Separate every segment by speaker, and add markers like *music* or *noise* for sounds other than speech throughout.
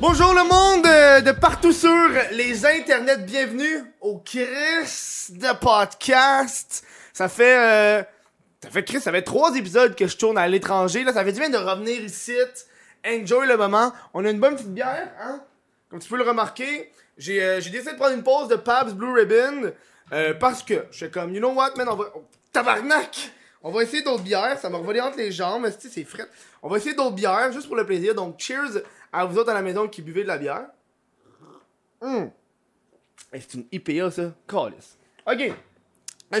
Speaker 1: Bonjour le monde euh, de partout sur les internets, bienvenue au Chris de podcast. Ça fait euh, ça fait Chris, ça fait trois épisodes que je tourne à l'étranger là, ça fait du bien de revenir ici. Enjoy le moment. On a une bonne petite bière, hein Comme tu peux le remarquer, j'ai euh, j'ai décidé de prendre une pause de Pabs Blue Ribbon euh, parce que je suis comme you know what, man, on va oh, tabarnak. On va essayer d'autres bières, ça m'a revolé entre les jambes, esti, c'est frais. On va essayer d'autres bières juste pour le plaisir. Donc cheers à vous autres à la maison qui buvez de la bière. Hum. Eh, C'est une IPA, ça. Calice. OK. Euh,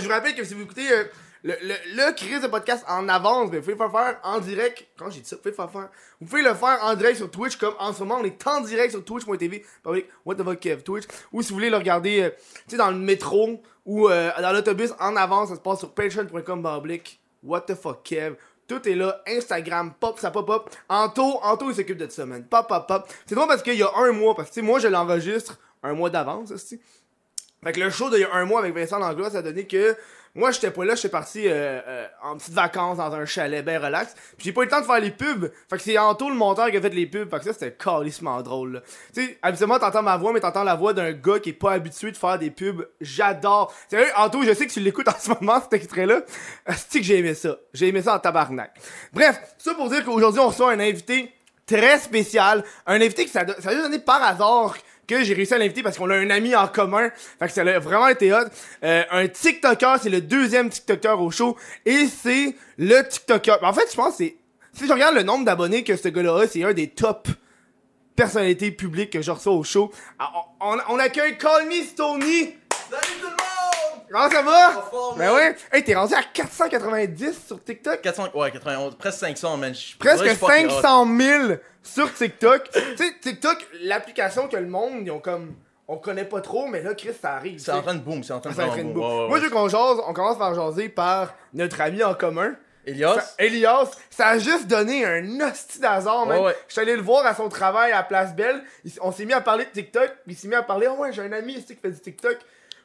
Speaker 1: Je vous rappelle que si vous écoutez euh, le, le, le Chris de podcast en avance, ben, vous pouvez le faire en direct. Quand j'ai dit ça, vous pouvez le faire. Vous pouvez le faire en direct sur Twitch, comme en ce moment, on est en direct sur twitch.tv. public, What the fuck, Kev? Twitch. Ou si vous voulez le regarder euh, tu sais, dans le métro ou euh, dans l'autobus en avance, ça se passe sur patreon.com. public, What the fuck, Kev? Tout est là, Instagram, pop, ça pop, pop. Anto, Anto, il s'occupe de ça, man. Pop, pop, pop. C'est drôle parce qu'il y a un mois, parce que tu sais, moi, je l'enregistre un mois d'avance, aussi. Fait que le show d'il y a un mois avec Vincent Langlois, ça a donné que moi j'étais pas là, j'étais parti euh, euh, en petites vacances dans un chalet bien relax. Puis j'ai pas eu le temps de faire les pubs. Fait que c'est Anto le monteur qui a fait les pubs. Fait que ça c'était calissement drôle. là. Tu sais, habituellement t'entends ma voix, mais t'entends la voix d'un gars qui est pas habitué de faire des pubs. J'adore. Sérieux, Anto, je sais que tu l'écoutes *laughs* en ce moment, cet extrait-là. C'est que j'ai aimé ça. J'ai aimé ça en tabarnak. Bref, ça pour dire qu'aujourd'hui on reçoit un invité très spécial. Un invité que ça, do- ça a donné par hasard que j'ai réussi à l'inviter parce qu'on a un ami en commun. Fait que ça a vraiment été hot. Euh, un TikToker, c'est le deuxième TikToker au show. Et c'est le TikToker. En fait, je pense que c'est. Si je regarde le nombre d'abonnés que ce gars-là a, c'est un des top personnalités publiques que je reçois au show. Ah, On, on- on accueille Call Me Stony.
Speaker 2: Salut tout le monde!
Speaker 1: Comment ça va?
Speaker 2: Pas fort,
Speaker 1: ben
Speaker 2: man.
Speaker 1: ouais. Hey, t'es rendu à 490 sur TikTok.
Speaker 2: 400, ouais, 91, presque 500, man. Je- je
Speaker 1: presque
Speaker 2: suis fucking hot.
Speaker 1: 500 000 sur TikTok. tu sais, TikTok, l'application que le monde, ils ont comme. On connaît pas trop, mais là, Chris, ça arrive.
Speaker 2: C'est en train de boom, Ah, c'est en train de
Speaker 1: Ça
Speaker 2: vraiment
Speaker 1: entraîne
Speaker 2: boom.
Speaker 1: beaucoup.
Speaker 2: Ouais, ouais,
Speaker 1: Moi, je
Speaker 2: ouais.
Speaker 1: veux qu'on jase, on commence par jaser par notre ami en commun.
Speaker 2: Elias?
Speaker 1: Ça- Elias, ça a juste donné un hostie d'hasard, man.
Speaker 2: Ouais, ouais.
Speaker 1: Je suis allé le voir à son travail à Place Belle. Il s- on s'est mis à parler de TikTok. puis Il s'est mis à parler, oh ouais, j'ai un ami ici qui fait du TikTok.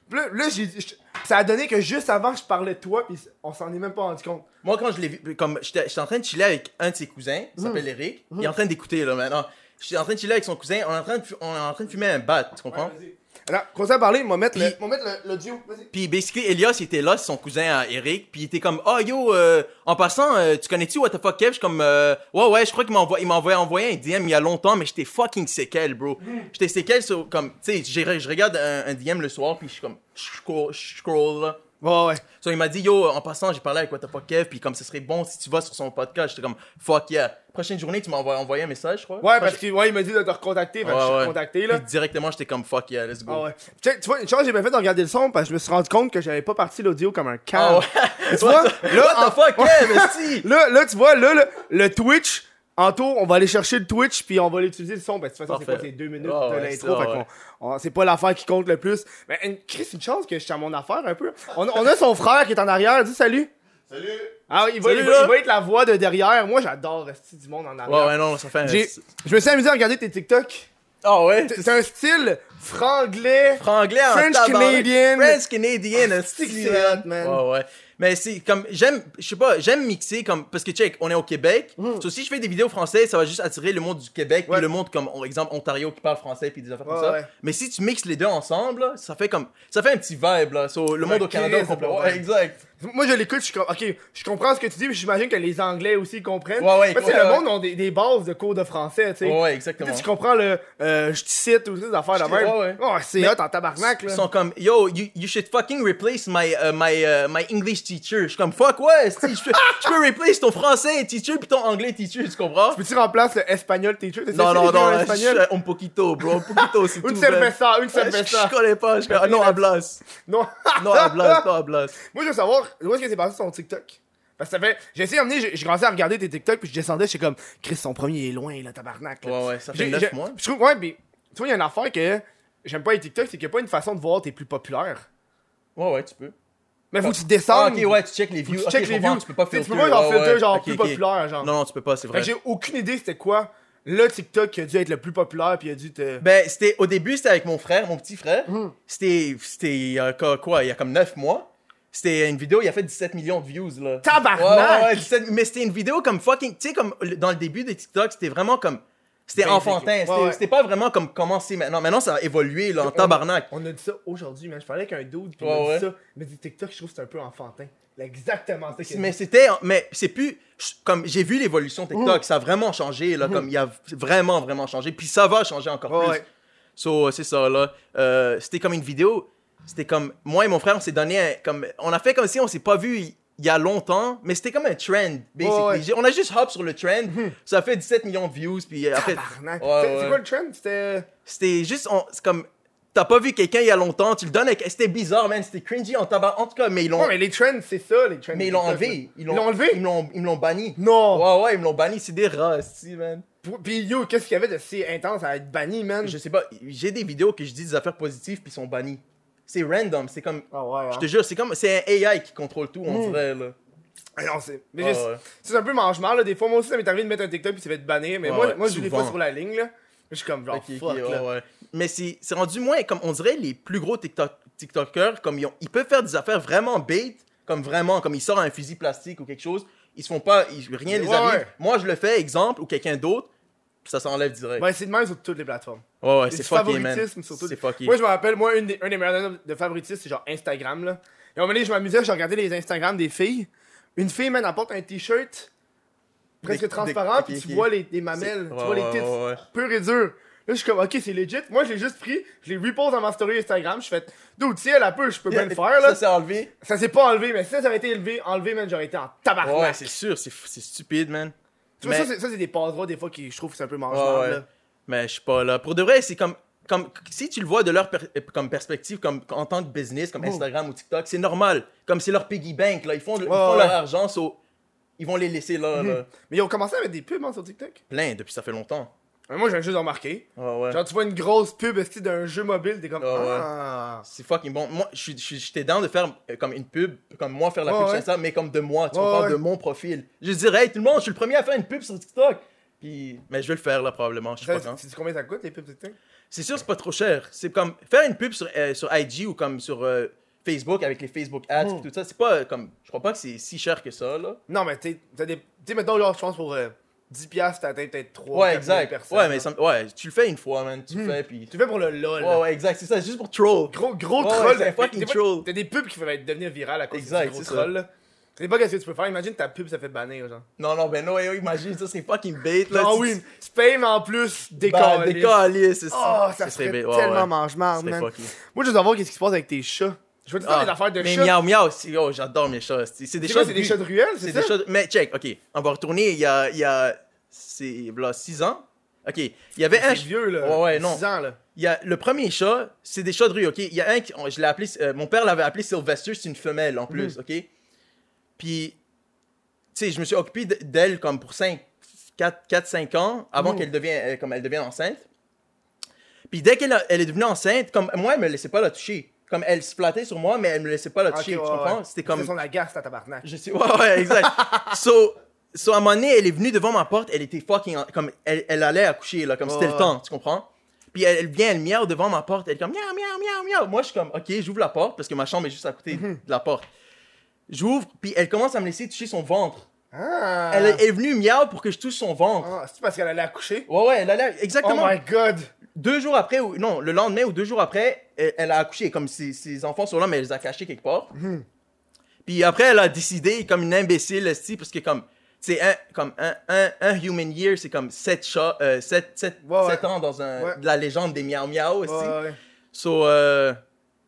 Speaker 1: Puis là, là, j'ai dit- je- ça a donné que juste avant, je parlais de toi, puis on s'en est même pas rendu compte.
Speaker 2: Moi, quand je l'ai vu, comme j'étais j'étais en train de chiller avec un de ses cousins, il s'appelle Eric, il est en train d'écouter là maintenant. J'étais en train de chiller avec son cousin, on est en train de, fu- on est en train de fumer un bat, tu comprends?
Speaker 1: Alors, qu'on s'est parlé, on va mettre
Speaker 2: Puis-
Speaker 1: le- on va mettre le- l'audio. Vas-y.
Speaker 2: Puis basically, Elias il était là, c'est son cousin à Eric, puis il était comme Oh yo, euh, en passant, euh, tu connais-tu What the fuck Kev? Je suis comme euh, Ouais, ouais, je crois qu'il m'a envoyé, il m'a envoyé, envoyé un DM il y a longtemps, mais j'étais fucking séquel, bro. J'étais séquel sur comme, tu sais, j'ai- je regarde un, un DM le soir, puis je suis comme, je scroll, je scroll là.
Speaker 1: Ouais, ouais.
Speaker 2: So, il m'a dit Yo, en passant, j'ai parlé avec What the fuck Kev, puis comme ce serait bon si tu vas sur son podcast, j'étais comme Fuck yeah. Prochaine journée, tu m'as envoyé- envoyé un message, je crois.
Speaker 1: Ouais, parce qu'il ouais, il m'a dit de te recontacter, fait que je suis
Speaker 2: Ouais, ouais.
Speaker 1: contacté, là.
Speaker 2: Puis directement, j'étais comme Fuck yeah, let's go.
Speaker 1: Ah ouais. Tu sais, tu vois, une chose, j'ai bien fait de regarder le son parce que je me suis rendu compte que j'avais pas parti l'audio comme un
Speaker 2: Ah
Speaker 1: câble.
Speaker 2: ouais.
Speaker 1: Tu vois,
Speaker 2: *laughs* What the-
Speaker 1: là,
Speaker 2: What the fuck
Speaker 1: *laughs*
Speaker 2: Kev, esti?
Speaker 1: Là, là, tu vois, là, le, le Twitch, Anto, on va aller chercher le Twitch puis on va l'utiliser le son. Parce que de toute façon, c'est
Speaker 2: Parfait.
Speaker 1: quoi, c'est deux minutes
Speaker 2: Ah
Speaker 1: de
Speaker 2: ouais,
Speaker 1: l'intro.
Speaker 2: ça,
Speaker 1: fait qu'on-
Speaker 2: ouais.
Speaker 1: on- C'est pas l'affaire qui compte le plus. Mais une- Chris, une chance que je suis à mon affaire un peu. On, on a son frère qui est en arrière. Dis salut.
Speaker 3: Salut!
Speaker 1: Ah, il va,
Speaker 2: Salut,
Speaker 1: il va-
Speaker 2: là.
Speaker 1: il va être la voix de derrière. Moi, j'adore rester du monde en arrière.
Speaker 2: Ouais, ouais, non, ça fait un.
Speaker 1: J'ai- je me suis amusé à regarder tes TikTok.
Speaker 2: Ah ouais?
Speaker 1: C'est un style franglais.
Speaker 2: Franglais en
Speaker 1: French
Speaker 2: tabarnak.
Speaker 1: Canadian.
Speaker 2: French Canadian,
Speaker 1: C'est
Speaker 2: esti,
Speaker 1: que c'est hot, man.
Speaker 2: Ouais, ouais. Mais c'est comme, j'aime, je sais pas, j'aime mixer comme, parce que check, on est au Québec. So, si je fais des vidéos françaises, ça va juste attirer le monde du Québec,
Speaker 1: Mm. Ouais.
Speaker 2: puis le monde comme, on- exemple, Ontario qui parle français, puis des affaires
Speaker 1: Ouais,
Speaker 2: comme ça.
Speaker 1: ouais.
Speaker 2: Mais si tu mixes les deux ensemble, là, ça fait comme, ça fait un petit vibe, là. So, le
Speaker 1: Ouais,
Speaker 2: monde au
Speaker 1: Chris,
Speaker 2: Canada, on
Speaker 1: ça
Speaker 2: comprend.
Speaker 1: peut
Speaker 2: Ouais,
Speaker 1: être.
Speaker 2: exact.
Speaker 1: Moi, je l'écoute, je suis comme, ok, je comprends ce que tu dis, mais j'imagine que les Anglais aussi comprennent.
Speaker 2: Ouais, ouais,
Speaker 1: Parce que
Speaker 2: ouais,
Speaker 1: le
Speaker 2: ouais.
Speaker 1: monde ont des, des bases de cours de français, tu sais.
Speaker 2: Ouais, ouais,
Speaker 1: Tu
Speaker 2: exactement.
Speaker 1: sais, tu comprends le euh, je te cite ou des affaires de
Speaker 2: Je te-
Speaker 1: même.
Speaker 2: ouais, ouais.
Speaker 1: c'est
Speaker 2: Mais-
Speaker 1: hot en tabarnak,
Speaker 2: Ils
Speaker 1: là.
Speaker 2: sont comme yo you, you should fucking replace my uh, my uh, my English teacher. Je suis comme fuck ouais, esti, je peux je peux replace ton français teacher puis ton anglais teacher, tu comprends
Speaker 1: Peux-tu remplacer le espagnol teacher? T'as
Speaker 2: Non
Speaker 1: essayé
Speaker 2: non
Speaker 1: de dire
Speaker 2: non,
Speaker 1: en
Speaker 2: je suis
Speaker 1: espagnol?
Speaker 2: un poquito bro, un poquito c'est tout.
Speaker 1: Une
Speaker 2: man.
Speaker 1: cerveza, une
Speaker 2: Je,
Speaker 1: cerveza.
Speaker 2: je connais pas, je connais... non hablas.
Speaker 1: Non.
Speaker 2: Non hablas, non hablas.
Speaker 1: *laughs* Moi, je veux savoir, où est-ce que c'est passé son TikTok? Parce que ça fait. J'ai essayé d'emmener, j'ai j'ai commencé à regarder tes TikTok, puis je descendais, j'étais comme, Chris, son premier est loin, là, tabarnak. là.
Speaker 2: Ouais, ouais, ça fait
Speaker 1: J'ai-
Speaker 2: neuf
Speaker 1: j'ai-
Speaker 2: mois.
Speaker 1: Je trouve, ouais, mais tu vois, il y a une affaire que j'aime pas les TikTok, c'est qu'il n'y a pas une façon de voir tes plus populaires.
Speaker 2: Ouais ouais, tu peux.
Speaker 1: Mais faut que tu
Speaker 2: Ah,
Speaker 1: descendes.
Speaker 2: OK, ouais, tu check les views.
Speaker 1: Tu
Speaker 2: Ok,
Speaker 1: check
Speaker 2: je
Speaker 1: les
Speaker 2: comprends,
Speaker 1: views.
Speaker 2: tu peux pas
Speaker 1: Tu sais,
Speaker 2: filter.
Speaker 1: tu peux pas genre
Speaker 2: ouais, ouais.
Speaker 1: filter, genre,
Speaker 2: Ok,
Speaker 1: plus
Speaker 2: ok.
Speaker 1: populaire, genre.
Speaker 2: Non non, tu peux pas, c'est
Speaker 1: Fait
Speaker 2: vrai.
Speaker 1: que j'ai aucune idée c'était quoi le TikTok qui a dû être le plus populaire puis il a dû te.
Speaker 2: Ben, c'était
Speaker 1: Hmm.
Speaker 2: au début, c'était avec mon frère, mon petit frère. C'était c'était euh, quoi, quoi, il y a comme 9 mois. C'était une vidéo, il a fait 17 millions de views, là.
Speaker 1: Tabarnak!
Speaker 2: Ouais, ouais, ouais, 17 mais c'était une vidéo comme fucking. Tu sais, comme le- dans le début des TikTok, c'était vraiment comme. C'était
Speaker 1: Ben,
Speaker 2: enfantin.
Speaker 1: ouais,
Speaker 2: C'était
Speaker 1: ouais.
Speaker 2: c'était pas vraiment comme comment c'est maintenant. Maintenant, ça a évolué, là, en tabarnak.
Speaker 1: On a dit ça aujourd'hui, man. Je parlais avec un dude, puis
Speaker 2: Ouais,
Speaker 1: on a
Speaker 2: ouais.
Speaker 1: dit ça. Mais dit TikTok, je trouve que c'est un peu enfantin. C'est exactement ça qu'il a
Speaker 2: Mais
Speaker 1: dit.
Speaker 2: c'était. Mais c'est plus. je- Comme j'ai vu
Speaker 1: Hmm.
Speaker 2: l'évolution TikTok, ça a vraiment changé, là. Comme il a vraiment, vraiment changé. Puis ça va changer encore
Speaker 1: Ouais,
Speaker 2: plus.
Speaker 1: ouais.
Speaker 2: So, c'est ça, là. Euh, c'était comme une vidéo. C'était comme. Moi et mon frère, on s'est donné. un- comme, on a fait comme si on s'est pas vu il il y a longtemps, mais c'était comme un trend, basically.
Speaker 1: Ouais, ouais.
Speaker 2: J'ai- On a juste hop sur le trend. Ça a fait 17 millions de views, puis euh, en fait.
Speaker 1: Tabarnak.
Speaker 2: Ouais,
Speaker 1: C'est- C'est
Speaker 2: ouais.
Speaker 1: quoi le trend? C'était.
Speaker 2: C'était juste. on- C'est comme. T'as pas vu quelqu'un il y a longtemps, tu le donnes. avec- C'était bizarre, man. C'était cringy en tabac. En tout cas, mais ils l'ont.
Speaker 1: Ouais, mais les trends, c'est ça, les trends.
Speaker 2: mais ils
Speaker 1: de
Speaker 2: l'ont
Speaker 1: TikTok,
Speaker 2: enlevé.
Speaker 1: là.
Speaker 2: Ils
Speaker 1: l'ont enlevé?
Speaker 2: Ils me l'ont- ils me l'ont banni.
Speaker 1: Non!
Speaker 2: Ouais, ouais, ils me l'ont banni. C'est des rats, esti, man.
Speaker 1: Pou- Pis yo, qu'est-ce qu'il y avait de si intense à être banni, man?
Speaker 2: Je sais pas. J'ai des vidéos que je dis des affaires positives, puis ils sont bannis. C'est random. C'est comme.
Speaker 1: Ah ouais,
Speaker 2: Je te jure, c'est comme. C'est un AI qui contrôle tout, on
Speaker 1: Mm.
Speaker 2: dirait, là.
Speaker 1: Ah non, c'est. Mais
Speaker 2: Ouais,
Speaker 1: je-
Speaker 2: ouais.
Speaker 1: c'est un peu mange-marre, là. Des fois, moi aussi, ça m'est arrivé de mettre un TikTok pis ça va être banni. Mais
Speaker 2: Ouais,
Speaker 1: moi,
Speaker 2: ouais,
Speaker 1: moi je l'ai pas
Speaker 2: souvent.
Speaker 1: sur la ligne, là. Je suis comme genre,
Speaker 2: Ok, ok,
Speaker 1: Oh, fuck,
Speaker 2: ouais,
Speaker 1: là.
Speaker 2: ouais. Mais c'est c'est rendu moins comme on dirait les plus gros TikTok, TikTokers, comme ils, ont- ils peuvent faire des affaires vraiment bait, comme vraiment, comme ils sortent un fusil plastique ou quelque chose, ils se font pas, ils- rien les
Speaker 1: Ouais,
Speaker 2: arrive.
Speaker 1: ouais.
Speaker 2: Moi je le fais, exemple, ou quelqu'un d'autre, ça s'enlève direct. Ouais,
Speaker 1: Ouais, c'est de même sur toutes les plateformes.
Speaker 2: ouais,
Speaker 1: Et
Speaker 2: c'est
Speaker 1: du
Speaker 2: fucké, man.
Speaker 1: favoritisme, surtout.
Speaker 2: C'est fucké.
Speaker 1: Moi, je me rappelle, moi, une des- un des meilleurs exemples de favoritisme, c'est genre Instagram, là. Et à un moment donné, je m'amusais, je regardais les Instagram des filles. Une fille, man, apporte un t-shirt presque
Speaker 2: Des- des-
Speaker 1: transparent,
Speaker 2: ok,
Speaker 1: puis tu
Speaker 2: ok.
Speaker 1: vois les, les mamelles,
Speaker 2: C'est-
Speaker 1: tu
Speaker 2: ouais,
Speaker 1: vois les
Speaker 2: ouais,
Speaker 1: tits,
Speaker 2: ouais, ouais.
Speaker 1: pur et dur. Là, je suis comme, ok, c'est legit. Moi, je l'ai juste pris, je les repose dans ma story Instagram, je fais, d'où si elle a peu, je peux bien le faire, là.
Speaker 2: Ça s'est enlevé.
Speaker 1: Ça s'est pas enlevé, mais si ça, ça avait été élevé, enlevé, man, j'aurais été en tabarnak.
Speaker 2: Ouais, c'est sûr, c'est c'est stupide, man.
Speaker 1: tu vois,
Speaker 2: Mais-
Speaker 1: ça, c'est- ça, c'est des passe-droits, des fois, qui je trouve que c'est un peu
Speaker 2: Ouais,
Speaker 1: mangeable,
Speaker 2: ouais.
Speaker 1: là.
Speaker 2: Mais je suis pas là. Pour de vrai, c'est comme. Comme, si tu le vois de leur per- comme perspective, comme en tant que business, comme
Speaker 1: Oh.
Speaker 2: Instagram ou TikTok, c'est normal. Comme c'est leur piggy bank, là. Ils font, ils font
Speaker 1: ouais. Mhm.
Speaker 2: leur argent, so, ils vont les laisser là, là.
Speaker 1: Mais ils ont commencé à mettre des pubs, hein, sur TikTok.
Speaker 2: Plein, depuis ça fait longtemps.
Speaker 1: Mais moi, j'ai juste remarqué.
Speaker 2: Ouais, ouais.
Speaker 1: Genre, tu vois une grosse pub esti, d'un jeu mobile, t'es comme.
Speaker 2: Ah ouais.
Speaker 1: Ah.
Speaker 2: C'est fucking bon. Moi, je suis- je suis- j'étais down de faire euh, comme une pub, comme moi faire la
Speaker 1: Ouais,
Speaker 2: pub
Speaker 1: ouais.
Speaker 2: sur Instagram, mais comme de moi, tu
Speaker 1: Ouais,
Speaker 2: comprends,
Speaker 1: ouais.
Speaker 2: de mon profil. Je dirais, hey, tout le monde, je suis le premier à faire une pub sur TikTok. Puis, mais je vais le faire là, probablement. Je sais
Speaker 1: Ça,
Speaker 2: pas
Speaker 1: C'est
Speaker 2: quand.
Speaker 1: c'est combien ça coûte les pubs TikTok
Speaker 2: C'est sûr, c'est pas trop cher. C'est comme faire une pub sur, euh, sur IG ou comme sur euh, Facebook avec les Facebook ads
Speaker 1: Mm.
Speaker 2: et tout ça. C'est pas euh, comme. Je crois pas que c'est si cher que ça, là.
Speaker 1: Non, mais t'es- t'as des. Tu sais, mettons, genre, je pense pour euh, 10$, t'atteins peut-être 3
Speaker 2: Ouais, exact.
Speaker 1: personnes.
Speaker 2: ouais, mais
Speaker 1: là.
Speaker 2: ça- ouais, tu le fais une fois, man. Tu le
Speaker 1: Mm.
Speaker 2: fais, puis.
Speaker 1: Tu le fais pour le LOL.
Speaker 2: Ouais, ouais, exact. C'est ça, c'est juste pour troll.
Speaker 1: Gros, gros
Speaker 2: Ouais,
Speaker 1: troll.
Speaker 2: ouais, c'est un
Speaker 1: mais-
Speaker 2: fucking
Speaker 1: des fois,
Speaker 2: troll.
Speaker 1: T'as des pubs qui peuvent être- devenir virales à cause
Speaker 2: Exact,
Speaker 1: de ces gros
Speaker 2: c'est ça.
Speaker 1: trolls, là. C'est pas qu'est-ce que tu peux faire. Imagine ta pub, ça fait bannir, genre.
Speaker 2: Non, non, ben non, ouais, ouais, imagine, ça, c'est fucking bait, là.
Speaker 1: Ah
Speaker 2: Tu-
Speaker 1: oui, tu payes, mais en plus,
Speaker 2: Bah,
Speaker 1: décolle.
Speaker 2: décalé, c'est
Speaker 1: Oh, ça
Speaker 2: Ce
Speaker 1: serait
Speaker 2: bait, ouais,
Speaker 1: tellement
Speaker 2: ouais. Ce
Speaker 1: mange-marde,
Speaker 2: serait
Speaker 1: man.
Speaker 2: fucking-
Speaker 1: Moi, je veux savoir qu'est-ce qui se passe avec tes chats. Je veux te dire
Speaker 2: Ah,
Speaker 1: des affaires de
Speaker 2: mais
Speaker 1: chats.
Speaker 2: miaou miaou, c'est- oh, j'adore mes chats. C'est c'est des
Speaker 1: C'est
Speaker 2: chats.
Speaker 1: quoi,
Speaker 2: de
Speaker 1: c'est des
Speaker 2: rue.
Speaker 1: chats de ruelle,
Speaker 2: C'est
Speaker 1: c'est
Speaker 2: des
Speaker 1: ça?
Speaker 2: choses. Mais check, ok. On va retourner il y a. Il y a c'est, voilà, 6 ans. Ok. Il y avait un.
Speaker 1: C'est vieux, là.
Speaker 2: Ouais, ouais,
Speaker 1: C'est
Speaker 2: non.
Speaker 1: 6 ans, là.
Speaker 2: Il y a, le premier chat, c'est des chats de rue, ok. Il y a un qui. on- Je l'ai appelé. euh, mon père l'avait appelé Sylvester, c'est une femelle en plus,
Speaker 1: Mhm.
Speaker 2: ok. Puis. Tu sais, je me suis occupé d- d'elle comme pour 5, 4, 5 ans avant
Speaker 1: Mm.
Speaker 2: qu'elle devienne, euh, comme elle devienne enceinte. Puis dès qu'elle a- elle est devenue enceinte, comme moi, elle me laissait pas la toucher. Comme elle se flattait sur moi, mais elle me laissait pas la
Speaker 1: Ok,
Speaker 2: toucher,
Speaker 1: ouais,
Speaker 2: Ah, tu comprends?
Speaker 1: ouais.
Speaker 2: C'était comme.
Speaker 1: C'est son agace, ta tabarnak.
Speaker 2: Je suis. Ouais,
Speaker 1: *laughs*
Speaker 2: ouais, exact. so, so, à un moment donné, elle est venue devant ma porte, elle était fucking. en- Comme, elle, elle allait accoucher, là, comme c'était
Speaker 1: Ouais.
Speaker 2: le temps, tu comprends? Puis elle, elle vient, elle miaule devant ma porte, elle est comme miaou, miaou, miaou, miaou. Moi, je suis comme, ok, j'ouvre la porte parce que ma chambre est juste à côté
Speaker 1: Mhm.
Speaker 2: de la porte. J'ouvre, puis elle commence à me laisser toucher son ventre.
Speaker 1: Ah!
Speaker 2: Elle est- elle est venue miaou pour que je touche son ventre.
Speaker 1: Ah, c'est parce qu'elle allait accoucher?
Speaker 2: Ouais, ouais, elle allait.
Speaker 1: Oh
Speaker 2: Exactement.
Speaker 1: my god!
Speaker 2: deux jours après, ou non, le lendemain ou deux jours après, elle, elle a accouché. Comme ses, ses enfants sont là, mais elle les a cachés quelque part.
Speaker 1: Hmm.
Speaker 2: Puis après, elle a décidé, comme une imbécile, esti, parce que comme, c'est un, comme un, un, un human year, c'est comme euh, 7 chats, 7,
Speaker 1: Ouais, ouais.
Speaker 2: ans dans un,
Speaker 1: Ouais.
Speaker 2: de la légende des miaou miaou, esti.
Speaker 1: Ouais, ouais.
Speaker 2: So, euh,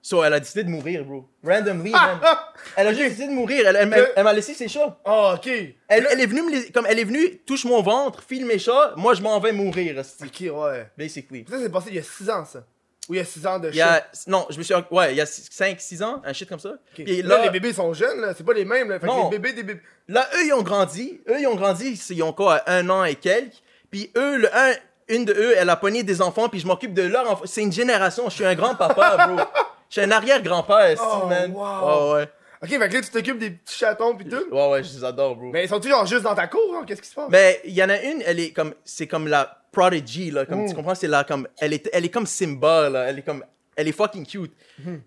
Speaker 2: so, elle a décidé de mourir, bro. Randomly,
Speaker 1: Ah,
Speaker 2: man.
Speaker 1: ah!
Speaker 2: Elle a juste décidé de mourir. Elle, elle m'a-
Speaker 1: Le-
Speaker 2: elle m'a laissé ses chats.
Speaker 1: Ah, ok!
Speaker 2: Elle, elle est venue, me les- comme elle est venue, touche mon ventre, file mes chats, moi je m'en vais mourir, esti.
Speaker 1: Ok, ouais.
Speaker 2: Basically.
Speaker 1: Ça, c'est passé il y a 6 ans, ça. Ou il y a 6 ans de
Speaker 2: Il y
Speaker 1: chat.
Speaker 2: a, non, je me suis. Ouais, il y a 5, 6 ans, un shit comme ça.
Speaker 1: Ok.
Speaker 2: Puis
Speaker 1: là,
Speaker 2: là,
Speaker 1: les bébés sont jeunes, là. C'est pas les mêmes, là. Fait que
Speaker 2: Non.
Speaker 1: les bébés, des bébés.
Speaker 2: là, eux, ils ont grandi. Eux, ils ont grandi, ils ont quoi, un an et quelques. Puis eux, le, un, une de eux, elle a pogné des enfants, puis je m'occupe de leur enfant. C'est une génération, je suis
Speaker 1: *laughs*
Speaker 2: un grand-papa, bro. Je suis un arrière-grand-père, esti,
Speaker 1: Oh,
Speaker 2: man.
Speaker 1: wow.
Speaker 2: Ouais,
Speaker 1: Ok, fait que là, tu t'occupes des petits chatons pis tout.
Speaker 2: ouais. Ouais, ouais, je les adore, bro. Mais
Speaker 1: Mais ils sont-ils genre juste dans ta cour, hein? Qu'est-ce qui se passe?
Speaker 2: il y en a une, elle est comme. C'est comme la prodigy, là. Comme
Speaker 1: Mm.
Speaker 2: tu comprends, c'est la. Comme, elle, est, elle est comme Simba, là. Elle est comme. Elle est fucking cute.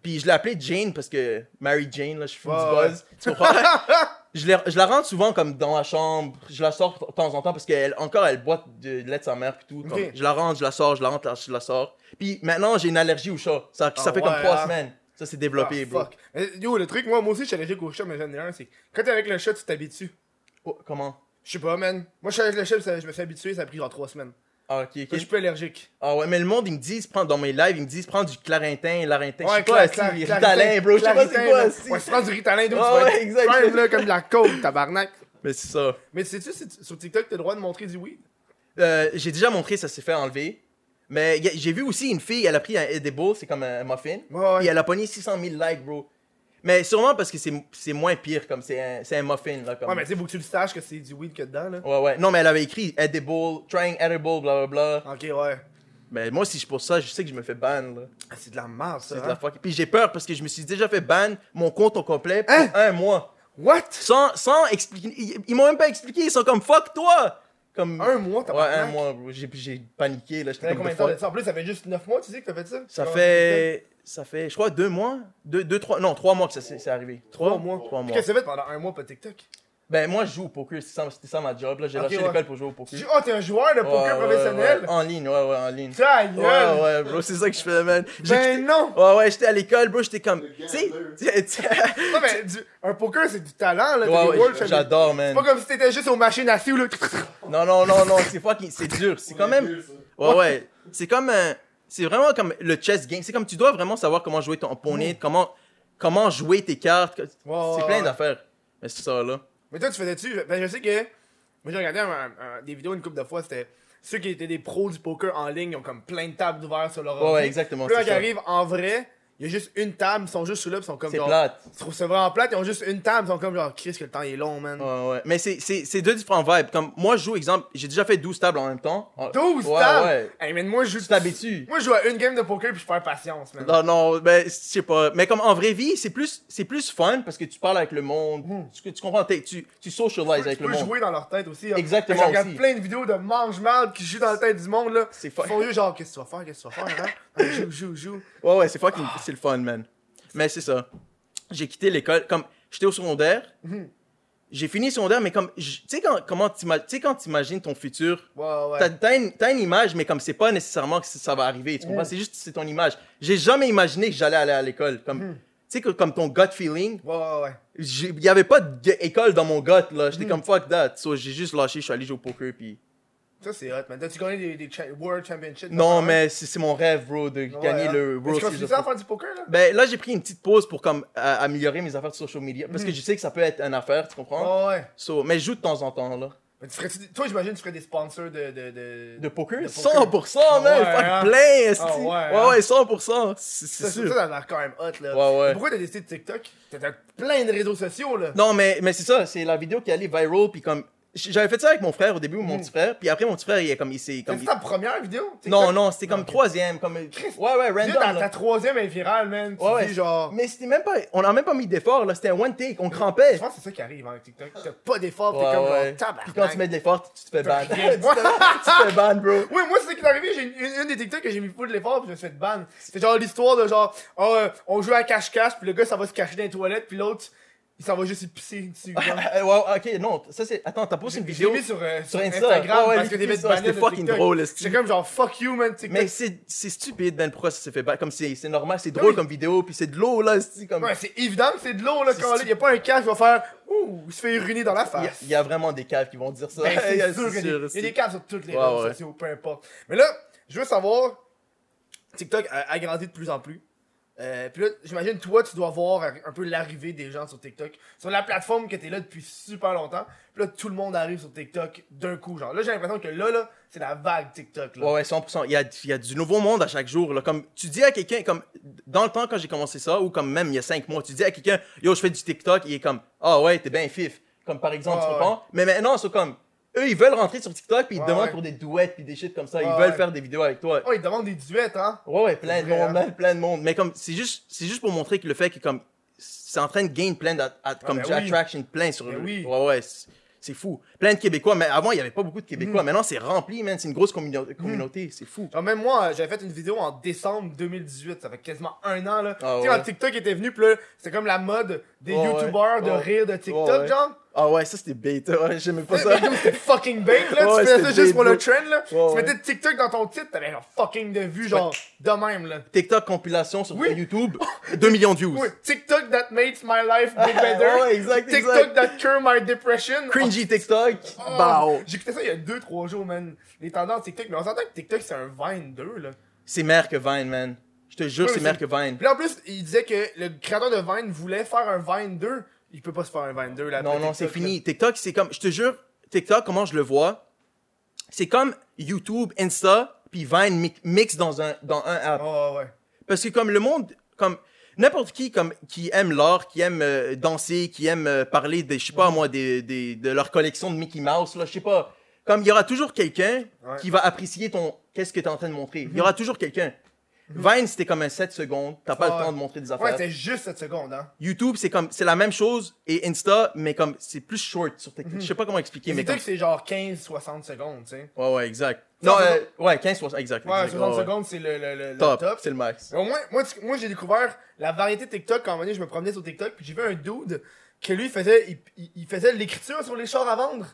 Speaker 2: Puis je l'ai appelée Jane parce que Mary Jane, là, je fous
Speaker 1: Mm-hmm. Ouais,
Speaker 2: du buzz. Tu
Speaker 1: *laughs*
Speaker 2: comprends?
Speaker 1: Ah,
Speaker 2: je, la, je la rentre souvent comme dans la chambre. Je la sors de temps en temps parce qu'elle encore elle boit de, de lait de sa mère puis tout. Comme,
Speaker 1: Ok.
Speaker 2: Je la rentre, je la sors, je la rentre, je la sors. Puis maintenant j'ai une allergie au chat. Ça, ça
Speaker 1: Ah
Speaker 2: fait comme
Speaker 1: ouais,
Speaker 2: trois
Speaker 1: hein?
Speaker 2: semaines. Ça c'est
Speaker 1: Ah,
Speaker 2: développé, bro.
Speaker 1: fuck. Euh, Yo, le truc, moi, moi aussi, je suis allergique au chat, mais j'en ai un, c'est que quand t'es avec le chat, tu t'habitues.
Speaker 2: Oh, comment?
Speaker 1: Je sais pas, man. Moi, je suis avec le chat, ça- je me suis habitué, ça a pris genre 3 semaines.
Speaker 2: Ah, ok,
Speaker 1: Je
Speaker 2: ok.
Speaker 1: suis plus allergique.
Speaker 2: Ah ouais, mais le monde, ils me disent, prends, dans mes lives, ils me disent, prends du clarintin, larintin, je
Speaker 1: Ouais,
Speaker 2: sais pas,
Speaker 1: Cla- Cla-
Speaker 2: si,
Speaker 1: Claritin,
Speaker 2: ritalin, bro, je sais pas c'est
Speaker 1: Claritin,
Speaker 2: quoi,
Speaker 1: là.
Speaker 2: si.
Speaker 1: Ouais, tu prends du ritalin, d'où tu
Speaker 2: Ah
Speaker 1: vas
Speaker 2: ouais,
Speaker 1: être
Speaker 2: exact.
Speaker 1: prime, là, comme de la coke, tabarnak.
Speaker 2: Mais c'est ça.
Speaker 1: Mais sais-tu, si- sur TikTok, t'as le droit de montrer du weed?
Speaker 2: Euh, j'ai déjà montré, ça s'est fait enlever. Mais y a- j'ai vu aussi une fille, elle a pris un edible, c'est comme un muffin,
Speaker 1: Ouais, ouais.
Speaker 2: et elle a pogné 600 000 likes, bro. Mais sûrement parce que c'est c'est moins pire, comme c'est un, c'est un muffin, là, comme.
Speaker 1: Ouais, mais tu sais, faut que tu le saches que c'est du weed qu'il y a dedans, là.
Speaker 2: ouais, ouais. Non, mais elle avait écrit edible, trying edible, bla bla bla.
Speaker 1: Ok, ouais.
Speaker 2: Mais moi, si je pour ça, je sais que je me fais ban, là.
Speaker 1: Ah, C'est de la merde, ça.
Speaker 2: C'est de
Speaker 1: hein.
Speaker 2: la fuck. Puis j'ai peur parce que je me suis déjà fait ban mon compte au complet pour
Speaker 1: Hein?
Speaker 2: un mois.
Speaker 1: What?
Speaker 2: Sans, sans expliquer. Ils, ils m'ont même pas expliqué, ils sont comme fuck toi! Comme.
Speaker 1: Un mois,
Speaker 2: Ouais,
Speaker 1: tabarnak.
Speaker 2: un mois, bro. J'ai, j'ai paniqué, là. J'étais
Speaker 1: T'avais
Speaker 2: comme
Speaker 1: combien de
Speaker 2: the
Speaker 1: temps
Speaker 2: fuck.
Speaker 1: de ça? En plus, ça fait juste 9 mois, tu dis que t'as fait ça?
Speaker 2: Ça fait. Ça fait, je crois, deux mois? Deux, deux trois. Non, trois mois que ça s'est c'est arrivé.
Speaker 1: Trois mois.
Speaker 2: Trois
Speaker 1: Puis
Speaker 2: mois.
Speaker 1: Qu'est-ce que t'as fait pendant un mois, pas TikTok?
Speaker 2: Ben, moi, je joue au poker. C'était ça, c'était ça ma job, là. J'ai
Speaker 1: Ok,
Speaker 2: lâché
Speaker 1: ouais.
Speaker 2: l'école pour jouer au poker.
Speaker 1: Tu- Oh, t'es un joueur de
Speaker 2: Ouais,
Speaker 1: poker
Speaker 2: ouais,
Speaker 1: professionnel?
Speaker 2: ouais. En ligne, ouais, ouais, en ligne.
Speaker 1: Ta
Speaker 2: Ouais,
Speaker 1: gueule!
Speaker 2: ouais, bro, c'est ça que je fais, man. J'ai-
Speaker 1: Ben non!
Speaker 2: Ouais, ouais, j'étais à l'école, bro, j'étais comme. Tu sais,
Speaker 3: gambler.
Speaker 2: *laughs* tu- tu-
Speaker 1: Non, mais du- un poker, c'est du talent, là. t'as
Speaker 2: Ouais,
Speaker 1: des
Speaker 2: ouais,
Speaker 1: world
Speaker 2: j-
Speaker 1: champions.
Speaker 2: j'adore,
Speaker 1: C'est
Speaker 2: man.
Speaker 1: pas comme si t'étais juste aux machines à sous, là.
Speaker 2: Non, non, non, non, c'est fucking. C'est dur. C'est quand même. Ouais, ouais. C'est comme un. C'est vraiment comme le chess game. C'est comme tu dois vraiment savoir comment jouer ton opponent, comment, comment jouer tes cartes. que-
Speaker 1: ouais,
Speaker 2: c'est plein
Speaker 1: ouais.
Speaker 2: d'affaires. euh, Mais c'est ça, là.
Speaker 1: Mais toi, tu faisais-tu? Ben, je sais que. Moi, j'ai regardé un- un- des vidéos une couple de fois, c'était. Ceux qui étaient des pros du poker en ligne, ils ont comme plein de tables d'ouvert sur leur
Speaker 2: Ouais,
Speaker 1: ordi.
Speaker 2: ouais, exactement.
Speaker 1: Puis là,
Speaker 2: c'est
Speaker 1: qui
Speaker 2: ça.
Speaker 1: arrivent en vrai, il y a juste une table, ils sont juste sur là, puis ils sont comme
Speaker 2: C'est
Speaker 1: genre.
Speaker 2: plate.
Speaker 1: Ils trouvent ça vraiment plate, ils ont juste une table, ils sont comme genre, Chris, que le temps est long, man.
Speaker 2: Ouais, ouais. Mais c'est- c'est c'est deux différents vibes. Comme moi, je joue, exemple, j'ai déjà fait 12 tables en même temps. Ah,
Speaker 1: 12
Speaker 2: Ouais,
Speaker 1: tables!
Speaker 2: ouais.
Speaker 1: Hey, man, moi, je joue.
Speaker 2: Tu t'habitues.
Speaker 1: Moi, je joue à une game de poker, puis je perds patience, man.
Speaker 2: Non, non, ben, je sais pas. Mais comme en vraie vie, c'est plus, c'est plus fun parce que tu parles avec le monde. Tu, tu comprends, t'es- tu, Mhm. tu socialises
Speaker 1: Tu
Speaker 2: avec le
Speaker 1: peux
Speaker 2: monde.
Speaker 1: jouer dans leur tête aussi. hein.
Speaker 2: Exactement
Speaker 1: Je regarde
Speaker 2: aussi.
Speaker 1: plein de vidéos de mange mal qui jouent dans la tête du monde là.
Speaker 2: C'est
Speaker 1: C'est
Speaker 2: fuck.
Speaker 1: Ils font eux, genre qu'est-ce que tu vas faire, qu'est-ce que tu vas
Speaker 2: *laughs*
Speaker 1: faire, hein? Ah, Joue, joue, joue.
Speaker 2: Ouais, ouais, c'est fucking. C'est le fun, man. Mais c'est ça. J'ai quitté l'école. Comme, j'étais au secondaire.
Speaker 1: Mhm.
Speaker 2: J'ai fini le secondaire, mais comme. j- Tu sais, quand, comment t'ima- tu sais quand t'imagines ton futur.
Speaker 1: Ouais, ouais.
Speaker 2: T'as t'as une, t'as une image, mais comme c'est pas nécessairement que ça va arriver. Tu comprends?
Speaker 1: Mhm.
Speaker 2: C'est juste c'est ton image. J'ai jamais imaginé que j'allais aller à l'école. Comme.
Speaker 1: Mhm.
Speaker 2: Tu sais, que- comme ton gut feeling,
Speaker 1: Ouais, ouais, ouais.
Speaker 2: j'ai- il y avait pas d'école dans mon gut, là.
Speaker 1: Mhm.
Speaker 2: J'étais comme fuck that. So, j'ai juste lâché, je suis allé jouer au poker, puis.
Speaker 1: Ça c'est hot, man. T'as-tu gagné des, des cha- World Championships?
Speaker 2: Non,
Speaker 1: hein?
Speaker 2: mais c'est c'est mon rêve, bro, de
Speaker 1: Ouais,
Speaker 2: gagner
Speaker 1: hein.
Speaker 2: le
Speaker 1: Mais
Speaker 2: World
Speaker 1: Tu continues
Speaker 2: Series of
Speaker 1: ça à faire du poker là?
Speaker 2: Ben là, j'ai pris une petite pause pour comme euh, améliorer mes affaires de social media parce que je sais que ça peut être une affaire, tu comprends?
Speaker 1: Mm. Ouais, ouais.
Speaker 2: So, mais je joue de temps en temps là.
Speaker 1: Mais tu ferais-tu des- Toi, j'imagine, tu ferais des sponsors de. De, de...
Speaker 2: De poker?
Speaker 1: de
Speaker 2: 100%,
Speaker 1: Ah
Speaker 2: man!
Speaker 1: ouais,
Speaker 2: fuck
Speaker 1: hein?
Speaker 2: plein, esti.
Speaker 1: Ah ouais,
Speaker 2: ouais, ouais,
Speaker 1: hein?
Speaker 2: 100%! C'est
Speaker 1: Ça,
Speaker 2: c'est
Speaker 1: ça,
Speaker 2: sûr!
Speaker 1: ça a l'air quand même hot là.
Speaker 2: Ouais, ouais.
Speaker 1: Pourquoi t'as décidé de TikTok? T'as plein de réseaux sociaux là.
Speaker 2: Non, mais, mais c'est ça, c'est la vidéo qui est allée viral, puis comme. j- J'avais fait ça avec mon frère au début, mon
Speaker 1: Mm.
Speaker 2: petit frère, puis après mon petit frère, il est comme. Il, s'est- comme
Speaker 1: T'as-tu ta première vidéo?
Speaker 2: il-
Speaker 1: TikTok?
Speaker 2: Non, non, c'était comme
Speaker 1: Ok.
Speaker 2: troisième, comme. Ouais, ouais,
Speaker 1: Tu sais,
Speaker 2: random.
Speaker 1: ta,
Speaker 2: là.
Speaker 1: ta troisième est virale, man. Tu
Speaker 2: Ouais, ouais.
Speaker 1: dis genre.
Speaker 2: Mais c'était même pas. On a même pas mis d'effort, là, c'était un one take, on crampait.
Speaker 1: Je pense que c'est ça qui arrive hein, avec TikTok. T'as pas d'effort,
Speaker 2: Ouais,
Speaker 1: t'es comme
Speaker 2: ouais.
Speaker 1: genre
Speaker 2: Puis quand tu mets
Speaker 1: tabarnak.
Speaker 2: de l'effort, tu te
Speaker 1: *laughs*
Speaker 2: fais ban. tu
Speaker 1: rien.
Speaker 2: te *laughs* tu te fais ban, bro.
Speaker 1: *laughs* Oui, moi, c'est ça qui est arrivé. J'ai une, une- une des TikTok que j'ai mis full de l'effort, puis je me suis fait ban. C'est genre l'histoire de genre, oh, euh, on joue à cache-cache, puis le gars, ça va se cacher dans les toilettes, puis l'autre, il s'en va juste y pisser dessus.
Speaker 2: *laughs*
Speaker 1: genre.
Speaker 2: Euh, ouais, ok, non, ça c'est. Attends, t'as posté une
Speaker 1: Je l'ai
Speaker 2: vidéo.
Speaker 1: mis sur, euh, sur
Speaker 2: sur Insta.
Speaker 1: Instagram
Speaker 2: Ouais, ouais,
Speaker 1: parce que
Speaker 2: j'ai
Speaker 1: des
Speaker 2: vu
Speaker 1: bêtes
Speaker 2: ça,
Speaker 1: bannées
Speaker 2: c'était
Speaker 1: de
Speaker 2: fucking
Speaker 1: TikTok.
Speaker 2: drôle, esti.
Speaker 1: J'étais comme genre, fuck you, man, TikTok.
Speaker 2: Mais c'est c'est stupide, ben pourquoi ça s'est fait ban? Comme c'est c'est normal, c'est
Speaker 1: Oui.
Speaker 2: drôle comme vidéo, puis c'est de l'eau là, c'est comme.
Speaker 1: Ouais, c'est évident que c'est de l'eau, là,
Speaker 2: C'est
Speaker 1: quand il y a pas un cash, il va faire, ouh, il se fait uriner dans la
Speaker 2: Il y a-
Speaker 1: face.
Speaker 2: il y, a vraiment des caves qui vont dire ça. *laughs*
Speaker 1: Ben,
Speaker 2: Yeah,
Speaker 1: c'est sûr qu'il y a des- il y
Speaker 2: c'est-
Speaker 1: a des caps sur toutes les
Speaker 2: Ouais,
Speaker 1: réseaux
Speaker 2: ouais.
Speaker 1: sociaux, peu importe. Mais là, je veux savoir, TikTok a, a grandi de plus en plus. Euh, puis là, j'imagine, toi, tu dois voir un un peu l'arrivée des gens sur TikTok. Sur la plateforme que t'es là depuis super longtemps. Puis là, tout le monde arrive sur TikTok d'un coup. Genre, là, j'ai l'impression que là, là, c'est la vague TikTok. Là.
Speaker 2: Ouais, ouais, 100%. Il y a, il y a du nouveau monde à chaque jour. Là. Comme tu dis à quelqu'un, comme dans le temps quand j'ai commencé ça, ou comme même il y a 5 mois, tu dis à quelqu'un, yo, je fais du TikTok, il est comme, ah ouais, t'es bien fif. Comme par exemple,
Speaker 1: Ouais,
Speaker 2: tu comprends? Mais maintenant, c'est comme, eux, ils veulent rentrer sur TikTok, puis ils
Speaker 1: Ouais,
Speaker 2: demandent
Speaker 1: ouais.
Speaker 2: pour des duets, puis des shit comme ça.
Speaker 1: Ouais,
Speaker 2: ils veulent
Speaker 1: ouais.
Speaker 2: faire des vidéos avec toi.
Speaker 1: Oh, ils demandent des duets, hein.
Speaker 2: Ouais, ouais, plein
Speaker 1: C'est
Speaker 2: de
Speaker 1: vrai,
Speaker 2: monde,
Speaker 1: hein.
Speaker 2: man, plein de monde. Mais comme, c'est juste, c'est juste pour montrer que le fait que, comme, c'est en train de gain plein d'attraction,
Speaker 1: Ah,
Speaker 2: comme
Speaker 1: ben
Speaker 2: du
Speaker 1: oui.
Speaker 2: attraction plein sur
Speaker 1: Ben
Speaker 2: le.
Speaker 1: oui.
Speaker 2: Ouais, ouais. c'est- C'est fou. Plein de Québécois. Mais avant, il n'y avait pas beaucoup de
Speaker 1: Mm.
Speaker 2: Québécois. Maintenant, c'est rempli, man. C'est une grosse communo- communauté. C'est fou.
Speaker 1: Genre, Ah, même moi, euh, j'avais fait une vidéo en décembre 2018, ça fait quasiment un an, là.
Speaker 2: Ah
Speaker 1: tu sais,
Speaker 2: ouais.
Speaker 1: quand TikTok était venu, pis là, c'était comme la mode des
Speaker 2: Ouais,
Speaker 1: YouTubers de
Speaker 2: ouais.
Speaker 1: rire de TikTok,
Speaker 2: Ouais, ouais.
Speaker 1: genre.
Speaker 2: Ah ouais, ça, c'était bête. Ouais,
Speaker 1: *laughs*
Speaker 2: j'aimais pas ça.
Speaker 1: Mais comme C'était fucking bait, là.
Speaker 2: Ouais,
Speaker 1: tu faisais ça
Speaker 2: c'était
Speaker 1: juste pour le
Speaker 2: bait,
Speaker 1: trend, là.
Speaker 2: Ouais,
Speaker 1: tu
Speaker 2: ouais.
Speaker 1: mettais TikTok dans ton titre, t'avais genre fucking de vues, genre, de même, là.
Speaker 2: TikTok compilation sur
Speaker 1: Oui.
Speaker 2: YouTube.
Speaker 1: *laughs*
Speaker 2: 2 millions de views. Ah
Speaker 1: Oui, TikTok that makes my
Speaker 2: *laughs*
Speaker 1: life look better.
Speaker 2: ouais, exact,
Speaker 1: TikTok
Speaker 2: exact.
Speaker 1: that cure my depression.
Speaker 2: Cringy TikTok.
Speaker 1: Oh,
Speaker 2: Bah, oh.
Speaker 1: J'écoutais ça il y a 2-3 jours, man. Les tendances TikTok, mais on s'entend que TikTok c'est un Vine 2, là.
Speaker 2: C'est meilleur que Vine, man. Je te jure,
Speaker 1: Oui,
Speaker 2: c'est
Speaker 1: mais
Speaker 2: meilleur que Vine.
Speaker 1: Puis là, en plus, il disait que le créateur de Vine voulait faire un Vine 2. Il peut pas se faire un Vine 2 là.
Speaker 2: Non,
Speaker 1: après
Speaker 2: non,
Speaker 1: TikTok,
Speaker 2: c'est
Speaker 1: là.
Speaker 2: fini. TikTok, c'est comme, je te jure, TikTok, comment je le vois, c'est comme YouTube, Insta, puis Vine mi- mix dans un, dans un app.
Speaker 1: Oh, ouais.
Speaker 2: Parce que comme le monde, comme n'importe qui comme, qui aime l'art, qui aime euh, danser, qui aime euh, parler des, je sais pas moi, des, des- de leur collection de Mickey Mouse, là, je sais pas. Comme il y aura toujours quelqu'un
Speaker 1: Ouais. Mhm.
Speaker 2: qui va apprécier ton, qu'est-ce que t'es en train de montrer. Il y aura toujours quelqu'un. Vine, c'était comme un 7 secondes, t'as pas
Speaker 1: Ouais.
Speaker 2: le temps de montrer des
Speaker 1: Ouais,
Speaker 2: affaires.
Speaker 1: c'était juste cette seconde, hein.
Speaker 2: YouTube, c'est comme, c'est la même chose, et Insta, mais comme, c'est plus short sur TikTok. Je sais pas comment expliquer, mais
Speaker 1: Mhm. TikTok,
Speaker 2: comme...
Speaker 1: c'est genre 15-60 secondes, tu sais.
Speaker 2: Ouais, ouais, exact.
Speaker 1: Non,
Speaker 2: Non,
Speaker 1: c'est
Speaker 2: euh, ouais, 15, 60, exact.
Speaker 1: Ouais,
Speaker 2: exact,
Speaker 1: 60
Speaker 2: ouais, ouais.
Speaker 1: secondes, c'est le, le, le, le
Speaker 2: Top,
Speaker 1: top.
Speaker 2: c'est le max.
Speaker 1: Mais au moins, moi, tu- moi j'ai découvert la variété TikTok quand un moment donné, je me promenais sur TikTok, puis j'ai vu un dude que lui, il faisait, il, il- il faisait de l'écriture sur les chars à vendre.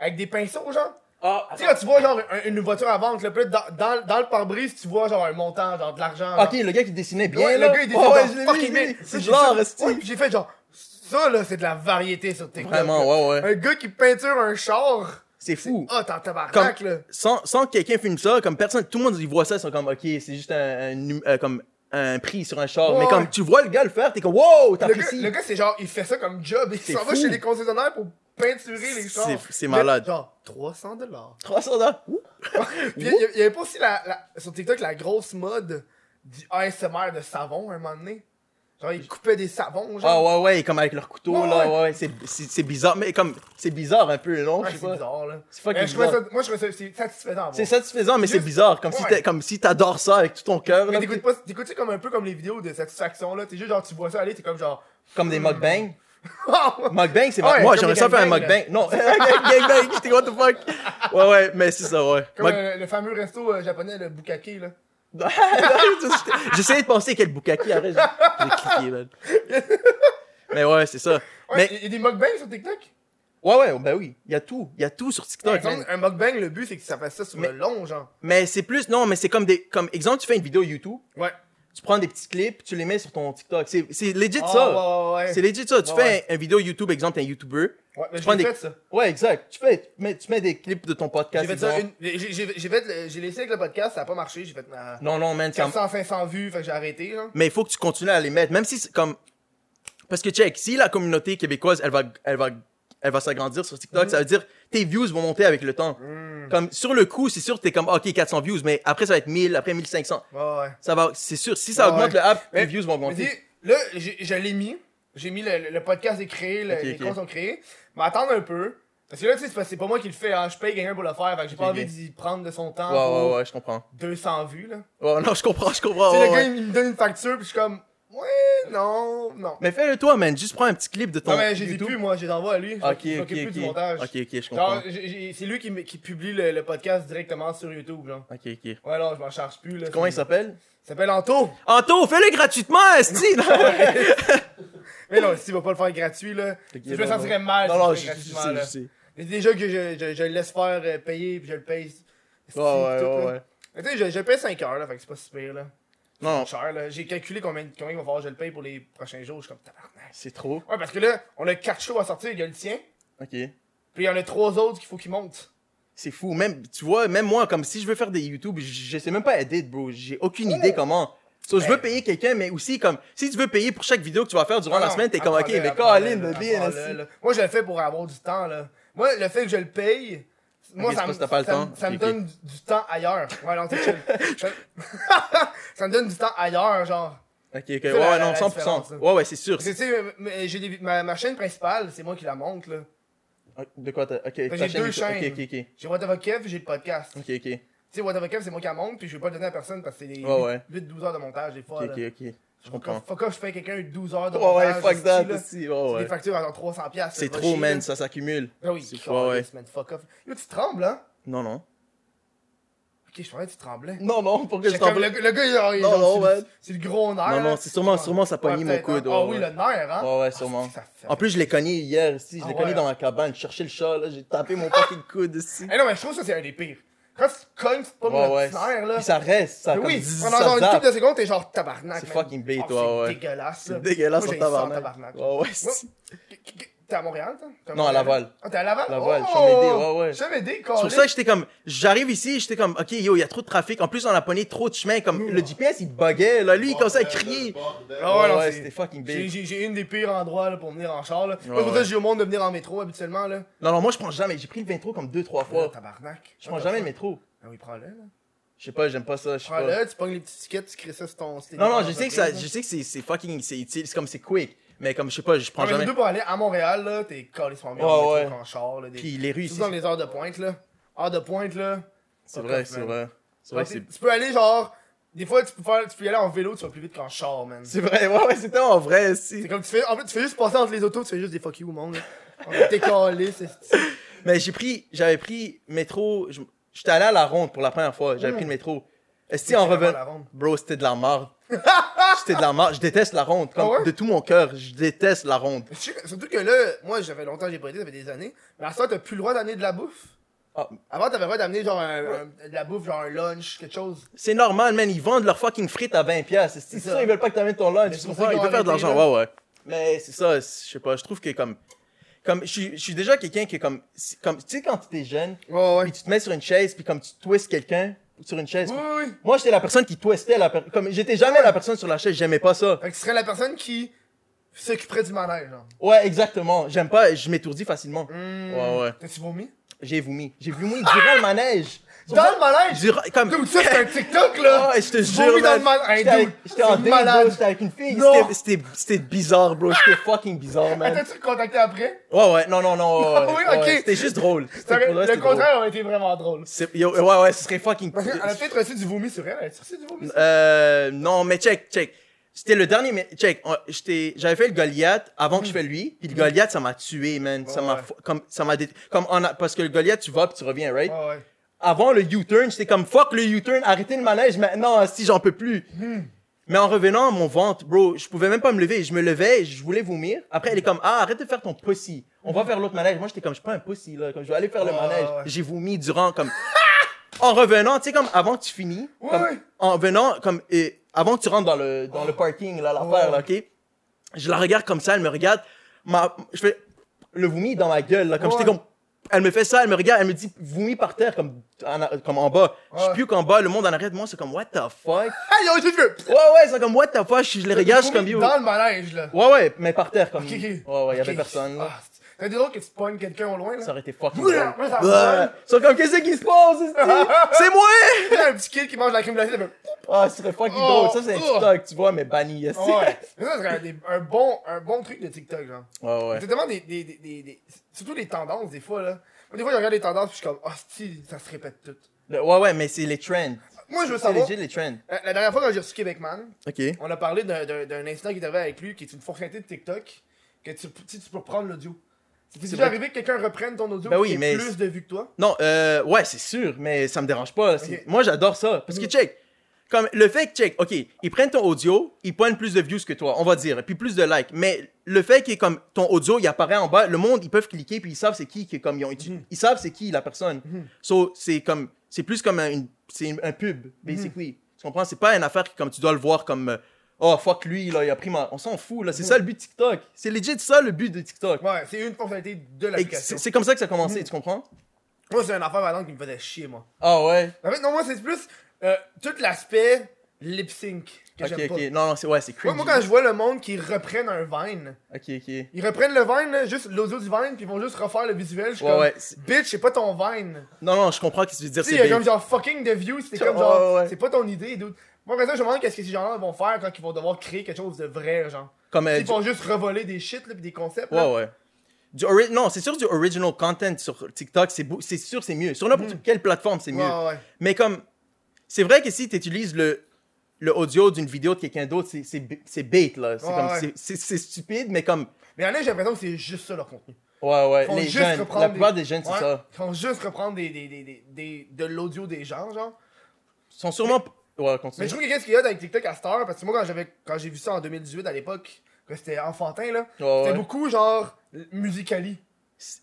Speaker 1: Avec des pinceaux, genre.
Speaker 2: Ah,
Speaker 1: Tu sais, quand tu vois, genre, un- une voiture à vendre, là, puis là, dans, dans, dans le pare-brise, tu vois, genre, un montant, genre, de l'argent. genre.
Speaker 2: Ah, Ok, le gars qui dessinait bien,
Speaker 1: Ouais,
Speaker 2: là.
Speaker 1: le gars, il était
Speaker 2: Oh, ouais,
Speaker 1: genre,
Speaker 2: je l'ai vu,
Speaker 1: fucking
Speaker 2: je l'ai
Speaker 1: bien.
Speaker 2: vu.
Speaker 1: Là,
Speaker 2: C'est
Speaker 1: j'ai
Speaker 2: de l'art,
Speaker 1: fait-
Speaker 2: esti.
Speaker 1: ouais, puis j'ai fait, genre, ça, là, c'est de la variété sur TikTok. là.
Speaker 2: Vraiment, ouais, ouais.
Speaker 1: Un gars qui peinture un char,
Speaker 2: C'est fou.
Speaker 1: oh, t'en tabarnak, là.
Speaker 2: Sans, sans que quelqu'un filme ça, comme personne, tout le monde, ils voit ça, ils sont comme, ok, c'est juste un, un num- euh, comme un prix sur un char.
Speaker 1: Ouais,
Speaker 2: Mais comme
Speaker 1: ouais.
Speaker 2: tu vois le gars le faire, t'es comme, wow,
Speaker 1: Le gars,
Speaker 2: t'apprécies.
Speaker 1: le gars, c'est genre, il fait ça comme job. Il
Speaker 2: C'est
Speaker 1: s'en va
Speaker 2: fou.
Speaker 1: chez les concessionnaires pour peinturer les chars.
Speaker 2: C'est- c'est
Speaker 1: Il
Speaker 2: malade.
Speaker 1: met Genre 300 dollars.
Speaker 2: 300 dollars.
Speaker 1: Puis il y, a- il y avait pas aussi la, la- sur TikTok la grosse mode du ASMR de savon à un moment donné. Genre, ils coupaient des savons.
Speaker 2: Ah,
Speaker 1: Genre.
Speaker 2: ouais, ouais, comme avec leur couteau,
Speaker 1: Ouais,
Speaker 2: là,
Speaker 1: ouais.
Speaker 2: ouais, ouais, c'est- c'est c'est bizarre, mais comme, c'est bizarre un peu, non?
Speaker 1: Ouais,
Speaker 2: je sais
Speaker 1: c'est
Speaker 2: pas.
Speaker 1: bizarre, là.
Speaker 2: C'est fucking
Speaker 1: Mais je trouvais
Speaker 2: bizarre.
Speaker 1: ça- moi, je trouvais ça c'est satisfaisant. à
Speaker 2: C'est
Speaker 1: voir.
Speaker 2: satisfaisant, mais c'est
Speaker 1: Juste-
Speaker 2: bizarre, comme si
Speaker 1: ouais.
Speaker 2: t'es- comme si t'adores ça avec tout ton cœur,
Speaker 1: Mais
Speaker 2: là,
Speaker 1: t'écoutes pas, t'écoutes ça comme un peu comme les vidéos de satisfaction, là. T'es juste genre, tu vois ça aller, t'es comme genre. *laughs*
Speaker 2: comme des mukbangs.
Speaker 1: Ah,
Speaker 2: Mukbang, c'est
Speaker 1: Ah ouais,
Speaker 2: moi
Speaker 1: comme
Speaker 2: j'aimerais
Speaker 1: les
Speaker 2: ça faire un
Speaker 1: gangbangs, là.
Speaker 2: mukbang. Non, *laughs* gangbang, j'étais what the fuck. Ouais ouais, mais c'est ça ouais.
Speaker 1: comme
Speaker 2: Muk-
Speaker 1: euh, le fameux resto euh, japonais, le bukake, là.
Speaker 2: *laughs* J'essayais de penser quel boukaki arrête. J'ai j'ai cliqué man. Mais ouais, c'est ça.
Speaker 1: Ouais,
Speaker 2: Mais-
Speaker 1: Il y a des mukbangs sur TikTok?
Speaker 2: Ouais ouais, ben oui, il y a tout, il y a tout sur
Speaker 1: Par
Speaker 2: TikTok.
Speaker 1: exemple,
Speaker 2: man.
Speaker 1: un mukbang, le but, c'est que ça fasse ça sur
Speaker 2: Mais-
Speaker 1: le long, genre.
Speaker 2: Mais c'est plus non, mais c'est comme des comme exemple tu fais une vidéo YouTube,
Speaker 1: Ouais.
Speaker 2: tu prends des petits clips, tu les mets sur ton TikTok. C'est c'est legit
Speaker 1: Ah,
Speaker 2: ça.
Speaker 1: ouais, ouais, ouais.
Speaker 2: C'est legit ça, tu
Speaker 1: Ouais,
Speaker 2: fais
Speaker 1: ouais.
Speaker 2: un, un vidéo YouTube exemple t'es un YouTuber.
Speaker 1: Ouais, mais
Speaker 2: Tu
Speaker 1: j'ai
Speaker 2: prends
Speaker 1: fait
Speaker 2: des-
Speaker 1: ça.
Speaker 2: Ouais, exact. Tu fais tu mets, tu mets des clips de ton podcast.
Speaker 1: J'ai fait ça
Speaker 2: exemple.
Speaker 1: une. J'ai j'ai- j'ai fait. le- J'ai laissé avec le podcast, ça a pas marché. J'ai fait. euh,
Speaker 2: Non non, man, c'est en-
Speaker 1: 400, 500 vues, fait que j'ai arrêté, genre.
Speaker 2: mais il faut que tu continues à les mettre, même si c'est comme. Parce que check, si la communauté québécoise, elle va, elle va, elle va s'agrandir sur TikTok, ça veut dire tes views vont monter avec le temps. Comme sur le coup, c'est sûr, t'es comme ok 400 views, mais après ça va être 1000, après 1500,
Speaker 1: Ouais, ouais.
Speaker 2: ça va, c'est sûr. Si ça
Speaker 1: Ouais,
Speaker 2: augmente
Speaker 1: ouais.
Speaker 2: le app,
Speaker 1: Mais-
Speaker 2: les views vont augmenter.
Speaker 1: Mais dis, là, j'ai- je l'ai mis. J'ai mis le, le- le podcast est créé, le-
Speaker 2: Ok,
Speaker 1: les
Speaker 2: ok.
Speaker 1: comptes sont créés. Mais attendre un peu. Parce que là, tu sais, c'est pas- c'est pas moi qui le fais, hein. je paye quelqu'un pour le faire, fait que j'ai pas
Speaker 2: Ok,
Speaker 1: envie
Speaker 2: ok.
Speaker 1: d'y prendre de son temps
Speaker 2: Ouais,
Speaker 1: pour
Speaker 2: ouais, ouais, je comprends.
Speaker 1: 200 vues, là.
Speaker 2: Ouais, non, je comprends, je comprends.
Speaker 1: tu sais,
Speaker 2: ouais,
Speaker 1: le gars,
Speaker 2: ouais.
Speaker 1: il me donne une facture, puis je suis comme, ouais, non, non.
Speaker 2: Mais fais-le toi, man. Juste prends un petit clip de ton
Speaker 1: non, mais j'ai
Speaker 2: YouTube.
Speaker 1: plus, moi, j'ai l'envoie à lui. Je
Speaker 2: Ok,
Speaker 1: m'occupe- je
Speaker 2: ok,
Speaker 1: m'occupe plus du
Speaker 2: ok.
Speaker 1: montage.
Speaker 2: Ok, ok, je comprends.
Speaker 1: Genre, j'ai- j'ai- c'est lui qui, me- qui publie le, le podcast directement sur YouTube, genre.
Speaker 2: Ok, ok.
Speaker 1: Ouais, non, je m'en charge plus, là.
Speaker 2: Comment il
Speaker 1: C'est-
Speaker 2: s'appelle
Speaker 1: Il s'appelle Anto.
Speaker 2: Anto, fais-le gratuitement, Esti!
Speaker 1: Mais non, s'il va pas le faire gratuit, là, *laughs* je me
Speaker 2: non, non.
Speaker 1: sentirais mal
Speaker 2: Non, non,
Speaker 1: si
Speaker 2: je
Speaker 1: je le fais
Speaker 2: je
Speaker 1: gratuitement,
Speaker 2: sais, je
Speaker 1: là.
Speaker 2: sais.
Speaker 1: Mais déjà que je, je, je le laisse faire euh, payer puis je le paye.
Speaker 2: Ouais, ouais, ouais, ouais.
Speaker 1: Mais tu sais, je, je paye 5 heures, là, fait que c'est pas si pire, là.
Speaker 2: Non, non,
Speaker 1: Cher, là. J'ai calculé combien, combien il va falloir que je le paye pour les prochains jours. Je suis comme tabarnak.
Speaker 2: c'est trop.
Speaker 1: Ouais, parce que là, on a 4 shows à sortir, il y a le tien.
Speaker 2: Ok.
Speaker 1: Puis il y en a 3 autres qu'il faut qu'ils montent.
Speaker 2: C'est fou. Même, tu vois, même moi, comme si je veux faire des YouTube, je je sais même pas edit, bro. J'ai aucune idée comment. So, je veux
Speaker 1: Ben.
Speaker 2: payer quelqu'un, mais aussi, comme, si tu veux payer pour chaque vidéo que tu vas faire durant la semaine, t'es comme, ok,
Speaker 1: Apprends-le,
Speaker 2: mais
Speaker 1: apprends-le,
Speaker 2: Colin,
Speaker 1: Ah là,
Speaker 2: bien,
Speaker 1: apprends-le, là. Moi, je le fais pour avoir du temps, là. Moi, le fait que je le paye. Moi,
Speaker 2: Ok, c'est
Speaker 1: ça,
Speaker 2: pas
Speaker 1: me-
Speaker 2: si t'as pas le
Speaker 1: ça me-
Speaker 2: temps.
Speaker 1: ça me
Speaker 2: Ok,
Speaker 1: donne du, du temps ailleurs. Ouais, non, t'es
Speaker 2: *laughs*
Speaker 1: chill. ça, *laughs* ça me donne du temps ailleurs, genre.
Speaker 2: Ok, ok. Ouais,
Speaker 1: la- la-
Speaker 2: non,
Speaker 1: la
Speaker 2: 100%.
Speaker 1: différence, là.
Speaker 2: ouais, ouais, c'est sûr.
Speaker 1: Parce que, tu sais, mais- mais j'ai des- ma, ma chaîne principale, c'est moi qui la monte, là.
Speaker 2: Ah, De quoi t'as. Ok,
Speaker 1: j'ai
Speaker 2: ta chaîne
Speaker 1: deux
Speaker 2: YouTube.
Speaker 1: chaînes.
Speaker 2: Ok, ok,
Speaker 1: J'ai Whatever Kev, puis j'ai le podcast.
Speaker 2: ok. Ok, ok.
Speaker 1: Tu sais, Whatever Kev, c'est moi qui la monte, puis je vais pas le donner à personne parce que c'est les
Speaker 2: Ouais, ouais.
Speaker 1: 8-12 heures de montage, des fois.
Speaker 2: Ok,
Speaker 1: là.
Speaker 2: ok, ok. Je
Speaker 1: Fuck off,
Speaker 2: comprends.
Speaker 1: fuck off, je paye quelqu'un 12 heures de
Speaker 2: Ouais, ouais,
Speaker 1: montage,
Speaker 2: fuck
Speaker 1: hostie,
Speaker 2: that
Speaker 1: là.
Speaker 2: aussi. Oh, ouais,
Speaker 1: C'est des
Speaker 2: ouais.
Speaker 1: factures à genre 300$. piastres,
Speaker 2: C'est
Speaker 1: va
Speaker 2: trop,
Speaker 1: chier,
Speaker 2: man, ça s'accumule.
Speaker 1: Ah oui,
Speaker 2: C'est-
Speaker 1: calisse,
Speaker 2: ouais, ouais.
Speaker 1: man, fuck off. Yo, tu trembles, hein?
Speaker 2: Non, non.
Speaker 1: Ok, je pensais que tu tremblais.
Speaker 2: Non, non, pour que je
Speaker 1: J'étais comme,
Speaker 2: t'en
Speaker 1: le, le gars, il a
Speaker 2: Non, non, man.
Speaker 1: C'est le gros nerf.
Speaker 2: Non, non,
Speaker 1: là.
Speaker 2: c'est sûrement- sûrement ça a pogné mon
Speaker 1: peut-être,
Speaker 2: coude,
Speaker 1: hein.
Speaker 2: ouais,
Speaker 1: Ah oui,
Speaker 2: ouais.
Speaker 1: le nerf, hein?
Speaker 2: Ouais, ouais,
Speaker 1: Ah,
Speaker 2: sûrement.
Speaker 1: ça fait-
Speaker 2: En plus, je l'ai cogné hier ici. Je
Speaker 1: Ah
Speaker 2: l'ai
Speaker 1: ouais,
Speaker 2: cogné dans
Speaker 1: hein.
Speaker 2: ma cabane. Je cherchais le chat, là. J'ai tapé mon fucking coude ici.
Speaker 1: Eh non, mais je trouve que ça, c'est un des pires. Quand tu cognes, tu te pognes
Speaker 2: Ouais,
Speaker 1: le
Speaker 2: ouais.
Speaker 1: petit nerf, là.
Speaker 2: Puis ça reste. Ça,
Speaker 1: Mais
Speaker 2: comme,
Speaker 1: oui,
Speaker 2: zzz,
Speaker 1: pendant
Speaker 2: ça
Speaker 1: genre une
Speaker 2: zappe.
Speaker 1: couple de secondes, t'es genre tabarnak.
Speaker 2: C'est
Speaker 1: man.
Speaker 2: fucking bait,
Speaker 1: Ah,
Speaker 2: ouais, ouais.
Speaker 1: C'est dégueulasse, là.
Speaker 2: C'est dégueulasse
Speaker 1: Moi,
Speaker 2: en
Speaker 1: j'ai ça en
Speaker 2: tabarnak.
Speaker 1: tabarnak.
Speaker 2: Ouais, ouais. c'est-
Speaker 1: T'es à Montréal, toi? T'es
Speaker 2: Non, à
Speaker 1: Montréal?
Speaker 2: Laval.
Speaker 1: Ah, t'es à Laval?
Speaker 2: Laval,
Speaker 1: oh,
Speaker 2: Chamédé, ouais, ouais.
Speaker 1: Chamédé,
Speaker 2: C'est pour ça que j'étais comme, j'arrive ici, j'étais comme, ok, yo, il y a trop de trafic. En plus, on a pogné trop de chemin. Comme, le GPS, il buguait, là. Lui, il commençait à crier.
Speaker 1: Ah ouais, non, c'est-
Speaker 2: c'était fucking
Speaker 1: J'ai-
Speaker 2: big.
Speaker 1: J'ai j'ai une des pires endroits là, pour venir en char. Là. Moi,
Speaker 2: Ouais,
Speaker 1: pour ça,
Speaker 2: ouais.
Speaker 1: je dis au monde de venir en métro habituellement. Là.
Speaker 2: Non, non, moi, je prends jamais. J'ai pris le 23 comme deux, trois
Speaker 1: Là,
Speaker 2: fois.
Speaker 1: tabarnak.
Speaker 2: Je prends jamais le métro.
Speaker 1: Ah oui, prends-le. là.
Speaker 2: Je sais pas, j'aime pas ça. Je sais pas.
Speaker 1: Prends-le, tu pognes les petites tickets, tu crées ça sur ton. sur tes
Speaker 2: Non, non,
Speaker 1: dépenses
Speaker 2: je sais que
Speaker 1: après,
Speaker 2: ça,
Speaker 1: là.
Speaker 2: je sais que c'est c'est fucking, c'est utile. C'est comme, c'est quick. Mais comme, je sais pas, je prends
Speaker 1: Ah, mais les
Speaker 2: jamais.
Speaker 1: deux pour aller à Montréal, là, t'es collé sur
Speaker 2: Ouais,
Speaker 1: en
Speaker 2: ouais.
Speaker 1: métro qu'en char. Là, des...
Speaker 2: Puis les rues
Speaker 1: Surtout
Speaker 2: ici,
Speaker 1: dans les heures de pointe, là. Heures de pointe, là.
Speaker 2: c'est
Speaker 1: Fuck
Speaker 2: vrai,
Speaker 1: off,
Speaker 2: c'est
Speaker 1: man.
Speaker 2: vrai. C'est
Speaker 1: Ouais,
Speaker 2: vrai,
Speaker 1: t'es-
Speaker 2: c'est
Speaker 1: tu peux aller genre. Des fois, tu peux, faire... tu peux y aller en vélo, tu vas plus vite qu'en char, man.
Speaker 2: C'est vrai, ouais, ouais, c'était en vrai, si.
Speaker 1: C'est comme tu fais. En fait, tu fais juste passer entre les autos, tu fais juste des fuck you au
Speaker 2: *laughs*
Speaker 1: monde. là. Ouais, T'es collé, c'est.
Speaker 2: Mais j'ai pris, j'avais pris métro, je- j'étais allé à la ronde pour la première fois, j'avais
Speaker 1: Mm.
Speaker 2: pris le métro. Est-ce que en revenant.
Speaker 1: ronde.
Speaker 2: Bro, c'était de
Speaker 1: *laughs*
Speaker 2: la merde. c'était de la merde, je déteste la ronde, comme
Speaker 1: Ah ouais?
Speaker 2: de tout mon cœur, je déteste la ronde.
Speaker 1: Je sais que- Surtout que là, moi, j'avais longtemps, que j'ai pas été, ça fait des années. Mais à ça, t'as plus le droit d'amener de la bouffe.
Speaker 2: Ah.
Speaker 1: Avant, t'avais le droit d'amener genre un- un- de la bouffe, genre un lunch, quelque chose.
Speaker 2: C'est normal, man, ils vendent leurs fucking frites à 20$. piastres. C'est
Speaker 1: C'est
Speaker 2: ça,
Speaker 1: ça.
Speaker 2: ils veulent pas que t'amènes ton lunch.
Speaker 1: Mais
Speaker 2: Tu
Speaker 1: c'est pour
Speaker 2: comprends?
Speaker 1: ça
Speaker 2: Ils
Speaker 1: qu'ils
Speaker 2: veulent
Speaker 1: ont
Speaker 2: faire de
Speaker 1: arrêté,
Speaker 2: l'argent, ouais, ouais. Mais c'est ça, c'est- je sais pas, je trouve que comme. Comme, je suis- je suis déjà quelqu'un qui est comme. si- comme tu sais, quand t'es jeune,
Speaker 1: Ouais,
Speaker 2: puis tu te mets sur une chaise, puis comme tu twists quelqu'un sur une chaise,
Speaker 1: Oui, oui. oui.
Speaker 2: Moi, j'étais la personne qui twistait la per- comme j'étais jamais la personne sur la chaise, j'aimais pas ça.
Speaker 1: Fait que tu serais la personne qui s'occuperait du manège, genre.
Speaker 2: Ouais, exactement. J'aime pas, je m'étourdis facilement.
Speaker 1: Hmm.
Speaker 2: Ouais, ouais.
Speaker 1: T'as-tu vomi?
Speaker 2: J'ai vomi. J'ai vomi durant le manège.
Speaker 1: Dans le manège?
Speaker 2: Durant comme
Speaker 1: Dude, ça, c'est un TikTok, là!
Speaker 2: Ouais, je te
Speaker 1: Tu
Speaker 2: jure.
Speaker 1: vomis dans
Speaker 2: man.
Speaker 1: le manège. Hey,
Speaker 2: J'étais avec-
Speaker 1: dude,
Speaker 2: J'étais en
Speaker 1: c'est
Speaker 2: date,
Speaker 1: malade.
Speaker 2: bro, j'étais avec une fille.
Speaker 1: Non.
Speaker 2: C'était- C'était c'était bizarre, bro. J'étais fucking bizarre,
Speaker 1: Ah,
Speaker 2: man.
Speaker 1: T'as-tu contacté après?
Speaker 2: Ouais, ouais. Non, non, non. ouais,
Speaker 1: Ah *laughs* oui,
Speaker 2: ouais,
Speaker 1: ok.
Speaker 2: ouais, C'était juste drôle. C'était-
Speaker 1: T'aurais-
Speaker 2: pour vrai,
Speaker 1: Le
Speaker 2: c'était drôle.
Speaker 1: contraire aurait été vraiment drôle.
Speaker 2: C'est- yo, ouais, ouais, ce serait fucking.
Speaker 1: Parce qu'elle a peut-être reçu du vomi sur elle. Elle a reçu du vomi sur
Speaker 2: Euh, non, mais check, check. C'était le dernier, mais check. on- j'étais- J'avais fait le Goliath avant que je fasse lui, puis le Goliath, ça m'a tué, man. ça
Speaker 1: Hmm. Ouais,
Speaker 2: m'a,
Speaker 1: ouais.
Speaker 2: fo- comme, ça m'a, dé- comme, on a- parce que le Goliath, tu vas puis tu reviens, right?
Speaker 1: elle. Ah Ouais, ouais.
Speaker 2: Avant le U-turn, j'étais comme fuck le U-turn, arrêtez le manège maintenant, si j'en peux plus.
Speaker 1: Hmm.
Speaker 2: Mais en revenant, mon ventre, bro, je pouvais même pas me lever. Je me levais, je voulais vomir. Après, elle est comme, ah, arrête de faire ton pussy. On va faire l'autre manège. Moi, j'étais comme, je suis pas un pussy, là. Comme, je vais aller faire le
Speaker 1: Ouais,
Speaker 2: manège.
Speaker 1: Ah, ouais.
Speaker 2: J'ai vomi durant, comme, *laughs* en revenant, tu sais, comme, avant que tu finis.
Speaker 1: Ouais,
Speaker 2: comme,
Speaker 1: ouais.
Speaker 2: En venant, comme, euh, avant que tu rentres dans le, dans le
Speaker 1: Oh.
Speaker 2: parking, là, l'affaire, là, ok? Je la regarde comme ça, elle me regarde. Ma, je fais le vomi dans ma gueule, là. Comme,
Speaker 1: Ouais.
Speaker 2: j'étais comme, elle me fait ça, elle me regarde, elle me dit vomi par terre, comme, en, comme en bas. Je
Speaker 1: Ouais.
Speaker 2: suis plus qu'en bas, le monde en arrière de moi, c'est comme, what the
Speaker 1: *laughs*
Speaker 2: fuck?
Speaker 1: Hey, yo, j'ai vu!
Speaker 2: Ouais, ouais, c'est comme what the fuck, je les regarde, je suis comme yo.
Speaker 1: Dans le manège, là.
Speaker 2: Ouais, ouais, mais par terre, comme.
Speaker 1: Ok, ok.
Speaker 2: Ouais, ouais, y'avait
Speaker 1: Ok.
Speaker 2: personne. là.
Speaker 1: Ah, c'est- T'as dit drôle que tu pognes quelqu'un au loin, là?
Speaker 2: Ça aurait été fucking
Speaker 1: Ouais,
Speaker 2: drôle.
Speaker 1: ouais, ça
Speaker 2: Ouais.
Speaker 1: va.
Speaker 2: Ils sont comme, qu'est-ce qui se passe,
Speaker 1: *laughs*
Speaker 2: esti? C'est moi!
Speaker 1: Il y a un petit kid qui mange de la crème glacée,
Speaker 2: *laughs*
Speaker 1: là, ben,
Speaker 2: Ah, ce serait fucking
Speaker 1: Oh,
Speaker 2: drôle. Ça, c'est un
Speaker 1: oh.
Speaker 2: TikTok, tu vois, mais banni, esti.
Speaker 1: ouais. Mais ça, ça serait un, des- un bon, un bon truc de TikTok, genre.
Speaker 2: Ouais, ouais.
Speaker 1: C'est tellement des, des, des, des- des- Surtout les tendances, des fois, là. Moi, des fois, je regarde les tendances, puis je suis comme, hostie, ça se répète tout.
Speaker 2: Le- Ouais, ouais, mais c'est les trends.
Speaker 1: Moi, je veux
Speaker 2: C'est
Speaker 1: savoir.
Speaker 2: legit les trends.
Speaker 1: euh, la dernière fois, quand j'ai reçu Québecman,
Speaker 2: Ok.
Speaker 1: on a parlé d'un- d'un d'un incident qui est arrivé avec lui, qui est une fonctionnalité de TikTok, que tu, tu, tu peux prendre l'audio. C'est déjà
Speaker 2: vrai.
Speaker 1: arrivé que quelqu'un reprenne ton audio,
Speaker 2: Ben
Speaker 1: qui
Speaker 2: oui,
Speaker 1: ait
Speaker 2: mais-
Speaker 1: plus de vues que toi.
Speaker 2: Non, euh, ouais, c'est sûr, mais ça me dérange pas. c'est-
Speaker 1: Ok. Mm.
Speaker 2: Moi, j'adore ça. Parce que, check, comme le fait que, check, ok, ils prennent ton audio, ils prennent plus de views que toi, on va dire, puis plus de likes. Mais le fait que, comme, ton audio, il apparaît en bas, le monde, ils peuvent cliquer, puis ils savent c'est qui, que, comme, ils, ont, étu-
Speaker 1: Mm.
Speaker 2: ils savent c'est qui la personne. So, c'est comme, c'est plus comme un, une- c'est une- un
Speaker 1: Mm.
Speaker 2: pub, basically. Tu comprends? C'est pas une affaire que, comme, tu dois le voir comme. euh, Oh fuck lui là, il a pris ma. On s'en fout là,
Speaker 1: Mm.
Speaker 2: c'est ça le but de TikTok. C'est legit ça le but de TikTok.
Speaker 1: Ouais, c'est une fonctionnalité de
Speaker 2: Et
Speaker 1: l'application.
Speaker 2: C'est c'est comme ça que ça a commencé,
Speaker 1: Mm.
Speaker 2: tu comprends?
Speaker 1: Moi, c'est une affaire, par exemple, qui me faisait chier, moi.
Speaker 2: Ah ouais.
Speaker 1: En fait, non, moi, c'est plus euh, tout l'aspect lip sync que
Speaker 2: Ok,
Speaker 1: j'aime
Speaker 2: ok.
Speaker 1: pas.
Speaker 2: Non, non, c'est ouais, c'est
Speaker 1: Moi,
Speaker 2: cringy.
Speaker 1: moi, quand je vois le monde qui reprennent un Vine,
Speaker 2: Ok, ok.
Speaker 1: ils reprennent le Vine, là, juste l'audio du Vine, puis ils vont juste refaire le visuel. Je suis
Speaker 2: Ouais,
Speaker 1: comme,
Speaker 2: ouais, c'est-
Speaker 1: bitch, c'est pas ton Vine.
Speaker 2: Non, non, je comprends ce que tu veux dire.
Speaker 1: Tu sais, il y a
Speaker 2: C'est
Speaker 1: comme
Speaker 2: comme...
Speaker 1: genre fucking de views, c'est
Speaker 2: Ouais,
Speaker 1: comme genre,
Speaker 2: ouais, ouais.
Speaker 1: c'est pas ton idée, dude. Moi, après ça, je me demande qu'est-ce que ces gens-là vont faire quand ils vont devoir créer quelque chose de vrai, genre.
Speaker 2: comme euh,
Speaker 1: Ils
Speaker 2: du...
Speaker 1: vont juste revoler des shit, là, pis des concepts. là.
Speaker 2: Ouais, ouais. Du ori- Non, c'est sûr du original content sur TikTok, c'est beau- c'est sûr c'est mieux. Sur n'importe quelle plateforme, c'est
Speaker 1: Mm. Ouais,
Speaker 2: mieux.
Speaker 1: ouais, ouais.
Speaker 2: Mais comme c'est vrai que si tu utilises le le audio d'une vidéo de quelqu'un d'autre, c'est- c'est b- c'est bait, là. C'est
Speaker 1: Ouais,
Speaker 2: comme-
Speaker 1: ouais.
Speaker 2: c'est- c'est- c'est stupide, mais comme.
Speaker 1: Mais en a, j'ai l'impression que c'est juste ça leur contenu.
Speaker 2: Ouais, ouais.
Speaker 1: Ils font
Speaker 2: les
Speaker 1: juste
Speaker 2: jeunes.
Speaker 1: reprendre
Speaker 2: La plupart
Speaker 1: des-
Speaker 2: des jeunes, c'est
Speaker 1: Ouais,
Speaker 2: ça.
Speaker 1: Ils font juste reprendre des, des, des, des, des- de l'audio des gens, genre.
Speaker 2: Ils sont sûrement. Ouais, continue.
Speaker 1: Mais je trouve que qu'est-ce qu'il y a dans TikTok à cette heure, parce que moi, quand j'avais quand j'ai vu ça en 2018 à l'époque, quand c'était enfantin, là,
Speaker 2: Ouais,
Speaker 1: c'était
Speaker 2: ouais.
Speaker 1: beaucoup genre musicali.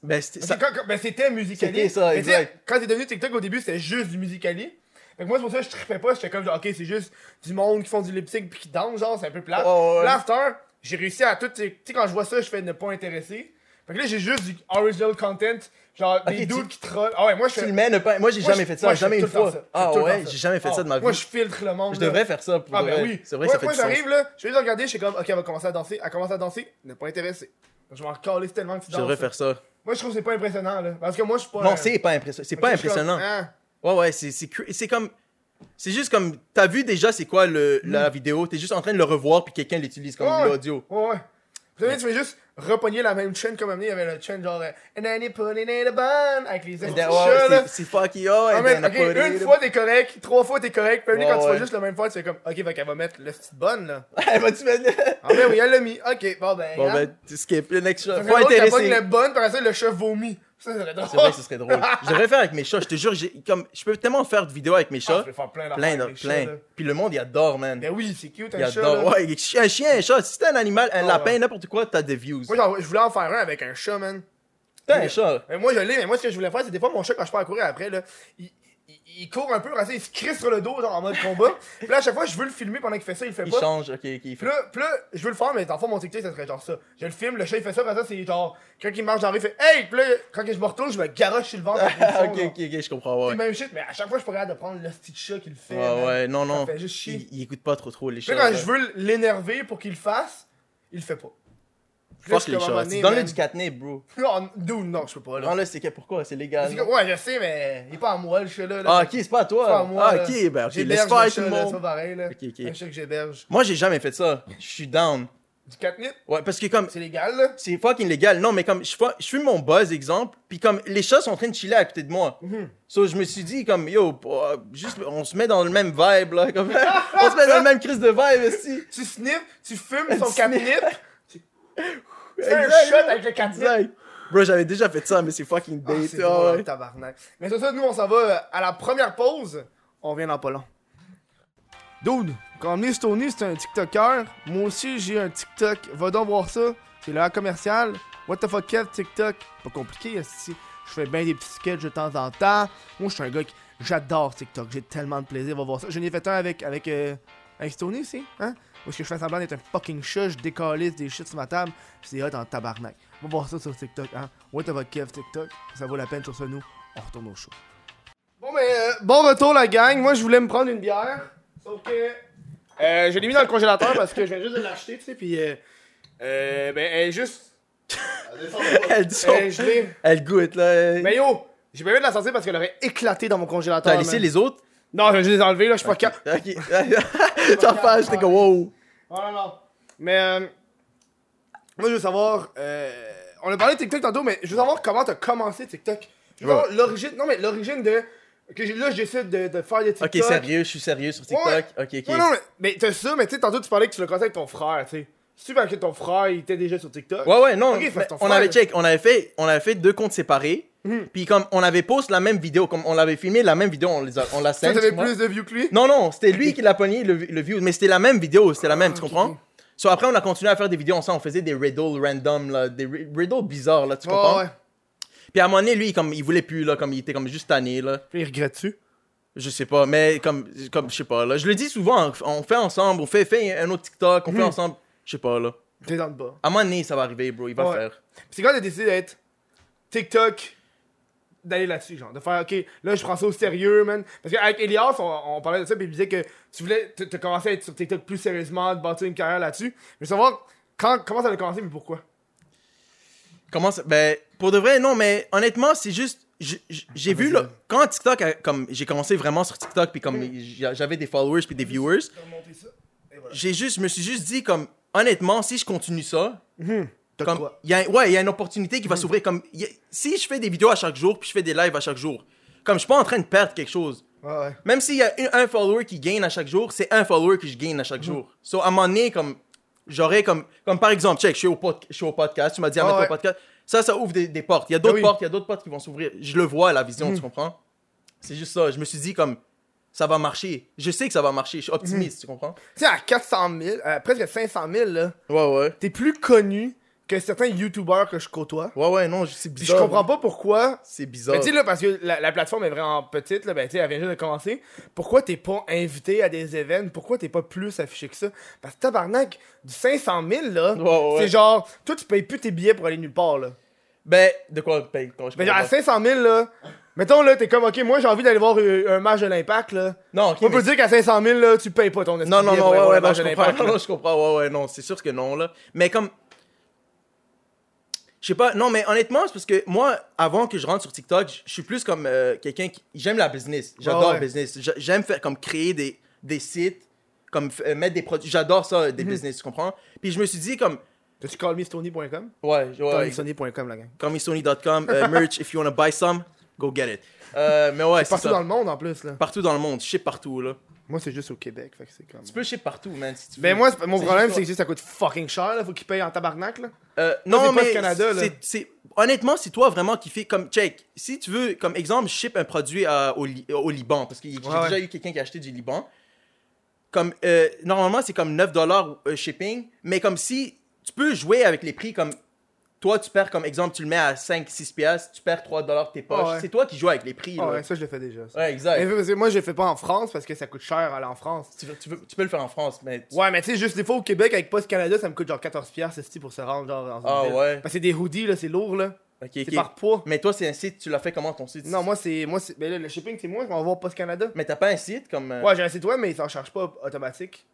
Speaker 2: Ben, c'était- ça-
Speaker 1: Parce que quand- quand- ben, c'était musicali.
Speaker 2: C'était ça,
Speaker 1: Mais tu sais,
Speaker 2: exact.
Speaker 1: Quand c'est devenu TikTok au début, c'était juste du musicali. Fait que moi, c'est pour ça que je trippais pas. J'étais comme, genre, ok, c'est juste du monde qui font du lip-sync pis qui danse, genre, c'est un peu plat.
Speaker 2: Ouais, Oh, ouais, ouais.
Speaker 1: Ah, Là, à cette heure, j'ai réussi à tout. Tu sais, quand je vois ça, je fais ne pas intéresser. Fait que là, j'ai juste du original content, genre
Speaker 2: Ok,
Speaker 1: des
Speaker 2: tu-
Speaker 1: dudes qui trollent. Ah ouais, moi, je
Speaker 2: Tu
Speaker 1: fais.
Speaker 2: le mets, ne pas- Moi, j'ai
Speaker 1: moi,
Speaker 2: jamais
Speaker 1: je-
Speaker 2: fait ça,
Speaker 1: moi, je fais
Speaker 2: jamais
Speaker 1: tout
Speaker 2: une
Speaker 1: le temps
Speaker 2: fois.
Speaker 1: ça. Je
Speaker 2: Ah
Speaker 1: fais tout le
Speaker 2: ouais,
Speaker 1: temps ça.
Speaker 2: j'ai jamais fait
Speaker 1: Ah,
Speaker 2: ça de ma vie.
Speaker 1: Moi, je filtre le monde.
Speaker 2: Je
Speaker 1: là.
Speaker 2: devrais faire ça pour
Speaker 1: Ah
Speaker 2: vrai.
Speaker 1: ben oui.
Speaker 2: C'est vrai
Speaker 1: moi,
Speaker 2: que ça fait
Speaker 1: moi,
Speaker 2: du sens.
Speaker 1: j'arrive là, je vais les regarder, je suis comme, ok, elle va commencer à danser. Elle commence à danser, ne pas intéresser. Je vais en caler tellement que tu
Speaker 2: Je devrais
Speaker 1: danses.
Speaker 2: faire ça.
Speaker 1: Moi, je trouve que c'est pas impressionnant, là. Parce que moi, je suis pas. euh,
Speaker 2: Non, c'est pas impressionnant. C'est pas impressionnant.
Speaker 1: hein?
Speaker 2: Ouais, ouais, c'est c'est cr- c'est comme. C'est juste comme. T'as vu déjà c'est quoi le, la vidéo, t'es juste en train de le revoir puis quelqu'un l'utilise comme
Speaker 1: Hmm. Ouais.
Speaker 2: l'audio.
Speaker 1: Ouais, ouais. Vous savez, tu veux juste repogner la même chaîne comme amené, il y avait la chaîne genre. euh, And then you put it in the bun avec les
Speaker 2: Ouais,
Speaker 1: autres chats, là.
Speaker 2: c'est- C'est fucky, oh,
Speaker 1: Ah,
Speaker 2: and
Speaker 1: mais,
Speaker 2: then I
Speaker 1: ok,
Speaker 2: put it
Speaker 1: une
Speaker 2: in- *laughs*
Speaker 1: fois t'es correct, trois fois t'es correct, puis un moment donné, quand
Speaker 2: Ouais,
Speaker 1: tu fais
Speaker 2: ouais.
Speaker 1: juste la même fois, tu fais comme, ok, fait qu'elle va mettre le petite bonne là.
Speaker 2: Elle va-tu mettre-
Speaker 1: Ah, ben oui, elle l'a mis, ok, bon ben.
Speaker 2: Bon,
Speaker 1: regarde.
Speaker 2: ben, tu skip le next shot.
Speaker 1: Ça serait
Speaker 2: Pas
Speaker 1: drôle qu'elle pogne
Speaker 2: intéressé.
Speaker 1: le bonne, par ça, le chat vomit. Ça, ça serait drôle.
Speaker 2: C'est vrai, ce serait drôle.
Speaker 1: *laughs*
Speaker 2: Je devrais faire avec mes chats, je te jure, j'ai- comme, je peux tellement faire de vidéos avec mes
Speaker 1: Ah,
Speaker 2: chats.
Speaker 1: je vais faire plein d'affaires
Speaker 2: plein, de,
Speaker 1: avec les
Speaker 2: plein.
Speaker 1: chats, là.
Speaker 2: Puis le monde, il adore, man.
Speaker 1: Ben oui, c'est cute,
Speaker 2: il
Speaker 1: un chat.
Speaker 2: adore.
Speaker 1: là.
Speaker 2: Ouais, un chien, un chat. Si t'es un animal, un
Speaker 1: Ouais,
Speaker 2: lapin,
Speaker 1: ouais.
Speaker 2: n'importe quoi, t'as des views.
Speaker 1: Moi, j'en- je voulais en faire un avec un chat, man.
Speaker 2: T'as un chat.
Speaker 1: Mais moi, je l'ai, mais moi, ce que je voulais faire, c'est des fois, mon chat, quand je pars à courir après, là, il, il, il court un peu, après ça, il se crisse sur le dos, genre en mode
Speaker 2: *laughs*
Speaker 1: combat. puis là, à chaque fois, je veux le filmer pendant qu'il fait ça, il le fait
Speaker 2: Il
Speaker 1: pas.
Speaker 2: change, ok, ok. il fait-
Speaker 1: Puis là, puis là, je veux le faire, mais dans le fond, mon TikTok, ça serait genre ça. Je le filme, le chat, il fait ça, après ça, c'est genre, quand il marche dans la rue, il fait Hey! Puis là, quand je me retourne, je me garoche sur le ventre. avec
Speaker 2: Ah,
Speaker 1: le son,
Speaker 2: *laughs* ok,
Speaker 1: genre.
Speaker 2: ok, ok, je comprends,
Speaker 1: C'est le
Speaker 2: ouais.
Speaker 1: même shit, mais à chaque fois, je suis pas capable de prendre le petit chat qu'il fait.
Speaker 2: Ouais,
Speaker 1: man.
Speaker 2: ouais, non, non.
Speaker 1: Ça fait juste chier.
Speaker 2: Il, il écoute pas trop trop les
Speaker 1: Puis
Speaker 2: chats.
Speaker 1: là, quand
Speaker 2: là.
Speaker 1: je veux l'énerver pour qu'il le fasse, il le fait pas. Puis là,
Speaker 2: Fuck
Speaker 1: je suis
Speaker 2: les
Speaker 1: comme à un
Speaker 2: chats.
Speaker 1: moment donné,
Speaker 2: Donne-le
Speaker 1: man.
Speaker 2: du catnip, bro.
Speaker 1: Non, dude, non, je peux pas, là.
Speaker 2: Prends-le, c'est que pourquoi C'est légal.
Speaker 1: Parce que-
Speaker 2: non?
Speaker 1: ouais, je sais, mais il est pas à moi, le chat, là. là.
Speaker 2: Ah, ok, c'est pas
Speaker 1: Pas à
Speaker 2: à toi.
Speaker 1: moi,
Speaker 2: Ah,
Speaker 1: là.
Speaker 2: ok, ben, ok, laisse
Speaker 1: J'héberge
Speaker 2: faire
Speaker 1: le
Speaker 2: tout
Speaker 1: chat,
Speaker 2: le
Speaker 1: là, C'est pas
Speaker 2: monde.
Speaker 1: pareil, là.
Speaker 2: Ok, ok.
Speaker 1: Un chat que j'héberge.
Speaker 2: Moi, j'ai jamais fait ça. Je suis down.
Speaker 1: Du catnip,
Speaker 2: Ouais, parce que comme.
Speaker 1: c'est légal, là.
Speaker 2: C'est fucking illégal. Non, mais comme je, fu- je fume mon buzz, exemple, puis comme les chats sont en train de chiller à côté de moi. So, je me suis dit, comme yo, pour- euh, juste, on se met dans le même vibe, là. Comme, *laughs* on se met dans le même crise de vibe, aussi.
Speaker 1: Tu sniffes, tu
Speaker 2: *laughs*
Speaker 1: fumes son
Speaker 2: Tu
Speaker 1: catnip. Tu tu fais un
Speaker 2: Exact.
Speaker 1: shot avec le catnip.
Speaker 2: Like, Bro, j'avais déjà fait ça, mais c'est fucking
Speaker 1: Ah,
Speaker 2: date.
Speaker 1: c'est
Speaker 2: ah
Speaker 1: drôle,
Speaker 2: ouais.
Speaker 1: tabarnak. Mais sur ça, nous, on s'en va euh, à la première pause. On vient dans pas long. Dude, quand Miss Tony, c'est un TikToker. Moi aussi, j'ai un TikTok. Va donc voir ça. C'est le commercial. What the fuck, Kev, TikTok. Pas compliqué, esti. Je fais bien des petits sketchs de temps en temps. Moi, je suis un gars qui. J'adore TikTok. J'ai tellement de plaisir. Va voir ça. Je n'ai fait un avec. avec euh, avec Stoney aussi, hein? Où est-ce que je fais semblant d'être un fucking chat, je décalisse des shit sur ma table, pis c'est hot en tabarnak. On va voir ça sur TikTok, hein? What about Kev TikTok? Ça vaut la peine sur ce nous. On retourne au show. Bon, mais euh, bon retour, la gang. Moi, je voulais me prendre une bière, sauf que. euh, je l'ai mis dans le congélateur parce que je viens juste de l'acheter, tu sais, pis. Euh, euh, ben, elle est juste.
Speaker 2: *laughs* Elle dit son-
Speaker 1: Elle est *laughs* gelée.
Speaker 2: Elle goûte, là.
Speaker 1: Mais yo! J'ai pas envie de la sortir parce qu'elle aurait éclaté dans mon congélateur.
Speaker 2: T'as laissé
Speaker 1: man.
Speaker 2: les autres?
Speaker 1: Non, je vais juste les enlever, là, je suis pas cap. *laughs*
Speaker 2: Ok. *laughs* T'as fait, j'étais comme wow.
Speaker 1: Voilà, non. Oh Mais euh, moi, je veux savoir. euh, on a parlé de TikTok tantôt, mais je veux savoir comment t'as commencé TikTok. Je veux
Speaker 2: Ouais.
Speaker 1: savoir l'origine. Non, mais l'origine de. Que j'ai- là, je décide de, de faire des
Speaker 2: Ok,
Speaker 1: TikTok.
Speaker 2: sérieux, je suis sérieux sur TikTok.
Speaker 1: Ouais.
Speaker 2: Ok, ok.
Speaker 1: Non, non, mais, mais t'as ça, mais tu sais, tantôt, tu parlais que tu l'as commencé avec ton frère, tu sais. C'est parce que ton frère, il était déjà sur TikTok.
Speaker 2: Ouais, ouais, non.
Speaker 1: Ok,
Speaker 2: mais
Speaker 1: fait que ton
Speaker 2: on
Speaker 1: frère-
Speaker 2: avait check, on avait fait, on avait fait deux comptes séparés.
Speaker 1: Mhm.
Speaker 2: Puis comme on avait post la même vidéo, comme on l'avait filmé la même vidéo, on les a, on l'a
Speaker 1: Toi,
Speaker 2: sent,
Speaker 1: t'avais
Speaker 2: tu vois.
Speaker 1: plus de views que lui.
Speaker 2: Non, non, c'était lui qui l'a pogné le, le view, mais c'était la même vidéo, c'était la même, tu
Speaker 1: Ah, ok,
Speaker 2: comprends?
Speaker 1: ok.
Speaker 2: So après, on a continué à faire des vidéos ensemble, on faisait des riddles random, là, des ri- riddles bizarres, là, tu
Speaker 1: Ouais,
Speaker 2: comprends?
Speaker 1: ouais.
Speaker 2: Puis à un moment donné, lui, comme, il voulait plus, là, comme, il était comme juste tanné, là.
Speaker 1: Puis il regrette-tu.
Speaker 2: Je sais pas, mais comme, comme je sais pas, là. Je le dis souvent, on fait ensemble, on fait, fait un autre TikTok, on fait
Speaker 1: Hmm.
Speaker 2: ensemble, je sais pas, là.
Speaker 1: T'es dans le bas.
Speaker 2: À un moment donné, ça va arriver, bro, il va
Speaker 1: Ouais.
Speaker 2: le faire.
Speaker 1: Puis c'est quand t'as décidé d'être TikTok, d'aller là-dessus, genre, de faire, ok, là, je prends ça au sérieux, man. Parce qu'avec Elias, on, on parlait de ça, puis il me disait que tu voulais, t'as t'as commencé à être sur TikTok plus sérieusement, de bâtir une carrière là-dessus. Je veux savoir quand, comment ça a commencé, mais pourquoi.
Speaker 2: Comment ça? Ben, pour de vrai, non, mais honnêtement, c'est juste. je- je-
Speaker 1: Ah,
Speaker 2: J'ai vu, là, quand TikTok, a- comme j'ai commencé vraiment sur TikTok, puis comme
Speaker 1: Hmm.
Speaker 2: j'a- j'avais des followers puis des viewers, j'ai juste, je me suis juste dit, comme, honnêtement, si je continue ça,
Speaker 1: Hmm. T'as
Speaker 2: comme,
Speaker 1: quoi? Hmm.
Speaker 2: y a, ouais, il y a une opportunité qui va s'ouvrir. Comme, y a- si je fais des vidéos à chaque jour, puis je fais des lives à chaque jour, comme, je suis pas en train de perdre quelque chose.
Speaker 1: Ouais, ouais.
Speaker 2: Même s'il y a une- un follower qui gagne à chaque jour, c'est un follower que je gagne à
Speaker 1: Hmm.
Speaker 2: chaque jour. So, à un moment donné, comme, j'aurais comme, comme par exemple, check, je suis au, pod- je suis au podcast, tu m'as dit, à
Speaker 1: Ah
Speaker 2: mettre
Speaker 1: ouais.
Speaker 2: au podcast. Ça, ça ouvre des, des portes. Il y a d'autres
Speaker 1: Ah oui. Hmm.
Speaker 2: portes, il y a d'autres portes qui vont s'ouvrir. Je le vois à la vision, tu comprends? C'est juste ça. Je me suis dit, comme, ça va marcher. Je sais que ça va marcher. Je suis optimiste,
Speaker 1: Hmm.
Speaker 2: tu comprends?
Speaker 1: Tu sais, à 400 000, euh, presque 500 000, là,
Speaker 2: Ouais, ouais.
Speaker 1: t'es plus connu que certains youtubeurs que je côtoie.
Speaker 2: Ouais, ouais, non, je- c'est
Speaker 1: Puis je
Speaker 2: bizarre. hein.
Speaker 1: comprends pas pourquoi
Speaker 2: C'est bizarre.
Speaker 1: Mais tu sais, là, parce que la, la plateforme est vraiment petite, là, ben, tu sais, elle vient juste de commencer. Pourquoi t'es pas invité à des événements? Pourquoi t'es pas plus affiché que ça? Parce que tabarnak, du 500 000, là,
Speaker 2: Ouais, ouais, ouais.
Speaker 1: c'est genre, toi, tu payes plus tes billets pour aller nulle part, là.
Speaker 2: Ben, de quoi ben, comment je
Speaker 1: Mais genre,
Speaker 2: comprends
Speaker 1: à 500 000, là, mettons, là, t'es comme, ok, moi, j'ai envie d'aller voir euh, un match de l'impact, là.
Speaker 2: Non, ok,
Speaker 1: On peut dire qu'à 500 000, là, tu payes pas ton
Speaker 2: Non,
Speaker 1: billet pour
Speaker 2: non, non,
Speaker 1: aller
Speaker 2: ouais,
Speaker 1: voir
Speaker 2: ouais,
Speaker 1: le
Speaker 2: non,
Speaker 1: match
Speaker 2: je
Speaker 1: de
Speaker 2: comprends.
Speaker 1: l'Impact,
Speaker 2: Non,
Speaker 1: là.
Speaker 2: *laughs* non, je comprends. Ouais, ouais, non, c'est sûr que non, là. Mais comme. Je sais pas, non, mais honnêtement, c'est parce que moi, avant que je rentre sur TikTok, je- je suis plus comme euh, quelqu'un qui. J'aime la business. J'adore
Speaker 1: Ouais, ouais.
Speaker 2: le business. J'a- J'aime faire comme créer des, des sites, comme f- euh, mettre des produits. J'adore ça,
Speaker 1: Mhm.
Speaker 2: euh, des business, tu comprends? Puis je me suis dit, comme.
Speaker 1: T'as-tu callmestony.com?
Speaker 2: Ouais, ouais, exact.
Speaker 1: Callmestony.com, la gang.
Speaker 2: comme Sony.com, euh, *laughs* merch, if you wanna buy some, go get it. Euh, mais ouais, c'est
Speaker 1: Partout
Speaker 2: ça.
Speaker 1: dans le monde, en plus, là.
Speaker 2: Partout dans le monde, je ship partout, là.
Speaker 1: Moi, c'est juste au Québec, fait que c'est comme.
Speaker 2: Tu peux ship partout, man, si tu veux.
Speaker 1: Ben, moi, c'est- mon
Speaker 2: C'est
Speaker 1: problème,
Speaker 2: juste
Speaker 1: c'est que ça coûte fucking cher, là. Faut qu'ils payent en tabarnak, là.
Speaker 2: Euh,
Speaker 1: c'est
Speaker 2: non,
Speaker 1: pas
Speaker 2: mais
Speaker 1: du Canada, là.
Speaker 2: c'est- c'est- honnêtement, c'est toi vraiment qui fais comme check. Si tu veux, comme exemple, je ship un produit à- au, Li- au Liban, parce que j'ai
Speaker 1: Ouais,
Speaker 2: déjà
Speaker 1: ouais.
Speaker 2: eu quelqu'un qui a acheté du Liban. Comme euh, normalement, c'est comme 9 dollars euh, shipping, mais comme si tu peux jouer avec les prix comme toi, tu perds comme exemple, tu le mets à 5 6 piastres, tu perds 3 dollars de tes poches.
Speaker 1: Ouais, ouais.
Speaker 2: C'est toi qui joues avec les prix.
Speaker 1: Ah
Speaker 2: là.
Speaker 1: ouais, ça, je le fais déjà. ça.
Speaker 2: Ouais, exact.
Speaker 1: Mais parce que moi, je le fais pas en France parce que ça coûte cher aller en France.
Speaker 2: Tu, veux- tu veux- tu peux le faire en France, mais tu-
Speaker 1: Ouais, mais tu sais, juste des fois au Québec avec Post Canada, ça me coûte genre 14$ ceci pour se rendre genre dans une
Speaker 2: Ah
Speaker 1: ville.
Speaker 2: ouais.
Speaker 1: Parce que c'est des hoodies, là, c'est lourd, là.
Speaker 2: ok,
Speaker 1: C'est
Speaker 2: ok.
Speaker 1: par poids.
Speaker 2: Mais toi, c'est un site, tu l'as fait comment ton site
Speaker 1: Non, moi, c'est. moi c'est- Mais là, le shipping, c'est moi, je m'envoie au Post Canada.
Speaker 2: mais t'as pas un site comme. euh,
Speaker 1: Ouais, j'ai un site web, mais il s'en charge pas automatique.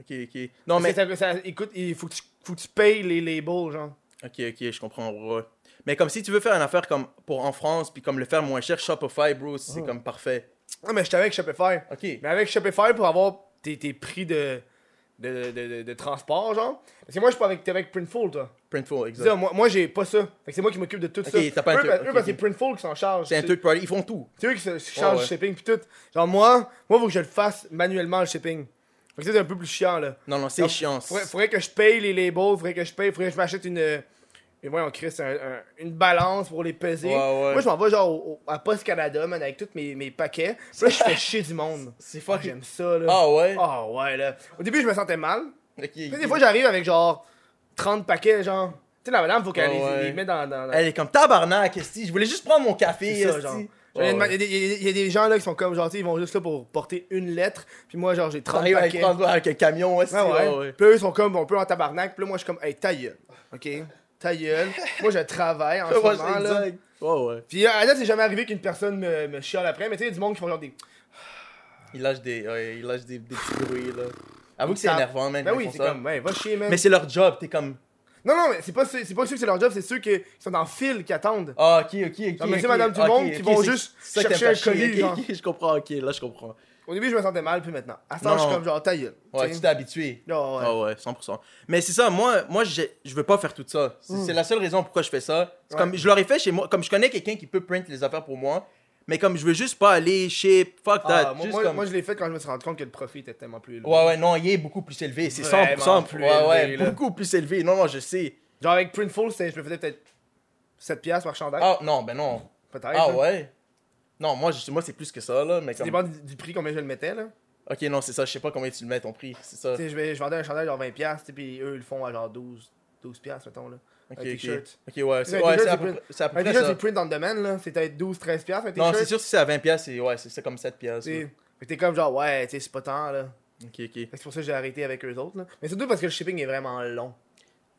Speaker 2: Ok, ok. Non, mais
Speaker 1: mais. Ça, ça- écoute, il faut que tu, faut que tu payes les labels, genre.
Speaker 2: Ok, ok, je comprends, ouais. Mais comme si tu veux faire une affaire comme pour en France, puis comme le faire moins cher, Shopify, bro, c'est comme parfait.
Speaker 1: Non, Ah, mais j'étais avec Shopify.
Speaker 2: Ok.
Speaker 1: Mais avec Shopify, pour avoir tes, tes prix de. De, de, de- de transport, genre. Parce que moi, je suis pas avec, t'es avec Printful, toi.
Speaker 2: Printful,
Speaker 1: Tu sais,
Speaker 2: exact.
Speaker 1: moi, moi j'ai pas ça. Fait que c'est moi qui m'occupe de tout ça.
Speaker 2: t'as pas un
Speaker 1: eux,
Speaker 2: truc,
Speaker 1: parce-
Speaker 2: ok,
Speaker 1: eux, parce que
Speaker 2: ok.
Speaker 1: c'est Printful qui s'en charge.
Speaker 2: C'est un third party, ils font tout.
Speaker 1: C'est eux qui se qui chargent
Speaker 2: ouais.
Speaker 1: du shipping pis tout. Genre moi, moi faut que je le fasse manuellement le shipping. Fait que ça, c'est un peu plus chiant là.
Speaker 2: Non, non, c'est
Speaker 1: Donc,
Speaker 2: chiant.
Speaker 1: Faudrait, faudrait que je paye les labels, faudrait que je paye, faudrait que je m'achète une. euh, Mais voyons, Chris, un- un- une balance pour les peser.
Speaker 2: Ouais, ouais.
Speaker 1: Moi, je m'en vais genre au- au- à Post Canada, man, avec tous mes, mes paquets. Puis là, je
Speaker 2: *laughs*
Speaker 1: fais chier du monde.
Speaker 2: C'est
Speaker 1: Fuck,
Speaker 2: fucking.
Speaker 1: j'aime ça, là.
Speaker 2: Ah ouais?
Speaker 1: Ah ouais, là. Au début, je me sentais mal.
Speaker 2: Ok,
Speaker 1: Tu sais,
Speaker 2: ok.
Speaker 1: des fois, j'arrive avec genre 30 paquets, genre. Tu sais, la madame, faut qu'elle
Speaker 2: Ah
Speaker 1: les,
Speaker 2: ouais.
Speaker 1: les mette dans. dans, dans-
Speaker 2: Elle est comme tabarnak, esti. Je voulais juste prendre mon café,
Speaker 1: C'est ça,
Speaker 2: esti.
Speaker 1: genre.
Speaker 2: Ouais,
Speaker 1: Il y, a
Speaker 2: ouais.
Speaker 1: des- y a des- y a des gens là qui sont comme genre, tu sais, ils vont juste là pour porter une lettre. Puis moi, genre, j'ai 30
Speaker 2: T'arrives à
Speaker 1: paquets.
Speaker 2: les prendre avec un camion, esti.
Speaker 1: Ouais, ouais.
Speaker 2: ouais, ouais.
Speaker 1: Puis eux, ils sont comme, on peut en tabarnak. Puis là, moi, je suis comme, hey, ta gueule. OK? Ta gueule. moi, je travaille en ce
Speaker 2: *laughs* Ouais,
Speaker 1: moment,
Speaker 2: c'est
Speaker 1: là.
Speaker 2: exact. Ouais, ouais.
Speaker 1: Puis à la date, c'est jamais arrivé qu'une personne me, me chiale après. Mais tu sais, il y a du monde qui font genre des.
Speaker 2: Il lâche des, ouais, il lâche des, des petits bruits, là. Avoue que c'est
Speaker 1: Ça-
Speaker 2: énervant, man.
Speaker 1: Ben
Speaker 2: quand
Speaker 1: oui,
Speaker 2: ils font
Speaker 1: c'est
Speaker 2: ça.
Speaker 1: comme, ouais, va chier, man.
Speaker 2: Mais c'est leur job, t'es comme.
Speaker 1: Non, non, mais c'est pas, ceux- c'est pas ceux que c'est leur job, c'est ceux qui qui sont en file qui attendent.
Speaker 2: Ah, ok, ok, ok.
Speaker 1: Ah, mais c'est
Speaker 2: ok,
Speaker 1: madame tout le
Speaker 2: ok,
Speaker 1: monde qui
Speaker 2: ok,
Speaker 1: vont
Speaker 2: c'est-
Speaker 1: juste
Speaker 2: c'est ça que t'aimes
Speaker 1: chercher un
Speaker 2: faire chier,
Speaker 1: colis,
Speaker 2: ok,
Speaker 1: genre.
Speaker 2: ok, *laughs* je comprends, ok, là, je comprends.
Speaker 1: Au début, je me sentais mal, puis maintenant. À ce temps,
Speaker 2: Non.
Speaker 1: je suis comme genre, ta gueule.
Speaker 2: Ouais,
Speaker 1: tu
Speaker 2: tu
Speaker 1: sais.
Speaker 2: t'es habitué.
Speaker 1: Ah, ouais.
Speaker 2: Ah ouais, 100%. Mais c'est ça, moi, moi j'ai- je veux pas faire tout ça. C'est c'est la seule raison pourquoi je fais ça.
Speaker 1: Hmm.
Speaker 2: C'est
Speaker 1: Ouais.
Speaker 2: Comme, je l'aurais fait chez moi, comme je connais quelqu'un qui peut print les affaires pour moi, mais comme je veux juste pas aller chez fuck that.
Speaker 1: Ah, moi,
Speaker 2: juste
Speaker 1: moi-
Speaker 2: comme-
Speaker 1: moi, je l'ai fait quand je me suis rendu compte que le profit était tellement plus élevé.
Speaker 2: Ouais, ouais, non, il est beaucoup plus élevé. C'est 100%.
Speaker 1: Vraiment plus
Speaker 2: ouais, ouais,
Speaker 1: élevé, là.
Speaker 2: beaucoup plus élevé. Non, non, je sais.
Speaker 1: Genre avec Printful, c'était- je me faisais peut-être 7 piastres par chandail.
Speaker 2: Ah, non, ben non.
Speaker 1: peut-être.
Speaker 2: Ah
Speaker 1: là.
Speaker 2: ouais? Non, moi, je- moi c'est plus que ça, là. Mais
Speaker 1: Ça
Speaker 2: comme...
Speaker 1: dépend du, du prix combien je le mettais là.
Speaker 2: Ok, non, c'est ça. Je sais pas combien tu le mets ton prix. C'est ça.
Speaker 1: Tu sais, je, vais- je vendais un chandail genre 20 piastres, tu sais, puis eux ils le font à genre 12, 12 piastres mettons là.
Speaker 2: Ok,
Speaker 1: un
Speaker 2: ok.
Speaker 1: t-shirt.
Speaker 2: Ok, ouais,
Speaker 1: Un
Speaker 2: c'est ouais,
Speaker 1: t-shirt,
Speaker 2: c'est à
Speaker 1: c'est
Speaker 2: peu
Speaker 1: print-
Speaker 2: près- c'est à peu
Speaker 1: Un
Speaker 2: près
Speaker 1: t-shirt
Speaker 2: ça.
Speaker 1: c'est print on demand là, c'est peut-être 12, 13 piastres un
Speaker 2: Non, c'est
Speaker 1: t-shirt.
Speaker 2: sûr, si c'est à 20$, c'est ouais, c'est- c'est comme 7$.
Speaker 1: tu
Speaker 2: ouais.
Speaker 1: sais. Fait que t'es comme genre ouais, tu sais, c'est pas tant là.
Speaker 2: Ok, ok.
Speaker 1: Fait que C'est pour ça que j'ai arrêté avec eux autres là. Mais surtout parce que le shipping est vraiment long.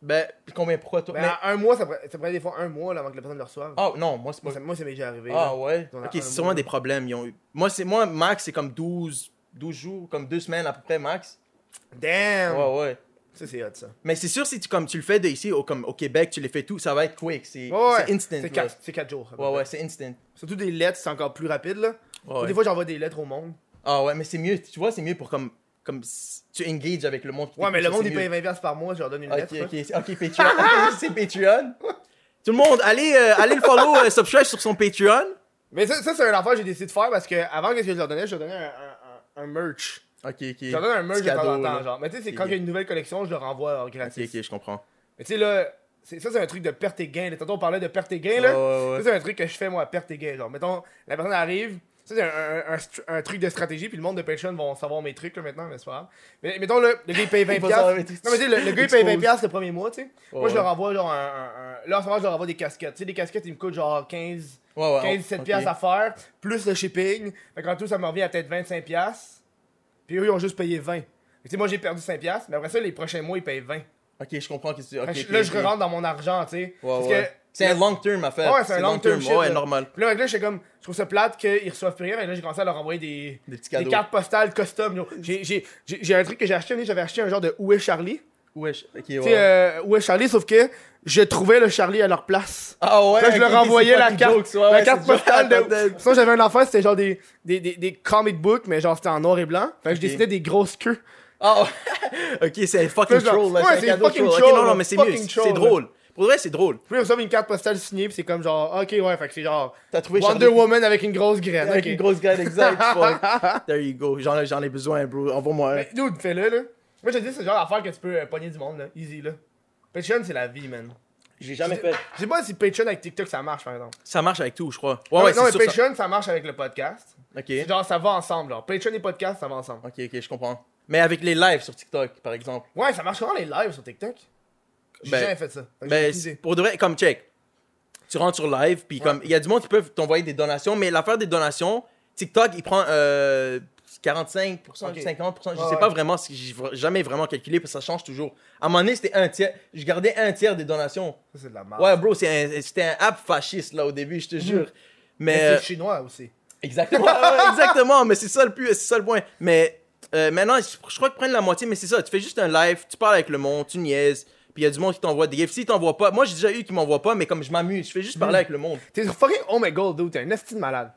Speaker 2: Ben, puis combien pourquoi toi
Speaker 1: Ben,
Speaker 2: mais-
Speaker 1: à un mois, ça, pre- ça prenait des fois un mois là, avant que la personne le reçoive.
Speaker 2: Ah non, moi c'est pas.
Speaker 1: Moi, ça, moi, ça m'est déjà arrivé.
Speaker 2: Ah
Speaker 1: là.
Speaker 2: ouais.
Speaker 1: On a
Speaker 2: Ok,
Speaker 1: un
Speaker 2: c'est sûrement
Speaker 1: mois.
Speaker 2: des problèmes. Ils ont eu... Moi, c'est moi max, c'est comme 12, 12 jours, comme 2 semaines à peu près max.
Speaker 1: Damn!
Speaker 2: Ouais, ouais.
Speaker 1: Ça c'est hot ça.
Speaker 2: Mais c'est sûr, si tu, comme, tu le fais de ici, au, comme, au Québec, tu les fais tout, ça va être quick. C'est
Speaker 1: Ouais, ouais.
Speaker 2: c'est instant.
Speaker 1: C'est
Speaker 2: là.
Speaker 1: 4, c'est quatre jours. à peu
Speaker 2: Ouais,
Speaker 1: près.
Speaker 2: ouais, c'est instant.
Speaker 1: Surtout des lettres, c'est encore plus rapide là.
Speaker 2: Ouais, ouais.
Speaker 1: Des fois, j'envoie des lettres au monde.
Speaker 2: Ah ouais, mais c'est mieux, tu vois, c'est mieux pour comme. comme s- tu engages avec le monde. qui
Speaker 1: Ouais, mais le
Speaker 2: t'écoute,
Speaker 1: monde,
Speaker 2: ça,
Speaker 1: il paye
Speaker 2: c'est
Speaker 1: 20$ piastres par mois, je leur donne une
Speaker 2: mieux.
Speaker 1: lettre.
Speaker 2: Ok, ok, c'est- ok, Patreon.
Speaker 1: *laughs*
Speaker 2: *laughs* Ok, c'est Patreon. Tout le monde, allez, euh, allez le follow, euh, subscribe sur son Patreon.
Speaker 1: Mais ça, ça c'est un affaire que j'ai décidé de faire parce que avant qu'est-ce que je leur donnais, je leur donnais un, un- un- un merch.
Speaker 2: Ok, ok.
Speaker 1: Je leur donne un merch
Speaker 2: Petit
Speaker 1: de temps en
Speaker 2: cadeau,
Speaker 1: temps,
Speaker 2: là.
Speaker 1: genre. Mais tu sais, c'est
Speaker 2: Ok.
Speaker 1: quand il y a une nouvelle collection, je leur envoie euh,
Speaker 2: Ok,
Speaker 1: gratis.
Speaker 2: ok, je comprends.
Speaker 1: Mais tu sais, là, c'est- ça, c'est un truc de perte et gain. là. Tantôt, on parlait de perte et gain, là.
Speaker 2: Ouais, ouais, ouais.
Speaker 1: Ça, c'est un truc que je fais, moi, à perte et gain. Genre, mettons, la personne arrive. Ça, c'est un, un- un str- un truc de stratégie, puis le monde de Patreon vont savoir mes trucs, là, maintenant, mais c'est pas grave. Mais mettons, là, le
Speaker 2: *laughs*
Speaker 1: gars, il paye 20$.
Speaker 2: va savoir mes
Speaker 1: piastres.
Speaker 2: trucs.
Speaker 1: non, mais tu sais, le, le gars, il paye
Speaker 2: Expose.
Speaker 1: 20$ piastres le premier mois, tu sais. moi, je
Speaker 2: ouais.
Speaker 1: leur envoie, genre, un, un- un- Là, en ce moment, je leur envoie des casquettes. Tu sais, des casquettes, ils me coûtent, genre, 15...
Speaker 2: Ouais, ouais,
Speaker 1: 15 7
Speaker 2: ok.
Speaker 1: piastres à faire, plus le shipping. Fait qu'en tout, ça me revient à peut-être 25 piastres. Puis eux, ils ont juste payé 20. Tu sais, moi, j'ai perdu 5 piastres, mais après ça, les prochains mois, ils payent 20.
Speaker 2: Ok, je comprends. qu'est-ce que
Speaker 1: Fait
Speaker 2: tu-
Speaker 1: que
Speaker 2: ok,
Speaker 1: là,
Speaker 2: ok,
Speaker 1: je
Speaker 2: ok.
Speaker 1: rentre dans mon argent, tu sais.
Speaker 2: Ouais,
Speaker 1: Parce
Speaker 2: ouais.
Speaker 1: que-
Speaker 2: C'est un long term, affaire.
Speaker 1: Ouais, c'est un long term shit,
Speaker 2: Ouais,
Speaker 1: là.
Speaker 2: normal.
Speaker 1: Puis là, fait que là, j'étais comme, je trouve ça plate qu'ils reçoivent plus rien. Mais là, j'ai commencé à leur envoyer des,
Speaker 2: Des petits cadeaux.
Speaker 1: cartes postales custom. yo. J'ai- J'ai j'ai- j'ai un truc que j'ai acheté, mais j'avais acheté un genre de Où est Charlie?
Speaker 2: Ouais, je- ok,
Speaker 1: Tu sais,
Speaker 2: ouais.
Speaker 1: euh, Où est Charlie? Sauf que je trouvais le Charlie à leur place.
Speaker 2: Ah ouais,
Speaker 1: Là, je
Speaker 2: ok,
Speaker 1: leur
Speaker 2: ok,
Speaker 1: envoyais
Speaker 2: c'est
Speaker 1: la
Speaker 2: fucking
Speaker 1: carte,
Speaker 2: jokes, ouais,
Speaker 1: la
Speaker 2: *laughs* ouais,
Speaker 1: carte
Speaker 2: c'est juste-
Speaker 1: postale de.
Speaker 2: Attends.
Speaker 1: Sinon, j'avais un enfant, c'était genre des, des, des, des comic books, mais genre c'était en noir et blanc. Fait que je
Speaker 2: Ok.
Speaker 1: dessinais des grosses queues.
Speaker 2: Ah ouais. *laughs* ok, c'est un fucking
Speaker 1: Là, genre,
Speaker 2: troll. là,
Speaker 1: ouais,
Speaker 2: c'est un
Speaker 1: c'est
Speaker 2: cadeau
Speaker 1: fucking
Speaker 2: troll.
Speaker 1: troll,
Speaker 2: Ok, non,
Speaker 1: là,
Speaker 2: non, mais c'est mieux.
Speaker 1: fucking troll,
Speaker 2: C'est drôle. Pour vrai, c'est drôle.
Speaker 1: Puis ils reçoivent une carte postale signée, puis c'est comme genre, ok, ouais, fait que c'est genre
Speaker 2: T'as trouvé
Speaker 1: Wonder
Speaker 2: Charlie-
Speaker 1: Woman avec une grosse graine.
Speaker 2: Avec
Speaker 1: ok.
Speaker 2: une grosse gueule, exact. fuck. *laughs* There you go. J'en j'en ai besoin, bro. Envoie-moi un.
Speaker 1: Mais Dude, Eh, fais-le, là. Moi, je te dis, c'est le genre d'affaire que tu peux euh, pogner du monde, là. Easy, là. Patreon, c'est la vie, man.
Speaker 2: J'ai
Speaker 1: Je
Speaker 2: jamais
Speaker 1: sais-
Speaker 2: fait.
Speaker 1: Je sais pas si Patreon avec TikTok, ça marche, par exemple.
Speaker 2: Ça marche avec tout, je crois. Ouais, ouais,
Speaker 1: non,
Speaker 2: c'est
Speaker 1: mais
Speaker 2: sûr. ça-
Speaker 1: Patreon, ça... marche avec le podcast.
Speaker 2: Ok.
Speaker 1: Genre, ça va ensemble, genre. Patreon et podcast, ça va ensemble.
Speaker 2: Ok, ok, je comprends. Mais avec les lives sur TikTok, par exemple.
Speaker 1: Ouais, ça marche comment les lives sur TikTok? J'ai
Speaker 2: Ben-
Speaker 1: jamais fait ça. Fait que j'ai
Speaker 2: Ben,
Speaker 1: aucune idée.
Speaker 2: pour de vrai, comme check. Tu rentres sur live, puis comme il y a du monde qui peuvent t'envoyer des donations, mais l'affaire des donations, TikTok, il prend euh, 45%,
Speaker 1: Ok.
Speaker 2: 50%, je
Speaker 1: Ouais,
Speaker 2: sais
Speaker 1: ouais.
Speaker 2: pas vraiment, si j'ai vra- jamais vraiment calculé, parce que ça change toujours. À un moment donné, c'était un tiers, je gardais un tiers des donations.
Speaker 1: Ça, c'est de la merde.
Speaker 2: Ah. Ouais, bro, c'est un- c'était un app fasciste là au début, je te jure. Mais.
Speaker 1: Mhm. Mais
Speaker 2: euh,
Speaker 1: c'est chinois aussi.
Speaker 2: Exactement, *laughs* ouais, ouais, exactement, mais c'est ça le plus, c'est ça le point. Mais euh, maintenant, je, je crois que prennent la moitié, mais c'est ça, tu fais juste un live, tu parles avec le monde, tu niaises, puis il y a du monde qui t'envoie des gifs. Si t'envoient pas, moi j'ai déjà eu qui m'envoient pas, mais comme je m'amuse, je fais juste
Speaker 1: Mhm.
Speaker 2: parler avec le monde.
Speaker 1: T'es fucking oh my god, dude, t'es un esti de malade.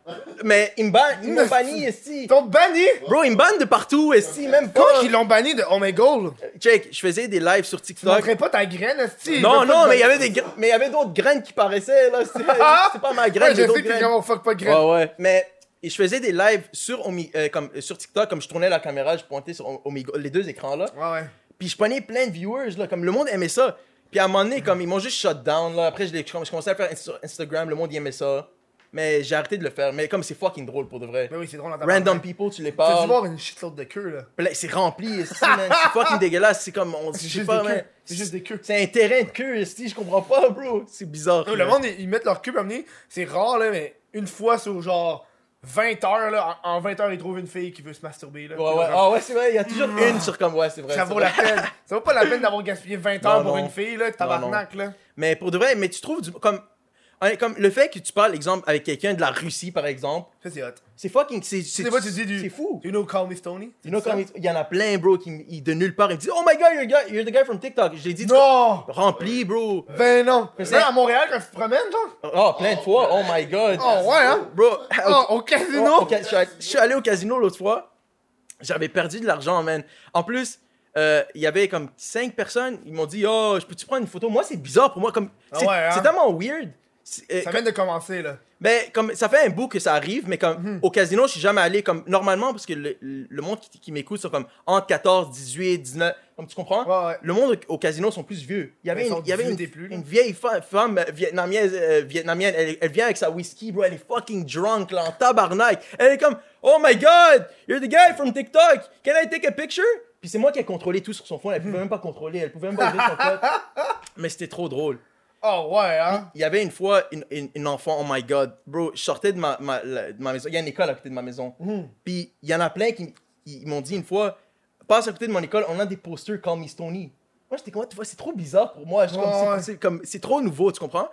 Speaker 2: Mais ils me bannent, ils m'ont banni ici.
Speaker 1: Ils t'ont banni?
Speaker 2: Bro, ils me bannent de partout ici, même pas.
Speaker 1: Comment qu'ils l'ont banni de oh my god?
Speaker 2: Check, je faisais des lives sur
Speaker 1: Tu
Speaker 2: TikTok.
Speaker 1: montrais pas ta graine, esti?
Speaker 2: Non,
Speaker 1: Ils veulent pas
Speaker 2: non,
Speaker 1: te
Speaker 2: mais il y
Speaker 1: ban-
Speaker 2: avait des, gra- mais il y avait d'autres graines qui paraissaient là.
Speaker 1: *laughs*
Speaker 2: C'est
Speaker 1: Ah!
Speaker 2: c'est pas ma graine,
Speaker 1: Ouais,
Speaker 2: j'ai
Speaker 1: je
Speaker 2: d'autres
Speaker 1: sais que t'es
Speaker 2: graines.
Speaker 1: comme on fuck pas de graine.
Speaker 2: Ouais, ouais. Mais je faisais des lives sur, Omi- euh, comme, euh, sur TikTok, comme je tournais la caméra, je pointais sur Om- Omigo- les deux écrans là.
Speaker 1: Ouais, ouais.
Speaker 2: Puis je prenais plein de viewers, là, comme le monde aimait ça. Puis à un moment donné, comme ils m'ont juste shut down, là. Après, je, l'ai- je commençais à le faire sur Instagram, le monde il aimait ça. Mais j'ai arrêté de le faire. Mais comme c'est fucking drôle pour de vrai.
Speaker 1: Mais Ben oui, c'est drôle en
Speaker 2: Random people, tu les
Speaker 1: T'as dû
Speaker 2: parles.
Speaker 1: voir une shitload de queue,
Speaker 2: *laughs*
Speaker 1: là.
Speaker 2: Plein- C'est rempli, ici, man.
Speaker 1: *laughs*
Speaker 2: C'est fucking dégueulasse. C'est comme. on- je sais
Speaker 1: C'est juste
Speaker 2: pas,
Speaker 1: des
Speaker 2: man.
Speaker 1: queues. C'est juste des queues.
Speaker 2: C'est un terrain de queue, ici. Je comprends pas, bro. C'est bizarre.
Speaker 1: Le monde, ils ils mettent leur cul amener. C'est rare, là, mais une fois sur genre 20 heures, là, en en 20 heures, ils trouvent une fille qui veut se masturber. Là, Puis
Speaker 2: Ouais,
Speaker 1: là,
Speaker 2: ouais.
Speaker 1: comme,
Speaker 2: Ah, ouais, c'est vrai. Il y a toujours une sur comme. Ouais, c'est vrai.
Speaker 1: Ça
Speaker 2: c'est
Speaker 1: vaut
Speaker 2: vrai.
Speaker 1: la peine. Ça vaut pas la peine d'avoir gaspillé 20 heures
Speaker 2: Non,
Speaker 1: pour
Speaker 2: non.
Speaker 1: une fille, là, tabarnak, là.
Speaker 2: Mais pour de vrai, mais tu trouves du. Comme, hein, comme le fait que tu parles, exemple, avec quelqu'un de la Russie, par exemple,
Speaker 1: Ça, c'est hot.
Speaker 2: c'est fucking. C'est
Speaker 1: Tu
Speaker 2: c'est-
Speaker 1: sais pas, tu dis du.
Speaker 2: c'est fou.
Speaker 1: You know, call me Stony.
Speaker 2: You know,
Speaker 1: C'est
Speaker 2: comme
Speaker 1: ça?
Speaker 2: il il y en a plein, bro, qui m- ils, de nulle part, ils me disent Oh my god, you're, a guy- you're the guy from TikTok. Je l'ai dit,
Speaker 1: Non!
Speaker 2: rempli, bro.
Speaker 1: Ben non!
Speaker 2: Mais c'est-
Speaker 1: Là, à Montréal, quand tu te promènes, genre?
Speaker 2: Oh, plein de fois, oh my god.
Speaker 1: Oh, ouais, hein?
Speaker 2: Bro,
Speaker 1: Oh, au
Speaker 2: au-
Speaker 1: casino!
Speaker 2: au ca- je, suis allé, je suis allé au casino l'autre fois, j'avais perdu de l'argent, man. En plus, euh, il y avait comme 5 personnes, ils m'ont dit Oh, je peux-tu prendre une photo Moi, c'est bizarre pour moi, comme.
Speaker 1: Ah
Speaker 2: C'est
Speaker 1: ouais, hein?
Speaker 2: c'est tellement weird. C'est- euh,
Speaker 1: Ça vient de commencer, là.
Speaker 2: Ben, comme, ça fait un bout que ça arrive, mais comme
Speaker 1: Hmm.
Speaker 2: au casino, je suis jamais allé comme normalement parce que le, le monde qui, qui m'écoute sont comme entre 14, 18, 19, comme tu comprends?
Speaker 1: Ouais, ouais.
Speaker 2: Le monde au, au casino sont plus vieux. Il y
Speaker 1: Ils
Speaker 2: avait
Speaker 1: sont
Speaker 2: une, il y avait
Speaker 1: vieux
Speaker 2: une,
Speaker 1: des plus, là.
Speaker 2: une vieille fa- femme euh, vietnamienne, euh, vietnamienne elle, elle vient avec sa whisky, bro, elle est fucking drunk là, en tabarnak. Elle est comme "Oh my god, you're the guy from TikTok. Can I take a picture?" Puis c'est moi qui ai contrôlé tout sur son fond, elle
Speaker 1: Hmm.
Speaker 2: pouvait même pas contrôler, elle pouvait même pas
Speaker 1: *laughs*
Speaker 2: ouvrir son pote. Mais c'était trop drôle.
Speaker 1: Oh, ouais, hein?
Speaker 2: Il y avait une fois une, une- une enfant, oh my god, bro, je sortais de ma, ma- la- de ma maison. Il y a une école à côté de ma maison. Puis il y en a plein qui m- ils m'ont dit une fois, passe à côté de mon école, on a des posters comme Miss Tony. Moi, j'étais comme, What the fuck, c'est trop bizarre pour moi. Je suis comme,
Speaker 1: Ouais,
Speaker 2: C'est-
Speaker 1: ouais.
Speaker 2: c'est comme, c'est trop nouveau, tu comprends?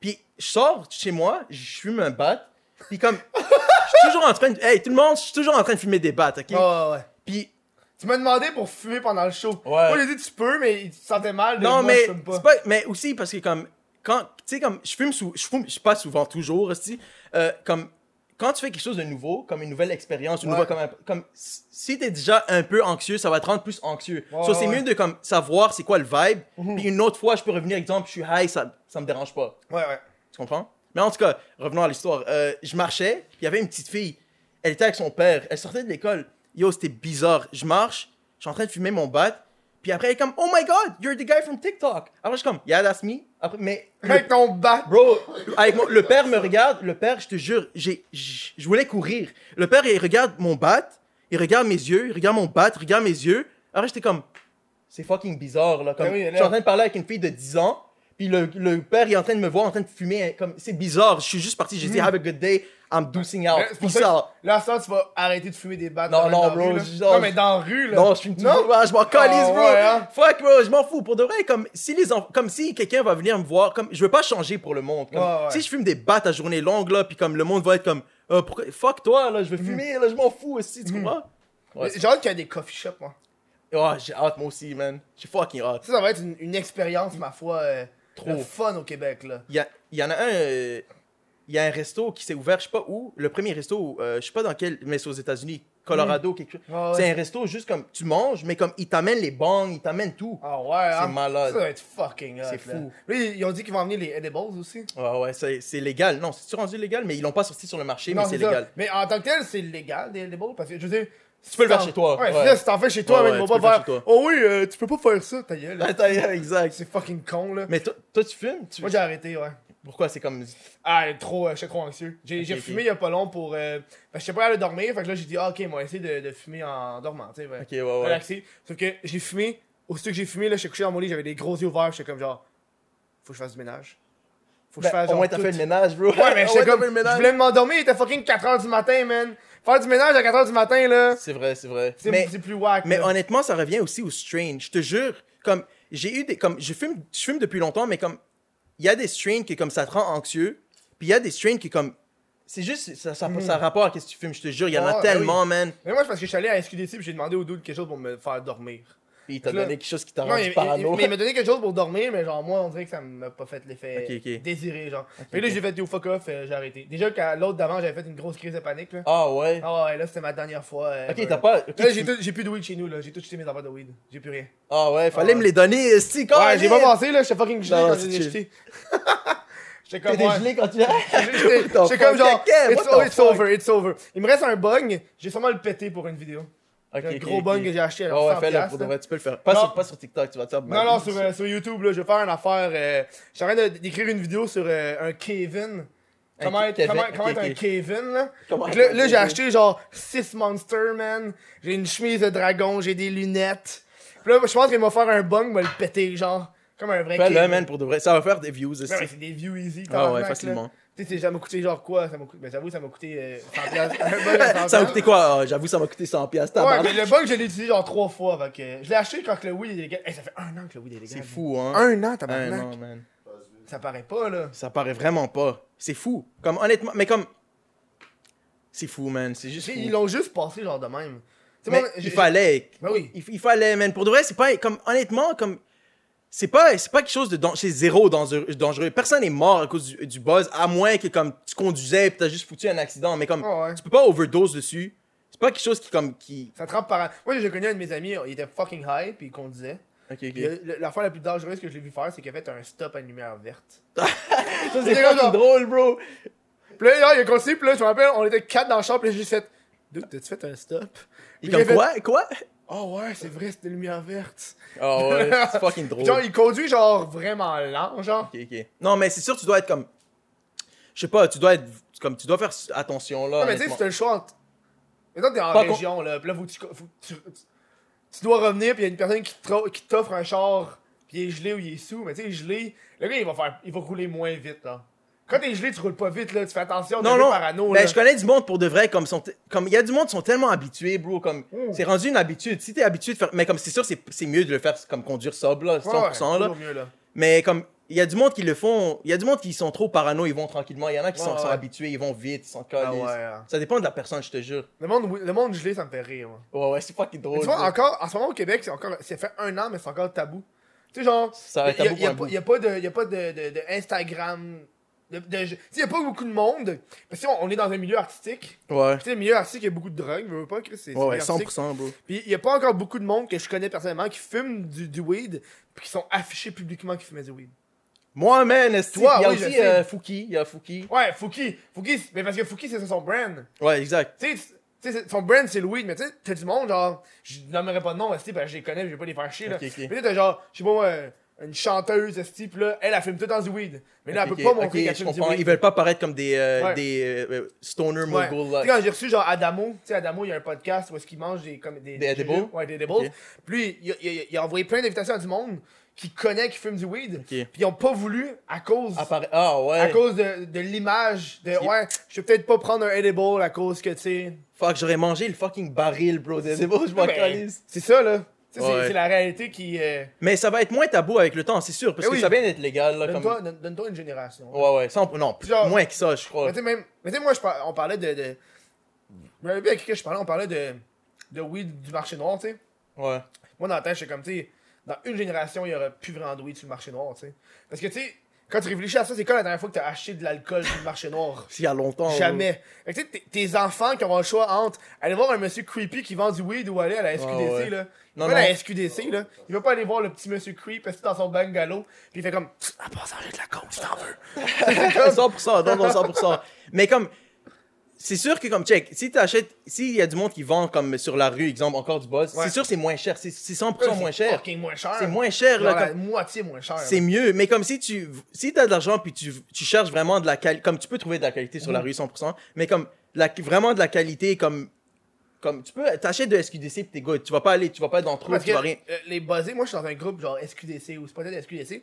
Speaker 2: Puis je sors de chez moi, je fume un bat. Puis comme, je suis toujours en train de. Hey, tout le monde, je suis toujours en train de fumer des battes, ok?
Speaker 1: Ouais, ouais, ouais.
Speaker 2: Puis
Speaker 1: Tu m'as demandé pour fumer pendant le show.
Speaker 2: Ouais.
Speaker 1: Moi, j'ai dit, tu peux, mais tu te sentais mal. de moi,
Speaker 2: Non, mais
Speaker 1: je fume pas.
Speaker 2: c'est pas- mais aussi parce que comme quand tu sais comme je fume sou- je fume je pas souvent toujours aussi euh, comme quand tu fais quelque chose de nouveau, comme une nouvelle expérience, une
Speaker 1: Ouais.
Speaker 2: nouvelle comme un- comme si- si t'es déjà un peu anxieux, ça va te rendre plus anxieux.
Speaker 1: Ouais,
Speaker 2: so,
Speaker 1: ouais.
Speaker 2: c'est
Speaker 1: Hmm.
Speaker 2: mieux de comme savoir c'est quoi le vibe, puis une autre fois je peux revenir exemple, je suis high, ça ça me dérange pas.
Speaker 1: *laughs* Ouais, ouais.
Speaker 2: Tu comprends Mais en tout cas, revenons à l'histoire. Euh, je marchais, il y avait une petite fille. Elle était avec son père. Elle sortait de l'école. Yo, c'était bizarre. Je marche, je suis en train de fumer mon bat. Puis après, elle est comme, Oh my god, you're the guy from TikTok. Après, je suis comme, Yeah, that's me. Après, mais
Speaker 1: Avec ton bat.
Speaker 2: Bro, avec mon- le père me regarde, le père, je te jure, j'ai, j- je voulais courir. Le père, il regarde mon bat, il regarde mes yeux, il regarde mon bat, il regarde mes yeux. Alors j'étais comme, c'est fucking bizarre, là. Comme,
Speaker 1: Ben oui, là.
Speaker 2: je suis en train de parler avec une fille de 10 ans, puis le, le père, il est en train de me voir, en train de fumer, hein, comme, c'est bizarre. Je suis juste parti, j'ai dit, have a good day, I'm dosing out.
Speaker 1: Mm. Mais c'est pour
Speaker 2: Peace
Speaker 1: ça
Speaker 2: out.
Speaker 1: que- Là, ça, tu vas arrêter de fumer des battes.
Speaker 2: Non,
Speaker 1: dans-
Speaker 2: non,
Speaker 1: dans la
Speaker 2: bro,
Speaker 1: rue, là.
Speaker 2: je- genre-
Speaker 1: non, mais dans la rue, là.
Speaker 2: Non, je suis une Ah,
Speaker 1: Non.
Speaker 2: je m'en calisse, bro.
Speaker 1: ouais, hein.
Speaker 2: Fuck, bro, je m'en fous. Pour de vrai, comme si, les enf- comme si quelqu'un va venir me voir, comme je veux pas changer pour le monde. Comme,
Speaker 1: Ouais, ouais.
Speaker 2: Si je fume des battes à journée longue, là, puis comme le monde va être comme, Euh, pourquoi- fuck toi, là, je veux
Speaker 1: Mm-hmm.
Speaker 2: fumer, là, je m'en fous aussi, tu comprends? Ouais, c'est-
Speaker 1: J'ai hâte qu'il y ait des coffee shops, moi.
Speaker 2: Oh, j'ai hâte, moi aussi, man. J'ai fucking hâte.
Speaker 1: Ça, ça va être une, une expérience, ma foi, euh,
Speaker 2: Trop.
Speaker 1: de fun au Québec, là.
Speaker 2: Il y, a- il y en a un, euh, il y a un resto qui s'est ouvert, je sais pas où, le premier resto, euh, je sais pas dans quel, mais c'est aux États-Unis, Colorado, quelque chose.
Speaker 1: Ah
Speaker 2: C'est
Speaker 1: ouais.
Speaker 2: un resto juste comme, tu manges, mais comme, ils t'amènent les bangs, ils t'amènent tout.
Speaker 1: Ah ouais, hein.
Speaker 2: malade.
Speaker 1: Ça va être fucking hot,
Speaker 2: C'est
Speaker 1: là.
Speaker 2: fou.
Speaker 1: Là, ils ils ont dit qu'ils vont emmener les edibles aussi.
Speaker 2: Ah Ouais, ouais, c'est c'est légal. Non, c'est rendu légal, mais ils l'ont pas sorti sur le marché,
Speaker 1: Non,
Speaker 2: mais c'est
Speaker 1: ça. *laughs*
Speaker 2: légal.
Speaker 1: Mais en tant que tel, c'est légal des edibles parce que je veux dire.
Speaker 2: Tu peux le
Speaker 1: t'en-
Speaker 2: faire chez toi,
Speaker 1: Ouais,
Speaker 2: ouais.
Speaker 1: c'est ça, si t'en fais chez toi,
Speaker 2: Ouais,
Speaker 1: mais
Speaker 2: ouais,
Speaker 1: ils vont
Speaker 2: tu peux
Speaker 1: pas
Speaker 2: le faire
Speaker 1: faire.
Speaker 2: chez toi.
Speaker 1: Oh oui, euh, tu peux pas faire ça, ta gueule.
Speaker 2: Attends, exact.
Speaker 1: C'est fucking con, là.
Speaker 2: Mais toi, toi, tu fumes tu...
Speaker 1: Moi, j'ai arrêté, ouais.
Speaker 2: Pourquoi c'est comme.
Speaker 1: Ah, trop, euh, j'étais trop anxieux. J'ai j'ai
Speaker 2: Ok, ok.
Speaker 1: fumé il y a pas long pour. Euh, parce que j'étais pas capable de dormir, fait que là, j'ai dit, ah, ok, moi, essayer de, de fumer en dormant, tu sais, ouais.
Speaker 2: Ok, ouais, ouais.
Speaker 1: relaxé. Sauf que j'ai fumé, aussitôt que j'ai fumé, là, j'étais couché dans mon lit, j'avais des gros yeux ouverts, j'étais comme genre, faut que je fasse du ménage. Faut que je
Speaker 2: Ben,
Speaker 1: fasse
Speaker 2: au
Speaker 1: genre
Speaker 2: moins, t'as
Speaker 1: tout.
Speaker 2: fait le ménage, bro.
Speaker 1: Ouais,
Speaker 2: *laughs*
Speaker 1: mais
Speaker 2: Au
Speaker 1: j'étais
Speaker 2: moins, t'as
Speaker 1: comme,
Speaker 2: fait le
Speaker 1: je
Speaker 2: ménage.
Speaker 1: voulais m'endormir, il était fucking 4h du matin, man. Faire du ménage à 4h du matin, là,
Speaker 2: C'est vrai, c'est vrai.
Speaker 1: c'est
Speaker 2: Mais,
Speaker 1: c'est plus wack.
Speaker 2: mais
Speaker 1: là.
Speaker 2: honnêtement, ça revient aussi au strain. Je te jure, comme. J'ai eu des. Comme, je fume, je fume depuis longtemps, mais comme. Il y a des strains qui, comme, ça te rend anxieux. Puis il y a des strains qui, comme. C'est juste. Ça, ça, ça a rapport à qu'est-ce que tu fumes, je te jure. Il y en
Speaker 1: Hmm. Ah,
Speaker 2: a
Speaker 1: ben
Speaker 2: tellement, man.
Speaker 1: Mais moi, c'est parce que je suis allé à SQDC puis j'ai demandé au dude quelque chose pour me faire dormir.
Speaker 2: Puis il t'a
Speaker 1: Là-
Speaker 2: donné quelque chose qui t'a
Speaker 1: Non, il,
Speaker 2: rendu
Speaker 1: il-
Speaker 2: parano.
Speaker 1: mais il
Speaker 2: *laughs*
Speaker 1: m'a donné quelque chose pour dormir, mais genre, moi, on dirait que ça m'a pas fait l'effet
Speaker 2: Ok, ok.
Speaker 1: désiré, genre. mais là,
Speaker 2: ok.
Speaker 1: j'ai fait yo fuck off, euh, j'ai arrêté. Déjà, qu'à l'autre d'avant, j'avais fait une grosse crise de panique, là.
Speaker 2: Ah ouais.
Speaker 1: Ah ouais, là, c'était ma dernière fois. euh, ever,
Speaker 2: Ok, t'as
Speaker 1: là.
Speaker 2: pas. ok,
Speaker 1: Là,
Speaker 2: tu-
Speaker 1: j'ai tout- j'ai plus de weed chez nous, là. J'ai tout jeté mes affaires de weed. J'ai plus rien.
Speaker 2: Ah ouais,
Speaker 1: Ah
Speaker 2: fallait
Speaker 1: ouais.
Speaker 2: me les donner, si, quand
Speaker 1: Ouais, j'ai pas
Speaker 2: même.
Speaker 1: pensé, là. J'étais fucking gelé
Speaker 2: Non,
Speaker 1: quand
Speaker 2: c'est
Speaker 1: j'ai
Speaker 2: chill. *laughs*
Speaker 1: jeté. J'étais
Speaker 2: T'es
Speaker 1: comme, ouais.
Speaker 2: gelé quand tu
Speaker 1: J'étais j'étais comme genre, it's, oh, it's over, it's over. Il me reste un bug. J'ai sûrement le pété pour une vidéo. J'ai un gros bug que j'ai acheté à
Speaker 2: Ah Oh, Ouais, ouais,
Speaker 1: 100
Speaker 2: fais-le
Speaker 1: piastres,
Speaker 2: pour de
Speaker 1: là.
Speaker 2: vrai, tu peux le faire. Pas,
Speaker 1: Non.
Speaker 2: sur, pas sur TikTok, tu vas te faire
Speaker 1: Non, non, sur, euh, sur YouTube, là, je vais faire une affaire. euh, je suis en train de- d'écrire une vidéo sur euh, un Kevin.
Speaker 2: Un
Speaker 1: Comment
Speaker 2: Ke-
Speaker 1: être,
Speaker 2: Kevin,
Speaker 1: comment,
Speaker 2: ok,
Speaker 1: comment être
Speaker 2: ok.
Speaker 1: un Kevin, là.
Speaker 2: Comment
Speaker 1: Fait que
Speaker 2: être
Speaker 1: là,
Speaker 2: un
Speaker 1: là, j'ai
Speaker 2: Kevin.
Speaker 1: aché genre 6 Monster, man. J'ai une chemise de dragon, j'ai des lunettes. Puis là, je pense qu'il m'a faire un bung, il va le péter, genre. Comme un vrai
Speaker 2: Fais-le,
Speaker 1: Kevin. Ben
Speaker 2: man, pour de vrai. Ça va faire des views aussi.
Speaker 1: Ouais, mais c'est des views easy.
Speaker 2: Ah
Speaker 1: tabarnak,
Speaker 2: ouais,
Speaker 1: là.
Speaker 2: facilement.
Speaker 1: Tu sais, ça m'a coûté genre quoi Ça m'a coûté. Ben, j'avoue, ça m'a coûté euh, 100$.
Speaker 2: *laughs*
Speaker 1: piastres. Un bung à 100$.
Speaker 2: Ça m'a coûté quoi Ah, J'avoue, ça m'a coûté 100 piastres.
Speaker 1: Ouais,
Speaker 2: tabarnak.
Speaker 1: mais le bug, je l'ai utilisé genre 3 fois. Fait que je l'ai acheté quand que le Wii est légal. Hey, ça fait un an que le Wii est légal.
Speaker 2: C'est fou, hein.
Speaker 1: Un an,
Speaker 2: Ah,
Speaker 1: tabarnak.
Speaker 2: non, man.
Speaker 1: Ça paraît pas, là.
Speaker 2: Ça paraît vraiment pas. C'est fou. Comme, honnêtement, mais comme. C'est fou, man. C'est
Speaker 1: Tu
Speaker 2: juste.
Speaker 1: sais,
Speaker 2: fou.
Speaker 1: Ils l'ont juste passé genre de même. Tu sais,
Speaker 2: Mais
Speaker 1: moi, j'ai-
Speaker 2: il fallait.
Speaker 1: Ben oui.
Speaker 2: Il, il fallait, man. Pour de vrai, c'est pas comme honnêtement comme c'est pas c'est pas quelque chose de dan- c'est zéro dangereux. dangereux. Personne n'est mort à cause du, du buzz à moins que comme tu conduisais puis t'as juste foutu un accident. Mais comme
Speaker 1: Ah ouais.
Speaker 2: tu peux pas overdose dessus. C'est pas quelque chose qui comme qui.
Speaker 1: Ça trempe par. Moi, j'ai connu un de mes amis, il était fucking high, puis il conduisait.
Speaker 2: Ok
Speaker 1: Puis le- le- l'affaire la plus dangereuse que je l'ai vu faire, c'est qu'il a fait un stop à une lumière verte.
Speaker 2: *laughs* Ça
Speaker 1: *laughs* c'est
Speaker 2: c'est fucking
Speaker 1: genre-
Speaker 2: drôle, bro.
Speaker 1: Puis là, il a continué, puis là, je me rappelle, on était quatre dans le champ, puis là, j'ai juste fait. Dude, t'as-tu fait un stop?
Speaker 2: Et
Speaker 1: Puis
Speaker 2: comme
Speaker 1: il a fait,
Speaker 2: quoi quoi.
Speaker 1: Oh ouais, c'est vrai, c'était une lumière verte.
Speaker 2: Ah *laughs* ouais. C'est fucking drôle.
Speaker 1: Genre, il conduit, genre, vraiment lent, genre.
Speaker 2: Ok, ok. Non mais c'est sûr tu dois être comme je sais pas tu dois être comme tu dois faire attention là.
Speaker 1: Non, mais tu sais,
Speaker 2: honnêtement. Ben,
Speaker 1: c'était le choix entre. Mais toi, t'es en
Speaker 2: Pas con-
Speaker 1: région, là. Puis là, faut que tu, faut que tu, tu dois revenir, puis il y a une personne qui t'offre qui t'offre un char, puis il est gelé ou il est sous. Mais tu sais, gelé, le gars, il va, faire, il va rouler moins vite, là. Quand t'es gelé, tu roules pas vite, là. Tu fais attention, t'es
Speaker 2: Non,
Speaker 1: un peu
Speaker 2: non.
Speaker 1: parano,
Speaker 2: mais
Speaker 1: là.
Speaker 2: je connais du monde pour de vrai. Comme sont, comme il y a du monde qui sont tellement habitués, bro. Comme
Speaker 1: Mm.
Speaker 2: c'est rendu une habitude. Si t'es habitué de faire, mais comme c'est sûr, c'est c'est mieux de le faire comme conduire sobre là, 100%
Speaker 1: Ouais,
Speaker 2: là.
Speaker 1: toujours mieux, là.
Speaker 2: Mais comme il y a du monde qui le font, il y a du monde qui sont trop parano, ils vont tranquillement. Il y en a qui
Speaker 1: Ouais,
Speaker 2: sont,
Speaker 1: ouais.
Speaker 2: sont habitués, ils vont vite, ils sont
Speaker 1: Ah
Speaker 2: calés.
Speaker 1: ouais, hein.
Speaker 2: Ça dépend de la personne, je te jure.
Speaker 1: Le monde, oui, le monde gelé, ça me fait rire, moi.
Speaker 2: Ouais, ouais, c'est fucking
Speaker 1: Mais
Speaker 2: drôle.
Speaker 1: tu vois,
Speaker 2: bro.
Speaker 1: encore, en ce moment, au Québec, c'est encore, c'est fait un an, mais c'est encore tabou. Tu sais, genre,
Speaker 2: Ça va être tabou
Speaker 1: il n'y a,
Speaker 2: pour un
Speaker 1: pas- y a pas de, y a pas de, de, de Instagram, de, de, tu sais, y a pas beaucoup de monde. Parce que on, on est dans un milieu artistique.
Speaker 2: Ouais,
Speaker 1: Tu sais, le milieu artistique, il y a beaucoup de drogue, je veux pas, Chris, c'est c'est
Speaker 2: ouais, ouais,
Speaker 1: milieu artistique.
Speaker 2: 100%, bro.
Speaker 1: Puis il y a pas encore beaucoup de monde que je connais personnellement qui fument du, du weed, puis qui sont affichés publiquement qu'ils fumaient du weed.
Speaker 2: Moi, man, esti,
Speaker 1: Toi,
Speaker 2: il y a
Speaker 1: oui, je
Speaker 2: aussi
Speaker 1: sais.
Speaker 2: euh, Fouki, il y a Fouki.
Speaker 1: Ouais, Fouki. Fouki, c'est- mais parce que Fouki, c'est ça son brand.
Speaker 2: Ouais, exact.
Speaker 1: Tu sais, c'est- tu sais, c'est- son brand, c'est le weed, mais tu sais, t'as du monde, genre, je nommerai pas de nom, esti, parce que je les connais, je vais pas les faire chier, là.
Speaker 2: Ok, ok.
Speaker 1: Mais tu sais, t'as genre, je sais pas, moi, euh, une chanteuse, esti, pis là, elle, elle filme tout dans du weed. Mais là, elle
Speaker 2: Ok,
Speaker 1: peut pas
Speaker 2: ok,
Speaker 1: montrer qu'elle
Speaker 2: je
Speaker 1: filme du
Speaker 2: comprends.
Speaker 1: weed.
Speaker 2: Ils veulent pas paraître comme des, euh,
Speaker 1: Ouais.
Speaker 2: des euh, stoner
Speaker 1: Ouais.
Speaker 2: mogul.
Speaker 1: Tu sais, quand j'ai reçu genre Adamo, tu sais, Adamo, il y a un podcast où est-ce qu'il mange des, comme, des,
Speaker 2: Des edibles?
Speaker 1: jujubes. Ouais, des edibles.
Speaker 2: Ok.
Speaker 1: Puis il, a- il a- il a envoyé plein d'invitations à du monde qui connaît, qui fume du weed.
Speaker 2: Ok.
Speaker 1: Puis ils ont pas voulu à cause.
Speaker 2: Appara- Ah ouais.
Speaker 1: À cause de, de l'image de ouais, je vais peut-être pas prendre un edible à cause que tu sais.
Speaker 2: Fuck, j'aurais mangé le fucking baril, bro. C'est beau, je m'en
Speaker 1: Ben,
Speaker 2: calisse.
Speaker 1: C'est ça là. Tu sais, c'est-
Speaker 2: Ouais.
Speaker 1: C'est la réalité qui. euh,
Speaker 2: Mais ça va être moins tabou avec le temps, c'est sûr, parce
Speaker 1: Eh
Speaker 2: que
Speaker 1: oui.
Speaker 2: ça vient d'être légal, là, comme...
Speaker 1: Donne-toi donne- donne-toi une génération.
Speaker 2: Ouais, ouais, ça, on- non, plus-
Speaker 1: Genre-
Speaker 2: moins que ça, je crois.
Speaker 1: Mais tu sais, même. Mais tu sais, moi, je par- on parlait de. de... Je me rappelle plus avec qui que je parlais, on parlait de. De weed du marché noir, tu sais.
Speaker 2: Ouais.
Speaker 1: Moi, dans la tête, je suis comme, tu sais, dans une génération, il y aura plus vraiment de weed sur le marché noir, tu sais. Parce que, tu sais, quand tu réfléchis à ça, c'est quand la dernière fois que t'as acheté de l'alcool sur le marché
Speaker 2: *laughs*
Speaker 1: noir?
Speaker 2: S'il y a longtemps... *laughs*
Speaker 1: Jamais. Fait que, tu sais, tes- tes enfants qui auront le choix entre aller voir un monsieur creepy qui vend du weed ou aller à la SQDC,
Speaker 2: Ah ouais.
Speaker 1: là.
Speaker 2: Non,
Speaker 1: Non, la
Speaker 2: non.
Speaker 1: SQDC, là. Il veut pas aller voir le petit monsieur creep assis dans son bungalow, puis il fait comme, à part ça, j'ai de la con, si t'en veux.
Speaker 2: 100%, non, non, 100%. Mais comme, c'est sûr que comme, check, si t'achètes, s'il y a du monde qui vend comme sur la rue, exemple, encore du buzz,
Speaker 1: Ouais.
Speaker 2: c'est sûr c'est moins cher, c'est c'est 100% moins cher.
Speaker 1: fucking moins cher.
Speaker 2: C'est moins cher, là,
Speaker 1: Genre la
Speaker 2: comme...
Speaker 1: moitié moins cher.
Speaker 2: C'est mieux, mais comme si tu si t'as de l'argent puis tu, tu cherches vraiment de la qualité, comme tu peux trouver de la qualité
Speaker 1: Mm.
Speaker 2: sur la rue 100%, mais comme la, vraiment de la qualité comme comme tu peux t'achètes de SQDC puis t'es good, tu vas pas aller, tu vas pas être dans trop,
Speaker 1: Parce
Speaker 2: tu
Speaker 1: que
Speaker 2: vas rien.
Speaker 1: euh, les buzzés, moi je suis dans un groupe genre SQDC ou c'est peut-être SQDC.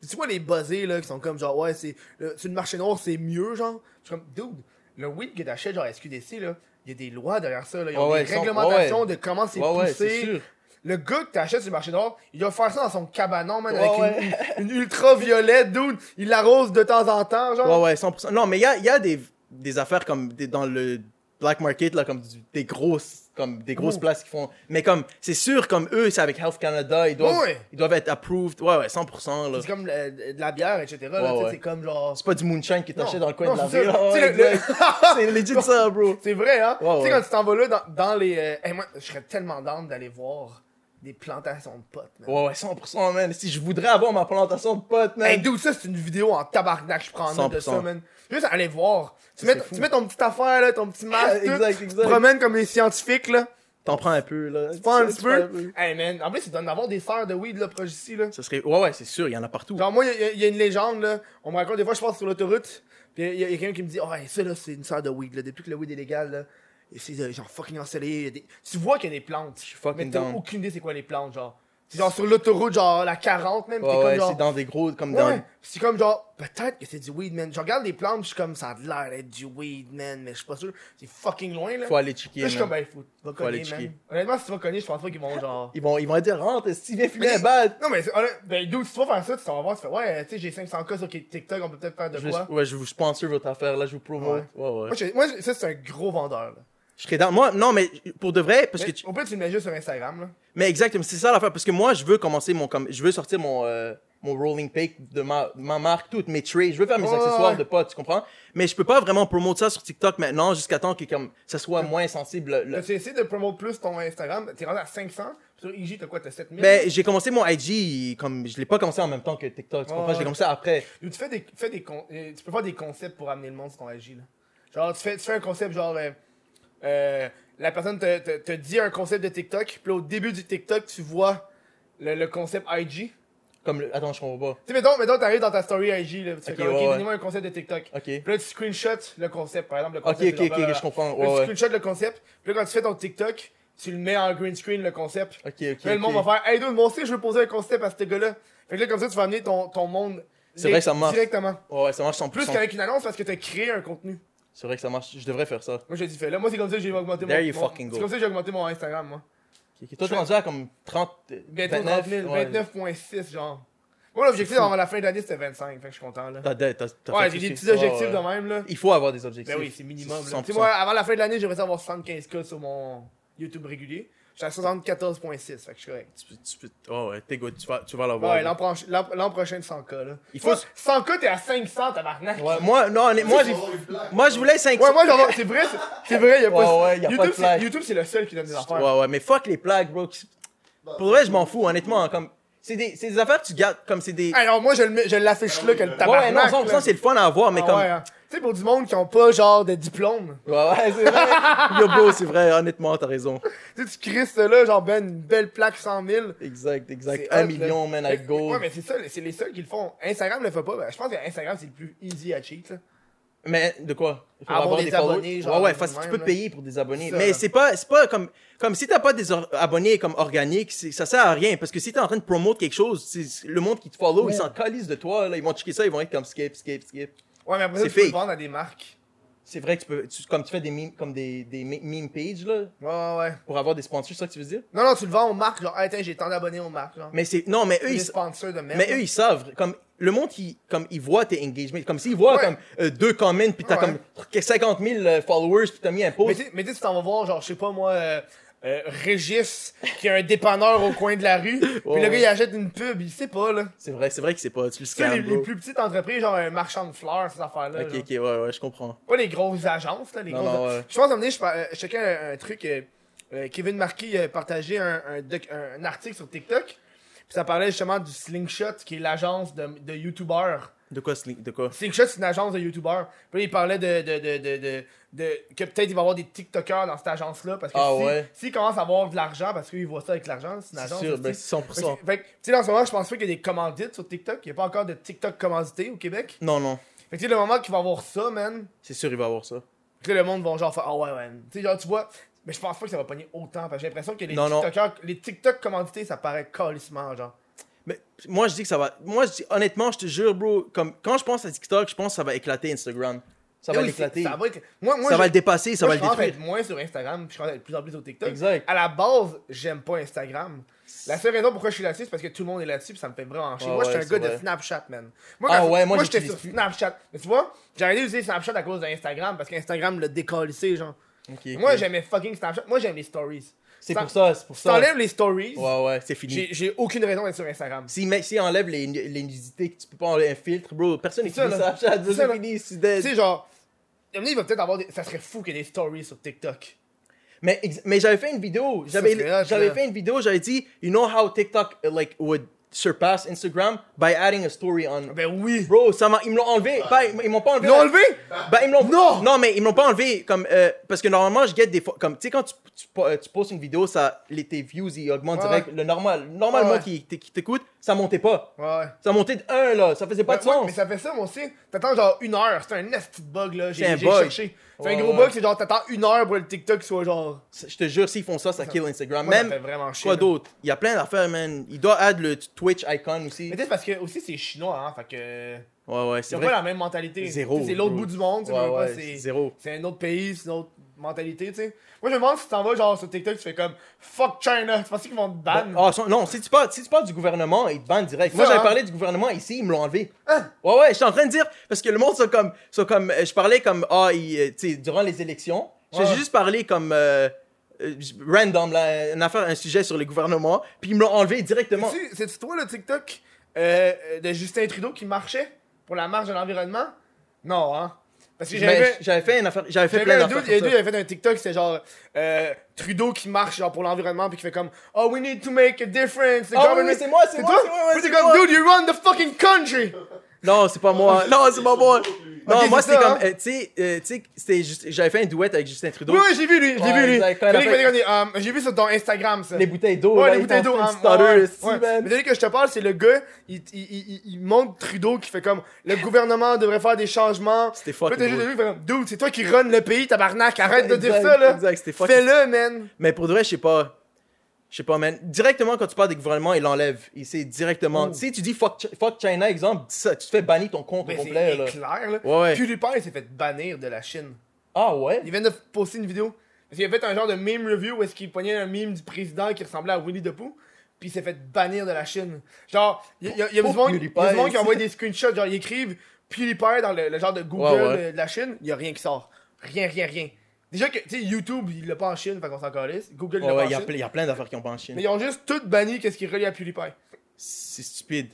Speaker 1: Puis tu vois les buzzés là qui sont comme genre ouais c'est le- sur le marché noir c'est mieux genre. Je suis comme dude, le weed que t'achètes genre SQDC là, il y a des lois derrière ça là, il y a
Speaker 2: Ouais, ouais,
Speaker 1: des
Speaker 2: ils sont-
Speaker 1: réglementations
Speaker 2: ouais,
Speaker 1: de comment c'est
Speaker 2: Ouais ouais, c'est
Speaker 1: poussé.
Speaker 2: sûr.
Speaker 1: le gars que t'achètes sur le marché noir, il doit faire ça dans son cabanon man
Speaker 2: Ouais,
Speaker 1: avec
Speaker 2: ouais.
Speaker 1: Une, une ultraviolette dude, il l'arrose de temps en temps genre.
Speaker 2: Ouais ouais, 100%. Non, mais il y a, il y a des, des affaires comme des- dans le black market là comme du- des grosses comme des grosses
Speaker 1: Ouh.
Speaker 2: places qui font mais comme c'est sûr comme eux c'est avec Health Canada, ils doivent
Speaker 1: Ouais.
Speaker 2: ils doivent être approved. Ouais ouais, 100% là.
Speaker 1: C'est comme euh, de la bière etc. là,
Speaker 2: Ouais,
Speaker 1: tu sais,
Speaker 2: ouais.
Speaker 1: C'est comme genre.
Speaker 2: C'est pas du moonshine qui est acheté
Speaker 1: Non,
Speaker 2: dans le coin
Speaker 1: non,
Speaker 2: de la
Speaker 1: c'est
Speaker 2: rue.
Speaker 1: ça.
Speaker 2: là,
Speaker 1: Tu
Speaker 2: ouais,
Speaker 1: sais, le- le-
Speaker 2: exact.
Speaker 1: *laughs*
Speaker 2: C'est legit ça, bro.
Speaker 1: C'est vrai, hein?
Speaker 2: Ouais,
Speaker 1: tu sais,
Speaker 2: ouais.
Speaker 1: quand tu t'en vas là, dans, dans les. euh, hey, moi, je serais tellement down d'aller voir des plantations de potes, man.
Speaker 2: Ouais, ouais, 100%, man. Si je voudrais avoir ma plantation de potes, man.
Speaker 1: Hey, dude, ça, c'est une vidéo en tabarnak, je prends note de
Speaker 2: 100%.
Speaker 1: ça, man. Juste aller voir. Tu
Speaker 2: C'est
Speaker 1: mets,
Speaker 2: fou.
Speaker 1: tu mets ton petite affaire, là, ton petit masque, tout,
Speaker 2: *laughs* exact,
Speaker 1: tu te
Speaker 2: exact.
Speaker 1: promènes comme les scientifiques, là.
Speaker 2: T'en prends un peu, là. Tu
Speaker 1: Pas un petit peu. Hey, man, en plus, il doit en avoir des serres de weed, là, proche d'ici, là.
Speaker 2: Ça serait... Ouais, ouais, c'est sûr, il y en a partout.
Speaker 1: Genre, moi, il y a- il y, a une légende, là. On me raconte des fois, je passe sur l'autoroute, pis il y a, il y a quelqu'un qui me dit, oh, hey, ça, là, c'est une serre de weed, là. Depuis que le weed est légal, là, et c'est euh, genre fucking ensoleillé. il y a des- Tu vois qu'il y a des plantes. Je suis
Speaker 2: fucking
Speaker 1: Mais t'as
Speaker 2: down.
Speaker 1: aucune idée c'est quoi les plantes, genre. C'est genre sur l'autoroute, genre la 40 même, t'es
Speaker 2: Ouais,
Speaker 1: comme
Speaker 2: ouais,
Speaker 1: genre.
Speaker 2: c'est dans des gros... Comme
Speaker 1: Ouais,
Speaker 2: dans...
Speaker 1: ouais. C'est comme genre, peut-être que c'est du weed, man. Je regarde les plantes, je suis comme, ça a l'air d'être du weed, man, mais je suis pas sûr. C'est fucking loin, là.
Speaker 2: Faut aller
Speaker 1: Là,
Speaker 2: checker,
Speaker 1: je suis comme,
Speaker 2: man.
Speaker 1: ben, faut, va cogner,
Speaker 2: aller checker.
Speaker 1: man. Honnêtement, si tu vas cogner, je pense pas qu'ils vont genre.
Speaker 2: Ils vont, ils vont dire, rentre, si viens fumer
Speaker 1: Mais-
Speaker 2: un bat.
Speaker 1: Non, mais, c'est- honnêtement, ben, d'où tu vas faire ça, tu t'en vas voir, tu fais, ouais, tu sais, j'ai 500 cas sur TikTok, on peut peut-être faire de
Speaker 2: Je vais-
Speaker 1: quoi.
Speaker 2: ouais, je vous sponsor votre affaire, là, je vous promote. Ouais, ouais.
Speaker 1: Moi, je- moi, je- ça, c'est un gros vendeur, là.
Speaker 2: Je serais dans... Moi, non, mais pour de vrai, parce
Speaker 1: Mais,
Speaker 2: que... tu-
Speaker 1: Au pire, tu le mets juste sur Instagram, là.
Speaker 2: Mais exactement, c'est ça l'affaire, parce que moi, je veux commencer mon... Comme... Je veux sortir mon... euh, Mon rolling pick de ma, ma marque, toutes mes trays. Je veux faire mes
Speaker 1: Ouais,
Speaker 2: accessoires
Speaker 1: ouais.
Speaker 2: de potes, tu comprends? Mais je peux pas vraiment promouvoir ça sur TikTok maintenant jusqu'à temps que comme, ça soit moins sensible. le-
Speaker 1: T'as essayé de promouvoir plus ton Instagram, t'es rendu à 500, sur IG, t'as quoi, t'as 7000.
Speaker 2: Ben, j'ai commencé mon IG, comme je l'ai pas commencé en même temps que TikTok, tu
Speaker 1: Ouais,
Speaker 2: comprends? Je
Speaker 1: ouais.
Speaker 2: l'ai commencé après.
Speaker 1: Yo, tu fais des, fais des con- euh, tu peux faire des concepts pour amener le monde sur ton IG. Là. Genre, tu fais, tu fais un concept genre. euh, euh, la personne te, te, te dit un concept de TikTok, puis au début du TikTok, tu vois le, le concept IG. Tu
Speaker 2: Comme le- Attends, je comprends pas.
Speaker 1: sais, mettons, mettons t'arrives dans ta story IG, là, tu fais
Speaker 2: Ok,
Speaker 1: comme, ok,
Speaker 2: ouais, ouais.
Speaker 1: donnez-moi un concept de TikTok.
Speaker 2: Ok.
Speaker 1: Puis là, tu screenshots le concept, par exemple, le
Speaker 2: Ok,
Speaker 1: concept.
Speaker 2: ok,
Speaker 1: genre,
Speaker 2: ok,
Speaker 1: blablabla.
Speaker 2: je comprends.
Speaker 1: Puis là,
Speaker 2: Ouais,
Speaker 1: tu
Speaker 2: ouais.
Speaker 1: screenshots le concept, puis là, quand tu fais ton TikTok, tu le mets en green screen, le concept.
Speaker 2: Ok, ok.
Speaker 1: Puis là, le monde
Speaker 2: ok.
Speaker 1: va faire, hey, dude, moi aussi, je veux poser un concept à ce gars-là. Fait que là, comme ça, tu vas amener ton, ton monde
Speaker 2: C'est vrai que ça
Speaker 1: direct-
Speaker 2: marche.
Speaker 1: directement.
Speaker 2: Ouais, ouais, ça marche 100%.
Speaker 1: Plus qu'avec une annonce parce que t'as créé un contenu.
Speaker 2: C'est vrai que ça marche. Je devrais faire ça. Ok,
Speaker 1: Moi j'ai dit fait là, moi c'est comme ça que j'ai augmenté
Speaker 2: There
Speaker 1: mon,
Speaker 2: you
Speaker 1: mon-
Speaker 2: fucking go.
Speaker 1: C'est comme ça que j'ai augmenté mon Instagram moi.
Speaker 2: ok. Toi, t'es rendu à comme 30. euh,
Speaker 1: Bientôt 30 000,
Speaker 2: ouais.
Speaker 1: 29.6 genre. Moi l'objectif avant la fin de l'année c'était 25, fait que je suis content là.
Speaker 2: T'as, t'as, t'as- t'as
Speaker 1: Ouais, j'ai
Speaker 2: fait tout
Speaker 1: des
Speaker 2: ce-
Speaker 1: petits objectifs
Speaker 2: ouais,
Speaker 1: de
Speaker 2: ouais.
Speaker 1: même là.
Speaker 2: Il faut avoir des objectifs.
Speaker 1: Ben oui, c'est minimum là.
Speaker 2: 100%.
Speaker 1: Tu sais moi avant la fin de l'année, j'aimerais ça avoir 75k sur mon YouTube régulier. J'étais à 74.6, fait que je suis correct.
Speaker 2: Tu peux- tu peux- ouais, Ah ouais, t'es good, tu vas, tu vas l'avoir.
Speaker 1: Ouais, l'an proche- l'an l'an prochain de 100k là.
Speaker 2: Il
Speaker 1: Il
Speaker 2: faut-
Speaker 1: faut 100k t'es à 500 tabarnak. Ouais,
Speaker 2: Ouais, moi, non, honnêt- moi, j'ai, moi, je voulais 5
Speaker 1: moi j'en c'est vrai, c'est- c'est vrai, y a pas
Speaker 2: Ouais, ouais, y a pas de
Speaker 1: YouTube, c'est-
Speaker 2: flash.
Speaker 1: YouTube c'est le seul qui donne des affaires.
Speaker 2: Ouais, ouais, mais fuck les plaques, bro. Pour vrai, je m'en fous, honnêtement. hein, Comme, c'est des, c'est des affaires que tu gardes, comme c'est des.
Speaker 1: Alors, moi, je, le mets- je l'affiche là que le
Speaker 2: Ouais, ouais,
Speaker 1: tabarnak.
Speaker 2: non, ça,
Speaker 1: là.
Speaker 2: ça, c'est le fun à avoir, mais
Speaker 1: Ah
Speaker 2: comme.
Speaker 1: ouais, hein. Tu sais, pour du monde qui ont pas, genre, de diplôme.
Speaker 2: Ouais, ouais, c'est vrai.
Speaker 1: *laughs*
Speaker 2: Yo, bro, c'est vrai, honnêtement, t'as raison.
Speaker 1: Tu sais, tu crisses là, genre, ben, une belle plaque 100 000.
Speaker 2: Exact, exact.
Speaker 1: C'est
Speaker 2: Un
Speaker 1: hot,
Speaker 2: million,
Speaker 1: là.
Speaker 2: man, avec gold.
Speaker 1: Ouais, mais c'est ça, c'est les seuls qui le font. Instagram le fait pas. Ben, je pense que Instagram, c'est le plus easy à cheat, là.
Speaker 2: Mais de quoi Il faut
Speaker 1: Avoir des
Speaker 2: followers.
Speaker 1: abonnés, genre,
Speaker 2: Ouais, ouais,
Speaker 1: de
Speaker 2: parce que tu
Speaker 1: même,
Speaker 2: peux
Speaker 1: là.
Speaker 2: payer pour des abonnés.
Speaker 1: C'est ça,
Speaker 2: mais
Speaker 1: là.
Speaker 2: c'est pas, c'est pas comme, comme si t'as pas des or- abonnés comme organiques, c'est- ça sert à rien. Parce que si t'es en train de promouvoir quelque chose, c'est- le monde qui te follow,
Speaker 1: Ouais.
Speaker 2: ils s'en calissent de toi. Là, ils vont checker ça, ils vont être comme skip, skip, skip.
Speaker 1: Ouais, mais après ça,
Speaker 2: C'est
Speaker 1: tu peux le
Speaker 2: fake.
Speaker 1: vendre à des marques.
Speaker 2: C'est vrai que tu peux, tu- comme tu fais des memes, comme des, des me- meme pages là,
Speaker 1: Ouais, ouais, ouais.
Speaker 2: pour avoir des sponsors, c'est ça que tu veux dire
Speaker 1: Non, non, tu le vends aux marques, genre, hey, tiens, j'ai tant d'abonnés aux marques, genre.
Speaker 2: Mais c'est, non, mais eux,
Speaker 1: des
Speaker 2: ils,
Speaker 1: sponsors de merde.
Speaker 2: Mais eux, ils savent. Comme, le monde, qui comme, ils voient tes engagements. Comme s'ils voient
Speaker 1: Ouais.
Speaker 2: comme, euh, deux comments, puis t'as
Speaker 1: Ouais.
Speaker 2: comme que 50 000 euh, followers, puis t'as mis un
Speaker 1: Mais
Speaker 2: post.
Speaker 1: tu sais- mais tu sais, tu t'en vas voir, genre, je sais pas moi, euh, euh, Régis, qui a un dépanneur au coin de la rue, puis le
Speaker 2: *laughs* ouais.
Speaker 1: gars, il achète une pub, il sait pas, là.
Speaker 2: C'est vrai, c'est vrai que c'est pas. Tu le
Speaker 1: Tu sais, les,
Speaker 2: scams,
Speaker 1: les
Speaker 2: bro.
Speaker 1: plus petites entreprises, genre, un marchand de fleurs, ces affaires-là.
Speaker 2: Ok,
Speaker 1: genre.
Speaker 2: ok, ouais, ouais, je comprends.
Speaker 1: Pas les grosses agences, là, les
Speaker 2: Non,
Speaker 1: grosses.
Speaker 2: non, ouais.
Speaker 1: Je pense à un moment donné, je, par- euh, je checkais un, un truc. euh, euh, Kevin Marquis a partagé un, un doc- un article sur TikTok. Puis ça parlait justement du Slingshot, qui est l'agence de, de YouTubers.
Speaker 2: De quoi, Sling- de quoi?
Speaker 1: Slingshot, c'est une agence de YouTubers. Puis là, il parlait de, de, de, de, de- de- que peut-être il va y avoir des TikTokers dans cette agence-là. Parce que
Speaker 2: Ah
Speaker 1: si-
Speaker 2: ouais.
Speaker 1: s'ils commencent à avoir de l'argent, parce qu'ils voient ça avec l'argent, c'est une
Speaker 2: C'est
Speaker 1: agence.
Speaker 2: sûr,
Speaker 1: aussi.
Speaker 2: ben, 100%.
Speaker 1: Fait que, tu sais, dans ce moment, je pense pas qu'il y a des commandites sur TikTok. Il n'y a pas encore de TikTok commandité au Québec.
Speaker 2: Non, non.
Speaker 1: Fait que, tu sais, le moment qu'il va avoir ça, man.
Speaker 2: C'est sûr, il va avoir ça.
Speaker 1: Puis là, le monde va genre faire Ah ouais, ouais. Tu sais, genre, tu vois, mais je pense pas que ça va pogner autant. Parce que j'ai l'impression que les
Speaker 2: Non, non.
Speaker 1: TikTokers, les TikTok commandités, ça paraît calissement, genre.
Speaker 2: Mais moi, je dis que ça va. Moi, je dis, honnêtement, je te jure, bro, comme, quand je pense à TikTok, je pense que ça va éclater Instagram. Ça
Speaker 1: Et
Speaker 2: va
Speaker 1: oui,
Speaker 2: l'éclater.
Speaker 1: c'est-
Speaker 2: Ça,
Speaker 1: Ça va être- Moi, moi,
Speaker 2: va le
Speaker 1: je-
Speaker 2: dépasser, ça
Speaker 1: moi,
Speaker 2: va le
Speaker 1: je commence à être
Speaker 2: détruire.
Speaker 1: moins sur Instagram, puis je commence à être de plus en plus sur TikTok.
Speaker 2: Exact.
Speaker 1: À la base, j'aime pas Instagram. La seule raison pourquoi je suis là-dessus, c'est parce que tout le monde est là-dessus, puis ça me fait vraiment chier.
Speaker 2: Ah
Speaker 1: moi,
Speaker 2: ouais,
Speaker 1: j'étais un
Speaker 2: c'est
Speaker 1: gars de
Speaker 2: vrai.
Speaker 1: Snapchat, man. Moi,
Speaker 2: Ah
Speaker 1: quand-
Speaker 2: ouais, moi,
Speaker 1: j'étais
Speaker 2: j'utilise
Speaker 1: sur
Speaker 2: plus.
Speaker 1: Snapchat. Mais tu vois, j'ai arrêté d'utiliser Snapchat à cause d'Instagram, parce qu'Instagram l'a décalissé, genre.
Speaker 2: Ok, ok.
Speaker 1: Moi, j'aimais fucking Snapchat. Moi, j'aime les stories.
Speaker 2: C'est
Speaker 1: ça-
Speaker 2: pour ça, c'est pour
Speaker 1: Si
Speaker 2: ça.
Speaker 1: t'enlèves les stories,
Speaker 2: Ouais, ouais, c'est fini.
Speaker 1: j'ai j'ai aucune raison d'être sur Instagram.
Speaker 2: Si, mais, si enlève les, nu- les nudités, que tu peux pas enlever un filtre, bro, personne
Speaker 1: C'est ça,
Speaker 2: n'utilise
Speaker 1: là.
Speaker 2: *laughs* Snapchat, bro,
Speaker 1: C'est ça,
Speaker 2: c'est
Speaker 1: là.
Speaker 2: fini, c'est
Speaker 1: Tu
Speaker 2: dead.
Speaker 1: sais, genre, à un moment donné, il va peut-être avoir des. Ça serait fou qu'il y ait des stories sur TikTok.
Speaker 2: Mais, ex- mais j'avais fait une vidéo, j'avais
Speaker 1: serait hot,
Speaker 2: j'avais
Speaker 1: là.
Speaker 2: fait une vidéo, j'avais dit, you know how TikTok uh, like would surpass Instagram by adding a story on.
Speaker 1: Ben oui!
Speaker 2: Bro, ça m'a- ils me l'ont enlevé, pas, ils m'ont pas enlevé.
Speaker 1: Ils l'ont
Speaker 2: la-
Speaker 1: enlevé!
Speaker 2: Ben, ils me l'ont
Speaker 1: Non!
Speaker 2: Non, mais ils me l'ont pas enlevé comme euh, parce que normalement je guette des fois comme tu sais quand tu, tu, po- euh, tu postes une vidéo ça les tes views ils augmentent
Speaker 1: Ouais.
Speaker 2: direct le normal normalement
Speaker 1: Ouais, ouais.
Speaker 2: qui, t- qui t'écoute ça montait pas
Speaker 1: Ouais, ouais.
Speaker 2: ça montait de 1 là ça faisait pas de
Speaker 1: Ben, Ouais, ouais,
Speaker 2: sens
Speaker 1: mais ça fait ça, moi aussi. T'attends genre une heure. C'est un nasty bug, là. J'ai
Speaker 2: C'est un
Speaker 1: j'ai
Speaker 2: bug.
Speaker 1: cherché. C'est un
Speaker 2: Ouais,
Speaker 1: gros
Speaker 2: ouais.
Speaker 1: bug, c'est genre t'attends une heure pour que le TikTok soit genre.
Speaker 2: C'est- Je te jure, s'ils font ça, ça kill Instagram.
Speaker 1: Moi, ça
Speaker 2: Même,
Speaker 1: fait vraiment chier,
Speaker 2: quoi
Speaker 1: là.
Speaker 2: d'autre? Il y a plein d'affaires, man. Il doit add le Twitch icon aussi.
Speaker 1: Mais tu sais, c'est parce que aussi, c'est chinois, hein. Fait que.
Speaker 2: Ouais, ouais,
Speaker 1: Ils
Speaker 2: c'est
Speaker 1: ont pas
Speaker 2: vrai.
Speaker 1: la même mentalité.
Speaker 2: Zéro,
Speaker 1: Tu sais, C'est l'autre
Speaker 2: bro.
Speaker 1: bout du monde, tu sais,
Speaker 2: Ouais,
Speaker 1: même pas,
Speaker 2: ouais,
Speaker 1: c'est-
Speaker 2: zéro.
Speaker 1: C'est un autre pays, c'est une autre mentalité, tu sais. Moi, je me demande si tu t'en vas genre sur TikTok, tu fais comme fuck China. Tu penses qu'ils vont te ban?
Speaker 2: Ah, son- non, si tu, parles, si tu parles du gouvernement, ils te bannent direct. Moi,
Speaker 1: Ça,
Speaker 2: j'avais
Speaker 1: hein?
Speaker 2: parlé du gouvernement ici, ils me l'ont enlevé.
Speaker 1: Hein?
Speaker 2: Ouais, ouais, j'étais en train de dire, parce que le monde, sont comme, sont comme euh, je parlais comme, ah, ils, euh, tu sais, durant les élections, j'ai
Speaker 1: Ouais.
Speaker 2: juste parlé comme, euh, euh, random, là, une affaire, un sujet sur le gouvernement, puis ils me l'ont enlevé directement.
Speaker 1: Tu sais, C'est-tu toi le TikTok euh, euh, de Justin Trudeau qui marchait pour la marche de l'environnement? Non, hein? Parce que
Speaker 2: Mais
Speaker 1: j'avais.
Speaker 2: J'avais ben, fait une affaire, j'avais fait
Speaker 1: J'avais
Speaker 2: plein
Speaker 1: un
Speaker 2: d'affaires.
Speaker 1: dude, il y a
Speaker 2: comme
Speaker 1: deux, il
Speaker 2: ça.
Speaker 1: avait fait un TikTok, c'est genre euh, Trudeau qui marche genre pour l'environnement puis qui fait comme Oh, we need to make a difference. The
Speaker 2: Ah oui,
Speaker 1: government-
Speaker 2: oui, c'est moi, c'est moi,
Speaker 1: toi?
Speaker 2: c'est moi, ouais,
Speaker 1: Puis
Speaker 2: c'est
Speaker 1: comme
Speaker 2: moi.
Speaker 1: dude, you run the fucking country!
Speaker 2: Non, c'est pas
Speaker 1: *laughs*
Speaker 2: moi. Non, c'est pas moi. Non,
Speaker 1: Ok,
Speaker 2: moi,
Speaker 1: c'est
Speaker 2: c'était
Speaker 1: ça, hein?
Speaker 2: comme. euh, tu sais, euh, tu sais, c'était juste- j'avais fait un duet avec Justin Trudeau.
Speaker 1: Oui, oui, j'ai vu lui, j'ai
Speaker 2: Ouais,
Speaker 1: vu lui.
Speaker 2: exact,
Speaker 1: Fallait
Speaker 2: la
Speaker 1: qu'il
Speaker 2: fin-
Speaker 1: fallait qu'il y en ait, euh, J'ai vu sur ton Instagram ça.
Speaker 2: Les bouteilles d'eau.
Speaker 1: Ouais,
Speaker 2: là,
Speaker 1: les
Speaker 2: ils
Speaker 1: bouteilles
Speaker 2: t'en
Speaker 1: d'eau.
Speaker 2: font
Speaker 1: hein,
Speaker 2: une starter,
Speaker 1: ouais,
Speaker 2: esti,
Speaker 1: ouais.
Speaker 2: man.
Speaker 1: Mais dès que je te parle, c'est le gars, il, il, il, il montre Trudeau qui fait comme le gouvernement devrait faire des changements.
Speaker 2: C'était
Speaker 1: Puis là,
Speaker 2: fucking
Speaker 1: t'as juste
Speaker 2: drôle.
Speaker 1: vu, il fait comme dude, c'est toi qui run le pays, tabarnak, arrête de dire
Speaker 2: Exact,
Speaker 1: ça là.
Speaker 2: exact, c'était fucking-
Speaker 1: Fais-le, man.
Speaker 2: Mais pour de vrai, je sais pas. Je sais pas, man. Directement, quand tu parles des gouvernements, ils l'enlèvent. Il sait directement.
Speaker 1: Oh.
Speaker 2: Si tu dis fuck, Ch- fuck China, exemple, dis ça, tu te fais bannir ton compte au
Speaker 1: Mais c'est
Speaker 2: complet, là.
Speaker 1: clair, là.
Speaker 2: Ouais, ouais.
Speaker 1: PewDiePie s'est fait bannir de la Chine.
Speaker 2: Ah ouais?
Speaker 1: Il vient de poster une vidéo. Parce qu'il a fait un genre de meme review où est-ce qu'il pognait un meme du président qui ressemblait à Winnie the Pooh. Puis il s'est fait bannir de la Chine. Genre, il y a, il y a- il y a
Speaker 2: Pour
Speaker 1: du monde, il y
Speaker 2: PewDiePie,
Speaker 1: a du monde qui
Speaker 2: c'est-
Speaker 1: envoie des screenshots. Genre, ils écrivent PewDiePie dans le, le genre de Google
Speaker 2: Ouais, ouais.
Speaker 1: De, de la Chine. Il y a rien qui sort. Rien, rien, rien. Déjà que, tu sais, YouTube, il l'a pas en Chine, fait qu'on s'en calisse. Google
Speaker 2: Ouais,
Speaker 1: l'a
Speaker 2: ouais,
Speaker 1: pas
Speaker 2: il y, a
Speaker 1: en
Speaker 2: ple-
Speaker 1: Chine.
Speaker 2: il y a plein d'affaires qui ont pas en
Speaker 1: Mais
Speaker 2: Chine.
Speaker 1: ils ont juste tout banni qu'est-ce qui relie à PewDiePie.
Speaker 2: C'est stupide.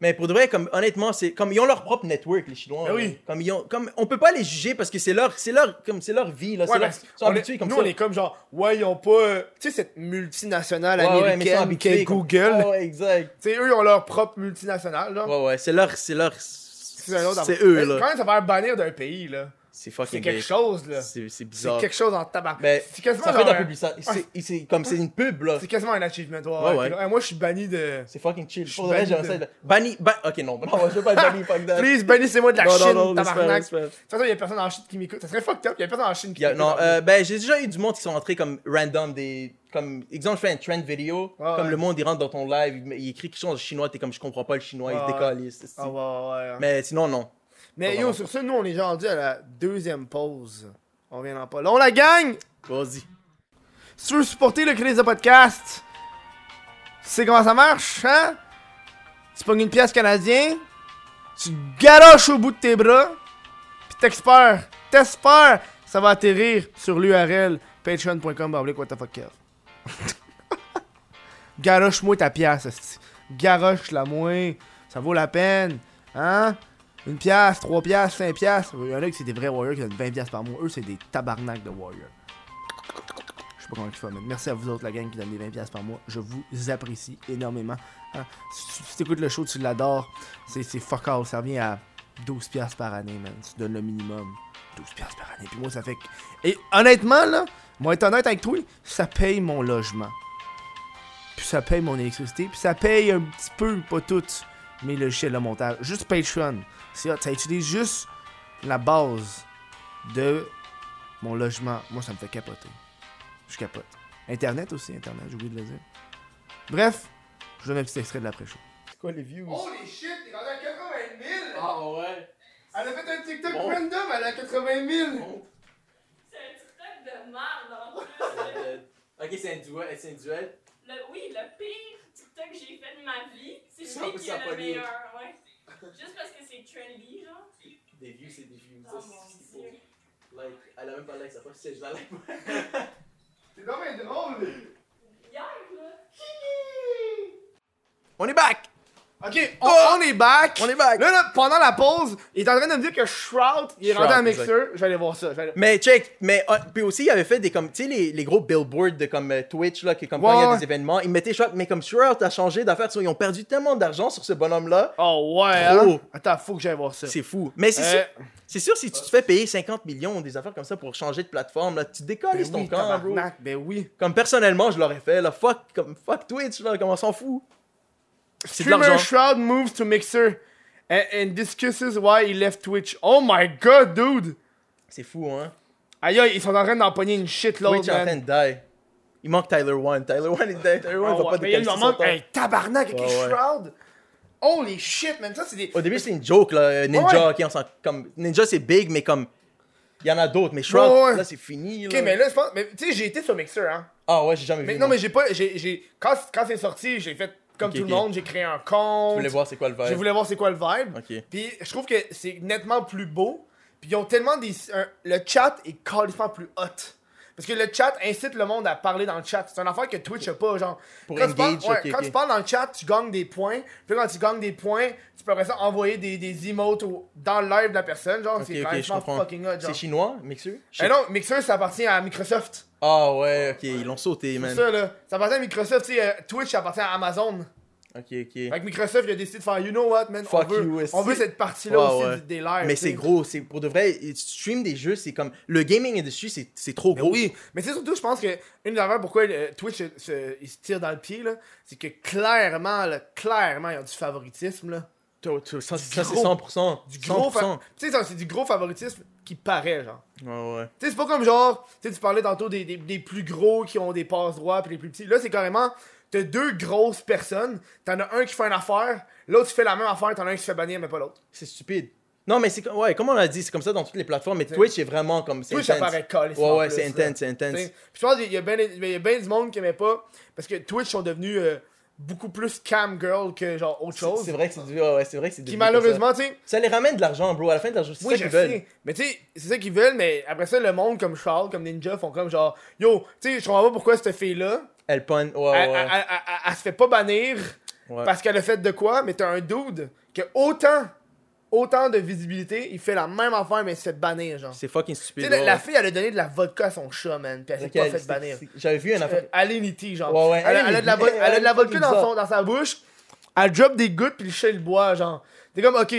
Speaker 2: Mais pour de vrai, comme, honnêtement, c'est comme ils ont leur propre network, les Chinois.
Speaker 1: Ben oui.
Speaker 2: hein. Comme ils ont, comme, on peut pas les juger parce que c'est leur, c'est leur, comme c'est leur vie, là. c'est
Speaker 1: Ouais,
Speaker 2: leur-
Speaker 1: parce
Speaker 2: ils sont
Speaker 1: on
Speaker 2: habitués
Speaker 1: est-
Speaker 2: comme
Speaker 1: nous,
Speaker 2: ça.
Speaker 1: on est comme genre, ouais, ils ont pas. euh, tu sais, cette multinationale
Speaker 2: Ouais, ouais, mais ils sont
Speaker 1: américaine qui
Speaker 2: habitués,
Speaker 1: est
Speaker 2: comme- Ah,
Speaker 1: Google.
Speaker 2: Ouais, ouais, exact.
Speaker 1: Tu sais, eux, ils ont leur propre multinationale, là.
Speaker 2: Ouais, ouais, c'est leur, c'est leur,
Speaker 1: C'est un autre
Speaker 2: c'est
Speaker 1: affaire.
Speaker 2: eux,
Speaker 1: Mais
Speaker 2: là.
Speaker 1: Quand même, se faire bannir d'un pays, là.
Speaker 2: C'est
Speaker 1: C'est
Speaker 2: fucking
Speaker 1: quelque
Speaker 2: gay.
Speaker 1: chose, là.
Speaker 2: C'est c'est
Speaker 1: C'est
Speaker 2: bizarre.
Speaker 1: quelque chose en tabac.
Speaker 2: Ben,
Speaker 1: c'est
Speaker 2: ça
Speaker 1: quasiment,
Speaker 2: fait de la
Speaker 1: genre un-
Speaker 2: publicité. C'est- C'est comme, c'est une pub, là.
Speaker 1: c'est quasiment un achievement. Ouais,
Speaker 2: Ouais, ouais.
Speaker 1: T'es comme, Hey, moi, je suis banni de.
Speaker 2: C'est fucking chill.
Speaker 1: suis
Speaker 2: Pour le reste,
Speaker 1: banni
Speaker 2: j'aimerais
Speaker 1: de-
Speaker 2: ça être- Banni. ban- Ok, non, *laughs* non, je veux pas être banni, fuck that.
Speaker 1: Please, bannissez-moi de la
Speaker 2: Non, non,
Speaker 1: Chine,
Speaker 2: non, laisse faire,
Speaker 1: tabarnak.
Speaker 2: laisse faire.
Speaker 1: De toute façon, il y a personne en Chine qui m'écoute. Ça serait fucked up. Il y a personne en Chine qui
Speaker 2: Y a-
Speaker 1: m'écoute.
Speaker 2: non, euh, ben, j'ai déjà eu du monde qui sont rentrés comme random, des. Comme, exemple, je fais un trend vidéo,
Speaker 1: Ouais,
Speaker 2: comme
Speaker 1: ouais.
Speaker 2: le monde, il rentre dans ton live, il, il écrit quelque chose en chinois, t'es comme, je comprends pas le chinois,
Speaker 1: Ouais,
Speaker 2: il décolle. c'est- c'est-
Speaker 1: Ah, ouais, ouais, ouais.
Speaker 2: Mais sinon, non.
Speaker 1: Mais
Speaker 2: Pas
Speaker 1: yo,
Speaker 2: vraiment.
Speaker 1: sur ce, nous, on est rendu à la deuxième pause. On vient en pas long, la gang!
Speaker 2: Vas-y.
Speaker 1: Si tu veux supporter le Crédit de Podcast, tu sais comment ça marche, hein? Tu pognes une pièce canadien, tu garoches au bout de tes bras, pis t'espères, t'espères, ça va atterrir sur l'URL patreon.com. baroblique what the fuck, Kev. *laughs* Garoche-moi ta pièce, esti. Garoche-la moins, ça vaut la peine, hein? Une pièce, trois pièces, cinq pièces. Il y en a qui c'est des vrais warriors qui donnent 20 pièces par mois. Eux, c'est des tabarnak de warriors. Je sais pas comment il faut, mais merci à vous autres, la gang, qui donne les 20$ par mois. Je vous apprécie énormément. Hein? Si tu si t'écoutes le show, tu l'adores. C'est c'est fuck all. Ça revient à 12$ par année, man. Tu donnes le minimum. 12$ par année. Puis moi, ça fait. que- Et honnêtement, là, moi, être honnête avec toi, ça paye mon logement. Puis ça paye mon électricité. Puis ça paye un petit peu, pas tout, mes logiciels de montage. Juste Patreon. C'est hot. Ça utilise juste la base de mon logement. Moi, ça me fait capoter. Je capote. Internet aussi, Internet, j'ai oublié de le dire. Bref, je donne un petit extrait de l'après-show.
Speaker 2: C'est quoi les views?
Speaker 1: Holy shit, elle a 80 000!
Speaker 2: Ah ouais.
Speaker 1: Elle a fait un TikTok
Speaker 2: Bon.
Speaker 1: random, elle a 80 000!
Speaker 3: C'est un truc de merde en plus.
Speaker 2: Euh, ok, c'est un duel. C'est un duel.
Speaker 3: Le- oui, le pire TikTok que j'ai fait de ma vie, c'est
Speaker 2: Ça,
Speaker 3: celui qui
Speaker 2: ça
Speaker 3: est
Speaker 2: pas
Speaker 3: le
Speaker 2: lié.
Speaker 3: meilleur. Ouais. Juste parce que c'est trendy, genre.
Speaker 2: Des views, c'est des views.
Speaker 3: Oh mon dieu.
Speaker 2: Like, elle a même pas like, ça passe, je la like.
Speaker 1: C'est dommage drôle!
Speaker 3: Hier, là.
Speaker 2: On est back!
Speaker 1: Ok, on, on est back!
Speaker 2: On est back.
Speaker 1: Là, là, pendant la pause, il est en train de me dire que Shroud, il est
Speaker 2: Shroud,
Speaker 1: rendu à
Speaker 2: exact.
Speaker 1: Mixer, je vais aller voir ça. je vais aller-
Speaker 2: Mais check, mais ah, puis aussi il avait fait des comme tu sais les, les gros billboards de comme euh, Twitch là que comme quand il y
Speaker 1: Ouais,
Speaker 2: a
Speaker 1: ouais.
Speaker 2: des événements, ils mettaient Shroud, mais comme Shroud a changé d'affaires, tu vois, ils ont perdu tellement d'argent sur ce bonhomme là,
Speaker 1: Oh ouais,
Speaker 2: Trop.
Speaker 1: hein? Attends, faut que j'aille voir ça.
Speaker 2: c'est fou. Mais c'est
Speaker 1: Euh,
Speaker 2: sûr, c'est sûr si tu te fais payer 50 millions des affaires comme ça pour changer de plateforme là, tu décolles
Speaker 1: ben
Speaker 2: ton
Speaker 1: oui,
Speaker 2: camp, bro.
Speaker 1: tabarnak, ben oui.
Speaker 2: Comme personnellement, je l'aurais fait là, fuck comme fuck Twitch là, comme on s'en fout. C'est de
Speaker 1: Streamer
Speaker 2: l'argent.
Speaker 1: Shroud moves to Mixer and, and discusses why he left Twitch. Oh my god, dude!
Speaker 2: C'est fou hein.
Speaker 1: Aïe, aïe, ils sont en train d'empoigner une shitload,
Speaker 2: Twitch est en
Speaker 1: man.
Speaker 2: train de die. Il manque Tyler One. Tyler One est dead. Tyler One
Speaker 1: Ah
Speaker 2: va pas
Speaker 1: ouais, mais il
Speaker 2: décaler
Speaker 1: leur
Speaker 2: son
Speaker 1: manque
Speaker 2: temps.
Speaker 1: un tabarnak avec
Speaker 2: Ouais,
Speaker 1: les
Speaker 2: ouais.
Speaker 1: shrouds. Holy shit, man. Ça, c'est des.
Speaker 2: Au début, c'était une joke, là. euh,
Speaker 1: Ouais,
Speaker 2: Ninja,
Speaker 1: ouais.
Speaker 2: qui on s'en- comme, Ninja, c'est big, mais comme. Il y en a d'autres, mais Shroud,
Speaker 1: Ouais, ouais.
Speaker 2: là, c'est fini.
Speaker 1: Ok,
Speaker 2: là.
Speaker 1: mais là, je pense. Mais tu sais, j'ai été sur Mixer, hein.
Speaker 2: Ah ouais, j'ai jamais
Speaker 1: Mais
Speaker 2: vu.
Speaker 1: non,
Speaker 2: moi.
Speaker 1: mais j'ai pas. j'ai j'ai- Quand, quand c'est sorti, j'ai fait comme
Speaker 2: Ok,
Speaker 1: tout
Speaker 2: ok.
Speaker 1: le monde, j'ai créé un
Speaker 2: Je
Speaker 1: compte.
Speaker 2: voulais voir c'est quoi le vibe.
Speaker 1: Je voulais voir c'est quoi le vibe.
Speaker 2: Ok.
Speaker 1: Puis je trouve que c'est nettement plus beau. Puis ils ont tellement des. un- le chat est carrément plus hot. Parce que le chat incite le monde à parler dans le chat. C'est une affaire que Twitch a pas, genre.
Speaker 2: Pour
Speaker 1: quand tu parles,
Speaker 2: engage,
Speaker 1: ouais,
Speaker 2: ok,
Speaker 1: quand
Speaker 2: ok.
Speaker 1: tu parles dans le chat, tu gagnes des points. Puis quand tu gagnes des points, tu peux après ça envoyer des, des emotes au- dans le live de la personne. Genre,
Speaker 2: Ok,
Speaker 1: c'est
Speaker 2: ok, je
Speaker 1: carrément
Speaker 2: comprends.
Speaker 1: fucking hot,
Speaker 2: C'est
Speaker 1: genre.
Speaker 2: chinois, Mixer
Speaker 1: Eh non, Mixer, ça appartient à Microsoft.
Speaker 2: Ah ouais, ok, ils l'ont sauté,
Speaker 1: Tout
Speaker 2: man.
Speaker 1: ça, là. Ça appartient à Microsoft, tu sais. euh, Twitch, ça appartient à Amazon.
Speaker 2: Ok, ok.
Speaker 1: Fait que Microsoft, il a décidé de faire, you know what, man.
Speaker 2: Fuck
Speaker 1: on veut,
Speaker 2: you, esti.
Speaker 1: on veut cette partie-là
Speaker 2: Ouais,
Speaker 1: aussi
Speaker 2: ouais.
Speaker 1: du- des lives.
Speaker 2: Mais
Speaker 1: tu sais.
Speaker 2: c'est gros, c'est pour de vrai. Tu stream des jeux, c'est comme. Le gaming industry, c'est c'est trop
Speaker 1: Ben
Speaker 2: gros.
Speaker 1: oui, mais c'est surtout, je pense que une des affaires pourquoi euh, Twitch euh, se, il se tire dans le pied, là, c'est que clairement, là, clairement, il y a du favoritisme. Là.
Speaker 2: Toi, toi, Ça,
Speaker 1: Du
Speaker 2: c'est ça, c'est
Speaker 1: gros.
Speaker 2: 100%.
Speaker 1: Du gros fa-
Speaker 2: 100%.
Speaker 1: Tu sais, ça, c'est du gros favoritisme qui paraît, genre.
Speaker 2: Ouais, ouais.
Speaker 1: Tu sais, c'est pas comme genre, tu sais, tu parlais tantôt des, des, des plus gros qui ont des passes droits puis les plus petits. Là, c'est carrément, t'as deux grosses personnes, t'en as un qui fait une affaire, l'autre qui fait la même affaire, t'en as un qui se fait bannir, mais pas l'autre.
Speaker 2: C'est stupide. Non, mais c'est comme- ouais, comme on a dit, c'est comme ça dans toutes les plateformes, mais Twitch est vraiment comme. c'est
Speaker 1: Twitch, ça
Speaker 2: intense.
Speaker 1: paraît colle.
Speaker 2: Ouais, ouais, c'est intense, c'est intense.
Speaker 1: T'sais, pis Je pense qu'il y a bien ben du monde qui aimait pas parce que Twitch sont devenus euh, beaucoup plus cam girl que genre autre
Speaker 2: C'est-
Speaker 1: chose.
Speaker 2: C'est vrai que c'est du- ouais, ouais, c'est vrai que c'est
Speaker 1: Qui
Speaker 2: devenu
Speaker 1: malheureusement, tu sais,
Speaker 2: comme Ça. Ça les ramène de l'argent, bro. À la fin de la journée, c'est
Speaker 1: oui,
Speaker 2: ça
Speaker 1: je
Speaker 2: qu'ils veulent.
Speaker 1: sais. Mais tu sais, c'est ça qu'ils veulent, mais après ça, le monde comme Charles, comme Ninja font comme genre Yo, tu sais, je comprends pas pourquoi cette fille-là,
Speaker 2: Elle pun. Ah Ouais,
Speaker 1: elle,
Speaker 2: ouais.
Speaker 1: elle- elle- elle- elle se fait pas bannir.
Speaker 2: Ouais.
Speaker 1: parce qu'elle a fait de quoi, mais t'as un dude qui a autant, autant de visibilité, il fait la même affaire, mais il se fait bannir, genre.
Speaker 2: C'est fucking
Speaker 1: Tu
Speaker 2: stupide.
Speaker 1: sais, la,
Speaker 2: ouais,
Speaker 1: la
Speaker 2: ouais.
Speaker 1: fille, elle a donné de la vodka à son chat, man, puis elle s'est
Speaker 2: Laquelle,
Speaker 1: pas fait
Speaker 2: c'est-
Speaker 1: bannir.
Speaker 2: c'est- J'avais vu un affaire.
Speaker 1: Euh, Alinity, genre.
Speaker 2: Ouais, ouais,
Speaker 1: Elle, a- elle a de la, vo-
Speaker 2: Alinity,
Speaker 1: elle a de la vodka
Speaker 2: Alinity,
Speaker 1: dans,
Speaker 2: bizarre.
Speaker 1: son- dans sa bouche, elle drop des gouttes, puis le chat, il boit, genre. T'es comme, ok,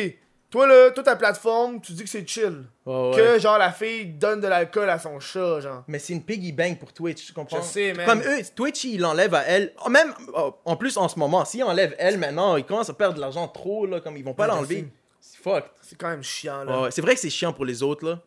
Speaker 1: toi, là, toi, ta plateforme, tu dis que c'est chill.
Speaker 2: Ouais, ouais.
Speaker 1: Que, genre, la fille donne de l'alcool à son chat, genre.
Speaker 2: Mais c'est une piggy bank pour Twitch, tu comprends?
Speaker 1: Je sais, man.
Speaker 2: Comme eux, Twitch, ils l'enlèvent à elle. Oh, même, oh, en plus, en ce moment, s'ils enlèvent elle maintenant, ils commencent à perdre de l'argent trop, là, comme ils vont pas
Speaker 1: Ouais, je
Speaker 2: l'enlever.
Speaker 1: sais.
Speaker 2: C'est fucked.
Speaker 1: C'est quand même chiant, là.
Speaker 2: Ouais, ouais. C'est vrai que c'est chiant pour les autres, là.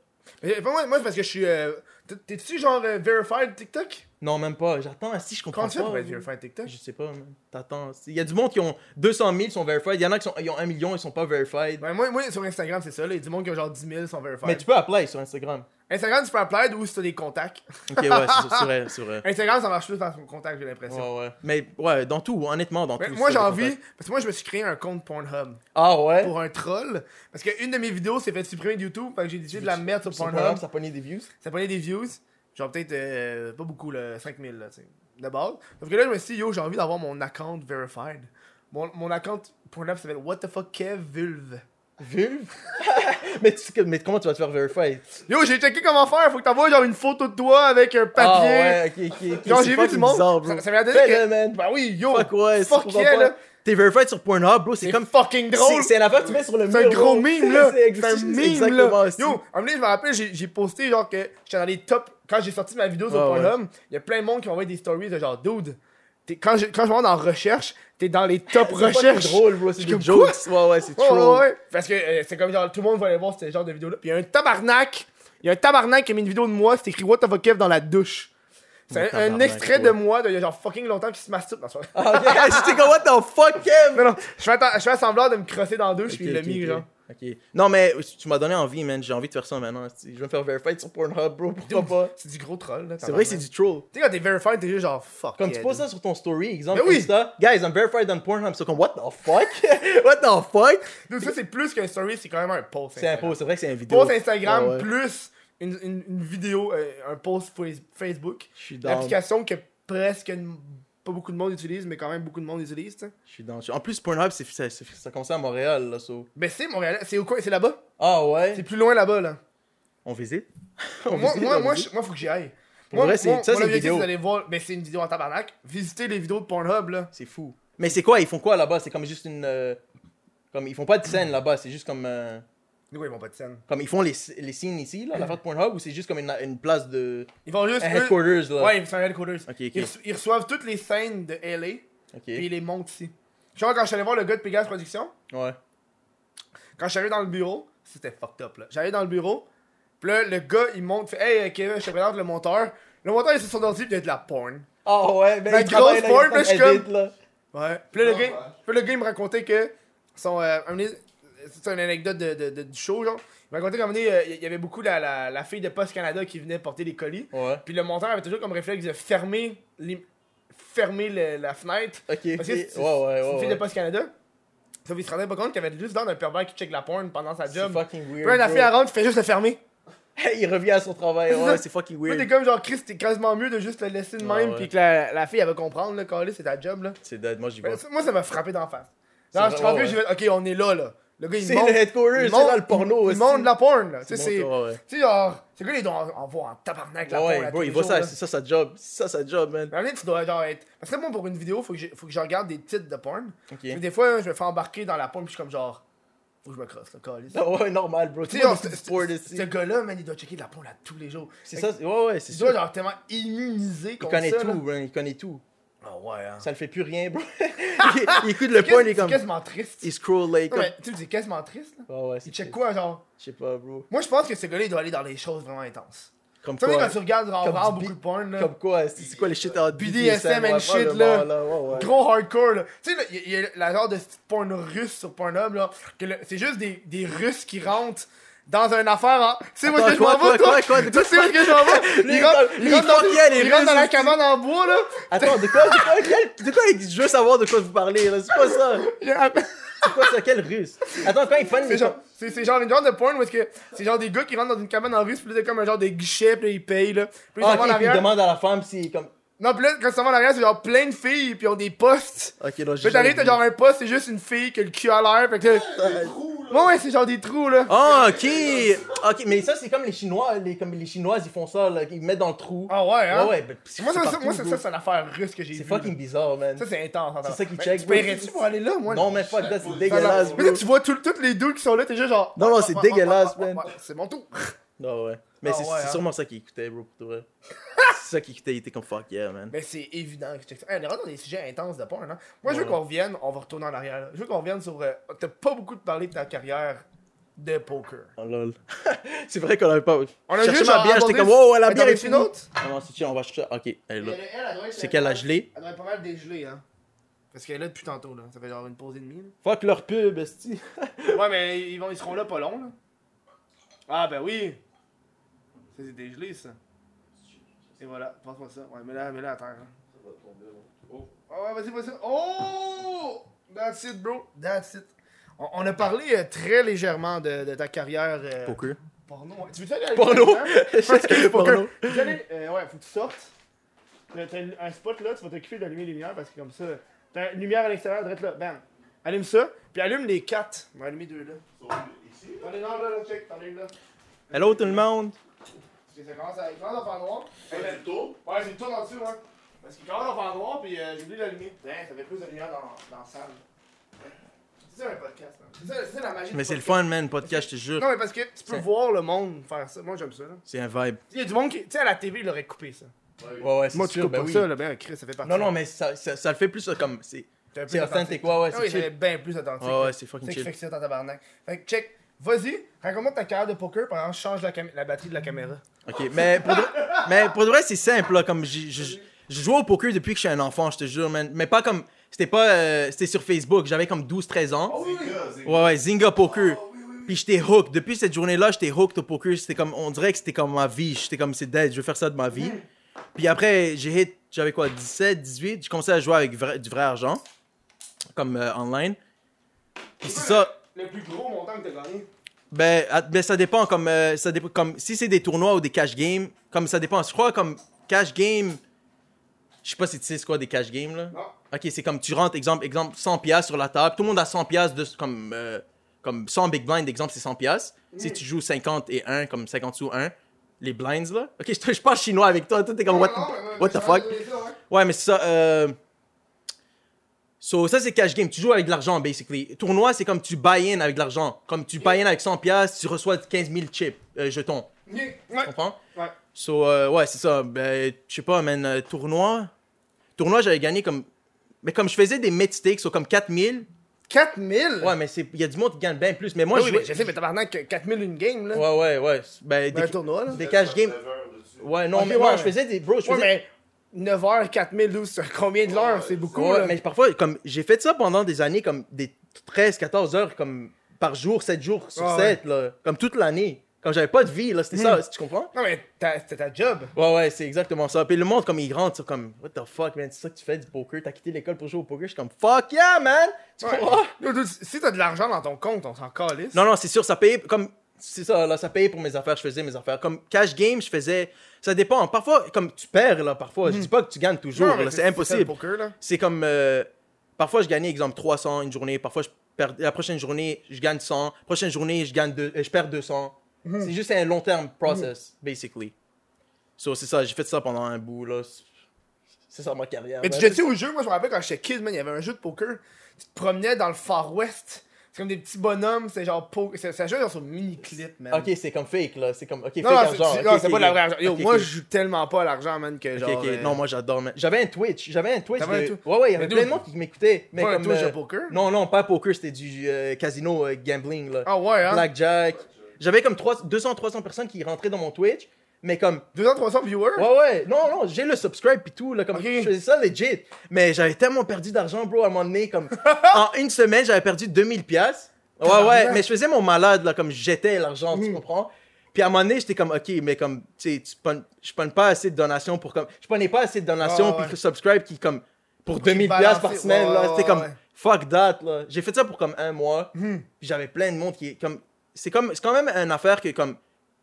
Speaker 1: Mais pas moi, moi, c'est parce que je suis. euh, t- T'es-tu genre euh, verified TikTok
Speaker 2: Non, même pas. J'attends, si je comprends
Speaker 1: Comment tu fais pour
Speaker 2: pas. hein.
Speaker 1: être verified TikTok
Speaker 2: Je sais pas, man. T'attends. Il y a du monde qui ont 200 000, ils sont verified. Il y en a qui sont, ils ont 1 million, ils sont pas verified.
Speaker 1: Ouais, Ben, moi, moi, sur Instagram, c'est ça, là. Il y a du monde qui a genre 10 000 sont verified.
Speaker 2: Mais tu peux appeler sur Instagram.
Speaker 1: Instagram, tu peux appeler ou si t'as des contacts.
Speaker 2: Ok, ouais, c'est- c'est vrai,
Speaker 1: *laughs*
Speaker 2: c'est vrai.
Speaker 1: Instagram, ça marche plus par contact, j'ai l'impression.
Speaker 2: Ouais, ouais. Mais ouais, dans tout, honnêtement, dans
Speaker 1: Mais
Speaker 2: tout.
Speaker 1: moi,
Speaker 2: c'est
Speaker 1: j'ai
Speaker 2: des
Speaker 1: envie.
Speaker 2: contacts.
Speaker 1: Parce que moi, je me suis créé un compte Pornhub
Speaker 2: Ah
Speaker 1: *laughs*
Speaker 2: ouais?
Speaker 1: pour un troll. Parce qu'une de mes vidéos s'est fait supprimer de YouTube. Fait que j'ai décidé de la mettre sur
Speaker 2: Sur Pornhub,
Speaker 1: Pornhub.
Speaker 2: ça pognait des views.
Speaker 1: Ça prenait des views. Genre peut-être euh, pas beaucoup, là, 5000 là, tu sais, de base. Sauf que là, je me suis dit, yo, j'ai envie d'avoir mon account verified. Mon, mon account Pornhub s'appelle What the fuck Kev Vulve.
Speaker 2: Vulve? *laughs* mais, tu- mais comment tu vas te faire verified?
Speaker 1: Yo, j'ai checké comment faire. Faut que t'envoies genre une photo de toi avec un
Speaker 2: Ah
Speaker 1: papier.
Speaker 2: ouais, ok, ok. ok,
Speaker 1: Genre,
Speaker 2: c'est
Speaker 1: j'ai vu
Speaker 2: fucking
Speaker 1: tout le monde.
Speaker 2: bizarre, bro.
Speaker 1: Ça- ça m'a donné
Speaker 2: Fais-le,
Speaker 1: que-
Speaker 2: man.
Speaker 1: Bah oui, yo.
Speaker 2: Fuck ouais, c'est
Speaker 1: fuck
Speaker 2: pour
Speaker 1: yeah,
Speaker 2: pas-
Speaker 1: là.
Speaker 2: T'es verified sur Pornhub, bro. C'est
Speaker 1: C'est
Speaker 2: comme.
Speaker 1: comme fucking drôle.
Speaker 2: C'est- C'est l'affaire que tu mets sur le mur.
Speaker 1: C'est un gros
Speaker 2: bro. *laughs*
Speaker 1: meme, là.
Speaker 2: C'est
Speaker 1: C'est un
Speaker 2: ex-
Speaker 1: meme,
Speaker 2: exactement,
Speaker 1: là.
Speaker 2: aussi.
Speaker 1: Yo, un moment donné, je me rappelle, j'ai j'ai posté, genre, que j'étais dans les top. Quand j'ai sorti ma vidéo sur
Speaker 2: Ah Ouais, ouais.
Speaker 1: Pornhub, il y a plein de monde qui m'envoie des stories de genre, dude, t'es- quand je quand je me rends dans recherche, t'es dans les top
Speaker 2: *laughs* C'est fucking
Speaker 1: recherches.
Speaker 2: drôle, bro. C'est
Speaker 1: Je suis
Speaker 2: des
Speaker 1: comme,
Speaker 2: jokes. Ouais, ouais, c'est
Speaker 1: Ouais,
Speaker 2: troll.
Speaker 1: ouais, ouais. Parce que euh, c'est comme genre, tout le monde voulait voir ce genre de vidéo-là. Puis il y a un tabarnak. Il y a un tabarnak qui a mis une vidéo de moi, c'est écrit What the fuck Kev dans la douche. C'est
Speaker 2: Mon
Speaker 1: un- un,
Speaker 2: tabarnak,
Speaker 1: extrait
Speaker 2: ouais.
Speaker 1: de moi de il y a genre fucking longtemps qui se masturbe. Non, c'est pas vrai.
Speaker 2: Ah, ok, *laughs* J'étais comme, what the fuck, Kev?
Speaker 1: non, non, je fais, atta- je fais semblant de me crosser dans la douche, puis il l'a
Speaker 2: Ok,
Speaker 1: mis,
Speaker 2: ok,
Speaker 1: genre.
Speaker 2: ok. Non, mais tu m'as donné envie, man. J'ai envie de faire ça maintenant. Je vais me faire verified sur Pornhub, bro. Pourquoi pas?
Speaker 1: C'est du gros troll, là.
Speaker 2: C'est vrai que c'est du troll.
Speaker 1: Tu sais, quand t'es verified, t'es juste genre fuck.
Speaker 2: Comme
Speaker 1: yeah,
Speaker 2: tu poses
Speaker 1: dude.
Speaker 2: ça sur ton story, exemple,
Speaker 1: Ben oui.
Speaker 2: Insta, guys, I'm verified on Pornhub. C'est comme, what the fuck? *laughs* what the fuck?
Speaker 1: Dude, ça, c'est plus qu'un story, c'est quand même un post.
Speaker 2: C'est un post, c'est vrai que c'est un vidéo. Ah
Speaker 1: Post Instagram
Speaker 2: Ouais, ouais.
Speaker 1: plus une, une, une vidéo, euh, un post fa- Facebook.
Speaker 2: Je suis down.
Speaker 1: L'application que presque n- pas beaucoup de monde utilise, mais quand même beaucoup de monde utilise, tu sais.
Speaker 2: Je suis down. En plus, Pornhub, c'est, ça, ça, ça commence à Montréal, là, so.
Speaker 1: Mais c'est Montréal, c'est au coin, c'est là-bas.
Speaker 2: Ah ouais?
Speaker 1: C'est plus loin là-bas, là.
Speaker 2: On visite? *laughs* On
Speaker 1: Moi,
Speaker 2: visite,
Speaker 1: moi,
Speaker 2: on
Speaker 1: moi,
Speaker 2: visite?
Speaker 1: je- moi, faut que j'y aille.
Speaker 2: Pour vrai, c'est- ça, c'est une
Speaker 1: objectif,
Speaker 2: vidéo.
Speaker 1: d'aller voir, mais c'est une vidéo en tabarnak. Visiter les vidéos de Pornhub, là.
Speaker 2: C'est fou. Mais c'est quoi? Ils font quoi là-bas? C'est comme juste une. euh, Comme, ils font pas de scène là-bas, c'est juste comme. euh,
Speaker 1: Nous, ils vont pas de scène.
Speaker 2: Comme ils font les, les scenes ici, là, l'affaire de Pornhub, ou c'est juste comme une, une place de.
Speaker 1: Ils vont juste.
Speaker 2: Un
Speaker 1: eux-
Speaker 2: headquarters, là.
Speaker 1: Ouais, ils sont un headquarters.
Speaker 2: Ok, ok.
Speaker 1: Ils, reço- ils reçoivent toutes les scènes de LA,
Speaker 2: Ok.
Speaker 1: puis ils les montent ici. Genre, quand je suis allé voir le gars de Pegasus Productions,
Speaker 2: Ouais.
Speaker 1: quand je suis allé dans le bureau, c'était fucked up, là. J'allais dans le bureau, puis là, le gars, il monte, fait Hey, euh, Kevin, je te présente le monteur. Le monteur, il est sur son ordi, puis il y a de la porn.
Speaker 2: Ah ouais, ben,
Speaker 1: La
Speaker 2: ils travaillent,
Speaker 1: grosse porn,
Speaker 2: là, ils font
Speaker 1: mais je suis
Speaker 2: edit, là.
Speaker 1: Ouais. Puis là, le,
Speaker 4: Ah,
Speaker 1: gars,
Speaker 4: ouais.
Speaker 1: puis là, le gars, il me racontait que son. euh, un moment donné, c'est une anecdote de, de- de- du show, genre. Il me racontait qu'à un moment donné, euh, il y avait beaucoup la, la, la fille de Post Canada qui venait porter des colis.
Speaker 2: Ouais.
Speaker 1: Puis le monteur avait toujours comme réflexe de fermer, les- fermer le- la fenêtre.
Speaker 2: Ok. Ouais,
Speaker 1: Parce que c'est
Speaker 2: ouais,
Speaker 1: c'est-
Speaker 2: ouais.
Speaker 1: c'est une fille de
Speaker 2: ouais.
Speaker 1: Post Canada. Sauf qu'il se rendait pas compte qu'il y avait juste dans un pervers qui check la porn pendant sa
Speaker 2: C'est
Speaker 1: job.
Speaker 2: fucking
Speaker 1: Puis
Speaker 2: weird.
Speaker 1: là, la
Speaker 2: bro.
Speaker 1: fille, elle rentre, tu fais juste le fermer.
Speaker 2: *laughs* il revient à son travail.
Speaker 1: C'est *laughs* ça.
Speaker 2: Ouais, c'est fucking
Speaker 1: Toi, t'es
Speaker 2: weird.
Speaker 1: comme genre, Chris, t'es quasiment mieux de juste le laisser de
Speaker 2: Ouais,
Speaker 1: même.
Speaker 2: ouais.
Speaker 1: Puis que la, la fille, elle va comprendre, là, calé, c'est ta job, là.
Speaker 2: C'est dead, moi j'y
Speaker 1: Mais
Speaker 2: vais.
Speaker 1: ça- Moi, ça m'a frappé d'en face.
Speaker 2: C'est
Speaker 1: Genre,
Speaker 2: vrai,
Speaker 1: je suis rentré,
Speaker 2: ouais.
Speaker 1: j'ai fait, ok, on est là, là. Le gars, il
Speaker 2: C'est
Speaker 1: monte.
Speaker 2: le headquarters,
Speaker 1: il
Speaker 2: c'est
Speaker 1: monte-
Speaker 2: dans le porno
Speaker 1: Il
Speaker 2: aussi.
Speaker 1: monte de la porn, là. Tu sais,
Speaker 2: Bon,
Speaker 1: c'est.
Speaker 2: toi, ouais.
Speaker 1: Tu sais, genre, c'est que les doigts en, en voir en tabarnak la
Speaker 2: Ouais,
Speaker 1: porn. à
Speaker 2: bro,
Speaker 1: tous
Speaker 2: il
Speaker 1: les
Speaker 2: voit
Speaker 1: jours,
Speaker 2: ça,
Speaker 1: là.
Speaker 2: c'est ça sa job. C'est ça sa job, man.
Speaker 1: Mais à un moment donné, tu dois genre être. Parce que moi, pour une vidéo, faut que je, faut que je regarde des titres de porn.
Speaker 2: Ok.
Speaker 1: Mais des fois, je me fais embarquer dans la porn, puis je suis comme genre, faut que je me crosse, là, câlisse.
Speaker 2: Ah *laughs* Ouais, normal, bro.
Speaker 1: Tu
Speaker 2: Tu
Speaker 1: sais, genre,
Speaker 2: vois,
Speaker 1: ce-
Speaker 2: c'est
Speaker 1: ce
Speaker 2: sport
Speaker 1: ce
Speaker 2: ici.
Speaker 1: gars-là, man, il doit checker de la porn à tous les jours.
Speaker 2: C'est
Speaker 1: Fait
Speaker 2: ça,
Speaker 1: que
Speaker 2: c'est- ouais, ouais, c'est
Speaker 1: Tu
Speaker 2: ça.
Speaker 1: dois, genre, tellement immunisé
Speaker 2: Il
Speaker 1: contre ça.
Speaker 2: connaît
Speaker 1: là.
Speaker 2: tout, man. Il connaît tout.
Speaker 1: hein. Ah ouais, hein.
Speaker 2: Ça le fait plus rien,
Speaker 1: *laughs*
Speaker 2: bro. Il il écoute le point, il est
Speaker 1: C'est
Speaker 2: comme.
Speaker 1: quasiment triste.
Speaker 2: Il scroll, là, il est
Speaker 1: Non,
Speaker 2: comme. Ah,
Speaker 1: mais Tu sais, c'est quasiment triste, là.
Speaker 2: Ouais, ouais, c'est
Speaker 1: Il check
Speaker 2: triste.
Speaker 1: quoi, genre?
Speaker 2: Je sais pas, bro.
Speaker 1: Moi, je pense que ce gars-là, il doit aller dans les choses vraiment intenses.
Speaker 2: Comme
Speaker 1: Tu sais,
Speaker 2: quoi.
Speaker 1: quand tu regardes genre,
Speaker 2: Comme
Speaker 1: vraiment
Speaker 2: du
Speaker 1: beaucoup de porn, là.
Speaker 2: Comme quoi, c'est c'est quoi les shit out
Speaker 1: BDSM and shit, là. Trop hardcore, là. Tu sais, là, il y, a- il y a la genre de petite porn russe sur Pornhub, là. que le- C'est juste des, des Russes qui rentrent dans une affaire, hein. Tu sais, moi, ce
Speaker 2: Attends,
Speaker 1: que je m'en
Speaker 2: quoi,
Speaker 1: vais,
Speaker 2: quoi,
Speaker 1: toi.
Speaker 2: quoi, quoi, de
Speaker 1: Tu
Speaker 2: quoi
Speaker 1: sais, moi, ce que je m'en vais.
Speaker 2: Lui,
Speaker 1: Ils
Speaker 2: il
Speaker 1: rentrent-
Speaker 2: parle-
Speaker 1: ils
Speaker 2: lui,
Speaker 1: rentrent
Speaker 2: il parle qu'il y a
Speaker 1: dans-
Speaker 2: les
Speaker 1: ils rentrent dans la
Speaker 2: Russes
Speaker 1: cabane en bois, là.
Speaker 2: Attends, de quoi, de quoi, quel- de quoi, je veux savoir de quoi vous parlez, là. C'est quoi ça? C'est quoi ça? Quel russe? Attends, quand ils font
Speaker 1: C'est genre, c'est, c'est genre une genre de porn où est-ce que c'est genre des gars qui rentrent dans une cabane en russe, puis là, c'est comme un genre de guichet, puis là, ils payent, là. Puis là, ils
Speaker 2: Ah,
Speaker 1: s'en vont en
Speaker 2: ok, puis il
Speaker 1: arrière.
Speaker 2: demande à la femme si, comme,
Speaker 1: Non, pis là, quand ça va en arrière, c'est genre plein de filles, pis ils ont des postes.
Speaker 2: Ok, non, j'ai.
Speaker 1: Puis t'arrives,
Speaker 2: jamais
Speaker 1: t'as
Speaker 2: vu.
Speaker 1: genre un poste, c'est juste une fille qui a le cul à l'air, fait que là- Ouais, ouais, c'est genre des trous, là.
Speaker 2: Ah, ok! Ok, mais ça, c'est comme les Chinois, les, comme les Chinoises, ils font ça, là, ils mettent dans le trou.
Speaker 1: Ah ouais, hein?
Speaker 2: Ouais, ouais, ben, c'est
Speaker 1: Moi, ça, ça,
Speaker 2: partout,
Speaker 1: moi, ça,
Speaker 2: bro.
Speaker 1: ça, c'est une affaire russe que j'ai vue.
Speaker 2: C'est fucking bizarre, man.
Speaker 1: Ça, c'est intense. en
Speaker 2: C'est
Speaker 1: temps.
Speaker 2: ça qui
Speaker 1: Mais
Speaker 2: check,
Speaker 1: Tu
Speaker 2: bro.
Speaker 1: paierais-tu pour aller là, moi?
Speaker 2: non, mais fuck, that, c'est
Speaker 1: Ça, là,
Speaker 2: dégueulasse,
Speaker 1: Mais là,
Speaker 2: bro.
Speaker 1: tu vois tout- toutes les deux qui sont là, t'es juste genre. Ah,
Speaker 2: Non, non, c'est
Speaker 1: Ouais, ouais,
Speaker 2: dégueulasse,
Speaker 1: ouais, ouais,
Speaker 2: man.
Speaker 1: ouais, ah, C'est mon tour.
Speaker 2: Non, ouais. Mais
Speaker 1: Ah,
Speaker 2: c'est
Speaker 1: ouais,
Speaker 2: c'est
Speaker 1: hein.
Speaker 2: sûrement ça qu'il écoutait, bro, pour
Speaker 1: *laughs*
Speaker 2: de vrai. c'est ça qu'il écoutait, il était comme fuck yeah, man.
Speaker 1: Mais c'est évident que tu check ça. Hey, on est rendu dans des sujets intenses de porn, hein. Moi, je veux
Speaker 2: Ouais.
Speaker 1: qu'on revienne, on va retourner en arrière. là. Je veux qu'on revienne sur. euh, T'as pas beaucoup de parlé de ta carrière de poker.
Speaker 2: Oh lol. *laughs* c'est vrai qu'on avait pas.
Speaker 1: On a
Speaker 2: Je cherchais
Speaker 1: juste
Speaker 2: ma bière,
Speaker 1: abordé-
Speaker 2: j'étais comme, oh, ouais, la
Speaker 1: Mais t'en
Speaker 2: bière est
Speaker 1: veux-tu une
Speaker 2: finie.
Speaker 1: autre?
Speaker 2: Non, non, c'est chill, on va chercher. Ok, elle est là.
Speaker 1: Elle, elle doit être- euh,
Speaker 2: C'est qu'elle a gelé.
Speaker 1: Elle doit être pas mal dégelée, hein. Parce qu'elle est là depuis tantôt, là. Ça fait genre une pause et demie, là.
Speaker 2: Fuck leur pub, esti.
Speaker 1: Ouais, mais ils, vont, ils seront là pas long, là. Ah, ben oui. Ça, C'est dégelé, ça. Et voilà, passe-moi ça. Ouais, mets-la, mets-la à terre. hein. Oh, ouais, vas-y, vas-y. Oh! That's it, bro. That's it. On, on a parlé euh, très légèrement de, de ta carrière. euh,
Speaker 2: Poker.
Speaker 1: Porno. ouais. Tu veux-tu aller à
Speaker 2: Porno. *laughs*
Speaker 1: Parce que le poker-
Speaker 2: Porno.
Speaker 1: Tu veux aller- euh, ouais, faut que tu sortes. Là, T'as une- un spot là, tu vas t'occuper d'allumer les lumières parce que comme ça, t'as une lumière à l'extérieur, direct là, bam. Allume ça, puis allume les quatre. On va allumer deux là. T'en as une là, là, check, t'en as une là.
Speaker 2: Hello tout le monde.
Speaker 1: Parce que ça commence à, il commence à faire noir. Ouais, c'est le tour. Ouais, c'est le tour en dessous, hein. Parce qu'il commence à faire noir, puis euh, j'ai oublié d'allumer. Putain, ça fait plus de lumière dans, dans la salle. C'est ça un podcast, man. C'est ça, c'est ça la magie.
Speaker 2: Mais
Speaker 1: du
Speaker 2: c'est le
Speaker 1: podcast.
Speaker 2: fun, man, podcast, je te jure.
Speaker 1: Non, mais parce que tu peux
Speaker 2: C'est-
Speaker 1: voir le monde faire ça. Moi, j'aime ça, là.
Speaker 2: C'est un vibe.
Speaker 1: Il y a du monde qui. Tu sais, à la TV, il l'aurait coupé ça.
Speaker 2: Ouais, ouais, c'est
Speaker 1: Moi, tu
Speaker 2: sûr,
Speaker 1: coupes
Speaker 2: ben
Speaker 1: pas
Speaker 2: oui.
Speaker 1: ça, là, ben, Chris, ça fait partie.
Speaker 2: Non, non, mais ça, ça, ça le fait plus euh, comme. C'est
Speaker 1: T'es un peu
Speaker 2: c'est authentique, ouais, ouais,
Speaker 1: Ah
Speaker 2: c'est
Speaker 1: oui, j'avais
Speaker 2: chill.
Speaker 1: bien plus authentique.
Speaker 2: Ouais, ouais, c'est fucking
Speaker 1: C'est qui
Speaker 2: chill.
Speaker 1: fait que c'est en tabarnak. Fait que check, vas-y, raconte-moi ta carrière de poker pendant que je change la, cam- la batterie de la caméra.
Speaker 2: Ok, mais pour de, mais pour de vrai, c'est simple, là. Comme j'ai- j'ai- je jouais au poker depuis que je suis un enfant, je te jure, man. Mais pas comme. C'était pas. euh, C'était sur Facebook, j'avais comme 12-13
Speaker 1: Oh
Speaker 2: ans. Ouais, ouais, Zynga Poker. Puis j'étais hooked. Depuis cette journée-là, j'étais hooked au poker. C'était comme. On dirait que c'était comme ma vie. J'étais comme, c'est dead, je veux faire ça de ma vie. Puis après, j'ai hit. J'avais quoi, 17, 18. J'ai commencé à jouer avec vrai- du vrai argent. Comme euh, online. Puis c'est ça.
Speaker 1: Le plus gros montant que t'as gagné.
Speaker 2: Ben, à- ben, ça dépend comme euh, ça dépend comme si c'est des tournois ou des cash games, comme ça dépend. Je crois comme cash game je sais pas si tu sais c'est quoi des cash games là.
Speaker 1: Non.
Speaker 2: OK, c'est comme tu rentres exemple exemple 100 pièces sur la table, tout le monde a 100 pièces de comme euh, comme 100 big blind exemple c'est 100 pièces. Si tu joues 50 et 1 comme 50 sous 1, les blinds là. OK, je, te- je parle chinois avec toi, toi t'es comme Ah, what,
Speaker 1: Ah,
Speaker 2: what the fuck. Ouais, mais c'est ça. Euh... So, ça, c'est cash game. Tu joues avec de l'argent, basically. Tournoi, c'est comme tu buy-in avec de l'argent. Comme tu buy-in avec 100$, piastres, tu reçois 15 000 chips, euh, jetons.
Speaker 1: Ouais.
Speaker 2: Tu comprends?
Speaker 1: Ouais.
Speaker 2: So, euh, ouais, c'est ça. Ben, je sais pas, man. euh, tournoi. Tournoi, j'avais gagné comme. Mais comme je faisais des mistakes, so comme 4000.
Speaker 1: 4000
Speaker 2: Ouais, mais c'est- il y a du monde qui gagne bien plus. Mais moi,
Speaker 1: Ah oui,
Speaker 2: je.
Speaker 1: mais je sais, mais tabarnak, que 4000 une game, là.
Speaker 2: Ouais, ouais, ouais. Ben,
Speaker 1: Ben,
Speaker 2: des,
Speaker 1: un tournoi, là.
Speaker 2: des cash games. Ouais, non,
Speaker 1: Ok,
Speaker 2: mais moi,
Speaker 1: ouais.
Speaker 2: je faisais des. Bro, je faisais.
Speaker 1: Ouais, mais 9h, 4000, 12, c'est combien de l'heure C'est beaucoup,
Speaker 2: Ouais,
Speaker 1: là.
Speaker 2: mais parfois, comme j'ai fait ça pendant des années, comme des 13-14 heures comme par jour, 7 jours sur
Speaker 1: Ah
Speaker 2: 7, là, comme toute l'année. Quand j'avais pas de vie, là, c'était
Speaker 1: Hmm.
Speaker 2: ça, tu comprends?
Speaker 1: Non, mais t'as- c'était ta job.
Speaker 2: Ouais, ouais, c'est exactement ça. Puis le monde, comme il rentre, c'est comme, what the fuck, man, c'est ça que tu fais du poker? T'as quitté l'école pour jouer au poker? Je suis comme, fuck yeah, man! Tu
Speaker 1: Ouais.
Speaker 2: comprends?
Speaker 1: Yo, dude, Si t'as de l'argent dans ton compte, on s'en calisse.
Speaker 2: Non, non, c'est sûr, ça payait comme. C'est ça, là, ça payait pour mes affaires, je faisais mes affaires. Comme cash game, je faisais. Ça dépend. Parfois, comme tu perds, là, parfois. Je dis pas que tu gagnes toujours,
Speaker 1: Hmm. Non, mais
Speaker 2: là, c'est impossible.
Speaker 1: ça, le poker, là.
Speaker 2: c'est comme euh, parfois je gagnais exemple 300 une journée parfois je perds la prochaine journée je gagne 100 prochaine journée je gagne deux- euh, je perds 200 c'est juste un long terme process basically so c'est ça j'ai fait ça pendant un bout là ben, c'est ça ma carrière
Speaker 1: Mais
Speaker 2: man.
Speaker 1: tu jetais au jeu, moi je me rappelle quand j'étais kid, man, il y avait un jeu de poker. Tu te promenais dans le Far West. C'est comme des petits bonhommes, c'est genre poker. Ça, ça joue genre sur mini-clip, man.
Speaker 2: ok c'est comme fake là c'est comme ok
Speaker 1: non,
Speaker 2: fake
Speaker 1: non, c'est-
Speaker 2: argent
Speaker 1: c'est
Speaker 2: Ok,
Speaker 1: non, c'est
Speaker 2: ok,
Speaker 1: pas de la
Speaker 2: ok.
Speaker 1: vraie argent. Yo,
Speaker 2: Ok,
Speaker 1: moi
Speaker 2: ok.
Speaker 1: je joue tellement pas à l'argent, man, que
Speaker 2: Ok,
Speaker 1: genre. euh,
Speaker 2: ok, non, moi j'adore. man. J'avais un Twitch, j'avais un Twitch.
Speaker 1: T'avais un
Speaker 2: de-
Speaker 1: Twitch?
Speaker 2: Ouais, ouais, il y avait
Speaker 1: Mais
Speaker 2: plein de
Speaker 1: d'où-
Speaker 2: monde qui m'écoutait. Mais
Speaker 1: Pas un
Speaker 2: comme. euh,
Speaker 1: Twitch à poker?
Speaker 2: Non, non, pas poker, c'était du euh, casino euh, gambling. Là.
Speaker 1: Ah ouais, hein?
Speaker 2: Blackjack. J'avais comme 200-300 personnes qui rentraient dans mon Twitch, mais comme.
Speaker 1: 200-300 viewers?
Speaker 2: Ouais, ouais, non, non, j'ai le subscribe pis tout, là, comme
Speaker 1: Ok.
Speaker 2: je faisais ça legit. Mais j'avais tellement perdu d'argent, bro, à un moment
Speaker 1: *laughs*
Speaker 2: donné, comme en une semaine, j'avais perdu 2000 pièces Ouais, ouais,
Speaker 1: Tabarnak. Mm.
Speaker 2: mais je faisais mon malade, là, comme j'étais l'argent, tu comprends? Puis à un moment donné, j'étais comme, ok, mais comme, tu sais, tu pognes- je prenais pas assez de donations pour comme. Je prenais pas assez de donations
Speaker 1: Ah,
Speaker 2: pis
Speaker 1: ouais.
Speaker 2: que subscribe qui, comme, pour 2000
Speaker 1: balancer,
Speaker 2: pièces par semaine,
Speaker 1: ouais,
Speaker 2: là,
Speaker 1: ouais,
Speaker 2: c'était comme,
Speaker 1: ouais.
Speaker 2: fuck that, là. J'ai fait ça pour comme un mois,
Speaker 1: Hmm.
Speaker 2: puis j'avais plein de monde qui, est comme, c'est comme, c'est quand même une affaire que, comme,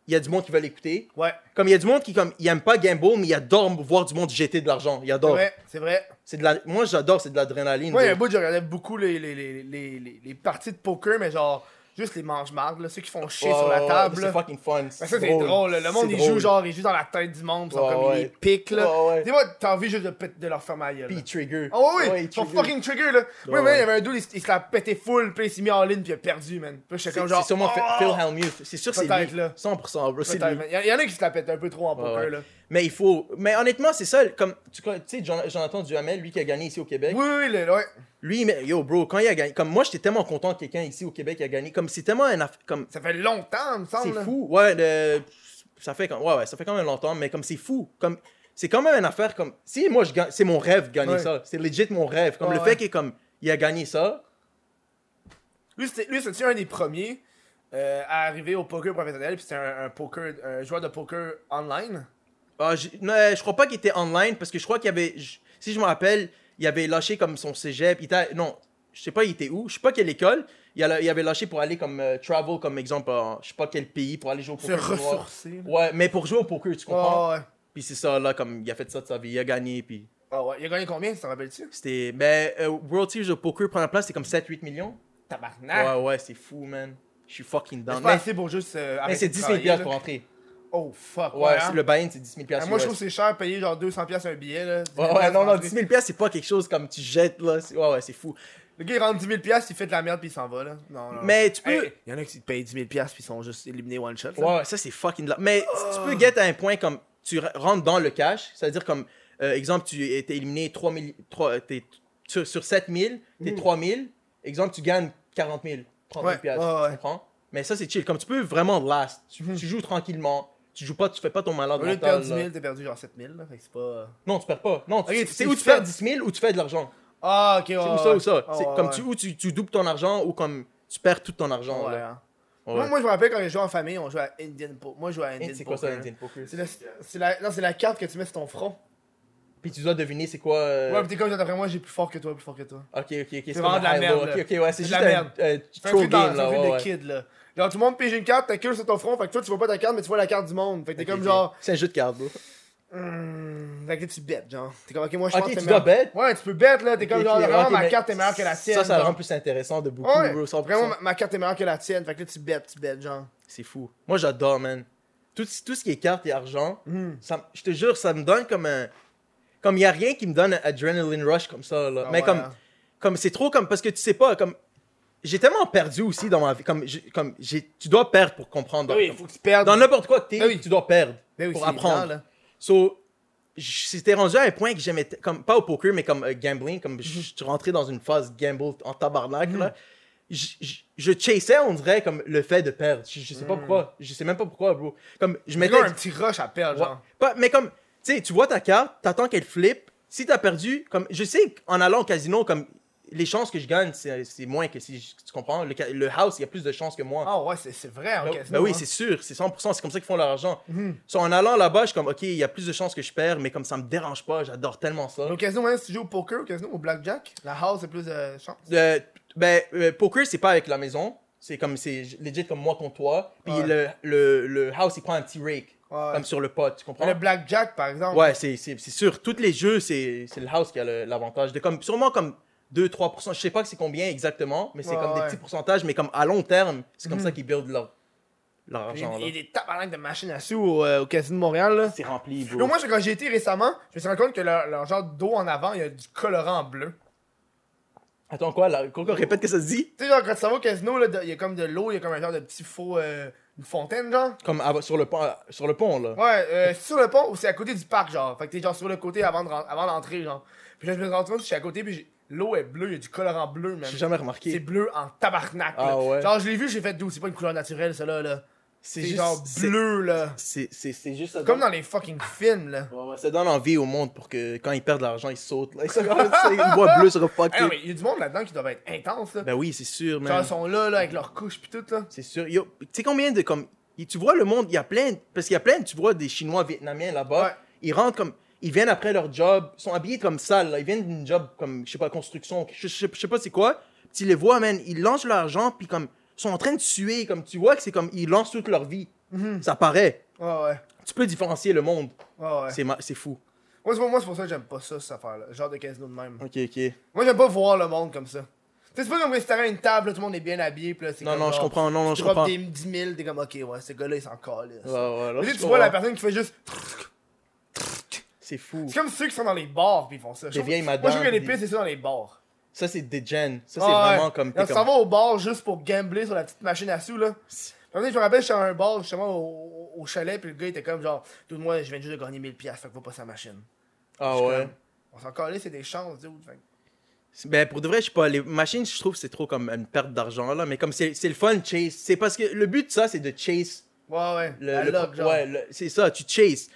Speaker 2: il y a du monde qui veut l'écouter.
Speaker 1: Ouais.
Speaker 2: Comme il y a du monde qui comme il aime pas Gamble, mais il adore voir du monde jeter de l'argent. Il
Speaker 1: C'est
Speaker 2: adore.
Speaker 1: vrai, c'est vrai.
Speaker 2: C'est de la... Moi j'adore, c'est de l'adrénaline.
Speaker 1: Moi, il y a
Speaker 2: bro.
Speaker 1: un bout, je regardais beaucoup les, les, les, les, les- les parties de poker, mais genre, juste les mange-mardes, là, ceux qui font chier
Speaker 2: Ouais,
Speaker 1: sur la
Speaker 2: ouais,
Speaker 1: table.
Speaker 2: C'est
Speaker 1: là.
Speaker 2: fucking fun.
Speaker 1: Ben, ça, c'est drôle. là. Le monde,
Speaker 2: C'est
Speaker 1: il joue
Speaker 2: drôle.
Speaker 1: genre, il joue dans la tête du monde, pis sont
Speaker 2: Ouais,
Speaker 1: comme
Speaker 2: ouais.
Speaker 1: les pics, là.
Speaker 2: Ouais, ouais.
Speaker 1: Des fois, t'as envie juste de, pète- de leur faire ma gueule.
Speaker 2: Puis
Speaker 1: là.
Speaker 2: il trigger.
Speaker 1: Ah oui, ils
Speaker 2: Ouais, il
Speaker 1: sont
Speaker 2: trigger.
Speaker 1: fucking trigger là. Moi, man, il y
Speaker 2: Ouais, ouais.
Speaker 1: avait un dude, il, s- il se la pétait full, puis il s'est mis en ligne, puis il a perdu, man. Puis j'étais
Speaker 2: C'est
Speaker 1: comme genre.
Speaker 2: c'est sûrement Phil-
Speaker 1: oh!
Speaker 2: Phil Hellmuth. C'est sûr que c'est
Speaker 1: Peut-être,
Speaker 2: lui.
Speaker 1: là.
Speaker 2: 100% bro, c'est
Speaker 1: Peut-être,
Speaker 2: lui.
Speaker 1: man. Il y, en a qui se la pètent un peu trop en poker
Speaker 2: ouais.
Speaker 1: là.
Speaker 2: Mais il faut. Mais honnêtement, c'est ça. Comme tu connais- tu sais, Jon- Jonathan Duhamel, lui qui a gagné ici au Québec.
Speaker 1: Oui, oui, là, ouais.
Speaker 2: Lui, mais- yo bro, quand il a gagné. Comme moi, j'étais tellement content que quelqu'un ici au Québec a gagné. Comme c'est tellement un aff- comme
Speaker 1: Ça fait longtemps, il me semble.
Speaker 2: c'est
Speaker 1: là.
Speaker 2: fou. Ouais, le- ça fait quand... ouais, ouais, ça fait quand même longtemps. Mais comme c'est fou. Comme c'est quand même une affaire comme si moi je gagne, c'est mon rêve de gagner
Speaker 1: Ouais.
Speaker 2: ça. C'est legit mon rêve. Comme
Speaker 1: Ouais,
Speaker 2: le
Speaker 1: ouais.
Speaker 2: fait qu'il est comme il a gagné ça.
Speaker 1: Lui, c'était lui, c'était un des premiers euh, à arriver au poker professionnel, puis c'était un, un poker, un joueur de poker online.
Speaker 2: Ah, je, non, je crois pas qu'il était online parce que je crois qu'il y avait. je- si je me rappelle, il avait lâché comme son cégep. Il était, non, je sais pas, il était où. Je sais pas quelle école. Il, a- il avait lâché pour aller comme euh, travel, comme exemple, en je sais pas quel pays, pour aller jouer au
Speaker 1: Se
Speaker 2: poker. pour voir.
Speaker 1: ressourcer. là.
Speaker 2: Ouais, mais pour jouer au poker, tu comprends.
Speaker 1: Ah ouais.
Speaker 2: Puis c'est ça, là, comme il a fait ça de sa vie. Il a gagné. Puis
Speaker 1: Ah ouais. Il a gagné combien, tu t'en rappelles-tu?
Speaker 2: c'était. Ben, euh, World Series de poker, première place, c'est comme 7-8 millions.
Speaker 1: Tabarnak.
Speaker 2: Ouais, ouais, c'est fou, man. Je suis fucking
Speaker 1: Mais
Speaker 2: down.
Speaker 1: c'est pas
Speaker 2: Mais,
Speaker 1: assez pour juste. euh,
Speaker 2: mais
Speaker 1: arrêter
Speaker 2: c'est
Speaker 1: de
Speaker 2: 10 000
Speaker 1: travailler,
Speaker 2: piastres
Speaker 1: là.
Speaker 2: pour entrer.
Speaker 1: Oh fuck.
Speaker 2: Ouais,
Speaker 1: hein.
Speaker 2: c'est- le buy-in, c'est 10 000
Speaker 1: Ah,
Speaker 2: piastres.
Speaker 1: Moi, je
Speaker 2: US.
Speaker 1: trouve que c'est cher payer genre 200$ piastres un billet. Là.
Speaker 2: Ouais, ouais, non, non, 10 000 piastres, c'est pas quelque chose comme tu jettes, là. C'est- Ouais, ouais, c'est fou.
Speaker 1: Le gars, il rentre 10 000$, piastres, il fait de la merde, puis il s'en va. là. Non, non.
Speaker 2: Mais tu peux.
Speaker 1: Il y en a qui te payent 10 000$ piastres, puis ils sont juste éliminés one shot. là.
Speaker 2: Ouais, ouais, ça, c'est fucking. la- Mais tu peux get à un point comme tu re- rentres dans le cash, c'est-à-dire comme, euh, exemple, tu es éliminé 3 000, trois- euh, t'es- sur, sur 7 000, t'es 3 000. Exemple, tu gagnes 40 000, 30 000
Speaker 1: Mm. Ouais,
Speaker 2: piastres,
Speaker 1: ouais, Mm-hmm. ouais.
Speaker 2: tu comprends? Mais ça, c'est chill. Comme tu peux vraiment last. Tu, tu joues tranquillement. Tu joues pas, tu fais pas ton malade
Speaker 1: Au lieu de
Speaker 2: mental.
Speaker 1: perdre 10
Speaker 2: là.
Speaker 1: 000, t'as perdu genre 7 000. Là, fait que c'est pas. euh,
Speaker 2: Non, tu perds pas. Non, tu-
Speaker 1: Ok, tu-
Speaker 2: c'est
Speaker 1: tu
Speaker 2: où tu
Speaker 1: fais-
Speaker 2: perds 10 000 ou tu fais de l'argent.
Speaker 1: Ah, ok, ouais.
Speaker 2: C'est ou ça ou ça. C'est comme tu, ou tu, tu doubles ton argent ou comme tu perds tout ton argent.
Speaker 1: Ouais.
Speaker 2: là.
Speaker 1: hein.
Speaker 2: Ouais.
Speaker 1: Moi, moi, je me rappelle quand je jouais en famille, on jouait à Indian Poker. Moi, je jouais à Indian
Speaker 2: Int, c'est quoi ça,
Speaker 1: Poker.
Speaker 2: Indian Poker?
Speaker 1: C'est le- c'est la, non, c'est la carte que tu mets sur ton front.
Speaker 2: Puis tu dois deviner c'est quoi. euh,
Speaker 1: Ouais, pis t'es comme, genre, d'après moi, j'ai plus fort que toi, plus fort que toi.
Speaker 2: Ok, ok, ok. C'est
Speaker 1: vraiment
Speaker 2: comme
Speaker 1: de la
Speaker 2: un
Speaker 1: merde,
Speaker 2: high-low.
Speaker 1: là.
Speaker 2: Ok, ok, ouais,
Speaker 1: C'est
Speaker 2: c'est
Speaker 1: de
Speaker 2: juste
Speaker 1: la
Speaker 2: un
Speaker 1: merde.
Speaker 2: euh,
Speaker 1: C'est un
Speaker 2: troll
Speaker 1: truc dans-
Speaker 2: game,
Speaker 1: c'est un
Speaker 2: là.
Speaker 1: truc
Speaker 2: ouais,
Speaker 1: de
Speaker 2: ouais.
Speaker 1: kid, là. Genre, tout le monde pige une carte, ta queue sur ton front, fait que toi, tu vois pas ta carte, mais tu vois la carte du monde. Fait que t'es
Speaker 2: Ok,
Speaker 1: comme
Speaker 2: ok.
Speaker 1: genre.
Speaker 2: C'est un jeu de cartes, bro.
Speaker 1: Hmm, Fait que tu bêtes, genre. T'es comme, ok, moi, je
Speaker 2: Ok,
Speaker 1: pense que
Speaker 2: tu
Speaker 1: c'est
Speaker 2: dois
Speaker 1: meilleur.
Speaker 2: bet.
Speaker 1: Ouais, tu peux bête, là. T'es comme,
Speaker 2: Ok,
Speaker 1: genre,
Speaker 2: ok,
Speaker 1: vraiment,
Speaker 2: ok,
Speaker 1: ma
Speaker 2: mais
Speaker 1: carte est meilleure que la tienne.
Speaker 2: Ça, ça le
Speaker 1: genre.
Speaker 2: rend plus intéressant de beaucoup,
Speaker 1: Ouais,
Speaker 2: bro. 100%.
Speaker 1: vraiment, ma- ma carte est meilleure que la tienne. Fait que là, tu bêtes, tu bêtes, genre.
Speaker 2: C'est fou. Moi, j'adore, man. Tout, tout ce qui est cartes et argent,
Speaker 1: Hmm.
Speaker 2: ça me- je te jure, ça me donne comme un. Comme il n'y a rien qui me donne un adrenaline rush comme ça, là.
Speaker 1: Ah
Speaker 2: Mais
Speaker 1: ouais,
Speaker 2: comme.
Speaker 1: hein.
Speaker 2: Comme c'est trop comme. Parce que tu sais pas, comme. J'ai tellement perdu aussi dans ma vie. Comme, j'ai- comme j'ai- tu dois perdre pour comprendre.
Speaker 1: Ben Oui, il faut que tu perdes.
Speaker 2: Dans n'importe quoi que t'es,
Speaker 1: Ah oui.
Speaker 2: tu dois perdre
Speaker 1: Ben oui,
Speaker 2: pour
Speaker 1: c'est
Speaker 2: apprendre.
Speaker 1: évident, là.
Speaker 2: So, j- c'était rendu à un point que j'aimais, t- comme, pas au poker, mais comme euh, gambling, comme je
Speaker 1: Mm-hmm.
Speaker 2: je rentrais dans une phase gamble en tabarnak,
Speaker 1: Mm.
Speaker 2: là. J- j- Je chassais, on dirait, comme le fait de perdre. Je, je sais pas pourquoi. Je sais même pas pourquoi, bro. Comme, je
Speaker 1: C'est
Speaker 2: mettais.
Speaker 1: comme Mm. un petit rush à perdre,
Speaker 2: Ouais.
Speaker 1: genre.
Speaker 2: Pas- mais comme, tu sais, tu vois ta carte, t'attends qu'elle flippe. Si t'as perdu, comme, je sais qu'en allant au casino, comme, les chances que je gagne, c'est c'est moins que si, je- tu comprends, le, ca- le house, il y a plus de chances que moi.
Speaker 1: Ah ouais, c'est c'est hein. Mhm. vrai,
Speaker 2: Ben,
Speaker 1: ok.
Speaker 2: ben oui, c'est sûr, c'est 100%, c'est comme ça qu'ils font leur argent. So, en allant là-bas, je suis comme, ok, il y a plus de chances que je perds, mais comme ça me dérange pas, j'adore tellement ça.
Speaker 1: Au casino, maintenant, si tu joues au poker, au casino, au blackjack, la house, c'est plus de chance.
Speaker 2: Euh, ben, euh, poker, c'est pas avec la maison, c'est comme, c'est legit comme moi contre toi, puis
Speaker 1: Ouais.
Speaker 2: le, le, le house, il prend un petit rake,
Speaker 1: Ouais.
Speaker 2: comme sur le pot, tu comprends?
Speaker 1: Le blackjack, par exemple.
Speaker 2: Ouais, c'est c'est- c'est sûr, tous les jeux, c'est c'est le house qui a le- l'avantage de comme, sûrement comme 2-3%, je sais pas que c'est combien exactement, mais c'est
Speaker 1: Ouais,
Speaker 2: comme
Speaker 1: ouais. Mhm.
Speaker 2: des petits pourcentages, mais comme à long terme, c'est comme ça qu'ils build leur, leur
Speaker 1: Il
Speaker 2: argent,
Speaker 1: y
Speaker 2: Ah, là.
Speaker 1: a des tabarnak de machines à sous au, euh, au casino de Montréal, là.
Speaker 2: C'est rempli, bro.
Speaker 1: Donc, moi, je- quand j'ai été récemment, je me suis rendu compte que leur, leur genre d'eau en avant, il y a du colorant bleu.
Speaker 2: Attends, quoi, là? Coco, répète que ça se dit?
Speaker 1: Tu sais, genre, quand tu vas au casino, là, de- il y a comme de l'eau, il y a comme un genre de petit faux. euh, une fontaine, genre.
Speaker 2: Comme à- sur, le pont, euh, sur le pont, là.
Speaker 1: Ouais, euh, c'est sur le pont ou c'est à côté du parc, genre. Fait que t'es genre sur le côté avant de ren- avant d'entrer, genre. Puis là, je me suis rendu compte que je suis à côté, puis j'ai- l'eau est bleue, il y a du colorant bleu, même.
Speaker 2: J'ai jamais
Speaker 1: C'est
Speaker 2: remarqué.
Speaker 1: bleu en tabarnak,
Speaker 2: Ah
Speaker 1: là.
Speaker 2: ouais.
Speaker 1: Genre, je l'ai vu, j'ai fait d'où, c'est pas une couleur naturelle, ça, là. là.
Speaker 2: C'est
Speaker 1: C'est
Speaker 2: juste.
Speaker 1: genre
Speaker 2: c'est-
Speaker 1: bleu, là.
Speaker 2: C'est c'est- c'est juste. ça
Speaker 1: Comme dans
Speaker 2: donne-
Speaker 1: les fucking films, là.
Speaker 2: Ouais, ouais, ça donne envie au monde pour que quand ils perdent de l'argent, ils sautent.
Speaker 1: *laughs*
Speaker 2: Là. *laughs* Ils sont comme, c'est une voix bleue sur le fuck.
Speaker 1: Ah non, mais il y a du monde là-dedans qui doit être intense, là.
Speaker 2: Ben oui, c'est sûr,
Speaker 1: genre,
Speaker 2: man.
Speaker 1: ils sont là, là, avec leurs couches, pis tout, là.
Speaker 2: C'est sûr. Yo, tu sais combien de. comme y- Tu vois le monde, il y a plein. de- Parce qu'il y a plein, de- tu vois, des Chinois, Vietnamiens là-bas.
Speaker 1: Ouais.
Speaker 2: Ils rentrent comme. Ils viennent après leur job, sont habillés comme sales, là. Ils viennent d'une job comme, je sais pas, construction, je sais, je sais pas c'est quoi. Puis tu les vois, man, ils lancent leur argent, puis comme, sont en train de suer, comme tu vois que c'est comme, ils lancent toute leur vie.
Speaker 1: Mhm.
Speaker 2: Ça paraît.
Speaker 1: Ouais, ouais. Ah
Speaker 2: Tu peux différencier le monde.
Speaker 1: Ouais, ouais.
Speaker 2: C'est ma- C'est fou.
Speaker 1: Moi, c'est pour- moi, c'est pour ça que j'aime pas ça, cette affaire-là. Genre de casino de même.
Speaker 2: Ok, ok.
Speaker 1: Moi, j'aime pas voir le monde comme ça. Tu sais, c'est pas comme si t'avais une table, là, tout le monde est bien habillé, pis là, c'est
Speaker 2: Non,
Speaker 1: comme,
Speaker 2: non, je
Speaker 1: genre,
Speaker 2: comprends. Non, non,
Speaker 1: Tu
Speaker 2: je
Speaker 1: drops
Speaker 2: comprends.
Speaker 1: des 10 000, t'es comme, ok, ouais, ce gars-là, il s'en calisse.
Speaker 2: Ouais, ouais, là,
Speaker 1: Mais là,
Speaker 2: je
Speaker 1: tu vois la
Speaker 2: comprends.
Speaker 1: personne qui fait juste.
Speaker 2: C'est fou.
Speaker 1: C'est comme ceux qui sont dans les bars, pis ils font ça.
Speaker 2: Des
Speaker 1: Je trouve-
Speaker 2: vieilles
Speaker 1: Moi, je trouve que
Speaker 2: madames,
Speaker 1: les pires,
Speaker 2: des-
Speaker 1: c'est ça dans les bars.
Speaker 2: Ça, c'est degen. Ça, c'est
Speaker 1: Ah, ouais.
Speaker 2: vraiment comme. t'es
Speaker 1: Quand tu
Speaker 2: comme-
Speaker 1: s'en vas au bar juste pour gambler sur la petite machine à sous, là. Un moment donné, je me rappelle, j'étais à un bar justement au, au- au chalet, puis le gars était comme genre, tout le monde, je viens juste de gagner 1000$, piastres, fait que va pas sa machine.
Speaker 2: Ah
Speaker 1: Je suis
Speaker 2: ouais.
Speaker 1: comme, On s'en calait, c'est des chances, dude. Fait que-
Speaker 2: Ben, pour de vrai, je sais pas. Les machines, je trouve, c'est trop comme une perte d'argent, là. Mais comme c'est c'est le fun, chase. C'est parce que le but de ça, c'est de chase
Speaker 1: Ouais, ouais.
Speaker 2: le,
Speaker 1: la
Speaker 2: le-
Speaker 1: lock, genre. Mhm.
Speaker 2: ouais, le- c'est ça, tu chases.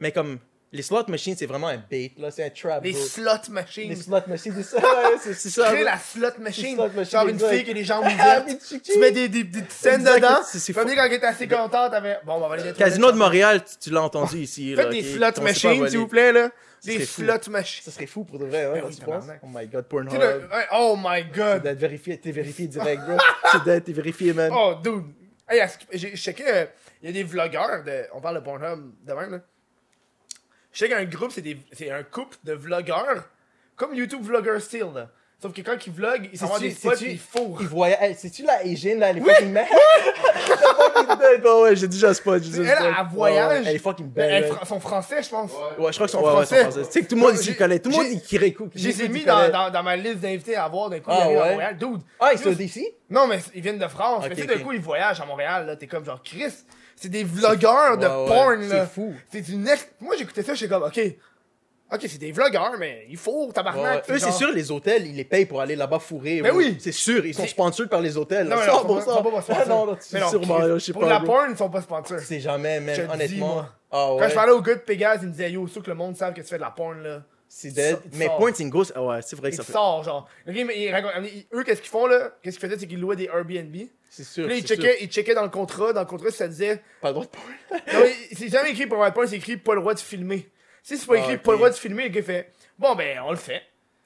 Speaker 2: Mais comme les slot machines, c'est vraiment un bait, là, c'est un trap.
Speaker 1: les
Speaker 2: bro.
Speaker 1: slot machines.
Speaker 2: Les slot machines,
Speaker 1: *laughs*
Speaker 2: c'est ça, ouais, c'est c'est ça.
Speaker 1: Crée
Speaker 2: bro.
Speaker 1: la slot machine.
Speaker 2: slot machine,
Speaker 1: genre une
Speaker 2: exact.
Speaker 1: fille qui a les
Speaker 2: *laughs*
Speaker 1: jambes
Speaker 2: Ah,
Speaker 1: ouvertes.
Speaker 2: mais *laughs* tu-
Speaker 1: tu mets des, des, des petites scènes
Speaker 2: Exact,
Speaker 1: dedans.
Speaker 2: c'est- c'est
Speaker 1: Comme
Speaker 2: fou.
Speaker 1: quand t'es assez content, t'avais. Bon, on va aller des
Speaker 2: Casino de
Speaker 1: toilettes,
Speaker 2: Montréal, tu, tu
Speaker 1: *laughs*
Speaker 2: l'as entendu ici.
Speaker 1: Faites
Speaker 2: là,
Speaker 1: des
Speaker 2: ok?
Speaker 1: slot
Speaker 2: Commencez pas à
Speaker 1: machines,
Speaker 2: voler.
Speaker 1: s'il vous plaît, là.
Speaker 2: C'est
Speaker 1: Des
Speaker 2: fou.
Speaker 1: slot machines.
Speaker 2: Ça serait fou pour de vrai, hein,
Speaker 1: Ben
Speaker 2: quand
Speaker 1: oui,
Speaker 2: tu penses.
Speaker 1: tabarnak.
Speaker 2: Oh my god,
Speaker 1: Tu sais, *laughs*
Speaker 2: Pornhub.
Speaker 1: le- ouais, Oh my god.
Speaker 2: D'être vérifié, t'es vérifié direct,
Speaker 1: *laughs*
Speaker 2: bro. c'est d'être t'es vérifié, man.
Speaker 1: Oh, dude. Hey, à ce que- j'ai je checkais. euh, Il y a des vlogueurs. De, on parle de Pornhub de même, là. Je sais qu'un groupe, c'est des- c'est un couple de vlogueurs. Comme YouTube Vlogger Steel, là. Sauf que quand ils vloguent, ils s'en vont à
Speaker 2: C'est-tu-
Speaker 1: des spots
Speaker 2: c'est-tu-
Speaker 1: et ils fourrent.
Speaker 2: Il voyait, hey, c'est-tu la Asian, là, elle est fucking mad? Elle est fucking *laughs* dead. Oh ouais, j'ai dit juste spot, j'ai dit
Speaker 1: Elle,
Speaker 2: juste
Speaker 1: elle
Speaker 2: spot. Ouais,
Speaker 1: voyage.
Speaker 2: ouais, Elle est fucking
Speaker 1: Ben,
Speaker 2: belle.
Speaker 1: elles
Speaker 2: ouais.
Speaker 1: fra- sont français, je pense.
Speaker 2: Ouais, je crois que sont
Speaker 1: Ils
Speaker 2: ouais,
Speaker 1: sont
Speaker 2: ouais, ils sont
Speaker 1: français.
Speaker 2: français. Tu sais que tout le monde
Speaker 1: Moi,
Speaker 2: s'y
Speaker 1: j'ai-
Speaker 2: connaît. Tout le monde
Speaker 1: j'ai-
Speaker 2: y- qui réécoute.
Speaker 1: Je les ai mis dans,
Speaker 2: dans
Speaker 1: dans, dans ma liste d'invités à voir d'un coup
Speaker 2: Ah,
Speaker 1: ils arrivent à
Speaker 2: ouais.
Speaker 1: Montréal. Dude,
Speaker 2: Ah, ils sont
Speaker 1: Juste-
Speaker 2: d'ici?
Speaker 1: non, mais ils viennent de France.
Speaker 2: Ok,
Speaker 1: mais tu sais, d'un
Speaker 2: ok.
Speaker 1: coup, ils voyagent à Montréal. là T'es comme genre, Chris, c'est des vlogueurs de
Speaker 2: Ouais, ouais,
Speaker 1: porn. là.
Speaker 2: C'est fou.
Speaker 1: C'est une ex... Moi, j'écoutais ça, j'étais comme, ok. Ok, c'est des vlogueurs, mais il faut,
Speaker 2: Ouais,
Speaker 1: tabarnak.
Speaker 2: Eux, c'est
Speaker 1: Ah, genre-
Speaker 2: sûr, les hôtels, ils les payent pour aller là-bas fourrer.
Speaker 1: Mais
Speaker 2: ouais.
Speaker 1: oui.
Speaker 2: C'est sûr, ils sont
Speaker 1: C'est-
Speaker 2: sponsored par les hôtels.
Speaker 1: Non, mais non,
Speaker 2: ça,
Speaker 1: ils
Speaker 2: bon
Speaker 1: sont pas- ils sont pas
Speaker 2: ça.
Speaker 1: sponsors.
Speaker 2: Non, non, c'est
Speaker 1: Mais non,
Speaker 2: sûrement,
Speaker 1: Chris,
Speaker 2: là, je sais
Speaker 1: Pour de la
Speaker 2: pas. bro.
Speaker 1: porn, ils sont pas sponsors.
Speaker 2: C'est jamais, man,
Speaker 1: Je te dis,
Speaker 2: honnêtement.
Speaker 1: moi.
Speaker 2: Ah
Speaker 1: Quand
Speaker 2: ouais.
Speaker 1: je parlais au gars de Pégase, il me disait, yo, sûr que le monde savent que tu fais de la porn, là.
Speaker 2: C'est dead.
Speaker 1: Ça-
Speaker 2: Mais
Speaker 1: ça.
Speaker 2: point, c'est une grosse. Ah ouais, c'est vrai
Speaker 1: Et
Speaker 2: que ça
Speaker 1: tu
Speaker 2: fait.
Speaker 1: sors, genre. Le gars, il- il raconte- il- eux, qu'est-ce qu'ils font, là? Qu'est-ce qu'ils faisaient, c'est qu'ils louaient des Airbnb.
Speaker 2: C'est
Speaker 1: Puis
Speaker 2: sûr.
Speaker 1: là, ils
Speaker 2: c'est sûr.
Speaker 1: checkaient, ils checkaient dans le contrat. Dans le contrat, ça disait,
Speaker 2: Pas le droit de porn.
Speaker 1: Non, mais c'est jamais écrit pour avoir point, c'est écrit pas le droit de filmer. Si c'est pas
Speaker 2: Ah,
Speaker 1: écrit
Speaker 2: ok.
Speaker 1: pas le droit de filmer, le gars fait Bon ben on le fait.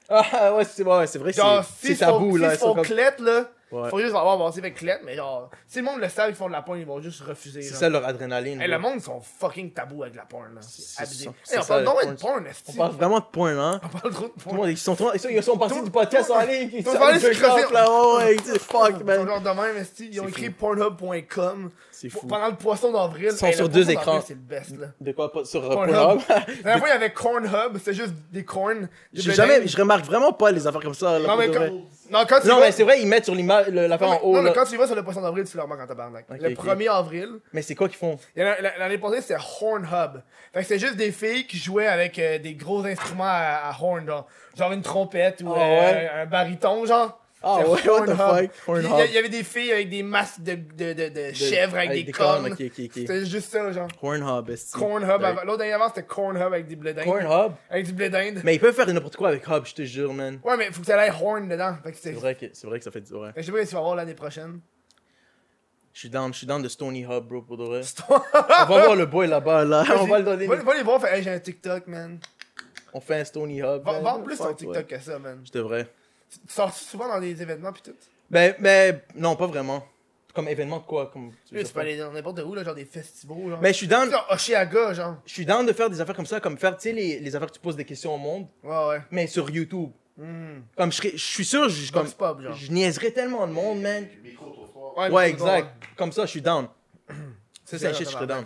Speaker 2: Ah ouais, c'est ouais, c'est vrai que
Speaker 1: Genre,
Speaker 2: c'est-
Speaker 1: si
Speaker 2: c'est tabou, là.
Speaker 1: Ils
Speaker 2: ils sont
Speaker 1: font
Speaker 2: comme-
Speaker 1: clette là,
Speaker 2: Ouais.
Speaker 1: faut juste avoir avancé avec clette, mais genre, si le monde le savent, ils font de la porn, ils vont juste refuser.
Speaker 2: C'est
Speaker 1: genre.
Speaker 2: ça leur adrénaline.
Speaker 1: Hey, le
Speaker 2: bro.
Speaker 1: monde sont fucking tabous avec la porn là. C'est
Speaker 2: C'est
Speaker 1: abusé.
Speaker 2: ça,
Speaker 1: Hey,
Speaker 2: c'est
Speaker 1: on
Speaker 2: ça,
Speaker 1: parle
Speaker 2: la
Speaker 1: non
Speaker 2: porn.
Speaker 1: de porn,
Speaker 2: On
Speaker 1: esti.
Speaker 2: parle vraiment de porn, hein.
Speaker 1: On parle trop de
Speaker 2: Tout le
Speaker 1: porn.
Speaker 2: monde, ils sont trop- Ils sont partis
Speaker 1: Tout-
Speaker 2: du podcast
Speaker 1: tout-
Speaker 2: en ligne. Ils
Speaker 1: tout-
Speaker 2: sont
Speaker 1: tout- tout-
Speaker 2: allés
Speaker 1: tout-
Speaker 2: sur le
Speaker 1: tout-
Speaker 2: là. Oh, ouais, ils disent, fuck,
Speaker 1: Ils sont
Speaker 2: man.
Speaker 1: genre de même, esti. Ils ont
Speaker 2: C'est
Speaker 1: écrit
Speaker 2: fou.
Speaker 1: pornhub.com
Speaker 2: C'est
Speaker 1: Pour-
Speaker 2: fou.
Speaker 1: pendant le poisson d'avril.
Speaker 2: Ils sont
Speaker 1: Hey, le
Speaker 2: sur deux
Speaker 1: poisson d'avril,
Speaker 2: écrans.
Speaker 1: C'est le best là.
Speaker 2: De quoi pas- sur euh,
Speaker 1: Pornhub.
Speaker 2: Pornhub?
Speaker 1: La dernière fois, il y avait Cornhub, c'était juste des cornes. des
Speaker 2: J'ai
Speaker 1: bananes.
Speaker 2: jamais, je remarque vraiment pas les affaires comme ça. Là,
Speaker 1: Non,
Speaker 2: pour
Speaker 1: mais
Speaker 2: de
Speaker 1: quand,
Speaker 2: vrai.
Speaker 1: non, quand tu
Speaker 2: non,
Speaker 1: vois-
Speaker 2: mais c'est vrai, ils mettent sur l'image le- l'affaire
Speaker 1: Non, mais-
Speaker 2: en haut.
Speaker 1: non, mais
Speaker 2: là.
Speaker 1: quand tu y vas sur le poisson d'avril, tu le remarques en tabarnak.
Speaker 2: Ok,
Speaker 1: le
Speaker 2: ok.
Speaker 1: 1er avril,
Speaker 2: Mais c'est quoi qu'ils font
Speaker 1: il y en a- la- l'année passée, c'était Hornhub. Fait que c'était juste des filles qui jouaient avec euh, des gros instruments à, à horn, genre, genre une trompette ou
Speaker 2: Ah
Speaker 1: euh,
Speaker 2: ouais?
Speaker 1: un baryton, genre.
Speaker 2: Ah
Speaker 1: C'était
Speaker 2: ouais, what the
Speaker 1: Hornhub.
Speaker 2: fuck,
Speaker 1: Puis Il y
Speaker 2: Hornhub.
Speaker 1: a- il y, avait des filles avec des masques de, de, de, de chèvres avec, des, cornes.
Speaker 2: Ok, ok, Ben- ok.
Speaker 1: C'était juste ça, genre.
Speaker 2: Pornhub, est
Speaker 1: Cornhub. avant- L'autre dernier avant, c'était Cornhub avec des blés d'Inde.
Speaker 2: Pornhub.
Speaker 1: Avec du blé d'Inde.
Speaker 2: Mais ils peuvent faire n'importe quoi avec Hub, je te jure, man.
Speaker 1: Ouais, mais faut que t'ailles horn dedans. Fait que
Speaker 2: C'est
Speaker 1: c'est.
Speaker 2: vrai que, c'est vrai que ça fait du vrai.
Speaker 1: Fait que Je sais pas si tu vas voir l'année prochaine.
Speaker 2: Je suis down, je suis down de Stony Hub, bro, pour de vrai. On va voir le boy là-bas, là. On va le donner.
Speaker 1: Va, va les voir, fait, hey, j'ai un TikTok, man.
Speaker 2: On fait un Stony Hub.
Speaker 1: Va-
Speaker 2: man.
Speaker 1: Vends plus ton
Speaker 2: Ben, Fuck,
Speaker 1: TikTok
Speaker 2: ouais.
Speaker 1: que ça, man.
Speaker 2: Je devrais.
Speaker 1: Tu tu sors souvent dans des événements pis tout.
Speaker 2: Ben, ben, non, pas vraiment. Comme événement de quoi comme, tu veux
Speaker 1: Tu
Speaker 2: dire
Speaker 1: peux
Speaker 2: quoi?
Speaker 1: aller dans n'importe où, là, genre des festivals, genre.
Speaker 2: Mais je suis down,
Speaker 1: Tu sais, genre Oshiaga, genre.
Speaker 2: je suis down de faire des affaires comme ça, comme faire, tu sais, les, les affaires que tu poses des questions au monde,
Speaker 1: Ouais, ouais.
Speaker 2: mais sur YouTube.
Speaker 1: Hmm.
Speaker 2: Comme je, serais- je suis sûr, je, comme,
Speaker 1: Vox Pop, genre.
Speaker 2: je niaiserais tellement de monde, man.
Speaker 1: ouais,
Speaker 2: Ouais, exact. Comme ça, je suis down.
Speaker 1: hein. C'est
Speaker 2: c'est un shit, je serais down.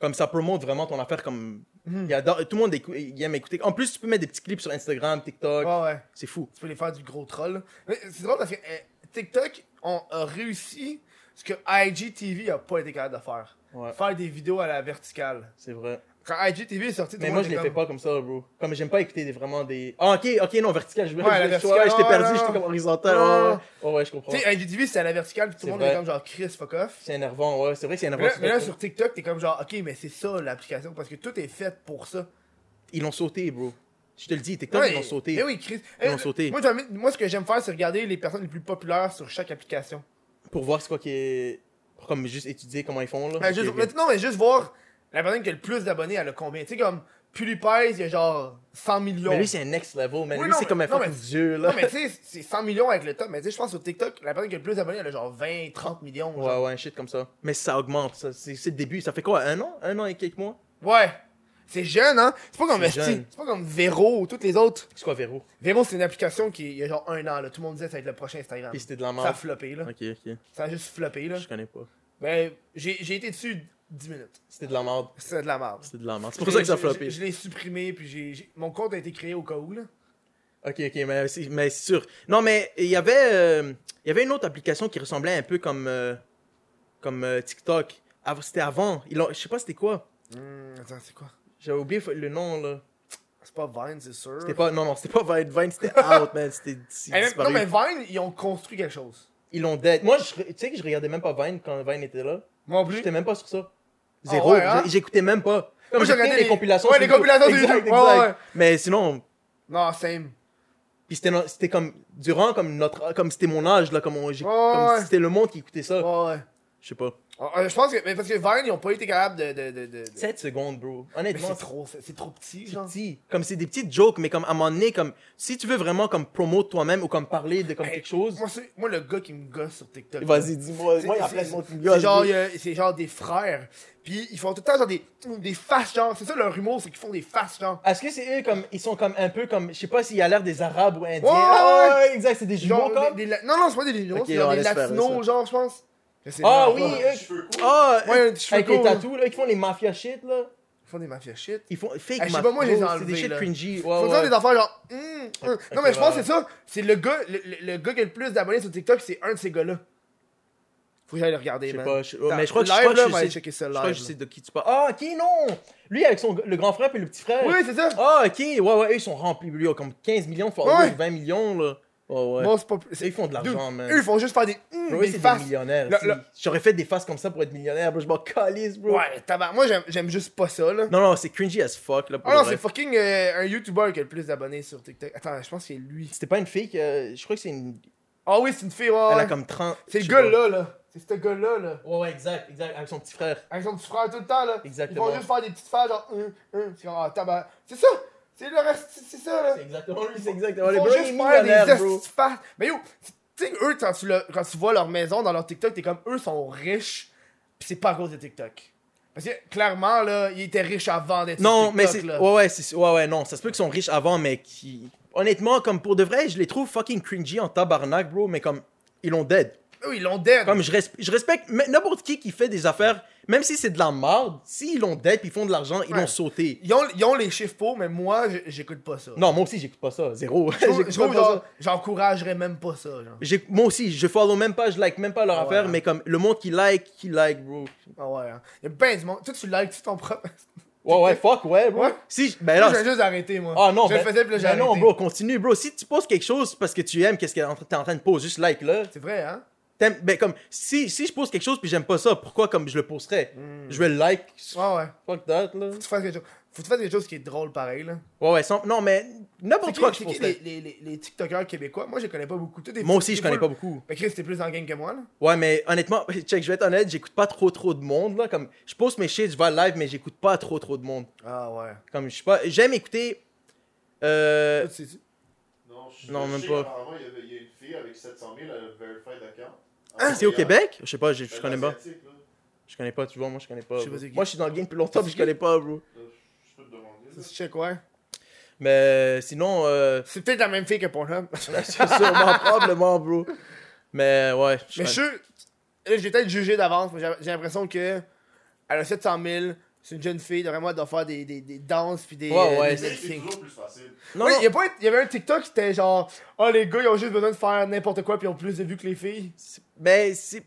Speaker 2: Comme ça promote vraiment ton affaire, comme.
Speaker 1: Mhm.
Speaker 2: il adore- tout le monde écou- il aime écouter. En plus, tu peux mettre des petits clips sur Instagram, TikTok.
Speaker 1: Ouais, ouais.
Speaker 2: C'est fou.
Speaker 1: Tu peux les faire du gros troll. Mais c'est drôle parce que euh, TikTok ont a réussi ce que IGTV a pas été capable de faire.
Speaker 2: Ouais,
Speaker 1: Faire des vidéos à la verticale.
Speaker 2: c'est vrai.
Speaker 1: Quand IGTV est sorti, tout
Speaker 2: Mais
Speaker 1: le
Speaker 2: moi,
Speaker 1: monde
Speaker 2: je les
Speaker 1: était
Speaker 2: fais
Speaker 1: comme-
Speaker 2: pas comme ça, bro. Comme j'aime pas écouter des, vraiment des. Ah, ok, ok, non, vertical. Je,
Speaker 1: Ouais,
Speaker 2: je-
Speaker 1: la
Speaker 2: je-
Speaker 1: verticale,
Speaker 2: ouais, j'étais
Speaker 1: ouais, Ah.
Speaker 2: perdu,
Speaker 1: non.
Speaker 2: j'étais comme horizontal.
Speaker 1: Non.
Speaker 2: Ouais, ouais. Ouais, ouais, je comprends.
Speaker 1: Tu sais, IGTV, c'était à la verticale, puis tout le
Speaker 2: C'est
Speaker 1: monde était
Speaker 2: vrai.
Speaker 1: comme genre Chris, fuck off.
Speaker 2: C'est énervant, ouais. C'est vrai que c'est
Speaker 1: Mais
Speaker 2: énervant.
Speaker 1: là,
Speaker 2: sur
Speaker 1: mais là,
Speaker 2: TikTok.
Speaker 1: sur TikTok, t'es comme genre, ok, mais c'est ça l'application, parce que tout est fait pour ça.
Speaker 2: Ils l'ont sauté, bro. Je te le dis, TikTok,
Speaker 1: Ouais,
Speaker 2: ils l'ont sauté.
Speaker 1: Mais oui, Chris.
Speaker 2: Ils
Speaker 1: Eh,
Speaker 2: l'ont sauté.
Speaker 1: Moi, j'aime- moi, ce que j'aime faire, c'est regarder les personnes les plus populaires sur chaque application.
Speaker 2: Pour voir c'est quoi qui est. Pour comme juste étudier comment ils font, là.
Speaker 1: Ben, juste-
Speaker 2: Ok, ok.
Speaker 1: mais non, mais juste voir la personne qui a le plus d'abonnés, elle a combien. Tu sais, comme PewDiePie, il y a genre 100 millions.
Speaker 2: Mais lui, c'est un next level, man.
Speaker 1: Oui,
Speaker 2: lui,
Speaker 1: non,
Speaker 2: c'est comme un
Speaker 1: mais- non,
Speaker 2: fucking
Speaker 1: mais-
Speaker 2: dieu, là.
Speaker 1: non, mais tu sais, c'est 100 millions avec le top. Mais tu sais, je pense au TikTok, la personne qui a le plus d'abonnés, elle a genre 20, 30 millions. genre.
Speaker 2: *laughs* Ouais, ouais, un shit comme ça. Mais ça augmente, ça. C'est c'est le début. Ça fait quoi, un an Un an et quelques mois
Speaker 1: Ouais. C'est jeune, hein? C'est pas comme
Speaker 2: C'est
Speaker 1: Esti.
Speaker 2: jeune.
Speaker 1: C'est pas comme Véro ou toutes les autres.
Speaker 2: C'est quoi, Véro
Speaker 1: Véro, c'est une application qui, il y a genre un an, là. Tout le monde disait ça va être le prochain Instagram.
Speaker 2: Puis c'était de la
Speaker 1: Ça a
Speaker 2: merde.
Speaker 1: floppé, là.
Speaker 2: Ok, ok.
Speaker 1: Ça a juste floppé, là.
Speaker 2: Je connais pas.
Speaker 1: Ben, j'ai j'ai été dessus 10 minutes.
Speaker 2: C'était de la merde.
Speaker 1: C'était de la merde.
Speaker 2: C'était de la merde. C'est pour ça que ça a
Speaker 1: Je-
Speaker 2: floppé.
Speaker 1: Je, je l'ai supprimé, puis j'ai. j'ai- Mon compte a été créé au cas où, là.
Speaker 2: Ok, ok, mais c'est mais c'est sûr. Non, mais il y avait euh, il y avait une autre application qui ressemblait un peu comme euh, comme euh, TikTok. Av- C'était avant. Ils l'ont- Je sais pas c'était quoi.
Speaker 1: Hmm, attends, c'est quoi?
Speaker 2: J'avais oublié le nom là.
Speaker 1: C'est pas Vine, c'est sûr.
Speaker 2: C'était pas non non, c'était pas Vine,
Speaker 1: *laughs*
Speaker 2: Vine c'était out man, c'était c'est
Speaker 1: Eh, mais-
Speaker 2: disparu.
Speaker 1: non, mais Vine, ils ont construit quelque chose.
Speaker 2: Ils l'ont dead. Moi, je- tu sais que je regardais même pas Vine quand Vine était là.
Speaker 1: Moi, plus.
Speaker 2: J'étais même pas sur ça.
Speaker 1: Ah
Speaker 2: Zéro,
Speaker 1: ouais, hein?
Speaker 2: J'ai- j'écoutais même pas. Comme
Speaker 1: Moi, je
Speaker 2: j'écoutais
Speaker 1: regardais
Speaker 2: les,
Speaker 1: les-
Speaker 2: compilations.
Speaker 1: ouais,
Speaker 2: sur
Speaker 1: les compilations sur
Speaker 2: Exact,
Speaker 1: YouTube. Ouais,
Speaker 2: exact.
Speaker 1: ouais.
Speaker 2: Mais sinon,
Speaker 1: Non, same.
Speaker 2: Puis c'était, no- c'était comme durant comme notre comme c'était mon âge là comme on- j'ai-
Speaker 1: Ouais,
Speaker 2: comme
Speaker 1: ouais.
Speaker 2: c'était le monde qui écoutait
Speaker 1: Ouais,
Speaker 2: ça.
Speaker 1: ouais.
Speaker 2: Je sais pas.
Speaker 1: Ah, euh, Je pense que. Mais parce que Vine, ils ont pas été capables de. de, de, de- de-
Speaker 2: 7 secondes bro.
Speaker 1: Mais c'est
Speaker 2: Honnêtement, c'est
Speaker 1: trop, c'est c'est trop petit, genre.
Speaker 2: petit. Comme c'est des petites jokes mais comme à un moment donné comme si tu veux vraiment comme promote toi-même ou comme parler de comme
Speaker 1: Hey,
Speaker 2: quelque chose.
Speaker 1: Moi, c'est- moi, le gars qui me gosse sur TikTok.
Speaker 2: Vas-y, dis-moi.
Speaker 1: C'est-
Speaker 2: Moi, il y a
Speaker 1: c'est-
Speaker 2: plein de monde qui me
Speaker 1: C'est
Speaker 2: gosse,
Speaker 1: genre,
Speaker 2: bro.
Speaker 1: il y a- c'est genre des frères. Puis ils font tout le temps genre des, des faces, genre. C'est ça leur humour, c'est qu'ils font des faces, genre.
Speaker 2: Est-ce que c'est eux comme ils sont comme un peu comme je sais pas s'il y a l'air des arabes ou indiens.
Speaker 1: Ouais, ouais,
Speaker 2: Ah, ouais, exact, c'est des jumeaux
Speaker 1: Genre,
Speaker 2: comme.
Speaker 1: des- des la- non, non, c'est pas des Latinos,
Speaker 2: Ok,
Speaker 1: c'est genre
Speaker 2: ouais,
Speaker 1: des
Speaker 2: laisse faire, laisse faire.
Speaker 1: Latinos, genre, je pense. Je sais
Speaker 2: Ah
Speaker 1: vraiment
Speaker 2: oui,
Speaker 1: pas.
Speaker 2: eux. Ah,
Speaker 1: Ouais,
Speaker 2: eux,
Speaker 1: des cheveux
Speaker 2: avec les
Speaker 1: courts, là.
Speaker 2: tatous là, qui font les mafia shit là.
Speaker 1: Ils font des mafia shit.
Speaker 2: Ils font fake
Speaker 1: Ah, je sais
Speaker 2: mafia.
Speaker 1: pas, moi, je les ai
Speaker 2: bro, C'est
Speaker 1: enlevés,
Speaker 2: des shit
Speaker 1: là.
Speaker 2: cringy. ouais,
Speaker 1: Faut
Speaker 2: ouais.
Speaker 1: dire des affaires genre. hum, hum. Non, mais je pense que c'est ça. C'est le gars, le, le- le gars qui a le plus d'abonnés sur TikTok, c'est un de ces gars-là. Faut que j'aille le regarder,
Speaker 2: Je sais
Speaker 1: man.
Speaker 2: pas, je- ouais,
Speaker 1: Attends,
Speaker 2: mais je crois que je
Speaker 1: live,
Speaker 2: crois que
Speaker 1: là,
Speaker 2: je
Speaker 1: on va
Speaker 2: sais-
Speaker 1: aller checker ça
Speaker 2: Je crois que
Speaker 1: live,
Speaker 2: je sais de qui tu parles. Ah, ok, non! Lui, avec son, le grand frère et le petit frère.
Speaker 1: Oui, c'est ça.
Speaker 2: Ah, ok, ouais, ouais, eux, ils sont remplis. Lui, ils ont comme 15 millions de followers,
Speaker 1: Ouais.
Speaker 2: 20 millions, là. Ouais, ouais.
Speaker 1: Bon, c'est pas plus-
Speaker 2: Eux, ils font de l'argent,
Speaker 1: Dude,
Speaker 2: man.
Speaker 1: Eux, ils font juste faire des. hum,
Speaker 2: Bro, eux,
Speaker 1: des
Speaker 2: c'est des
Speaker 1: faces.
Speaker 2: millionnaires.
Speaker 1: Le-
Speaker 2: c'est-
Speaker 1: le-
Speaker 2: J'aurais fait des faces comme ça pour être millionnaire, bro. Je m'en calisse, bro.
Speaker 1: Ouais, tabarnak. Moi, j'aime- j'aime juste pas ça, là.
Speaker 2: Non, non, c'est cringy as fuck, là. pour
Speaker 1: Ah non,
Speaker 2: le
Speaker 1: c'est
Speaker 2: vrai.
Speaker 1: fucking euh, un YouTuber qui a le plus d'abonnés sur TikTok. Attends, je pense que c'est lui.
Speaker 2: C'était pas une fille que. euh, Je crois que c'est une.
Speaker 1: Ah oui, c'est une fille, ouais.
Speaker 2: Elle a
Speaker 1: ouais.
Speaker 2: comme 30.
Speaker 1: C'est le
Speaker 2: je sais pas.
Speaker 1: gars-là, là. C'est ce gars-là, là.
Speaker 2: Ouais, ouais, exact, exact. Avec son petit frère.
Speaker 1: Avec son petit frère tout le temps, là.
Speaker 2: Exactement.
Speaker 1: Ils vont juste faire des petites phases, genre, hum, hum. C'est genre, ah, tabarnak. C'est ça. C'est le reste, c'est- c'est ça, là.
Speaker 2: C'est Oh, exactement lui, c'est exactement
Speaker 1: Ils
Speaker 2: lui.
Speaker 1: font
Speaker 2: Bro, il est
Speaker 1: juste faire
Speaker 2: millionnaire,
Speaker 1: des
Speaker 2: bro.
Speaker 1: estis de farces. Mais yo, tu sais, eux, quand tu, le- quand tu vois leur maison dans leur TikTok, t'es comme, eux sont riches, pis c'est pas à cause de TikTok. Parce que, clairement, là, ils étaient riches avant d'être sur
Speaker 2: Non,
Speaker 1: TikTok,
Speaker 2: mais c'est. oh.
Speaker 1: là.
Speaker 2: Ouais, ouais, c'est- ouais, ouais, non. Ça se peut qu'ils sont riches avant, mais qui. Honnêtement, comme pour de vrai, je les trouve fucking cringy en tabarnak, bro, mais comme. Ils l'ont dead.
Speaker 1: Eux, ils l'ont dead.
Speaker 2: Comme je, res- je respecte mais n'importe qui qui fait des affaires, même si c'est de la marde, s'ils l'ont dead puis ils font de l'argent, ils
Speaker 1: Ouais.
Speaker 2: l'ont sauté.
Speaker 1: Ils ont, ils ont les chiffres pour, mais moi, je- j'écoute pas ça.
Speaker 2: Non, *laughs* moi aussi, j'écoute pas ça. Zéro. *laughs*
Speaker 1: Je trouve-
Speaker 2: J'écoute
Speaker 1: je trouve,
Speaker 2: pas
Speaker 1: genre,
Speaker 2: ça.
Speaker 1: j'encouragerais même pas ça, genre.
Speaker 2: J'ai- Moi aussi, je follow même pas, je like même pas leur
Speaker 1: Ah ouais,
Speaker 2: affaire,
Speaker 1: hein.
Speaker 2: mais comme le monde qui like, qui like, bro.
Speaker 1: Ah ouais, hein. Y'a ben du monde. Toi, tu likes ton propre.
Speaker 2: Ouais, ouais, fuck, ouais, bro.
Speaker 1: Ouais.
Speaker 2: Si, je- ben
Speaker 1: Moi,
Speaker 2: là,
Speaker 1: j'ai juste arrêté, moi.
Speaker 2: Ah non,
Speaker 1: Je le
Speaker 2: ben-
Speaker 1: faisais, puis là, j'ai
Speaker 2: ben non,
Speaker 1: arrêté.
Speaker 2: bro, continue, bro. Si tu poses quelque chose parce que tu aimes, qu'est-ce que t'es en train- t'es en train de poser, juste like là.
Speaker 1: C'est vrai, hein?
Speaker 2: T'aimes- ben comme si, si je pose quelque chose puis j'aime pas ça, pourquoi comme je le posterais
Speaker 1: Hmm.
Speaker 2: Je vais le like.
Speaker 1: Ouais, ouais.
Speaker 2: Fuck that là.
Speaker 1: Faut que tu fasses quelque chose. Faut que tu fasses quelque chose qui est drôle, pareil, là.
Speaker 2: Ouais ouais, sans- non mais
Speaker 1: C'est
Speaker 2: n'importe
Speaker 1: qui,
Speaker 2: quoi que je
Speaker 1: c'est qui
Speaker 2: posterais.
Speaker 1: les, les, les, les TikTokers québécois? Moi, je les connais pas beaucoup. Toi, *laughs* des-
Speaker 2: Moi aussi
Speaker 1: des
Speaker 2: je connais
Speaker 1: fois,
Speaker 2: pas beaucoup.
Speaker 1: Mais Chris, t'es plus en gang que moi, là.
Speaker 2: Ouais mais honnêtement, *laughs* check, je vais être honnête, j'écoute pas trop trop de monde là comme je poste mes shit, je vais live mais j'écoute pas trop trop de monde.
Speaker 1: Ah ouais.
Speaker 2: Comme je suis pas j'aime écouter euh
Speaker 1: Toi, tu sais-tu?
Speaker 4: Non, je
Speaker 2: Non,
Speaker 4: je
Speaker 2: même
Speaker 4: sais
Speaker 2: pas.
Speaker 4: qu'apparemment, il y avait- il y a une fille avec 700 000 à verified account.
Speaker 2: Ah,
Speaker 1: Ah,
Speaker 2: c'est au
Speaker 4: Montréal.
Speaker 2: Québec Je sais pas, je, je
Speaker 4: Elle est
Speaker 2: connais pas.
Speaker 4: asiatique, là.
Speaker 2: Je connais pas, tu vois, moi je connais pas.
Speaker 1: Je sais
Speaker 2: bro.
Speaker 1: pas c'est qui.
Speaker 2: Moi je suis dans le game depuis longtemps,
Speaker 1: C'est
Speaker 2: puis je
Speaker 1: qui?
Speaker 2: connais pas, bro.
Speaker 4: Euh, Je peux te demander.
Speaker 1: Tu
Speaker 4: là.
Speaker 1: check, ouais.
Speaker 2: Mais euh, sinon euh, *laughs*
Speaker 1: C'est peut-être la même fille que Pornhub.
Speaker 2: c'est sûrement probablement, bro. Mais ouais, je
Speaker 1: Mais je
Speaker 2: connais-
Speaker 1: suis. là, J'ai peut-être jugé d'avance, mais j'ai j'ai l'impression que. Elle a 700 000. C'est une jeune fille, vraiment, elle doit faire des, des, des danses puis des.
Speaker 2: Ouais, ouais,
Speaker 1: des
Speaker 4: C'est
Speaker 1: lip sync.
Speaker 4: toujours plus facile.
Speaker 2: Non,
Speaker 1: oui,
Speaker 2: non,
Speaker 1: il y a pas été- il y avait un TikTok qui était genre Oh les gars, ils ont juste besoin de faire n'importe quoi puis ils ont plus de vues que les filles.
Speaker 2: c'est- mais c'est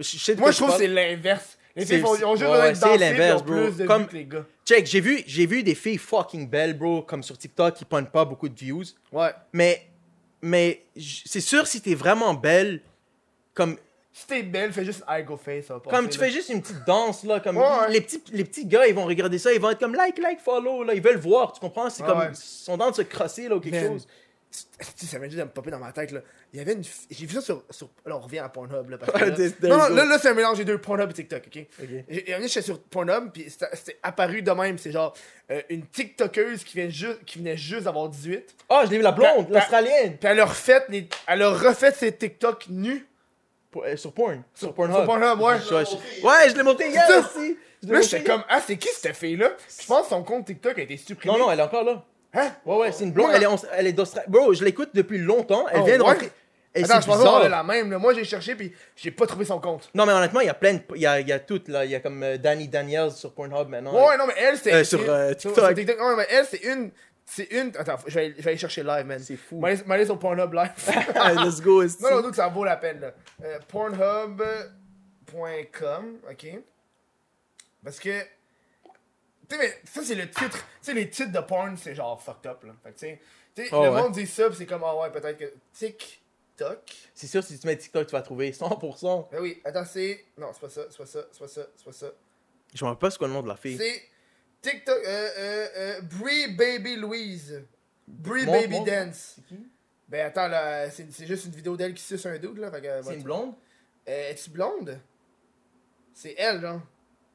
Speaker 2: je sais de
Speaker 1: Moi
Speaker 2: quoi
Speaker 1: je
Speaker 2: tu
Speaker 1: trouve que
Speaker 2: parles.
Speaker 1: c'est l'inverse. Les
Speaker 2: C'est-
Speaker 1: filles font- ils ont juste
Speaker 2: ouais,
Speaker 1: besoin
Speaker 2: ouais,
Speaker 1: de
Speaker 2: c'est
Speaker 1: danser puis ils
Speaker 2: l'inverse,
Speaker 1: ont
Speaker 2: bro.
Speaker 1: plus de
Speaker 2: Comme-
Speaker 1: vues que les gars.
Speaker 2: Check, j'ai vu, j'ai vu des filles fucking belles, bro, comme sur TikTok, qui prennent pas beaucoup de views.
Speaker 1: Ouais.
Speaker 2: Mais, mais j- c'est sûr, si t'es vraiment belle, comme,
Speaker 1: Si t'es belle, fais juste I go face. ça va passer,
Speaker 2: comme tu
Speaker 1: là.
Speaker 2: fais juste une petite danse, là, comme
Speaker 1: Ouais, ouais.
Speaker 2: Les, petits, les petits gars, ils vont regarder ça, ils vont être comme like, like, follow, là, ils veulent voir, tu comprends? C'est
Speaker 1: Ouais,
Speaker 2: comme,
Speaker 1: ouais.
Speaker 2: ils sont dans de se crosser, là, ou quelque
Speaker 1: Man.
Speaker 2: chose.
Speaker 1: Esti, ça vient juste de me popper dans ma tête, là. Il y avait une. fi- J'ai vu ça sur. sur- Là, on revient à Pornhub, là. Parce que, là-
Speaker 2: Des- des
Speaker 1: non, non,
Speaker 2: autres.
Speaker 1: là, là, c'est un mélange des deux, Pornhub et TikTok, ok?
Speaker 2: Ok.
Speaker 1: J'ai j'ai revenu, j'étais sur Pornhub, puis c'était c'était apparu de même. C'est genre euh, une TikTokeuse qui, vient juste, qui venait juste d'avoir 18.
Speaker 2: Ah, je l'ai vu la
Speaker 1: blonde,
Speaker 2: blonde, l'Australienne.
Speaker 1: Puis elle a refait, les- elle a refait ses TikTok nus.
Speaker 2: euh, Sur porn. Sur Pornhub.
Speaker 1: Sur Pornhub, ouais.
Speaker 2: Je- je- Ouais, je l'ai monté hier
Speaker 1: Ça.
Speaker 2: aussi. Je l'ai
Speaker 1: Là,
Speaker 2: monté
Speaker 1: j'étais
Speaker 2: hier.
Speaker 1: comme, ah, c'est qui cette fille-là? Je pense que son compte TikTok a été supprimé.
Speaker 2: Non, non, elle est encore là.
Speaker 1: Hein?
Speaker 2: Ouais, ouais, c'est une blonde.
Speaker 1: Moi,
Speaker 2: Elle est, on- elle est d'Australie. Bro, je l'écoute depuis longtemps. Elle
Speaker 1: Ah,
Speaker 2: vient de
Speaker 1: ouais?
Speaker 2: rentrer. Et c'est
Speaker 1: Attends, je pensais qu'on
Speaker 2: bizarre.
Speaker 1: avait la même, là. Moi, j'ai cherché, puis j'ai pas trouvé son compte.
Speaker 2: Non, mais honnêtement, il y a plein de. Il y a, il y a toutes, là. Il y a comme euh, Danny Daniels sur Pornhub maintenant.
Speaker 1: Ouais, non, mais elle, c'est.
Speaker 2: Euh, sur, euh, TikTok.
Speaker 1: Ouais, mais elle, c'est une. C'est une. Attends, faut- je vais, aller- je vais aller chercher live, man.
Speaker 2: C'est
Speaker 1: *laughs*
Speaker 2: fou.
Speaker 1: M'aller m'aller sur Pornhub
Speaker 2: *laughs*
Speaker 1: live.
Speaker 2: Let's go. esti.
Speaker 1: non, non, doute que ça vaut la peine, là. Euh, Pornhub.com, ok. Parce que. Tu sais, mais ça, c'est le titre. Tu sais, les titres de porn, c'est genre fucked up, là. Fait que, tu sais, tu sais,
Speaker 2: Oh,
Speaker 1: le
Speaker 2: ouais.
Speaker 1: monde dit ça, puis c'est comme, ah ouais, peut-être que. TikTok.
Speaker 2: C'est sûr, si tu mets TikTok, tu vas trouver 100%.
Speaker 1: Ben oui, attends, c'est. Non, c'est pas ça, c'est pas ça, c'est pas ça, c'est pas ça.
Speaker 2: Je me rappelle pas ce qu'est le nom de la fille.
Speaker 1: C'est TikTok. Euh, euh, euh, Brie Baby Louise. Brie
Speaker 2: Montre,
Speaker 1: Baby
Speaker 2: montre.
Speaker 1: Dance.
Speaker 2: C'est qui
Speaker 1: Ben attends, là, c'est c'est juste une vidéo d'elle qui suce un dude, là. Fait que, euh,
Speaker 2: C'est
Speaker 1: moi,
Speaker 2: une blonde
Speaker 1: tu- Euh, Es-tu blonde? C'est elle, genre.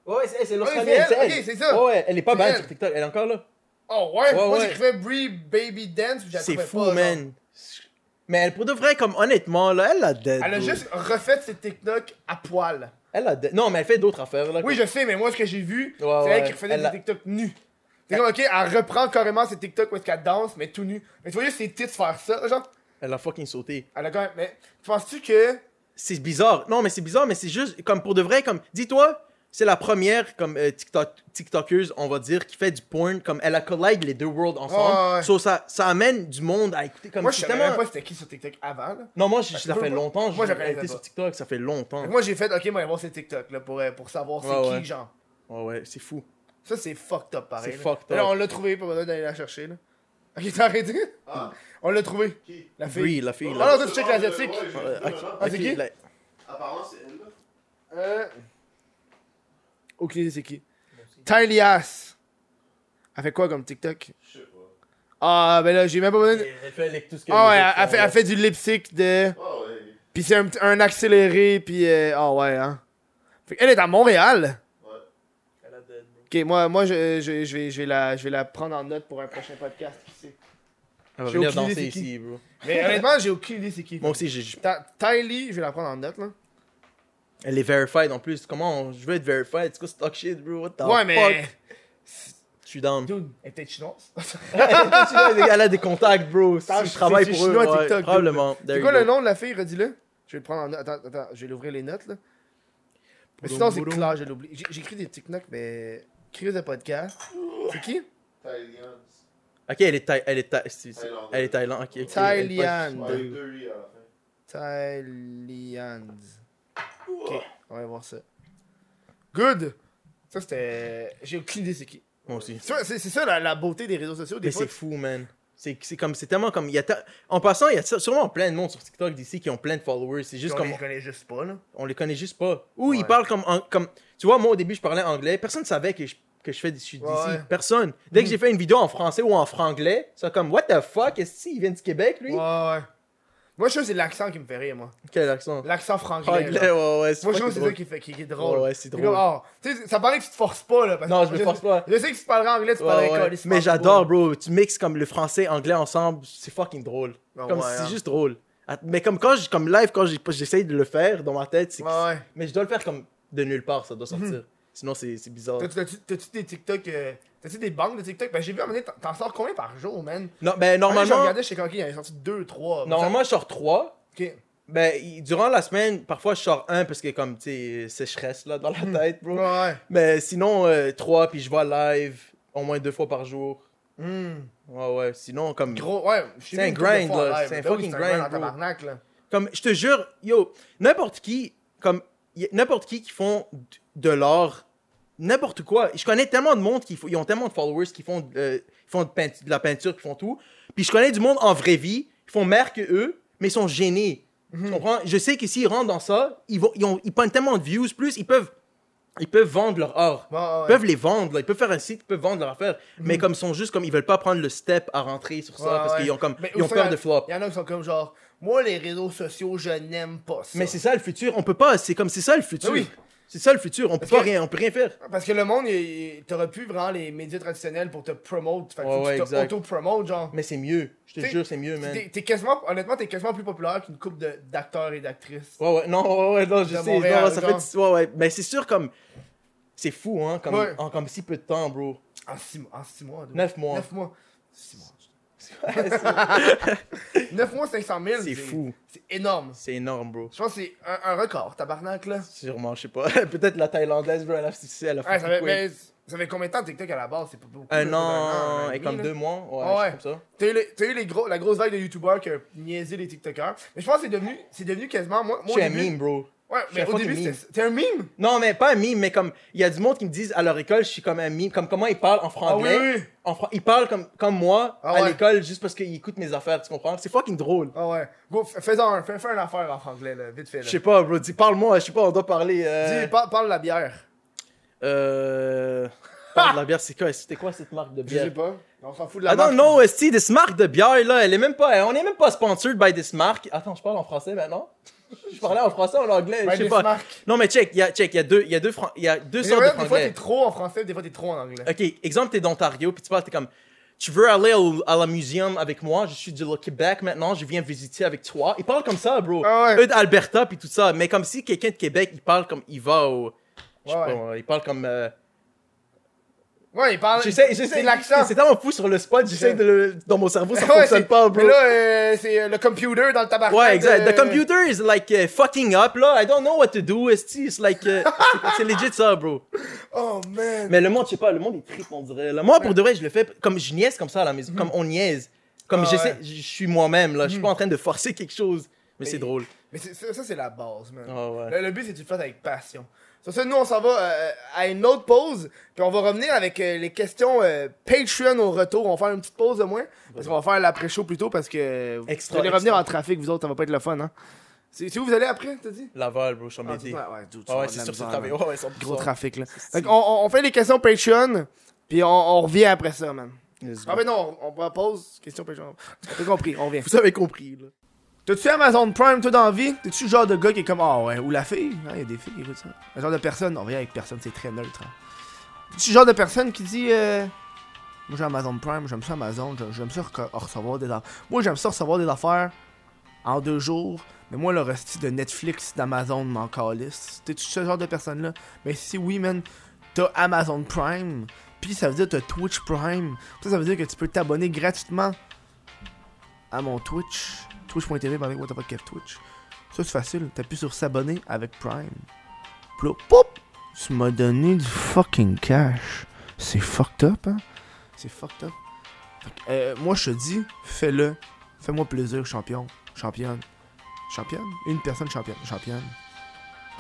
Speaker 2: Ouais, c'est c'est
Speaker 1: l'Australienne,
Speaker 2: l'Australienne.
Speaker 1: c'est elle. Ok, c'est ça.
Speaker 2: Ouais, ouais, elle est pas
Speaker 1: C'est
Speaker 2: bad
Speaker 1: elle.
Speaker 2: sur TikTok. Elle est encore là.
Speaker 1: Oh ouais,
Speaker 2: Ouais,
Speaker 1: moi
Speaker 2: ouais.
Speaker 1: j'écrivais Brie Baby Dance, puis je la
Speaker 2: C'est
Speaker 1: trouvais
Speaker 2: fou,
Speaker 1: pas, genre.
Speaker 2: man. Mais elle, pour de vrai, comme honnêtement, là, elle a dead.
Speaker 1: Elle a
Speaker 2: bro.
Speaker 1: juste refait ses TikTok à poil.
Speaker 2: Elle a dead. Non, mais elle fait d'autres affaires, là.
Speaker 1: Oui, je sais, mais moi ce que j'ai vu,
Speaker 2: Ouais,
Speaker 1: c'est elle
Speaker 2: ouais.
Speaker 1: qui refaisait
Speaker 2: Elle
Speaker 1: des
Speaker 2: a-
Speaker 1: TikTok nus. C'est comme, ok, elle reprend carrément ses TikTok où est-ce qu'elle danse, mais tout nu. Mais tu vois juste ses titres faire ça, genre.
Speaker 2: Elle a fucking sauté.
Speaker 1: Elle a quand même. Mais penses-tu que.
Speaker 2: C'est bizarre. Non, mais c'est bizarre, mais c'est juste, comme pour de vrai, comme, dis-toi, c'est la première, comme, euh, TikTok, TikTokers, on va dire, qui fait du porn. Comme, elle a collègue les deux worlds ensemble.
Speaker 1: Ouais, ouais.
Speaker 2: So, ça, ça amène du monde à écouter. Comme,
Speaker 1: Moi,
Speaker 2: c'est
Speaker 1: je savais
Speaker 2: tellement-
Speaker 1: même pas c'était qui sur TikTok avant. Là.
Speaker 2: Non, moi, je, je la
Speaker 1: Moi,
Speaker 2: fais
Speaker 1: moi,
Speaker 2: longtemps.
Speaker 1: moi, je
Speaker 2: j'ai
Speaker 1: connaissais
Speaker 2: été
Speaker 1: pas.
Speaker 2: sur TikTok, ça fait longtemps.
Speaker 1: Fait que Moi, j'ai fait, ok, moi, aller voir ses TikTok là, pour, euh, pour savoir c'est
Speaker 2: Ouais,
Speaker 1: qui,
Speaker 2: ouais.
Speaker 1: genre.
Speaker 2: Ouais, Ah ouais, c'est fou.
Speaker 1: Ça, c'est fucked up, pareil.
Speaker 2: C'est
Speaker 1: là.
Speaker 2: fucked
Speaker 1: Là,
Speaker 2: up.
Speaker 1: on l'a trouvé, pas besoin d'aller la chercher. Là. Ok, t'as arrêté *laughs*
Speaker 4: Ah,
Speaker 1: On l'a trouvé,
Speaker 4: qui
Speaker 1: la fille.
Speaker 2: Brie, la Hmm. fille,
Speaker 1: Oh,
Speaker 2: là. Ah,
Speaker 1: non, toi, tu checkes l'asiatique.
Speaker 4: Ouais, j'ai-
Speaker 2: Euh, ok,
Speaker 4: voilà.
Speaker 1: Ah, c'est
Speaker 2: ok,
Speaker 1: qui?
Speaker 2: la-
Speaker 4: Apparemment, c'est elle, là.
Speaker 1: Euh. Ok, c'est qui Tiny Ass. Elle fait quoi comme TikTok
Speaker 4: Je sais pas.
Speaker 1: Ah, ben là, j'ai même pas besoin de.
Speaker 2: Elle fait les- tout ce que
Speaker 1: Ah
Speaker 2: les
Speaker 1: ouais,
Speaker 2: autres
Speaker 1: elle, elle
Speaker 2: font,
Speaker 1: fait,
Speaker 2: là.
Speaker 1: elle fait du lipstick de.
Speaker 4: Ah ouais.
Speaker 1: Puis c'est un, petit- un accéléré, puis. euh, Ah ouais, hein. Fait qu'elle est à Montréal.
Speaker 4: Ouais.
Speaker 1: Ok, moi, moi je, je, je vais, je, vais la, je vais la prendre en note pour un prochain podcast, qui sait.
Speaker 2: Elle va
Speaker 1: J'ai
Speaker 2: venir
Speaker 1: aucune idée
Speaker 2: danser
Speaker 1: c'est qui.
Speaker 2: ici, bro.
Speaker 1: *laughs* Mais honnêtement, j'ai aucune idée c'est qui.
Speaker 2: Moi aussi, j'ai- j'ai-
Speaker 1: Ta- Tylee, je vais la prendre en note, là.
Speaker 2: elle est verified en plus. Comment on- je veux être verified? C'est quoi ce talk shit, bro? What the
Speaker 1: ouais,
Speaker 2: fuck?
Speaker 1: mais.
Speaker 2: Je suis down.
Speaker 1: Dude, elle est peut-être chinoise.
Speaker 2: elle a des contacts, bro. Si
Speaker 1: Ah,
Speaker 2: je
Speaker 1: c'est-
Speaker 2: travaille
Speaker 1: c'est
Speaker 2: pour
Speaker 1: chinois,
Speaker 2: eux. ouais,
Speaker 1: TikTok,
Speaker 2: probablement.
Speaker 1: *laughs* C'est quoi le nom de la fille, redis-le Je vais le prendre en note. Attends, attends, je vais l'ouvrir les notes, là. Mais sinon, c'est
Speaker 2: Boudou.
Speaker 1: clair, je l'oublie. J'ai- J'écris des TikTok, mais. Crise de podcast. C'est qui
Speaker 4: Thaïlande.
Speaker 2: Ok, elle est Thaï- elle est Thaï- c'est- c'est-
Speaker 4: Thaïlande.
Speaker 2: Elle est Thaïlande. ok, ok.
Speaker 1: Thaïlande.
Speaker 4: Ouais, avec deux Ah, i à la fin.
Speaker 1: Thailand. Ok, on va voir ça. Good Ça, c'était. J'ai aucune idée c'est qui.
Speaker 2: Moi aussi.
Speaker 1: Tu vois, C'est c'est ça la, la beauté des réseaux sociaux. Des
Speaker 2: Mais
Speaker 1: fois,
Speaker 2: c'est fou, man. C'est c'est comme c'est tellement comme il y a ta- en passant il y a sûrement plein de monde sur TikTok d'ici qui ont plein de followers c'est juste
Speaker 1: on
Speaker 2: comme
Speaker 1: les connaît juste pas, là.
Speaker 2: on les connaît juste pas. Ou
Speaker 1: Ouais.
Speaker 2: ils parlent comme, en- comme. Tu vois, moi au début, je parlais anglais. Personne ne savait que je, que je fais du sud d'ici.
Speaker 1: Ouais. Mm.
Speaker 2: Personne. Dès que j'ai fait une vidéo en français ou en franglais, c'est comme, what the fuck, est-ce qu'il vient du Québec, lui
Speaker 1: Ouais, ouais. Moi, je trouve que c'est l'accent qui me fait rire, moi.
Speaker 2: Quel accent
Speaker 1: L'accent franglais.
Speaker 2: Anglais,
Speaker 1: là.
Speaker 2: ouais, ouais.
Speaker 1: Moi, je trouve que
Speaker 2: fucking
Speaker 1: c'est
Speaker 2: drôle.
Speaker 1: ça qui, fait, qui, qui est drôle.
Speaker 2: Ah, Ouais, ouais, c'est
Speaker 1: Puis comme,
Speaker 2: drôle.
Speaker 1: ah, tu sais, ça paraît que tu te forces pas, là. Parce
Speaker 2: Non,
Speaker 1: que
Speaker 2: je me force pas.
Speaker 1: Je sais que si tu parlerais anglais, tu
Speaker 2: Ouais,
Speaker 1: parlerais
Speaker 2: ouais.
Speaker 1: câlisse
Speaker 2: Mais
Speaker 1: pas.
Speaker 2: j'adore, bro. Tu mixes comme le français et anglais ensemble, c'est fucking drôle.
Speaker 1: Ah,
Speaker 2: comme
Speaker 1: ouais,
Speaker 2: c'est
Speaker 1: hein.
Speaker 2: juste drôle. At- Mais comme quand j'ai comme live, quand j'ai- j'essaye de le faire dans ma tête, c'est
Speaker 1: Ouais, ouais.
Speaker 2: mais je dois le faire comme de nulle part, ça doit
Speaker 1: Mhm.
Speaker 2: sortir. Sinon, c'est c'est bizarre.
Speaker 1: T'as- T'as-tu t'as-tu des TikTok. euh, T'as-tu des banques de TikTok? Ben, j'ai vu, à un moment donné, t'en- t'en sors combien par jour, man?
Speaker 2: Non,
Speaker 1: Normalement. Ah,
Speaker 2: ben
Speaker 1: Je
Speaker 2: normalement,
Speaker 1: regardais chez Kanki, il y en a sorti 2, 3.
Speaker 2: normalement, je sors 3.
Speaker 1: Ok.
Speaker 2: Ben, il- durant la semaine, parfois je sors un parce que, comme, tu sais, sécheresse là dans la tête,
Speaker 1: Ouais,
Speaker 2: bro.
Speaker 1: ouais.
Speaker 2: Mais sinon, euh, trois, puis je vais live au moins deux fois par jour.
Speaker 1: Hmm.
Speaker 2: Ouais, ouais. Sinon, comme.
Speaker 1: Gros, ouais. je suis
Speaker 2: C'est un
Speaker 1: venu une couple de
Speaker 2: grind,
Speaker 1: fois en
Speaker 2: là,
Speaker 1: live.
Speaker 2: c'est un
Speaker 1: Ben oui,
Speaker 2: fucking
Speaker 1: C'est un grind
Speaker 2: grind,
Speaker 1: en
Speaker 2: bro.
Speaker 1: tabarnak, là.
Speaker 2: Comme, je te jure, yo, n'importe qui, comme, y- n'importe qui qui font d- de l'art, n'importe quoi. Je connais tellement de monde qui f- ils ont tellement de followers qui font, euh, qui font de, peint- de la peinture, qui font tout. Puis je connais du monde en vraie vie, qui font meilleur que eux, mais ils sont
Speaker 1: Mhm.
Speaker 2: gênés. Tu comprends? Je sais que s'ils rentrent dans ça, ils, vont, ils, ont, ils prennent tellement de views, plus ils peuvent Ils peuvent vendre leur art.
Speaker 1: Ouais, ouais.
Speaker 2: Ils peuvent les vendre, là. ils peuvent faire un site, ils peuvent vendre leur affaire, mais comme ils sont juste comme ils veulent pas prendre le step à rentrer sur ça
Speaker 1: Mhm. Ouais,
Speaker 2: parce
Speaker 1: ouais.
Speaker 2: qu'ils ont comme
Speaker 1: Mais
Speaker 2: ils ont
Speaker 1: aussi,
Speaker 2: peur
Speaker 1: y a-
Speaker 2: de flop.
Speaker 1: Il y en a qui sont comme genre, moi les réseaux sociaux, je n'aime pas ça.
Speaker 2: Mais c'est ça le futur, on peut pas, c'est comme c'est ça le futur.
Speaker 1: Ben oui.
Speaker 2: C'est ça le futur, on peut
Speaker 1: Parce
Speaker 2: pas
Speaker 1: que-
Speaker 2: rien, on peut rien faire.
Speaker 1: Parce que le monde, il- il- t'aurais plus vraiment les médias traditionnels pour te promote. Fait que
Speaker 2: Ouais,
Speaker 1: faut
Speaker 2: ouais,
Speaker 1: que tu
Speaker 2: exact.
Speaker 1: t'auto-promotes, genre.
Speaker 2: Mais c'est mieux, je te
Speaker 1: T'sais,
Speaker 2: jure, c'est mieux, man.
Speaker 1: T'es- t'es quasiment, honnêtement, t'es quasiment plus populaire qu'une couple de- d'acteurs et d'actrices.
Speaker 2: Ouais, ouais, non, ouais, ouais, non, je
Speaker 1: De
Speaker 2: sais.
Speaker 1: Montréal,
Speaker 2: non, ça
Speaker 1: genre.
Speaker 2: fait. Ouais, ouais. Mais c'est sûr, comme. C'est fou, hein, comme,
Speaker 1: Ouais.
Speaker 2: en comme si peu de temps, bro.
Speaker 1: En 6 mois. En six mois. dude.
Speaker 2: Neuf mois.
Speaker 1: Neuf mois. Six mois.
Speaker 2: *laughs* Ouais,
Speaker 1: *laughs* Neuf mois, 500 000.
Speaker 2: c'est- c'est fou.
Speaker 1: C'est énorme.
Speaker 2: C'est énorme, bro.
Speaker 1: Je pense que c'est un, un record, tabarnak, là.
Speaker 2: Sûrement, je sais pas. *laughs* Peut-être la Thaïlandaise, bro, elle a fait elle a
Speaker 1: Ouais, ça fait,
Speaker 2: foutu
Speaker 1: mais ça fait combien de temps TikTok à la base C'est pas beaucoup. là,
Speaker 2: Un
Speaker 1: c'est
Speaker 2: an
Speaker 1: an
Speaker 2: Euh, et
Speaker 1: demi,
Speaker 2: comme
Speaker 1: là.
Speaker 2: deux mois. Ouais,
Speaker 1: Ah ouais.
Speaker 2: je sais comme ça.
Speaker 1: T'as eu, les- t'as eu les gros, la grosse vague de YouTubers qui a niaisé les TikTokers. Mais je pense que c'est devenu, c'est devenu quasiment. Moi,
Speaker 2: Je
Speaker 1: moi au
Speaker 2: suis un
Speaker 1: début-
Speaker 2: meme, bro.
Speaker 1: Ouais,
Speaker 2: Je suis
Speaker 1: mais
Speaker 2: un
Speaker 1: au
Speaker 2: fucking
Speaker 1: début,
Speaker 2: meme.
Speaker 1: c'était- t'es un meme.
Speaker 2: Non, mais pas un meme, mais comme. Il y a du monde qui me disent à leur école, je suis comme un meme. Comme comment ils parlent
Speaker 1: Ah
Speaker 2: en
Speaker 1: oui,
Speaker 2: franglais.
Speaker 1: oui.
Speaker 2: en fran- Ils parlent comme, comme moi
Speaker 1: Ah
Speaker 2: à
Speaker 1: ouais.
Speaker 2: l'école juste parce qu'ils écoutent mes affaires, tu comprends? C'est fucking drôle.
Speaker 1: Ah ouais. Go, f- fais-en un, fais, fais une affaire en franglais, là, vite fait.
Speaker 2: Je
Speaker 1: Là.
Speaker 2: sais pas, bro. Dis, parle-moi, je sais pas, on doit parler. euh,
Speaker 1: Dis, parle, parle de la bière.
Speaker 2: Euh. parle *laughs* de la bière, c'est quoi C'était quoi cette marque de
Speaker 1: Je sais
Speaker 2: bière Ah
Speaker 1: pas. On s'en fout de la
Speaker 2: I don't
Speaker 1: marque.
Speaker 2: know, esti, this marque de bière là, elle est même pas, on est même pas sponsored by this marque. Attends, je parle en français maintenant. *laughs* Je parlais en français, en anglais, je
Speaker 1: Ouais,
Speaker 2: sais
Speaker 1: des
Speaker 2: pas.
Speaker 1: marques.
Speaker 2: Non mais check, il y a, check, il y a deux, il y a deux, fran- il y a deux
Speaker 1: Mais
Speaker 2: sortes
Speaker 1: ouais,
Speaker 2: de
Speaker 1: des fois, t'es
Speaker 2: franglais.
Speaker 1: trop en français, des fois, t'es trop en anglais.
Speaker 2: Ok, exemple, t'es d'Ontario, puis tu parles, t'es comme, tu veux aller au- à la museum avec moi, je suis du Québec maintenant, je viens visiter avec toi. Ils parlent comme ça, bro.
Speaker 1: Ah ouais.
Speaker 2: Eux d'Alberta, puis tout ça. Mais comme si quelqu'un de Québec, il parle comme, il va au, je sais
Speaker 1: Ouais,
Speaker 2: pas, il parle comme. euh,
Speaker 1: Ouais, il parle.
Speaker 2: J'essaie, j'essaie.
Speaker 1: C'est l'accent.
Speaker 2: C'est tellement fou sur le spot, j'essaie de le. Dans mon cerveau,
Speaker 1: *laughs*
Speaker 2: ça
Speaker 1: Ouais,
Speaker 2: fonctionne
Speaker 1: c'est-
Speaker 2: pas, bro.
Speaker 1: Mais là, euh, c'est euh, le computer dans le tabac.
Speaker 2: ouais, exact. The computer is like uh, fucking up, là. I don't know what to do, esti. It's like. uh, *laughs* c'est- c'est legit ça, bro.
Speaker 1: Oh man.
Speaker 2: Mais le monde, je sais pas, le monde est trip, on dirait. Là. Moi, pour de vrai, je le fais comme je niaise comme ça à la maison. Comme on niaise. Comme
Speaker 1: Mhm. Ah,
Speaker 2: j'essaie,
Speaker 1: ouais. Mhm.
Speaker 2: je je suis moi-même, là. Je suis pas en train de forcer quelque chose. Mais c'est
Speaker 1: Mais-
Speaker 2: drôle.
Speaker 1: Mais c'est- ça, ça, c'est la base, man.
Speaker 2: Ah ouais.
Speaker 1: Le, le but, c'est que tu le fasses avec passion. Sur ce, nous, on s'en va euh, à une autre pause, puis on va revenir avec euh, les questions euh, Patreon au retour. On va faire une petite pause de moins, parce qu'on va faire l'après-show plus tôt, parce que euh,
Speaker 2: Extra,
Speaker 1: vous allez revenir
Speaker 2: extra.
Speaker 1: en trafic, vous autres, ça va pas être le fun, hein. C'est c'est où vous allez après, t'as dit?
Speaker 2: Laval, bro, je suis en
Speaker 1: Ah,
Speaker 2: métier.
Speaker 1: ouais, ouais, dude, tu
Speaker 2: Ah
Speaker 1: vas
Speaker 2: ouais,
Speaker 1: de
Speaker 2: c'est
Speaker 1: la
Speaker 2: sûr, c'est
Speaker 1: misère,
Speaker 2: travail.
Speaker 1: man.
Speaker 2: Ouais, ouais, c'est
Speaker 1: Gros trafic, là.
Speaker 2: C'est-
Speaker 1: Fait qu'on- on, on fait les questions Patreon, puis on, on revient après ça, man.
Speaker 2: Let's go.
Speaker 1: Ah ben non, on on prend pause, question Patreon. T'as compris, on revient.
Speaker 2: Vous avez compris, là.
Speaker 1: T'as-tu Amazon Prime, toi, dans la vie? T'es-tu le genre de gars qui est comme, ah ouais, ou la fille? Ah, y a des filles qui écoutent ça. Le genre de personne, on vient avec personne, c'est très neutre. hein. T'es-tu le genre de personne qui dit, euh, moi j'ai Amazon Prime, j'aime ça Amazon, j'aime- j'aime ça reco- recevoir des affaires. Moi j'aime ça recevoir des affaires en deux jours, mais moi le reste de Netflix, d'Amazon m'en calisse. T'es-tu ce genre de personne-là? Mais si oui, man, t'as Amazon Prime, puis ça veut dire que t'as Twitch Prime, ça, ça veut dire que tu peux t'abonner gratuitement à mon Twitch, twitch.tv avec what the fuck Kev Twitch. Ça c'est facile, t'appuies sur s'abonner avec Prime. Puis là, pop, tu m'as donné du fucking cash. C'est fucked up, hein? C'est fucked up. Fait que, euh, moi je te dis, fais-le. Fais-moi plaisir, champion. Championne. Championne? Une personne championne. Championne. *laughs*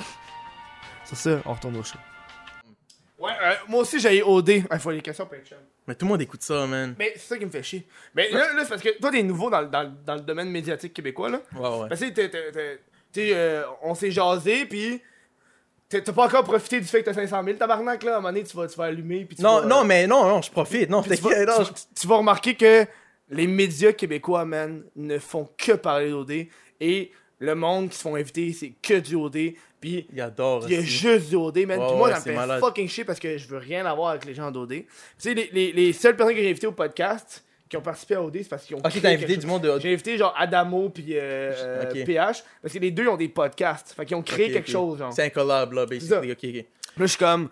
Speaker 1: Sur ça, on retourne au show. Ouais, euh, moi aussi j'ai OD. Il faut les questions Patreon.
Speaker 2: Mais tout le monde écoute ça, man.
Speaker 1: Mais c'est ça qui me fait chier. Mais là, là c'est parce que toi, t'es nouveau dans, le- dans, le- dans le domaine médiatique québécois, là.
Speaker 2: Ouais, ouais.
Speaker 1: Parce que t'es- t'es- t'es- t'es, euh, on s'est jasé, puis t'es- t'as pas encore profité du fait que t'as 500 000 tabarnak, là. À un moment donné, tu vas, tu vas allumer, puis tu
Speaker 2: Non,
Speaker 1: vas,
Speaker 2: non,
Speaker 1: euh,
Speaker 2: mais non, non, je profite. Non,
Speaker 1: puis tu,
Speaker 2: t'inquiète, *laughs* non,
Speaker 1: vas,
Speaker 2: je-
Speaker 1: tu- tu vas remarquer que les médias québécois, man, ne font que parler d'OD, et le monde qui se font inviter, c'est que du OD, puis
Speaker 2: Il adore.
Speaker 1: il y a
Speaker 2: aussi.
Speaker 1: juste du OD, man.
Speaker 2: Ouais,
Speaker 1: Puis moi,
Speaker 2: ouais,
Speaker 1: ça me
Speaker 2: c'est
Speaker 1: fait
Speaker 2: malade.
Speaker 1: fucking chier parce que je veux rien avoir avec les gens d'OD. Tu sais, les, les, les seules personnes que j'ai invitées au podcast qui ont participé à OD, c'est parce qu'ils ont.
Speaker 2: Ok,
Speaker 1: créé
Speaker 2: t'as
Speaker 1: quelque
Speaker 2: invité
Speaker 1: chose.
Speaker 2: du monde de.
Speaker 1: J'ai invité genre Adamo puis euh, euh,
Speaker 2: Ok.
Speaker 1: PH parce que les deux ont des podcasts. Fait qu'ils ont créé
Speaker 2: Ok,
Speaker 1: quelque
Speaker 2: ok.
Speaker 1: chose, genre. Là,
Speaker 2: C'est un collab, là, basically. Ok, ok.
Speaker 1: je suis comme.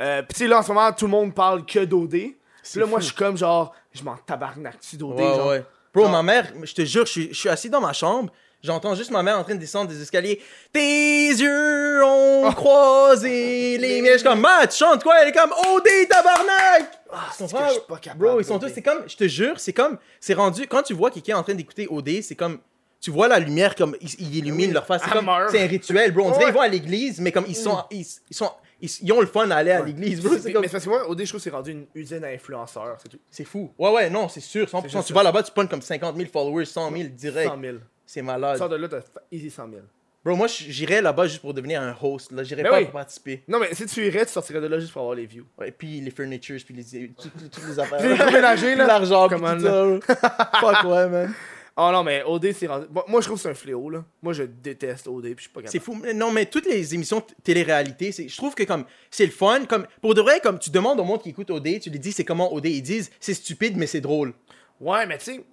Speaker 1: Euh, pis tu sais, là, en ce moment, tout le monde parle que d'OD. Puis là,
Speaker 2: fou.
Speaker 1: moi, je suis comme genre, je m'en tabarnak-tu d'OD,
Speaker 2: Ouais,
Speaker 1: genre.
Speaker 2: ouais. Bro,
Speaker 1: Genre-
Speaker 2: ma mère, je te jure, je suis, je suis assis dans ma chambre. J'entends juste ma mère en train de descendre des escaliers. Tes yeux
Speaker 1: Oh.
Speaker 2: ont croisé les miens. Je suis comme, ma, tu chantes quoi? Elle est comme, OD tabarnak!
Speaker 1: Ah,
Speaker 2: Tu
Speaker 1: c'est que
Speaker 2: comprends?
Speaker 1: je suis pas capable.
Speaker 2: Bro, ils sont
Speaker 1: d'OD.
Speaker 2: tous, c'est comme, je te jure, c'est comme, c'est rendu, quand tu vois quelqu'un en train d'écouter OD, c'est comme, tu vois la lumière comme, ils, ils illuminent
Speaker 1: Oui,
Speaker 2: leur face. C'est
Speaker 1: elle
Speaker 2: comme,
Speaker 1: meurt.
Speaker 2: c'est un rituel, bro. On
Speaker 1: Ouais. Mm.
Speaker 2: dirait qu'ils vont à l'église, mais comme, ils sont, ils, ils sont, ils, ils ont le fun à aller à
Speaker 1: Ouais.
Speaker 2: l'église, bro.
Speaker 1: Mais
Speaker 2: C'est
Speaker 1: c'est
Speaker 2: comme,
Speaker 1: mais c'est parce que moi, OD, je trouve que c'est rendu une usine à influenceurs, c'est tout.
Speaker 2: c'est fou. Ouais, ouais, non, c'est sûr, 100%.
Speaker 1: C'est juste
Speaker 2: tu vas là-bas, tu pognes comme 50 000 followers, 100 000 direct.
Speaker 1: 100 000.
Speaker 2: C'est malade.
Speaker 1: Sors de là, t'as fa- easy 100 000.
Speaker 2: Bro, moi, j- j'irais là-bas juste pour devenir un host. Là, j'irais
Speaker 1: Ben
Speaker 2: pas
Speaker 1: oui.
Speaker 2: pour participer.
Speaker 1: Non, mais si tu irais, tu sortirais de là juste pour avoir les *laughs* views.
Speaker 2: Ouais, puis les furnitures, puis les, toutes,
Speaker 1: *laughs*
Speaker 2: toutes les
Speaker 1: Tu les
Speaker 2: affaires.
Speaker 1: gros ménagers,
Speaker 2: Puis
Speaker 1: là.
Speaker 2: l'argent, puis
Speaker 1: Comment,
Speaker 2: tout ça. bro.
Speaker 1: *laughs*
Speaker 2: Fuck ouais, man.
Speaker 1: Oh non, mais OD, c'est rendu. Moi, moi, je trouve que c'est un fléau, là. Moi, je déteste OD, puis je suis pas
Speaker 2: C'est
Speaker 1: capable.
Speaker 2: fou. Mais Non, mais toutes les émissions de télé-réalité, c'est- je trouve que comme c'est le fun. Comme, pour de vrai, comme tu demandes au monde qui écoute OD, tu lui dis c'est comment OD, ils disent c'est stupide, mais c'est drôle.
Speaker 1: Ouais, mais tu sais.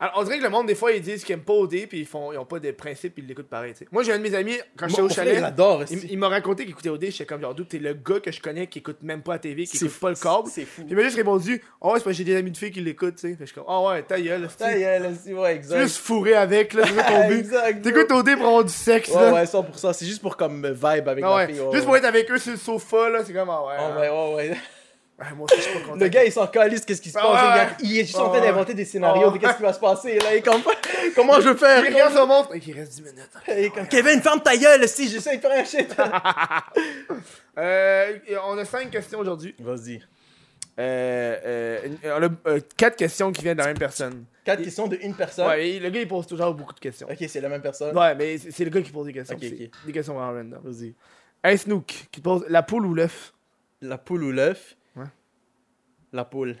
Speaker 1: alors, On dirait que le monde, des fois, ils disent qu'ils aiment pas OD, puis ils, font... ils ont pas de principes, puis ils l'écoutent pareil, tu sais. Moi, j'ai un de mes amis, quand j'étais
Speaker 2: Mon
Speaker 1: au
Speaker 2: frère,
Speaker 1: chalet.
Speaker 2: Il adore.
Speaker 1: Il,
Speaker 2: c'est-
Speaker 1: il m'a raconté qu'il écoutait OD, j'étais comme genre, d'où t'es le gars que je connais qui écoute même pas la TV, qui
Speaker 2: c'est
Speaker 1: écoute pas le câble.
Speaker 2: C'est fou.
Speaker 1: Puis il m'a juste répondu, oh, ouais, c'est parce que j'ai des amis de filles qui l'écoutent, tu sais. Fait que Je suis comme, oh ouais, ta gueule, hostie.
Speaker 2: Ta gueule, c'est- ouais,
Speaker 1: Tu veux se
Speaker 2: exact. Ah,
Speaker 1: fourrer avec, là, c'est ça ton but.
Speaker 2: Exact, bro.
Speaker 1: T'écoutes OD pour avoir du sexe,
Speaker 2: Ouais,
Speaker 1: là.
Speaker 2: ouais, 100%. C'est juste pour comme euh, vibe avec
Speaker 1: Ah
Speaker 2: la
Speaker 1: ouais.
Speaker 2: fille.
Speaker 1: Juste pour être avec eux sur le sofa, là, c'est comme, ah ouais.
Speaker 2: Oh,
Speaker 1: hein.
Speaker 2: ouais, ouais, ouais.
Speaker 1: Ah, moi aussi, je suis pas content.
Speaker 2: Le gars, il s'en calisse, qu'est-ce qui se
Speaker 1: Ah
Speaker 2: passe.
Speaker 1: ouais.
Speaker 2: le gars. Il est juste en train
Speaker 1: Ah ouais.
Speaker 2: d'inventer des scénarios
Speaker 1: Ah
Speaker 2: de qu'est-ce qui va se passer. Là, et comme, *laughs* comment je veux faire
Speaker 1: il regarde son montre, ok, il reste 10 minutes. hein. Ah
Speaker 2: Et comme, *laughs* Kevin, ferme ta gueule, si j'essaie de faire
Speaker 1: *laughs*
Speaker 2: un shit.
Speaker 1: Euh, on a 5 questions aujourd'hui.
Speaker 2: Vas-y.
Speaker 1: Euh, euh, une- on a 4 questions qui viennent de la même personne.
Speaker 2: Quatre
Speaker 1: Il-
Speaker 2: questions de une personne.
Speaker 1: Ouais, et le gars, il pose toujours beaucoup de questions.
Speaker 2: Ok, c'est la même personne.
Speaker 1: Ouais, mais c'est c'est le gars qui pose des questions.
Speaker 2: Ok,
Speaker 1: c'est-
Speaker 2: ok.
Speaker 1: Des questions vraiment random.
Speaker 2: Vas-y.
Speaker 1: Hey Snook, qui te pose la poule ou l'œuf
Speaker 2: La poule ou l'œuf
Speaker 1: Ouais. *laughs*
Speaker 2: La poule.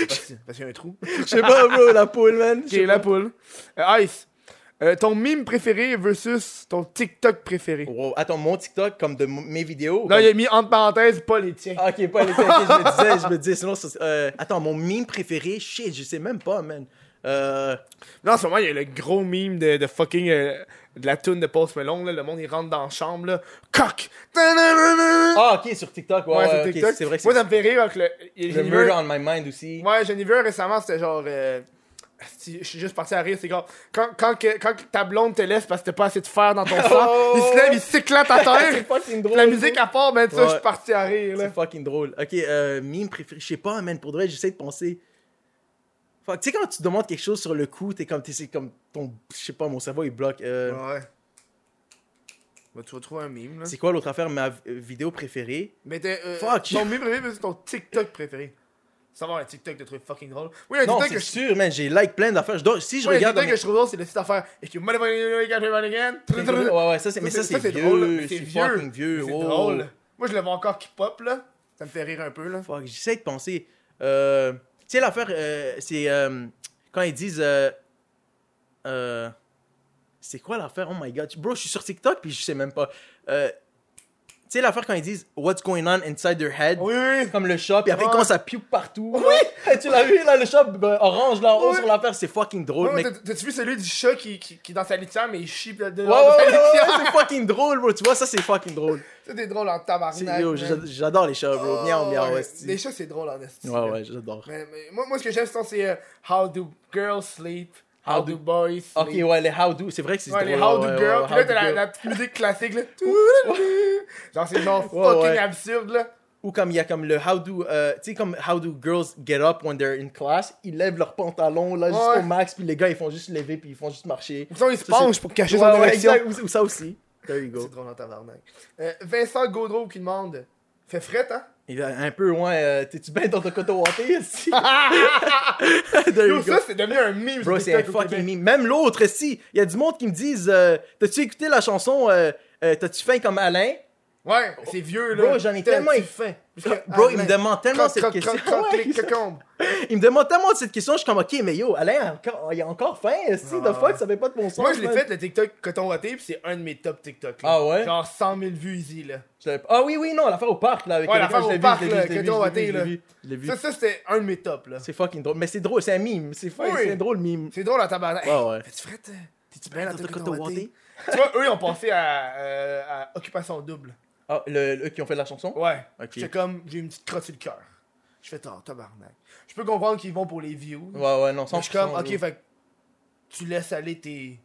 Speaker 1: Parce parce qu'il y a un
Speaker 2: *laughs*
Speaker 1: trou.
Speaker 2: Je sais pas, bro, la poule, man.
Speaker 1: Ok, la poule. Euh, Ice, euh, ton mime préféré versus ton TikTok préféré.
Speaker 2: Wow, attends, mon TikTok, comme de m- mes vidéos.
Speaker 1: Là,
Speaker 2: comme-
Speaker 1: il a mis entre parenthèses, pas les tiens.
Speaker 2: Ah, Ok, pas les ok, je me disais, je me disais, sinon, ça, euh, attends, mon meme préféré, shit, je sais même pas, man. Euh,
Speaker 1: Là, en ce moment, il y a le gros mime de, de fucking. euh, de la toune de Post Malone, là. Le monde, il rentre dans la chambre, là. Coq Ta-da-da-da!
Speaker 2: Ah, ok, sur TikTok, ouais,
Speaker 1: Ouais,
Speaker 2: ouais,
Speaker 1: sur
Speaker 2: ok,
Speaker 1: TikTok.
Speaker 2: c'est vrai que
Speaker 1: Moi,
Speaker 2: c'est
Speaker 1: ça me fait rire avec le. il-
Speaker 2: le
Speaker 1: j'en ai vu
Speaker 2: murder
Speaker 1: un-
Speaker 2: on my mind aussi.
Speaker 1: Ouais, j'en ai vu un récemment, c'était genre. euh, asti, Je suis juste parti à rire, c'est genre. Quand, quand, que- quand que ta blonde te laisse parce que t'as pas assez de fer
Speaker 2: *laughs*
Speaker 1: dans ton sang,
Speaker 2: Oh!
Speaker 1: il se lève, il s'éclate à terre.
Speaker 2: *laughs* c'est fucking drôle.
Speaker 1: Ah, La musique à part, ben ça,
Speaker 2: Ouais.
Speaker 1: je suis parti à rire, là.
Speaker 2: C'est fucking drôle. Ok, euh, meme préféré, je sais pas, man, pour de vrai, j'essaie de penser. Fuck, tu sais, quand tu demandes quelque chose sur le coup, t'es comme, t'es c'est comme ton, je sais pas, mon cerveau il bloque. Euh,
Speaker 1: Ouais. Bah, tu vas trouver un mime, là.
Speaker 2: C'est quoi l'autre affaire, ma v- euh, vidéo préférée
Speaker 1: Mais t'es. euh,
Speaker 2: Fuck.
Speaker 1: Ton mime préféré, mais c'est ton TikTok préféré. Savoir un TikTok de trucs fucking drôle. Oui, un
Speaker 2: Non,
Speaker 1: TikTok
Speaker 2: c'est
Speaker 1: que je.
Speaker 2: sûr, man, j'ai like plein d'affaires. Je dois- si je
Speaker 1: Ouais, un
Speaker 2: regarde.
Speaker 1: TikTok
Speaker 2: dans
Speaker 1: que je trouve drôle, c'est le site affaire. If you motherfucking got your again.
Speaker 2: mes- Ouais, ouais, ça c'est, mais ça, c'est, vieux,
Speaker 1: drôle, mais
Speaker 2: c'est fucking vieux. oh.
Speaker 1: mais C'est
Speaker 2: wow.
Speaker 1: drôle. Moi, je le vois encore qui pop, là. Ça me fait rire un peu, là.
Speaker 2: Fuck, j'essaie de penser. Euh, tu sais, l'affaire, euh, c'est euh, quand ils disent. euh, euh, c'est quoi l'affaire? Oh my god. Bro, je suis sur TikTok puis je sais même pas. Euh, tu sais, l'affaire quand ils disent What's going on inside their head?
Speaker 1: Oui, oui.
Speaker 2: Comme le shop, et après,
Speaker 1: Ouais.
Speaker 2: quand ça pue partout. Oui! tu l'as vu, là, le shop ben, orange, là, en haut
Speaker 1: Oui.
Speaker 2: sur l'affaire, c'est fucking drôle,
Speaker 1: Ouais,
Speaker 2: Oh, mec.
Speaker 1: t'as- T'as-tu vu celui du chat qui, qui, qui est dans sa litière, mais il chie là,
Speaker 2: Ouais,
Speaker 1: dehors
Speaker 2: ouais,
Speaker 1: de sa
Speaker 2: ouais, ouais,
Speaker 1: litière?
Speaker 2: ouais, c'est fucking drôle, bro. Tu vois, ça, c'est fucking drôle.
Speaker 1: Ça, c'est drôle en
Speaker 2: C'est-
Speaker 1: tabarnak.
Speaker 2: yo,
Speaker 1: man.
Speaker 2: j'ad- J'adore les chats, bro. Miaou, miaou,
Speaker 1: Oh,
Speaker 2: ouais,
Speaker 1: Les
Speaker 2: c'est-
Speaker 1: chats, c'est drôle en esti.
Speaker 2: Ouais, ouais, j'adore.
Speaker 1: Mais, mais moi, moi, ce que j'aime, sinon, c'est euh, How do girls sleep? How,
Speaker 2: How
Speaker 1: do,
Speaker 2: do-
Speaker 1: boys
Speaker 2: Ok,
Speaker 1: sleep?
Speaker 2: ouais, les how do, c'est vrai que c'est
Speaker 1: Ouais, les
Speaker 2: drôle,
Speaker 1: How do
Speaker 2: ouais, ouais,
Speaker 1: girls.
Speaker 2: ouais,
Speaker 1: Puis
Speaker 2: how
Speaker 1: là,
Speaker 2: do
Speaker 1: t'as la,
Speaker 2: girls.
Speaker 1: la petite musique classique, là. genre, c'est genre
Speaker 2: Ouais,
Speaker 1: fucking
Speaker 2: ouais.
Speaker 1: absurde, là.
Speaker 2: Ou comme il y a comme le how do, euh, tu sais comme how do girls get up when they're in class, ils lèvent leurs pantalons là
Speaker 1: Ouais.
Speaker 2: jusqu'au max, puis les gars ils font juste lever puis ils font juste marcher.
Speaker 1: Ou sinon, ils se
Speaker 2: Ça, c'est-
Speaker 1: penchent pour cacher
Speaker 2: Ouais,
Speaker 1: son
Speaker 2: ouais,
Speaker 1: érection.
Speaker 2: exact, ou, ou ça aussi. There you go.
Speaker 1: C'est drôle en tabarnak. Euh, Vincent Gaudreau qui demande Fait fret, hein
Speaker 2: Il a un peu loin, euh, t'es-tu bien dans ton coton wanté
Speaker 1: *laughs*
Speaker 2: ici? *laughs* There
Speaker 1: Yo,
Speaker 2: you go.
Speaker 1: ça, c'est devenu un meme.
Speaker 2: Bro,
Speaker 1: sur
Speaker 2: c'est un
Speaker 1: TikTok au
Speaker 2: fucking
Speaker 1: Québec.
Speaker 2: meme. Même l'autre ici, il y a du monde qui me disent euh, T'as-tu écouté la chanson euh, euh, T'as-tu faim comme Alain?
Speaker 1: Ouais, c'est vieux, là.
Speaker 2: Bro, j'en ai tellement
Speaker 1: T'as-tu
Speaker 2: eu-
Speaker 1: faim.
Speaker 2: Bro, il me demande tellement
Speaker 1: Ah, Croc,
Speaker 2: cette
Speaker 1: croc,
Speaker 2: question.
Speaker 1: croc, croc,
Speaker 2: Ouais,
Speaker 1: clic,
Speaker 2: *laughs*
Speaker 1: cocombe.
Speaker 2: Il me demande tellement de cette question, je suis comme, ok, mais yo, Alain, a encore- il a encore faim, si,
Speaker 1: Ah.
Speaker 2: the fuck, ça fait pas de bon sens.
Speaker 1: Moi, je l'ai
Speaker 2: man.
Speaker 1: fait, le TikTok coton watté, puis c'est un de mes top TikTok. là.
Speaker 2: Ah ouais?
Speaker 1: Genre 100 000 vues easy, là.
Speaker 2: Je l'avais pas- Ah oui, oui, non, l'affaire au parc, là, avec
Speaker 1: Ouais,
Speaker 2: quelqu'un,
Speaker 1: l'affaire
Speaker 2: je
Speaker 1: au
Speaker 2: l'ai vu,
Speaker 1: parc,
Speaker 2: je l'ai
Speaker 1: là,
Speaker 2: vu, je l'ai
Speaker 1: que
Speaker 2: vu,
Speaker 1: t'as
Speaker 2: je l'ai
Speaker 1: raté,
Speaker 2: vu, je
Speaker 1: là.
Speaker 2: l'ai vu, je l'ai vu.
Speaker 1: Ça, ça c'était un de mes tops, là.
Speaker 2: C'est fucking drôle, mais c'est drôle, c'est un mime, c'est fucking-
Speaker 1: Oui.
Speaker 2: c'est un drôle mime.
Speaker 1: C'est drôle à tabarnak.
Speaker 2: Ouais, ouais.
Speaker 1: Fais-tu fret? euh? T'es-tu
Speaker 2: Ben,
Speaker 1: bien dans
Speaker 2: t'as
Speaker 1: ton
Speaker 2: le
Speaker 1: coton
Speaker 2: coton
Speaker 1: watté?
Speaker 2: ouaté.
Speaker 1: Tu vois, eux, ils ont pensé à, euh, à Occupation Double.
Speaker 2: Ah, le, eux qui ont fait la chanson?
Speaker 1: Ouais.
Speaker 2: Ok.
Speaker 1: J'étais comme, j'ai une petite crotte sur le cœur. Je fais tant, tabarnak. Je peux comprendre qu'ils vont pour les views.
Speaker 2: Ouais, ouais, non,
Speaker 1: Mais
Speaker 2: 100%.
Speaker 1: je suis comme, ok,
Speaker 2: *laughs* gros.
Speaker 1: fait que tu laisses aller tes,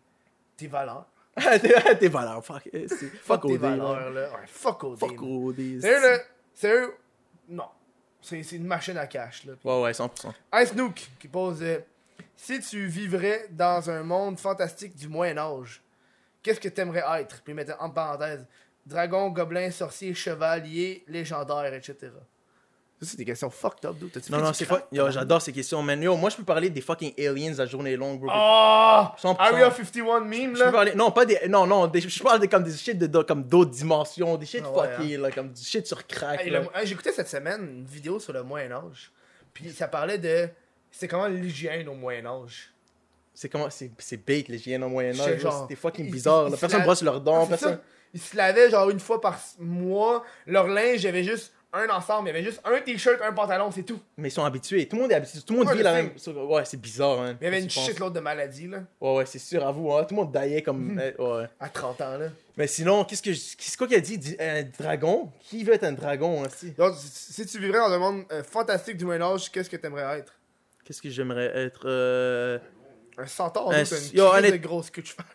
Speaker 1: tes valeurs.
Speaker 2: T'es- *laughs* T'es valeur, fuck. eh, c'est-
Speaker 1: Fuck,
Speaker 2: Fuck
Speaker 1: tes
Speaker 2: OD, là.
Speaker 1: valeurs, là. Ouais, fuck OD.
Speaker 2: Fuck
Speaker 1: man.
Speaker 2: OD.
Speaker 1: Sérieux, là. Sérieux, non. C'est c'est une machine à cash, là.
Speaker 2: Ouais, ouais, 100%.
Speaker 1: Ice Nook qui pose euh, Si tu vivrais dans un monde fantastique du Moyen-Âge, qu'est-ce que t'aimerais être Puis mettre en parenthèse Dragon, gobelin, sorcier, chevalier, légendaire, etc. Ça, c'est des questions fucked up, dude. T'as-tu
Speaker 2: Non,
Speaker 1: fait
Speaker 2: non,
Speaker 1: du
Speaker 2: c'est
Speaker 1: crack?
Speaker 2: pas. Yo, j'adore ces questions, man. Yo, moi, je peux parler des fucking aliens à journée longue, bro.
Speaker 1: Ah!
Speaker 2: 100%.
Speaker 1: Area 51 meme,
Speaker 2: Je peux
Speaker 1: là.
Speaker 2: parler- non, pas des. Non, non, des- je parle de, comme des shit de, de- comme d'autres dimensions, des shit
Speaker 1: Ah ouais,
Speaker 2: fuckés, là, comme du shit sur crack.
Speaker 1: Hey,
Speaker 2: là.
Speaker 1: le- hey, J'écoutais cette semaine une vidéo sur le Moyen-Âge. Puis ça parlait de. C'est comment l'hygiène au Moyen-Âge.
Speaker 2: C'est comment. C'est c'est bait, les chiens au Moyen-Âge.
Speaker 1: C'est
Speaker 2: là,
Speaker 1: genre-
Speaker 2: C'était fucking
Speaker 1: ils-
Speaker 2: bizarre,
Speaker 1: ils
Speaker 2: là.
Speaker 1: se
Speaker 2: Personne
Speaker 1: la-
Speaker 2: brosse leurs dents,
Speaker 1: Ah, C'est ça.
Speaker 2: personne.
Speaker 1: Ils se lavaient genre une fois par s- mois. Leur linge, il y avait juste un ensemble. Il y avait juste un t-shirt, un pantalon, c'est tout.
Speaker 2: Mais ils sont habitués. Tout le monde est habitué. Tout le monde
Speaker 1: Ouais,
Speaker 2: vit
Speaker 1: je
Speaker 2: la
Speaker 1: sais.
Speaker 2: même. sur- Ouais, c'est bizarre, hein.
Speaker 1: Mais il y avait
Speaker 2: quand
Speaker 1: une
Speaker 2: tu penses.
Speaker 1: shitload de maladies, là. Hmm.
Speaker 2: Ouais, ouais, c'est sûr, avoue, hein. Tout le monde daillait comme. euh, Ouais.
Speaker 1: À 30 ans, là.
Speaker 2: Mais sinon, qu'est-ce que. je- C'est quoi qu'il a dit Di- Un dragon Qui veut être un dragon, hein, aussi
Speaker 1: Genre, si- si tu vivrais dans un monde euh, fantastique du Moyen-Âge, qu'est-ce que t'aimerais être
Speaker 2: Qu'est-ce que j'aimerais être euh,
Speaker 1: Un centaure,
Speaker 2: Un
Speaker 1: ou t'as
Speaker 2: s-
Speaker 1: une
Speaker 2: yo,
Speaker 1: crise
Speaker 2: honnête-
Speaker 1: de grosse queue de cheval.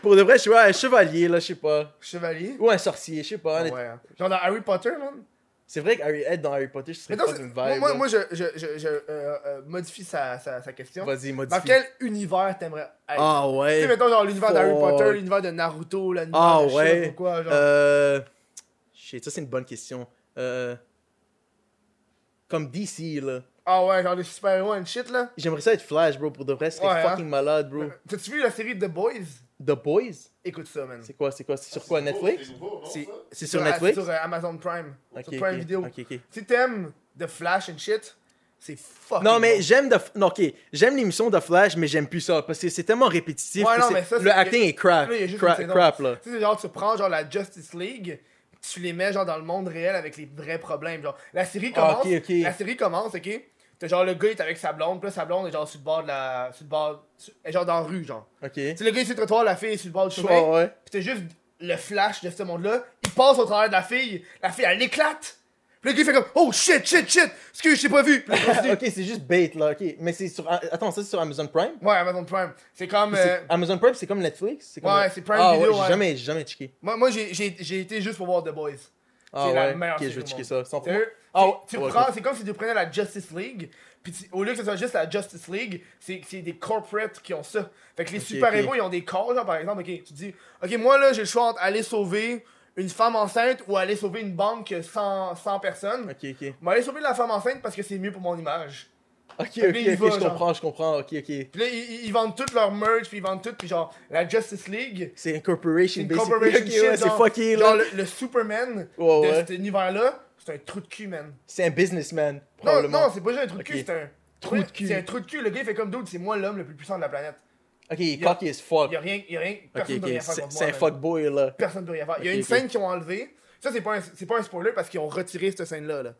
Speaker 2: Pour de vrai, je suis un chevalier, là, je sais pas.
Speaker 1: Chevalier.
Speaker 2: Ou un sorcier, je sais pas. honnêtement.
Speaker 1: Ouais. hein. Genre dans Harry Potter, man.
Speaker 2: C'est vrai que Harry être dans Harry Potter, je serais
Speaker 1: Mais donc,
Speaker 2: pas
Speaker 1: c'est-
Speaker 2: une vibe.
Speaker 1: moi, moi,
Speaker 2: là.
Speaker 1: moi, je, je, je, je, euh, euh, modifie sa, sa, sa question.
Speaker 2: Vas-y,
Speaker 1: Dans
Speaker 2: modifie.
Speaker 1: quel univers t'aimerais être
Speaker 2: Ah
Speaker 1: Tu sais,
Speaker 2: ouais.
Speaker 1: mettons, genre l'univers d'Harry
Speaker 2: Fuck.
Speaker 1: Potter, l'univers de Naruto, l'univers
Speaker 2: Ah,
Speaker 1: de Shrek
Speaker 2: ouais.
Speaker 1: ou quoi, genre.
Speaker 2: Euh. Shit, ça c'est une bonne question. Euh. Comme DC, là.
Speaker 1: Ah ouais, genre les super-héros and shit, là.
Speaker 2: J'aimerais ça être Flash, bro. Pour de vrai, ce serait
Speaker 1: Ouais, hein.
Speaker 2: fucking malade, bro.
Speaker 1: T'as-tu vu la série The Boys
Speaker 2: The Boys
Speaker 1: Écoute ça, man.
Speaker 2: C'est quoi, c'est quoi C'est sur quoi, Netflix
Speaker 4: C'est.
Speaker 2: C'est sur Netflix
Speaker 1: Sur euh, Amazon Prime.
Speaker 2: Ok,
Speaker 1: sur Prime
Speaker 2: ok,
Speaker 1: Video.
Speaker 2: ok, ok.
Speaker 1: Si t'aimes The Flash and shit, c'est fucking.
Speaker 2: Non, mais
Speaker 1: bon.
Speaker 2: j'aime de... non, ok. J'aime l'émission de Flash, mais j'aime plus ça. Parce que c'est tellement répétitif.
Speaker 1: Ouais,
Speaker 2: que
Speaker 1: non,
Speaker 2: c'est-
Speaker 1: mais ça, c'est-
Speaker 2: le acting est crap.
Speaker 1: Là, il y a juste
Speaker 2: crap,
Speaker 1: une saison.
Speaker 2: crap, là.
Speaker 1: Tu sais, genre, tu prends genre la Justice League, tu les mets genre dans le monde réel avec les vrais problèmes. Genre, la série
Speaker 2: Ah,
Speaker 1: commence.
Speaker 2: ok, ok.
Speaker 1: La série commence, ok? T'as genre le gars, il est avec sa blonde, puis là, sa blonde est genre sur le bord de la. Sur le bord. sur- elle est genre dans la rue, genre.
Speaker 2: Ok.
Speaker 1: Tu sais, le gars, il est sur le trottoir, la fille est sur le bord du chemin.
Speaker 2: Ouais, ouais.
Speaker 1: Puis t'as juste le flash de ce monde-là. Il passe au travers de la fille, la fille, elle éclate. Puis le gars, il fait comme Oh shit, shit, shit! Excuse, je t'ai pas vu! Puis là, il
Speaker 2: *laughs*
Speaker 1: continue.
Speaker 2: ok, c'est juste bait là, ok. Mais c'est sur. ah, Attends, ça c'est sur Amazon Prime
Speaker 1: ouais, Amazon Prime. C'est comme.
Speaker 2: C'est-
Speaker 1: euh,
Speaker 2: Amazon Prime c'est comme Netflix c'est comme-
Speaker 1: Ouais, c'est Prime
Speaker 2: ah,
Speaker 1: Video,
Speaker 2: Ouais, j'ai
Speaker 1: ouais.
Speaker 2: jamais, j'ai jamais checké.
Speaker 1: moi, moi j'ai- j'ai j'ai été juste pour voir The Boys.
Speaker 2: Ah
Speaker 1: la
Speaker 2: ouais,
Speaker 1: meilleure
Speaker 2: ok, je
Speaker 1: série
Speaker 2: vais
Speaker 1: au
Speaker 2: checker
Speaker 1: monde.
Speaker 2: ça. sans-
Speaker 1: Sérieux?
Speaker 2: Ah,
Speaker 1: Tu
Speaker 2: ouais, ouais,
Speaker 1: prends,
Speaker 2: ok.
Speaker 1: c'est comme si tu prenais la Justice League, puis tu- au lieu que ce soit juste la Justice League, c'est c'est des corporates qui ont ça. Fait que les
Speaker 2: Ok,
Speaker 1: super-héros,
Speaker 2: ok.
Speaker 1: ils ont des corps, genre par exemple, ok, tu te dis, ok, moi là, j'ai le choix entre aller sauver une femme enceinte ou aller sauver une banque sans, sans personne.
Speaker 2: Ok, ok.
Speaker 1: Je vais aller sauver la femme enceinte parce que c'est mieux pour mon image.
Speaker 2: Ok, ok,
Speaker 1: il
Speaker 2: ok,
Speaker 1: va,
Speaker 2: je
Speaker 1: genre.
Speaker 2: comprends, je comprends, ok, ok.
Speaker 1: Puis là, ils, ils- ils vendent tout leur merch, puis ils vendent tout, puis genre, la Justice League,
Speaker 2: C'est incorporation,
Speaker 1: une
Speaker 2: basically.
Speaker 1: corporation
Speaker 2: *laughs* Ok,
Speaker 1: shit,
Speaker 2: ouais, c'est
Speaker 1: genre-
Speaker 2: fucké,
Speaker 1: genre
Speaker 2: là.
Speaker 1: le, le Superman
Speaker 2: Ouais,
Speaker 1: de
Speaker 2: ouais.
Speaker 1: cet univers-là, c'est un trou de cul, man.
Speaker 2: C'est un businessman,
Speaker 1: Non,
Speaker 2: probablement.
Speaker 1: non, c'est pas juste un trou de
Speaker 2: Ok.
Speaker 1: cul, c'est un
Speaker 2: Trou de cul.
Speaker 1: C'est un trou de cul. Le gars, il fait comme d'autres, c'est moi l'homme le plus puissant de la planète.
Speaker 2: Ok, il est
Speaker 1: y a-
Speaker 2: cocky as fuck.
Speaker 1: Il y a rien, il y a rien,
Speaker 2: Ok,
Speaker 1: personne ne peut
Speaker 2: ok,
Speaker 1: rien faire
Speaker 2: c'est
Speaker 1: contre
Speaker 2: c'est
Speaker 1: moi.
Speaker 2: un
Speaker 1: man.
Speaker 2: fuckboy, là.
Speaker 1: Personne peut rien faire. Il y a
Speaker 2: Ok,
Speaker 1: une
Speaker 2: ok.
Speaker 1: scène qu'ils ont enlevée. Ça, c'est pas, un- c'est pas un spoiler parce qu'ils ont retiré cette scène-là. là.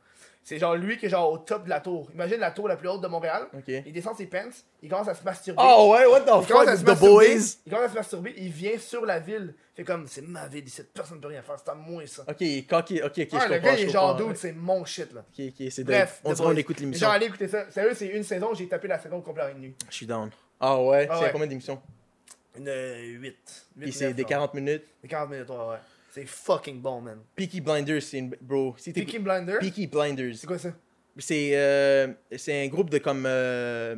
Speaker 1: C'est genre lui qui est genre au top de la tour. Imagine la tour la plus haute de Montréal.
Speaker 2: Ok.
Speaker 1: Il descend ses pants, il commence à se masturber.
Speaker 2: Oh ouais, what the
Speaker 1: Il commence à
Speaker 2: fuck,
Speaker 1: se
Speaker 2: the
Speaker 1: masturber,
Speaker 2: boys.
Speaker 1: il commence à se masturber, il vient sur la ville. Il Fait comme, c'est ma ville, cette personne peut rien faire, c'est à moi ça.
Speaker 2: Ok, il est cocky, ok, ok, je
Speaker 1: Ouais,
Speaker 2: comprends,
Speaker 1: le gars,
Speaker 2: je
Speaker 1: il est genre
Speaker 2: comprends.
Speaker 1: dude, c'est mon shit là.
Speaker 2: Ok, ok, c'est dope.
Speaker 1: Bref,
Speaker 2: On
Speaker 1: The
Speaker 2: dirait on
Speaker 1: Boys.
Speaker 2: écoute l'émission.
Speaker 1: Genre, allez écouter ça. Sérieux, c'est une saison, j'ai tapé la saison complète en une nuit.
Speaker 2: Je suis down. Ah ouais,
Speaker 1: Ah
Speaker 2: c'est à
Speaker 1: ouais.
Speaker 2: combien d'émissions?
Speaker 1: Une 8.
Speaker 2: euh, Puis c'est des 40 minutes.
Speaker 1: Des 40 minutes, ouais, ouais. C'est fucking bon, man.
Speaker 2: Peaky Blinders, c'est une... Bro, si t'es...
Speaker 1: Peaky Blinder,
Speaker 2: Peaky Blinders.
Speaker 1: c'est quoi ça?
Speaker 2: C'est euh, c'est un groupe de comme euh,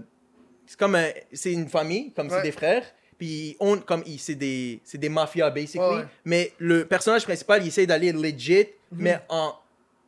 Speaker 2: c'est comme un- c'est une famille, comme
Speaker 1: Ouais.
Speaker 2: c'est des frères. Puis on comme ils- c'est des c'est des mafias basically,
Speaker 1: Ouais, Mhm. ouais.
Speaker 2: mais le personnage principal, il essaie d'aller legit, mais en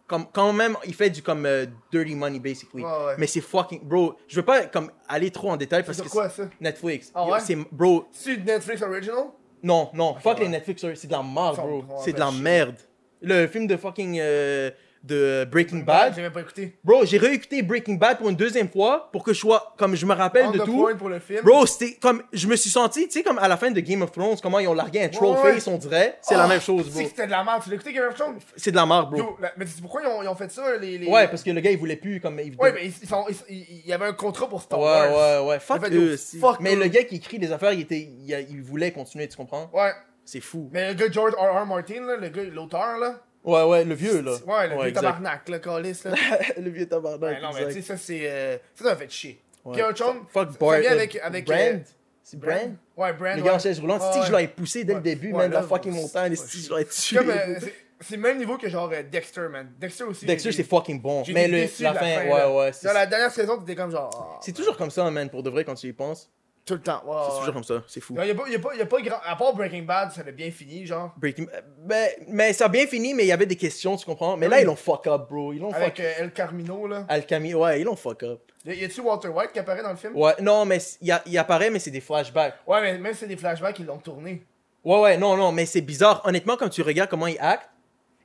Speaker 2: comme quand même il fait du comme euh, dirty money basically.
Speaker 1: Ouais, ouais.
Speaker 2: Mais c'est fucking bro, je veux pas comme aller trop en détail
Speaker 1: C'est
Speaker 2: parce
Speaker 1: sur
Speaker 2: que
Speaker 1: quoi ça?
Speaker 2: c'est- Netflix.
Speaker 1: Ah
Speaker 2: Yo,
Speaker 1: ouais?
Speaker 2: c'est bro,
Speaker 1: C'est du Netflix Original?
Speaker 2: non, non, fuck
Speaker 1: ouais.
Speaker 2: les Netflix, c'est de la merde,
Speaker 1: Ils sont
Speaker 2: bro.
Speaker 1: trop
Speaker 2: C'est de la
Speaker 1: enragés.
Speaker 2: merde. Le film de fucking euh, de Breaking Bad,
Speaker 1: J'ai même pas écouté.
Speaker 2: Bro, j'ai réécouté Breaking Bad pour une deuxième fois pour que je sois comme je me rappelle
Speaker 1: On
Speaker 2: de
Speaker 1: the
Speaker 2: tout.
Speaker 1: point pour le film.
Speaker 2: Bro, c'était comme je me suis senti, tu sais comme à la fin de Game of Thrones, comment ils ont largué un troll
Speaker 1: ouais.
Speaker 2: face, on dirait, c'est la
Speaker 1: Oh,
Speaker 2: même chose,
Speaker 1: Tu sais
Speaker 2: bro.
Speaker 1: que c'était de la merde, tu l'as écouté Game of Thrones?
Speaker 2: C'est de la marre, bro.
Speaker 1: Yo, la- Mais c'est pourquoi ils ont, ils ont fait ça, les. les-
Speaker 2: Ouais, parce que le gars il voulait plus comme il-
Speaker 1: Ouais, mais ils, ils sont, ils, ils- il y avait un contrat pour Star
Speaker 2: ouais,
Speaker 1: Wars.
Speaker 2: ouais, ouais, fuck
Speaker 1: fait,
Speaker 2: eux.
Speaker 1: yo,
Speaker 2: si.
Speaker 1: fuck
Speaker 2: mais
Speaker 1: eux.
Speaker 2: le gars qui écrit des affaires, il était il, a- il voulait continuer, tu comprends
Speaker 1: Ouais.
Speaker 2: C'est fou.
Speaker 1: Mais le gars George R.R. Martin, là, le gars, l'auteur, là.
Speaker 2: Ouais, ouais, le vieux là.
Speaker 1: Ouais, le vieux
Speaker 2: exact.
Speaker 1: tabarnak, le calice, là.
Speaker 2: *laughs* le vieux
Speaker 1: Ouais,
Speaker 2: tabarnak.
Speaker 1: non, mais tu sais, ça,
Speaker 2: exact.
Speaker 1: c'est. euh, Ça, ça m'a fait chier.
Speaker 2: Ouais.
Speaker 1: Puis un chum,
Speaker 2: Fuck
Speaker 1: ça
Speaker 2: Bart.
Speaker 1: vient
Speaker 2: euh,
Speaker 1: avec- avec,
Speaker 2: Brand.
Speaker 1: euh,
Speaker 2: C'est Brand.
Speaker 1: Ouais, Brand.
Speaker 2: Le
Speaker 1: ouais.
Speaker 2: gars en chaise roulante,
Speaker 1: Ouais,
Speaker 2: si je
Speaker 1: ouais.
Speaker 2: l'aurais poussé dès le
Speaker 1: Ouais.
Speaker 2: début,
Speaker 1: Ouais,
Speaker 2: man,
Speaker 1: là,
Speaker 2: dans fucking
Speaker 1: c'est-
Speaker 2: montagne,
Speaker 1: ouais,
Speaker 2: si je l'aurais tué.
Speaker 1: Comme, euh, c'est- c'est le même niveau que genre euh, Dexter, man. Dexter aussi.
Speaker 2: Dexter,
Speaker 1: j'ai-
Speaker 2: c'est fucking bon.
Speaker 1: j'ai
Speaker 2: Mais
Speaker 1: été
Speaker 2: le,
Speaker 1: déçu
Speaker 2: la
Speaker 1: de là.
Speaker 2: fin, ouais, ouais. C'est
Speaker 1: Dans la dernière saison, t'étais comme genre. ah,
Speaker 2: c'est toujours comme ça, man, pour de vrai, quand tu y penses.
Speaker 1: Tout le temps. Ouais,
Speaker 2: C'est
Speaker 1: Ah, ouais.
Speaker 2: toujours comme ça, c'est fou.
Speaker 1: Il y a pas, y a pas, y a pas grand. À part Breaking Bad, ça l'a bien fini, genre.
Speaker 2: Breaking... Ben, mais ça a bien fini, mais il y avait des questions, tu comprends? Mais là,
Speaker 1: Ah Oui.
Speaker 2: ils l'ont fuck up, bro. Ils l'ont
Speaker 1: Avec
Speaker 2: Oh, fuck up.
Speaker 1: euh, El Carmino, là.
Speaker 2: Alchemy, ouais, ils l'ont fuck up.
Speaker 1: Y a- Y a-tu Walter White qui apparaît dans le film?
Speaker 2: Ouais, non, mais c- il a- il apparaît, mais c'est des flashbacks.
Speaker 1: Ouais, mais même si c'est des flashbacks, ils l'ont tourné.
Speaker 2: Ouais, ouais, non, non, mais c'est bizarre. Honnêtement, quand tu regardes comment il acte,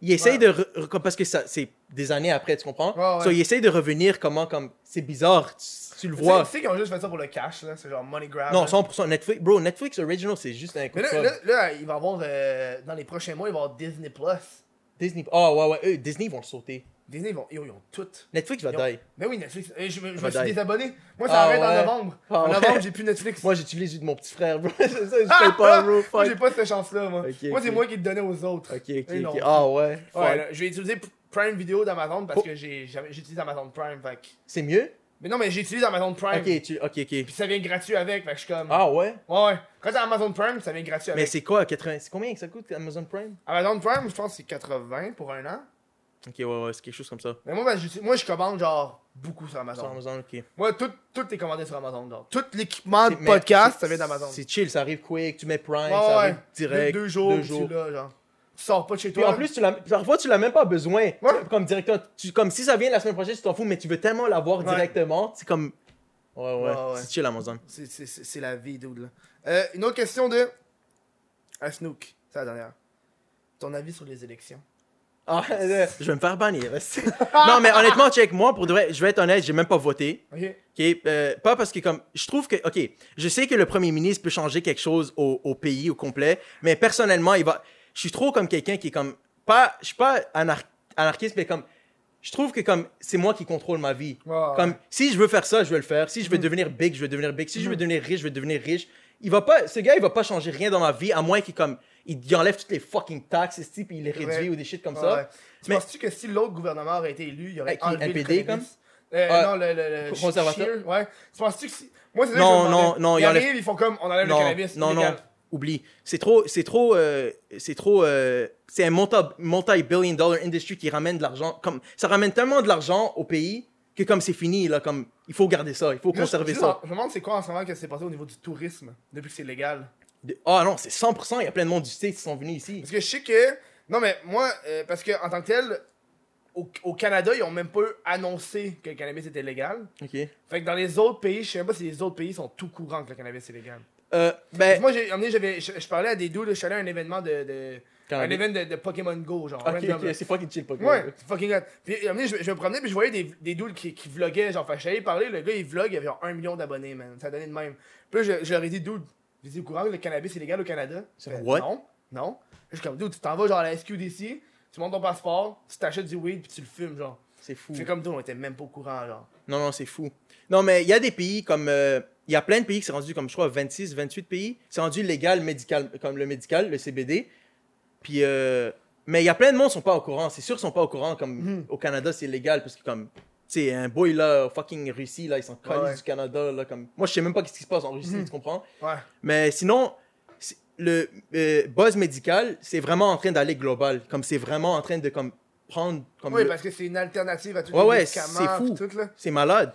Speaker 2: il essaye
Speaker 1: Ouais.
Speaker 2: de. re- re- comme- parce que ça, c'est des années après, tu comprends?
Speaker 1: Ouais, ouais.
Speaker 2: So, il essaye de revenir comment, comme. C'est bizarre, tu, tu le
Speaker 1: Tu sais-
Speaker 2: vois.
Speaker 1: Tu sais qu'ils ont juste fait ça pour le cash, là. C'est genre money grab.
Speaker 2: Non,
Speaker 1: là.
Speaker 2: 100%. Netflix, bro, Netflix Original, c'est juste un coup
Speaker 1: Mais
Speaker 2: de
Speaker 1: là,
Speaker 2: folle.
Speaker 1: là, là, il va avoir. euh, dans les prochains mois, il va avoir Disney Plus.
Speaker 2: Disney. Oh, ouais, ouais, eux, Disney, ils vont le sauter.
Speaker 1: Disney, ils, vont, yo, ils ont tout.
Speaker 2: Netflix va
Speaker 1: Ils ont-
Speaker 2: die.
Speaker 1: Mais oui, Netflix. Eh, Je, me- je
Speaker 2: Ah,
Speaker 1: me suis
Speaker 2: die.
Speaker 1: désabonné. Moi, ça
Speaker 2: Ah,
Speaker 1: arrête
Speaker 2: ouais.
Speaker 1: en novembre.
Speaker 2: Ah,
Speaker 1: en
Speaker 2: ouais.
Speaker 1: novembre, j'ai plus Netflix.
Speaker 2: *laughs* Moi, j'utilise celui de mon petit frère, bro. *laughs* C'est ça, je
Speaker 1: Ah,
Speaker 2: paye pas,
Speaker 1: ah,
Speaker 2: bro.
Speaker 1: Moi,
Speaker 2: Fuck.
Speaker 1: j'ai pas cette chance-là, moi.
Speaker 2: Ok,
Speaker 1: moi, c'est
Speaker 2: ok.
Speaker 1: moi qui le donnais aux autres.
Speaker 2: Ok, ok,
Speaker 1: Ils l'ont
Speaker 2: ok.
Speaker 1: pris.
Speaker 2: Ah, ouais. fuck.
Speaker 1: Ouais, là, je vais utiliser P- Prime Video d'Amazon parce
Speaker 2: Oh.
Speaker 1: que j'ai- j'avais- j'utilise Amazon Prime. Fait. que-
Speaker 2: C'est mieux?
Speaker 1: Mais non, mais j'utilise Amazon Prime.
Speaker 2: Ok, tu. Ok, ok.
Speaker 1: Puis ça vient gratuit avec. Fait que je suis comme.
Speaker 2: Ah, ouais?
Speaker 1: Ouais, ouais. Quand t'as Amazon Prime, ça vient gratuit
Speaker 2: Mais
Speaker 1: avec.
Speaker 2: c'est quoi, 80 C'est combien que ça coûte, Amazon Prime?
Speaker 1: Amazon Prime, je pense que c'est 80 pour un an.
Speaker 2: Ok, ouais, ouais, c'est quelque chose comme ça.
Speaker 1: Mais moi, ben, j'utilise- moi je commande genre beaucoup sur
Speaker 2: Sur
Speaker 1: Amazon.
Speaker 2: Amazon, ok.
Speaker 1: Moi, tout, tout est commandé sur Amazon. Genre. Tout l'équipement
Speaker 2: C'est-
Speaker 1: de
Speaker 2: mais
Speaker 1: podcast,
Speaker 2: c'est-
Speaker 1: ça vient d'Amazon.
Speaker 2: C'est chill, ça arrive quick, tu mets Prime,
Speaker 1: Ouais,
Speaker 2: ça
Speaker 1: ouais.
Speaker 2: arrive direct.
Speaker 1: Deux, deux jours,
Speaker 2: Deux
Speaker 1: tu
Speaker 2: jours.
Speaker 1: l'as, genre. Tu sors pas de chez
Speaker 2: Puis
Speaker 1: toi.
Speaker 2: en plus, tu l'as- parfois tu l'as même pas besoin. Tu- Comme directement, tu, comme si ça vient la semaine prochaine, tu t'en fous, mais tu veux tellement l'avoir
Speaker 1: Ouais.
Speaker 2: directement, c'est comme. Ouais, ouais,
Speaker 1: Ouais, ouais.
Speaker 2: c'est chill Amazon.
Speaker 1: C'est- C'est c'est- c'est la vie, dude. Là. Euh, une autre question de. À Snook, c'est la dernière. Ton avis sur les élections
Speaker 2: Ah, euh, je vais me faire bannir.
Speaker 1: *laughs*
Speaker 2: non, mais honnêtement, check, moi, pour de vrai, je vais être honnête, j'ai même pas voté.
Speaker 1: Ok.
Speaker 2: ok? Euh, pas parce que, comme, je trouve que, ok, je sais que le premier ministre peut changer quelque chose au, au pays au complet, mais personnellement, il va. Je suis trop comme quelqu'un qui est comme. Pas, je suis pas anar- anarchiste, mais comme. Je trouve que, comme, c'est moi qui contrôle ma vie.
Speaker 1: Ouais. Mhm.
Speaker 2: Comme, si je veux faire ça, je vais le faire. Si je veux devenir big, je vais devenir big. Si je veux devenir riche, je vais devenir riche. Il va pas, ce gars, il va pas changer rien dans ma vie, à moins qu'il, comme, il il enlève toutes les fucking taxes, et puis il les
Speaker 1: Ouais.
Speaker 2: réduit ou des shit comme
Speaker 1: Ouais,
Speaker 2: ça.
Speaker 1: ouais. Tu
Speaker 2: Mais-
Speaker 1: penses-tu que si l'autre gouvernement aurait été élu, il
Speaker 2: Euh,
Speaker 1: aurait
Speaker 2: qui,
Speaker 1: enlevé
Speaker 2: NPD,
Speaker 1: le premier
Speaker 2: comme?
Speaker 1: ministre? euh,
Speaker 2: Ah,
Speaker 1: Non, le, le, le
Speaker 2: conservateur?
Speaker 1: Scheer, ouais. Tu penses-tu que si. Moi, c'est ça
Speaker 2: Non,
Speaker 1: que je me
Speaker 2: non,
Speaker 1: demandais.
Speaker 2: non,
Speaker 1: Ils
Speaker 2: il enlève-
Speaker 1: arrivent, ils font comme on enlève
Speaker 2: non,
Speaker 1: le cannabis.
Speaker 2: non, non,
Speaker 1: illégal.
Speaker 2: oublie. C'est trop, c'est trop, euh, c'est trop, euh, c'est un monta- multi-billion dollar industry qui ramène de l'argent, comme, ça ramène tellement de l'argent au pays que comme c'est fini, là, comme, il faut garder ça, il faut
Speaker 1: Juste-
Speaker 2: conserver
Speaker 1: juste,
Speaker 2: ça.
Speaker 1: Je me demande c'est quoi en ce moment que c'est passé au niveau du tourisme depuis que c'est légal.
Speaker 2: De- Ah non, c'est 100%, il y a plein de monde du state qui sont venus ici.
Speaker 1: Parce que je sais que. Non, mais moi, euh, parce que en tant que tel, au, au Canada, ils ont même pas annoncé que le cannabis était légal.
Speaker 2: Ok.
Speaker 1: Fait que dans les autres pays, je sais même pas si les autres pays sont tout courants que le cannabis est légal.
Speaker 2: Euh, ben,
Speaker 1: Moi, j'ai, un moment donné, j'avais, je, je parlais à des dudes, je suis allé à un événement de. de un
Speaker 2: Cannabis.
Speaker 1: événement de, de Pokémon Go, genre.
Speaker 2: Ah, ok,
Speaker 1: random, là.
Speaker 2: ok, c'est fucking chill, pas
Speaker 1: Ouais, c'est fucking hot. Puis, un moment donné, je, je me promenais, puis je voyais des, des dudes qui, qui vloguaient. Genre, fait, je suis allé parler, le gars, il vlog, il avait genre un million d'abonnés, man. Ça donnait de même. Puis là, je, je leur ai dit, dude, vous êtes au courant que le cannabis est légal au Canada?
Speaker 2: C'est
Speaker 1: Fait,
Speaker 2: what?
Speaker 1: Non, non. Je suis comme, dude, tu t'en vas genre à la SQDC, tu montes ton passeport, tu t'achètes du weed, puis tu le fumes, genre.
Speaker 2: C'est fou.
Speaker 1: C'est comme, dude, on était même pas au courant, genre.
Speaker 2: Non, non, c'est fou. Non, mais il y a des pays comme. euh, Il y a plein de pays qui sont rendus comme, je crois, 26, 28 pays. C'est rendu légal, médical, comme le médical, le CBD. Puis. euh, mais il y a plein de monde qui sont pas au courant. C'est sûr qu'ils sont pas au courant. Comme
Speaker 1: Mhm.
Speaker 2: au Canada, c'est légal parce que, comme. Tu sais, un boy là, au fucking Russie, là, ils sont collés
Speaker 1: Ouais.
Speaker 2: du Canada, là. Comme... Moi, je sais même pas ce qui se passe en Russie,
Speaker 1: Mhm.
Speaker 2: tu comprends?
Speaker 1: Ouais.
Speaker 2: Mais sinon, c'est- le euh, buzz médical, c'est vraiment en train d'aller global. Comme c'est vraiment en train de comme, prendre. Comme
Speaker 1: Oui, ben
Speaker 2: le-
Speaker 1: parce que c'est une alternative à tous
Speaker 2: Ouais,
Speaker 1: les
Speaker 2: ouais,
Speaker 1: médicaments,
Speaker 2: c'est fou.
Speaker 1: puis tout, là.
Speaker 2: C'est malade.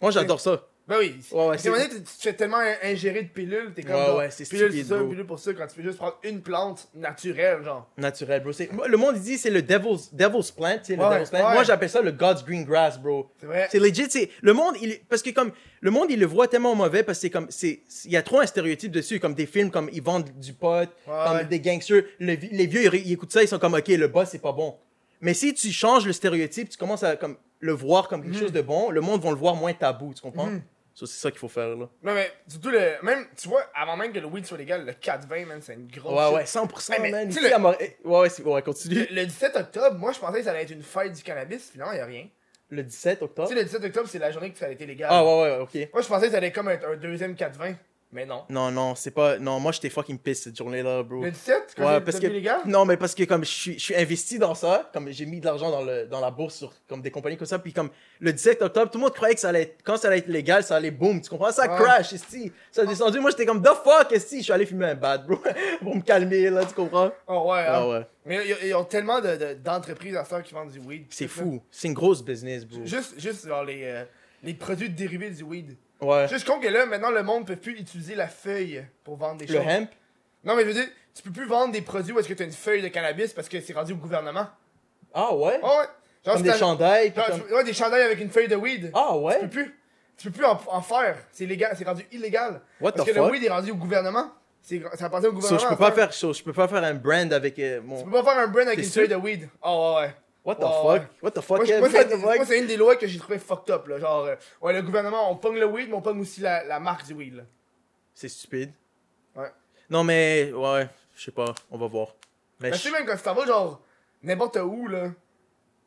Speaker 2: Moi, j'adore ça.
Speaker 1: Ben oui.
Speaker 2: Ouais, ouais,
Speaker 1: Parce qu'à un moment donné, tu tu te fais tellement in- ingérer de pilules, t'es comme,
Speaker 2: Ouais,
Speaker 1: genre,
Speaker 2: ouais, c'est
Speaker 1: pilule
Speaker 2: stupide,
Speaker 1: pour ça,
Speaker 2: bro.
Speaker 1: pilule pour ça, quand tu peux juste prendre une plante naturelle, genre.
Speaker 2: naturel, bro. C'est- Le monde il dit c'est le devil's, devil's plant, tu sais, le
Speaker 1: Ouais,
Speaker 2: devil's plant.
Speaker 1: ouais.
Speaker 2: Moi j'appelle ça le God's green grass, bro.
Speaker 1: C'est vrai.
Speaker 2: C'est legit, c'est le monde il parce que comme le monde il le voit tellement mauvais parce que c'est comme c'est il y a trop un stéréotype dessus comme des films comme ils vendent du pot, comme
Speaker 1: ouais.
Speaker 2: des gangsters, Le vi- les vieux ils, ré- ils écoutent ça, ils sont comme OK, le boss c'est pas bon. Mais si tu changes le stéréotype, tu commences à comme le voir comme
Speaker 1: Mhm.
Speaker 2: quelque chose de bon, le monde vont le voir moins tabou, tu comprends So, c'est ça qu'il faut faire là.
Speaker 1: Non, mais surtout, le, même, tu vois, avant même que le weed soit légal, le 4-20, man, c'est une grosse.
Speaker 2: ouais
Speaker 1: shit.
Speaker 2: ouais, 100%
Speaker 1: Ouais, mais
Speaker 2: man.
Speaker 1: tu sais,
Speaker 2: Ici,
Speaker 1: le-
Speaker 2: à Mor- eh, Ouais ouais, c'est- ouais, continue.
Speaker 1: Le, le 17 octobre, moi, je pensais que ça allait être une fête du cannabis, finalement, il a rien.
Speaker 2: Le 17
Speaker 1: Tu
Speaker 2: octobre.
Speaker 1: sais, le 17 octobre, c'est la journée que ça a été légal.
Speaker 2: Ah ouais ouais, OK.
Speaker 1: Moi, je pensais que ça allait comme être un deuxième 4-20, mais non.
Speaker 2: Non, non, c'est pas. Non, moi j'étais fucking pisse cette journée-là, bro.
Speaker 1: Le 17, quand
Speaker 2: Ouais,
Speaker 1: c'est
Speaker 2: parce
Speaker 1: devenu légal?
Speaker 2: que. Non, mais parce que comme je suis, je suis investi dans ça, comme j'ai mis de l'argent dans, le, dans la bourse sur comme des compagnies comme ça, puis comme le 17 octobre, tout le monde croyait que ça allait être- quand ça allait être légal, ça allait boom, tu comprends? Ça
Speaker 1: Ouais.
Speaker 2: crash, esti. Ça a descendu, moi j'étais comme the fuck, esti. Je suis allé fumer un bad, bro, *laughs* pour me calmer, là, tu comprends?
Speaker 1: Oh, ouais,
Speaker 2: Ah
Speaker 1: hein.
Speaker 2: ouais.
Speaker 1: Mais ils- ils ont tellement de- de- d'entreprises à ça qui vendent du weed.
Speaker 2: C'est
Speaker 1: tout ça.
Speaker 2: fou. C'est une grosse business, bro.
Speaker 1: Juste, juste genre les. euh, les produits dérivés du weed.
Speaker 2: Ouais.
Speaker 1: Juste con que là, maintenant, le monde peut plus utiliser la feuille pour vendre des
Speaker 2: Le
Speaker 1: choses.
Speaker 2: hemp.
Speaker 1: Non, mais je veux dire, tu peux plus vendre des produits où est-ce que t'as une feuille de cannabis parce que c'est rendu au gouvernement.
Speaker 2: Ah ouais?
Speaker 1: Oh, ouais. Genre,
Speaker 2: Comme
Speaker 1: si
Speaker 2: des
Speaker 1: t'as-
Speaker 2: chandails. puis
Speaker 1: genre,
Speaker 2: comme-
Speaker 1: tu- ouais, des chandails avec une feuille de weed.
Speaker 2: Ah
Speaker 1: Tu peux
Speaker 2: ouais?
Speaker 1: plus. Tu peux plus en, en faire. C'est légal, c'est rendu illégal.
Speaker 2: What
Speaker 1: Parce
Speaker 2: the
Speaker 1: que le
Speaker 2: fuck?
Speaker 1: weed est rendu au gouvernement. C'est, ça appartient au
Speaker 2: So,
Speaker 1: gouvernement.
Speaker 2: je peux
Speaker 1: à
Speaker 2: pas faire so, je peux pas faire un brand avec euh,
Speaker 1: Tu
Speaker 2: mon
Speaker 1: peux pas faire un brand avec
Speaker 2: T'es
Speaker 1: une
Speaker 2: sûr?
Speaker 1: feuille de weed. Oh, ouais, ouais.
Speaker 2: What the
Speaker 1: Ouais.
Speaker 2: fuck? What the fuck?
Speaker 1: Moi, je-
Speaker 2: Kev?
Speaker 1: moi,
Speaker 2: What
Speaker 1: c'est,
Speaker 2: the
Speaker 1: moi,
Speaker 2: fuck?
Speaker 1: c'est une des lois que j'ai trouvé fucked up. Là. Genre, euh, ouais, le gouvernement, on pogne le weed, mais on pogne aussi la, la marque du weed. là.
Speaker 2: C'est stupide.
Speaker 1: Ouais.
Speaker 2: Non mais ouais, je sais pas, on va voir. Mais
Speaker 1: Mais
Speaker 2: je-
Speaker 1: tu sais, même quand tu t'en vas, genre, n'importe où, là,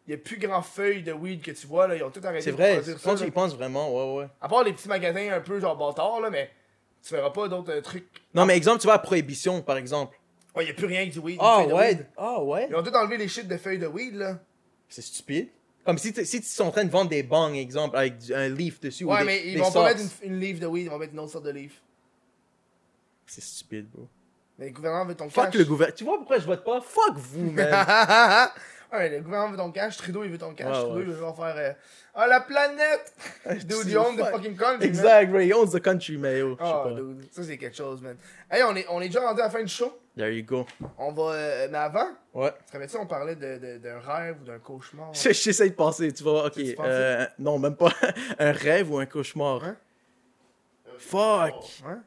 Speaker 1: y a plus grand feuille de weed que tu vois, là. Ils ont tout arrêté
Speaker 2: c'est
Speaker 1: de
Speaker 2: vrai,
Speaker 1: produire
Speaker 2: quand
Speaker 1: ça,
Speaker 2: tu y
Speaker 1: là.
Speaker 2: penses vraiment, ouais ouais.
Speaker 1: À part les petits magasins un peu, genre, bâtards, là, mais tu verras pas d'autres euh, trucs.
Speaker 2: Non mais exemple, tu vas à prohibition par exemple.
Speaker 1: Ouais, y a plus rien que du weed.
Speaker 2: Ah
Speaker 1: une feuille de
Speaker 2: ouais,
Speaker 1: weed.
Speaker 2: ah ouais.
Speaker 1: Ils ont tout enlevé les shit de feuilles de weed, là.
Speaker 2: C'est stupide. Comme si tu si tu sont en train de vendre des bangs exemple avec du- un leaf dessus ou
Speaker 1: Ouais,
Speaker 2: des,
Speaker 1: mais ils
Speaker 2: des
Speaker 1: vont
Speaker 2: sauces.
Speaker 1: pas mettre une, une leaf de weed, ils vont mettre une autre sorte de leaf.
Speaker 2: C'est stupide, bro.
Speaker 1: Mais le gouvernement veut ton
Speaker 2: Fuck
Speaker 1: cash.
Speaker 2: le gouvernement. Tu vois pourquoi je vote pas Fuck
Speaker 1: *laughs*
Speaker 2: vous, man.
Speaker 1: gouvernement. ouais, mais le gouvernement veut ton cash, Trudeau, il veut ton cash.
Speaker 2: Ouais,
Speaker 1: Trudeau,
Speaker 2: ouais.
Speaker 1: il veut genre faire. euh, Ah, la
Speaker 2: *laughs*
Speaker 1: planète! Dude, you own the fucking country, man.
Speaker 2: Exact, bro. He owns the country, mais yo. je sais
Speaker 1: Ah,
Speaker 2: pas.
Speaker 1: dude, ça c'est quelque chose, man. Hey, on est, on est déjà rendu à la fin du show.
Speaker 2: There you go.
Speaker 1: On va. euh, mais avant,
Speaker 2: Ouais.
Speaker 1: tu te rappelles-tu, on parlait de- de- d'un rêve ou d'un cauchemar.
Speaker 2: Je- J'essaie de penser, tu vois, ok.
Speaker 1: Qu'est-ce que tu penses?
Speaker 2: euh, non, même pas. *laughs* un rêve ou un cauchemar.
Speaker 1: Hein?
Speaker 4: Oh.
Speaker 2: Fuck.
Speaker 1: Hein?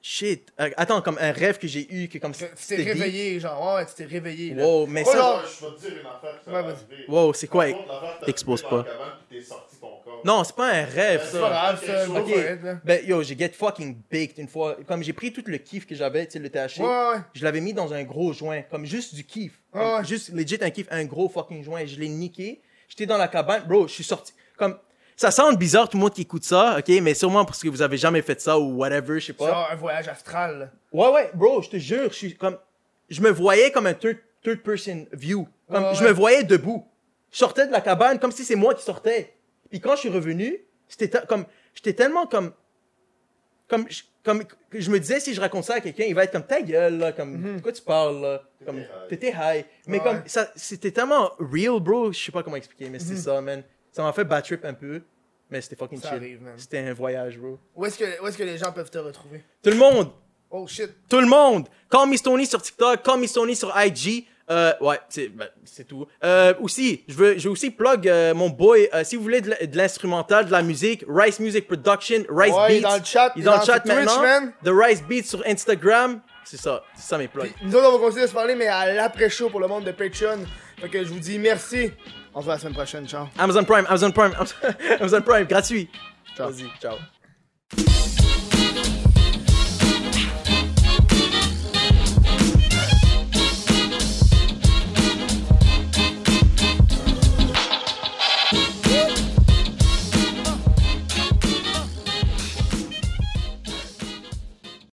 Speaker 2: Shit. Euh, attends, comme un rêve que j'ai eu, que comme
Speaker 1: Tu
Speaker 2: si
Speaker 1: tu t'es
Speaker 2: c'était deep.
Speaker 1: réveillé, genre, ouais, tu t'es réveillé. Là.
Speaker 2: Wow, mais
Speaker 1: Oh
Speaker 2: ça.
Speaker 1: non.
Speaker 4: Moi, je vais te dire une affaire qui
Speaker 1: Ouais,
Speaker 4: va
Speaker 1: vas-y.
Speaker 4: arriver.
Speaker 2: Wow, c'est quoi?
Speaker 4: Par contre, l'affaire que t'as
Speaker 2: T'exposes
Speaker 4: trouvé dans
Speaker 2: pas.
Speaker 4: la cabane, puis t'es sorti ton corps. Ben,
Speaker 2: Non, c'est pas un rêve,
Speaker 1: Euh, C'est pas
Speaker 2: ça.
Speaker 1: grave, ça, go
Speaker 4: Ok.
Speaker 1: for it, là.
Speaker 2: Ben, yo, j'ai get fucking baked une fois. Comme j'ai pris tout le kiff que j'avais, tu sais, le THC.
Speaker 1: Ouais, ouais, ouais.
Speaker 2: Je l'avais mis dans un gros joint, comme juste du kiff.
Speaker 1: Ouais,
Speaker 2: Comme
Speaker 1: ouais.
Speaker 2: Juste legit un kiff, un gros fucking joint. Je l'ai niqué. J'étais dans la cabane. Bro, je suis sorti. Comme, ça semble bizarre, tout le monde qui écoute ça, ok? Mais sûrement parce que vous avez jamais fait ça ou whatever, je sais pas.
Speaker 1: Genre un voyage astral, là.
Speaker 2: Ouais, ouais, bro, je te jure, je suis comme. Je me voyais comme un third, third person view. Comme,
Speaker 1: Ouais, ouais,
Speaker 2: je
Speaker 1: ouais.
Speaker 2: me voyais debout. Je sortais de la cabane comme si c'est moi qui sortais. Puis quand je suis revenu, c'était te- comme. J'étais tellement comme. Comme, je- comme que je me disais, si je raconte ça à quelqu'un, il va être comme ta gueule, là, comme, de quoi tu parles, là, comme,
Speaker 4: T'étais
Speaker 2: t'étais high. Mais
Speaker 1: Mhm. Ouais.
Speaker 2: comme, ça, c'était tellement real, bro, je sais pas comment expliquer, mais c'était ça, man. Ça m'a fait bad trip un peu, mais c'était fucking
Speaker 1: Mhm. Ça
Speaker 2: chill.
Speaker 1: arrive, man.
Speaker 2: C'était un voyage, bro.
Speaker 1: Où est-ce que, où est-ce que les gens peuvent te retrouver?
Speaker 2: Tout le monde,
Speaker 1: Oh shit.
Speaker 2: tout le monde. Call me Stoney sur TikTok, call me Stoney sur IG. Euh, ouais, c'est ben, c'est tout. Euh, aussi, je veux, je veux aussi plug euh, mon boy. euh, si vous voulez de l- de l'instrumental, de la musique, Rice Music Production, Rice
Speaker 1: Ouais, il est
Speaker 2: Beats.
Speaker 1: dans le chat,
Speaker 2: il est dans le chat
Speaker 1: sur Twitch,
Speaker 2: maintenant.
Speaker 1: man.
Speaker 2: The Rice Beats sur Instagram. C'est ça, c'est ça mes plugs.
Speaker 1: Puis, nous autres, on va continuer de se parler, mais à l'après-show pour le monde de Patreon. Fait que je vous dis merci. On se voit la semaine prochaine. Ciao.
Speaker 2: *laughs* Amazon Prime, Amazon Prime, Amazon Prime, gratuit.
Speaker 1: Ciao.
Speaker 2: Vas-y, ciao.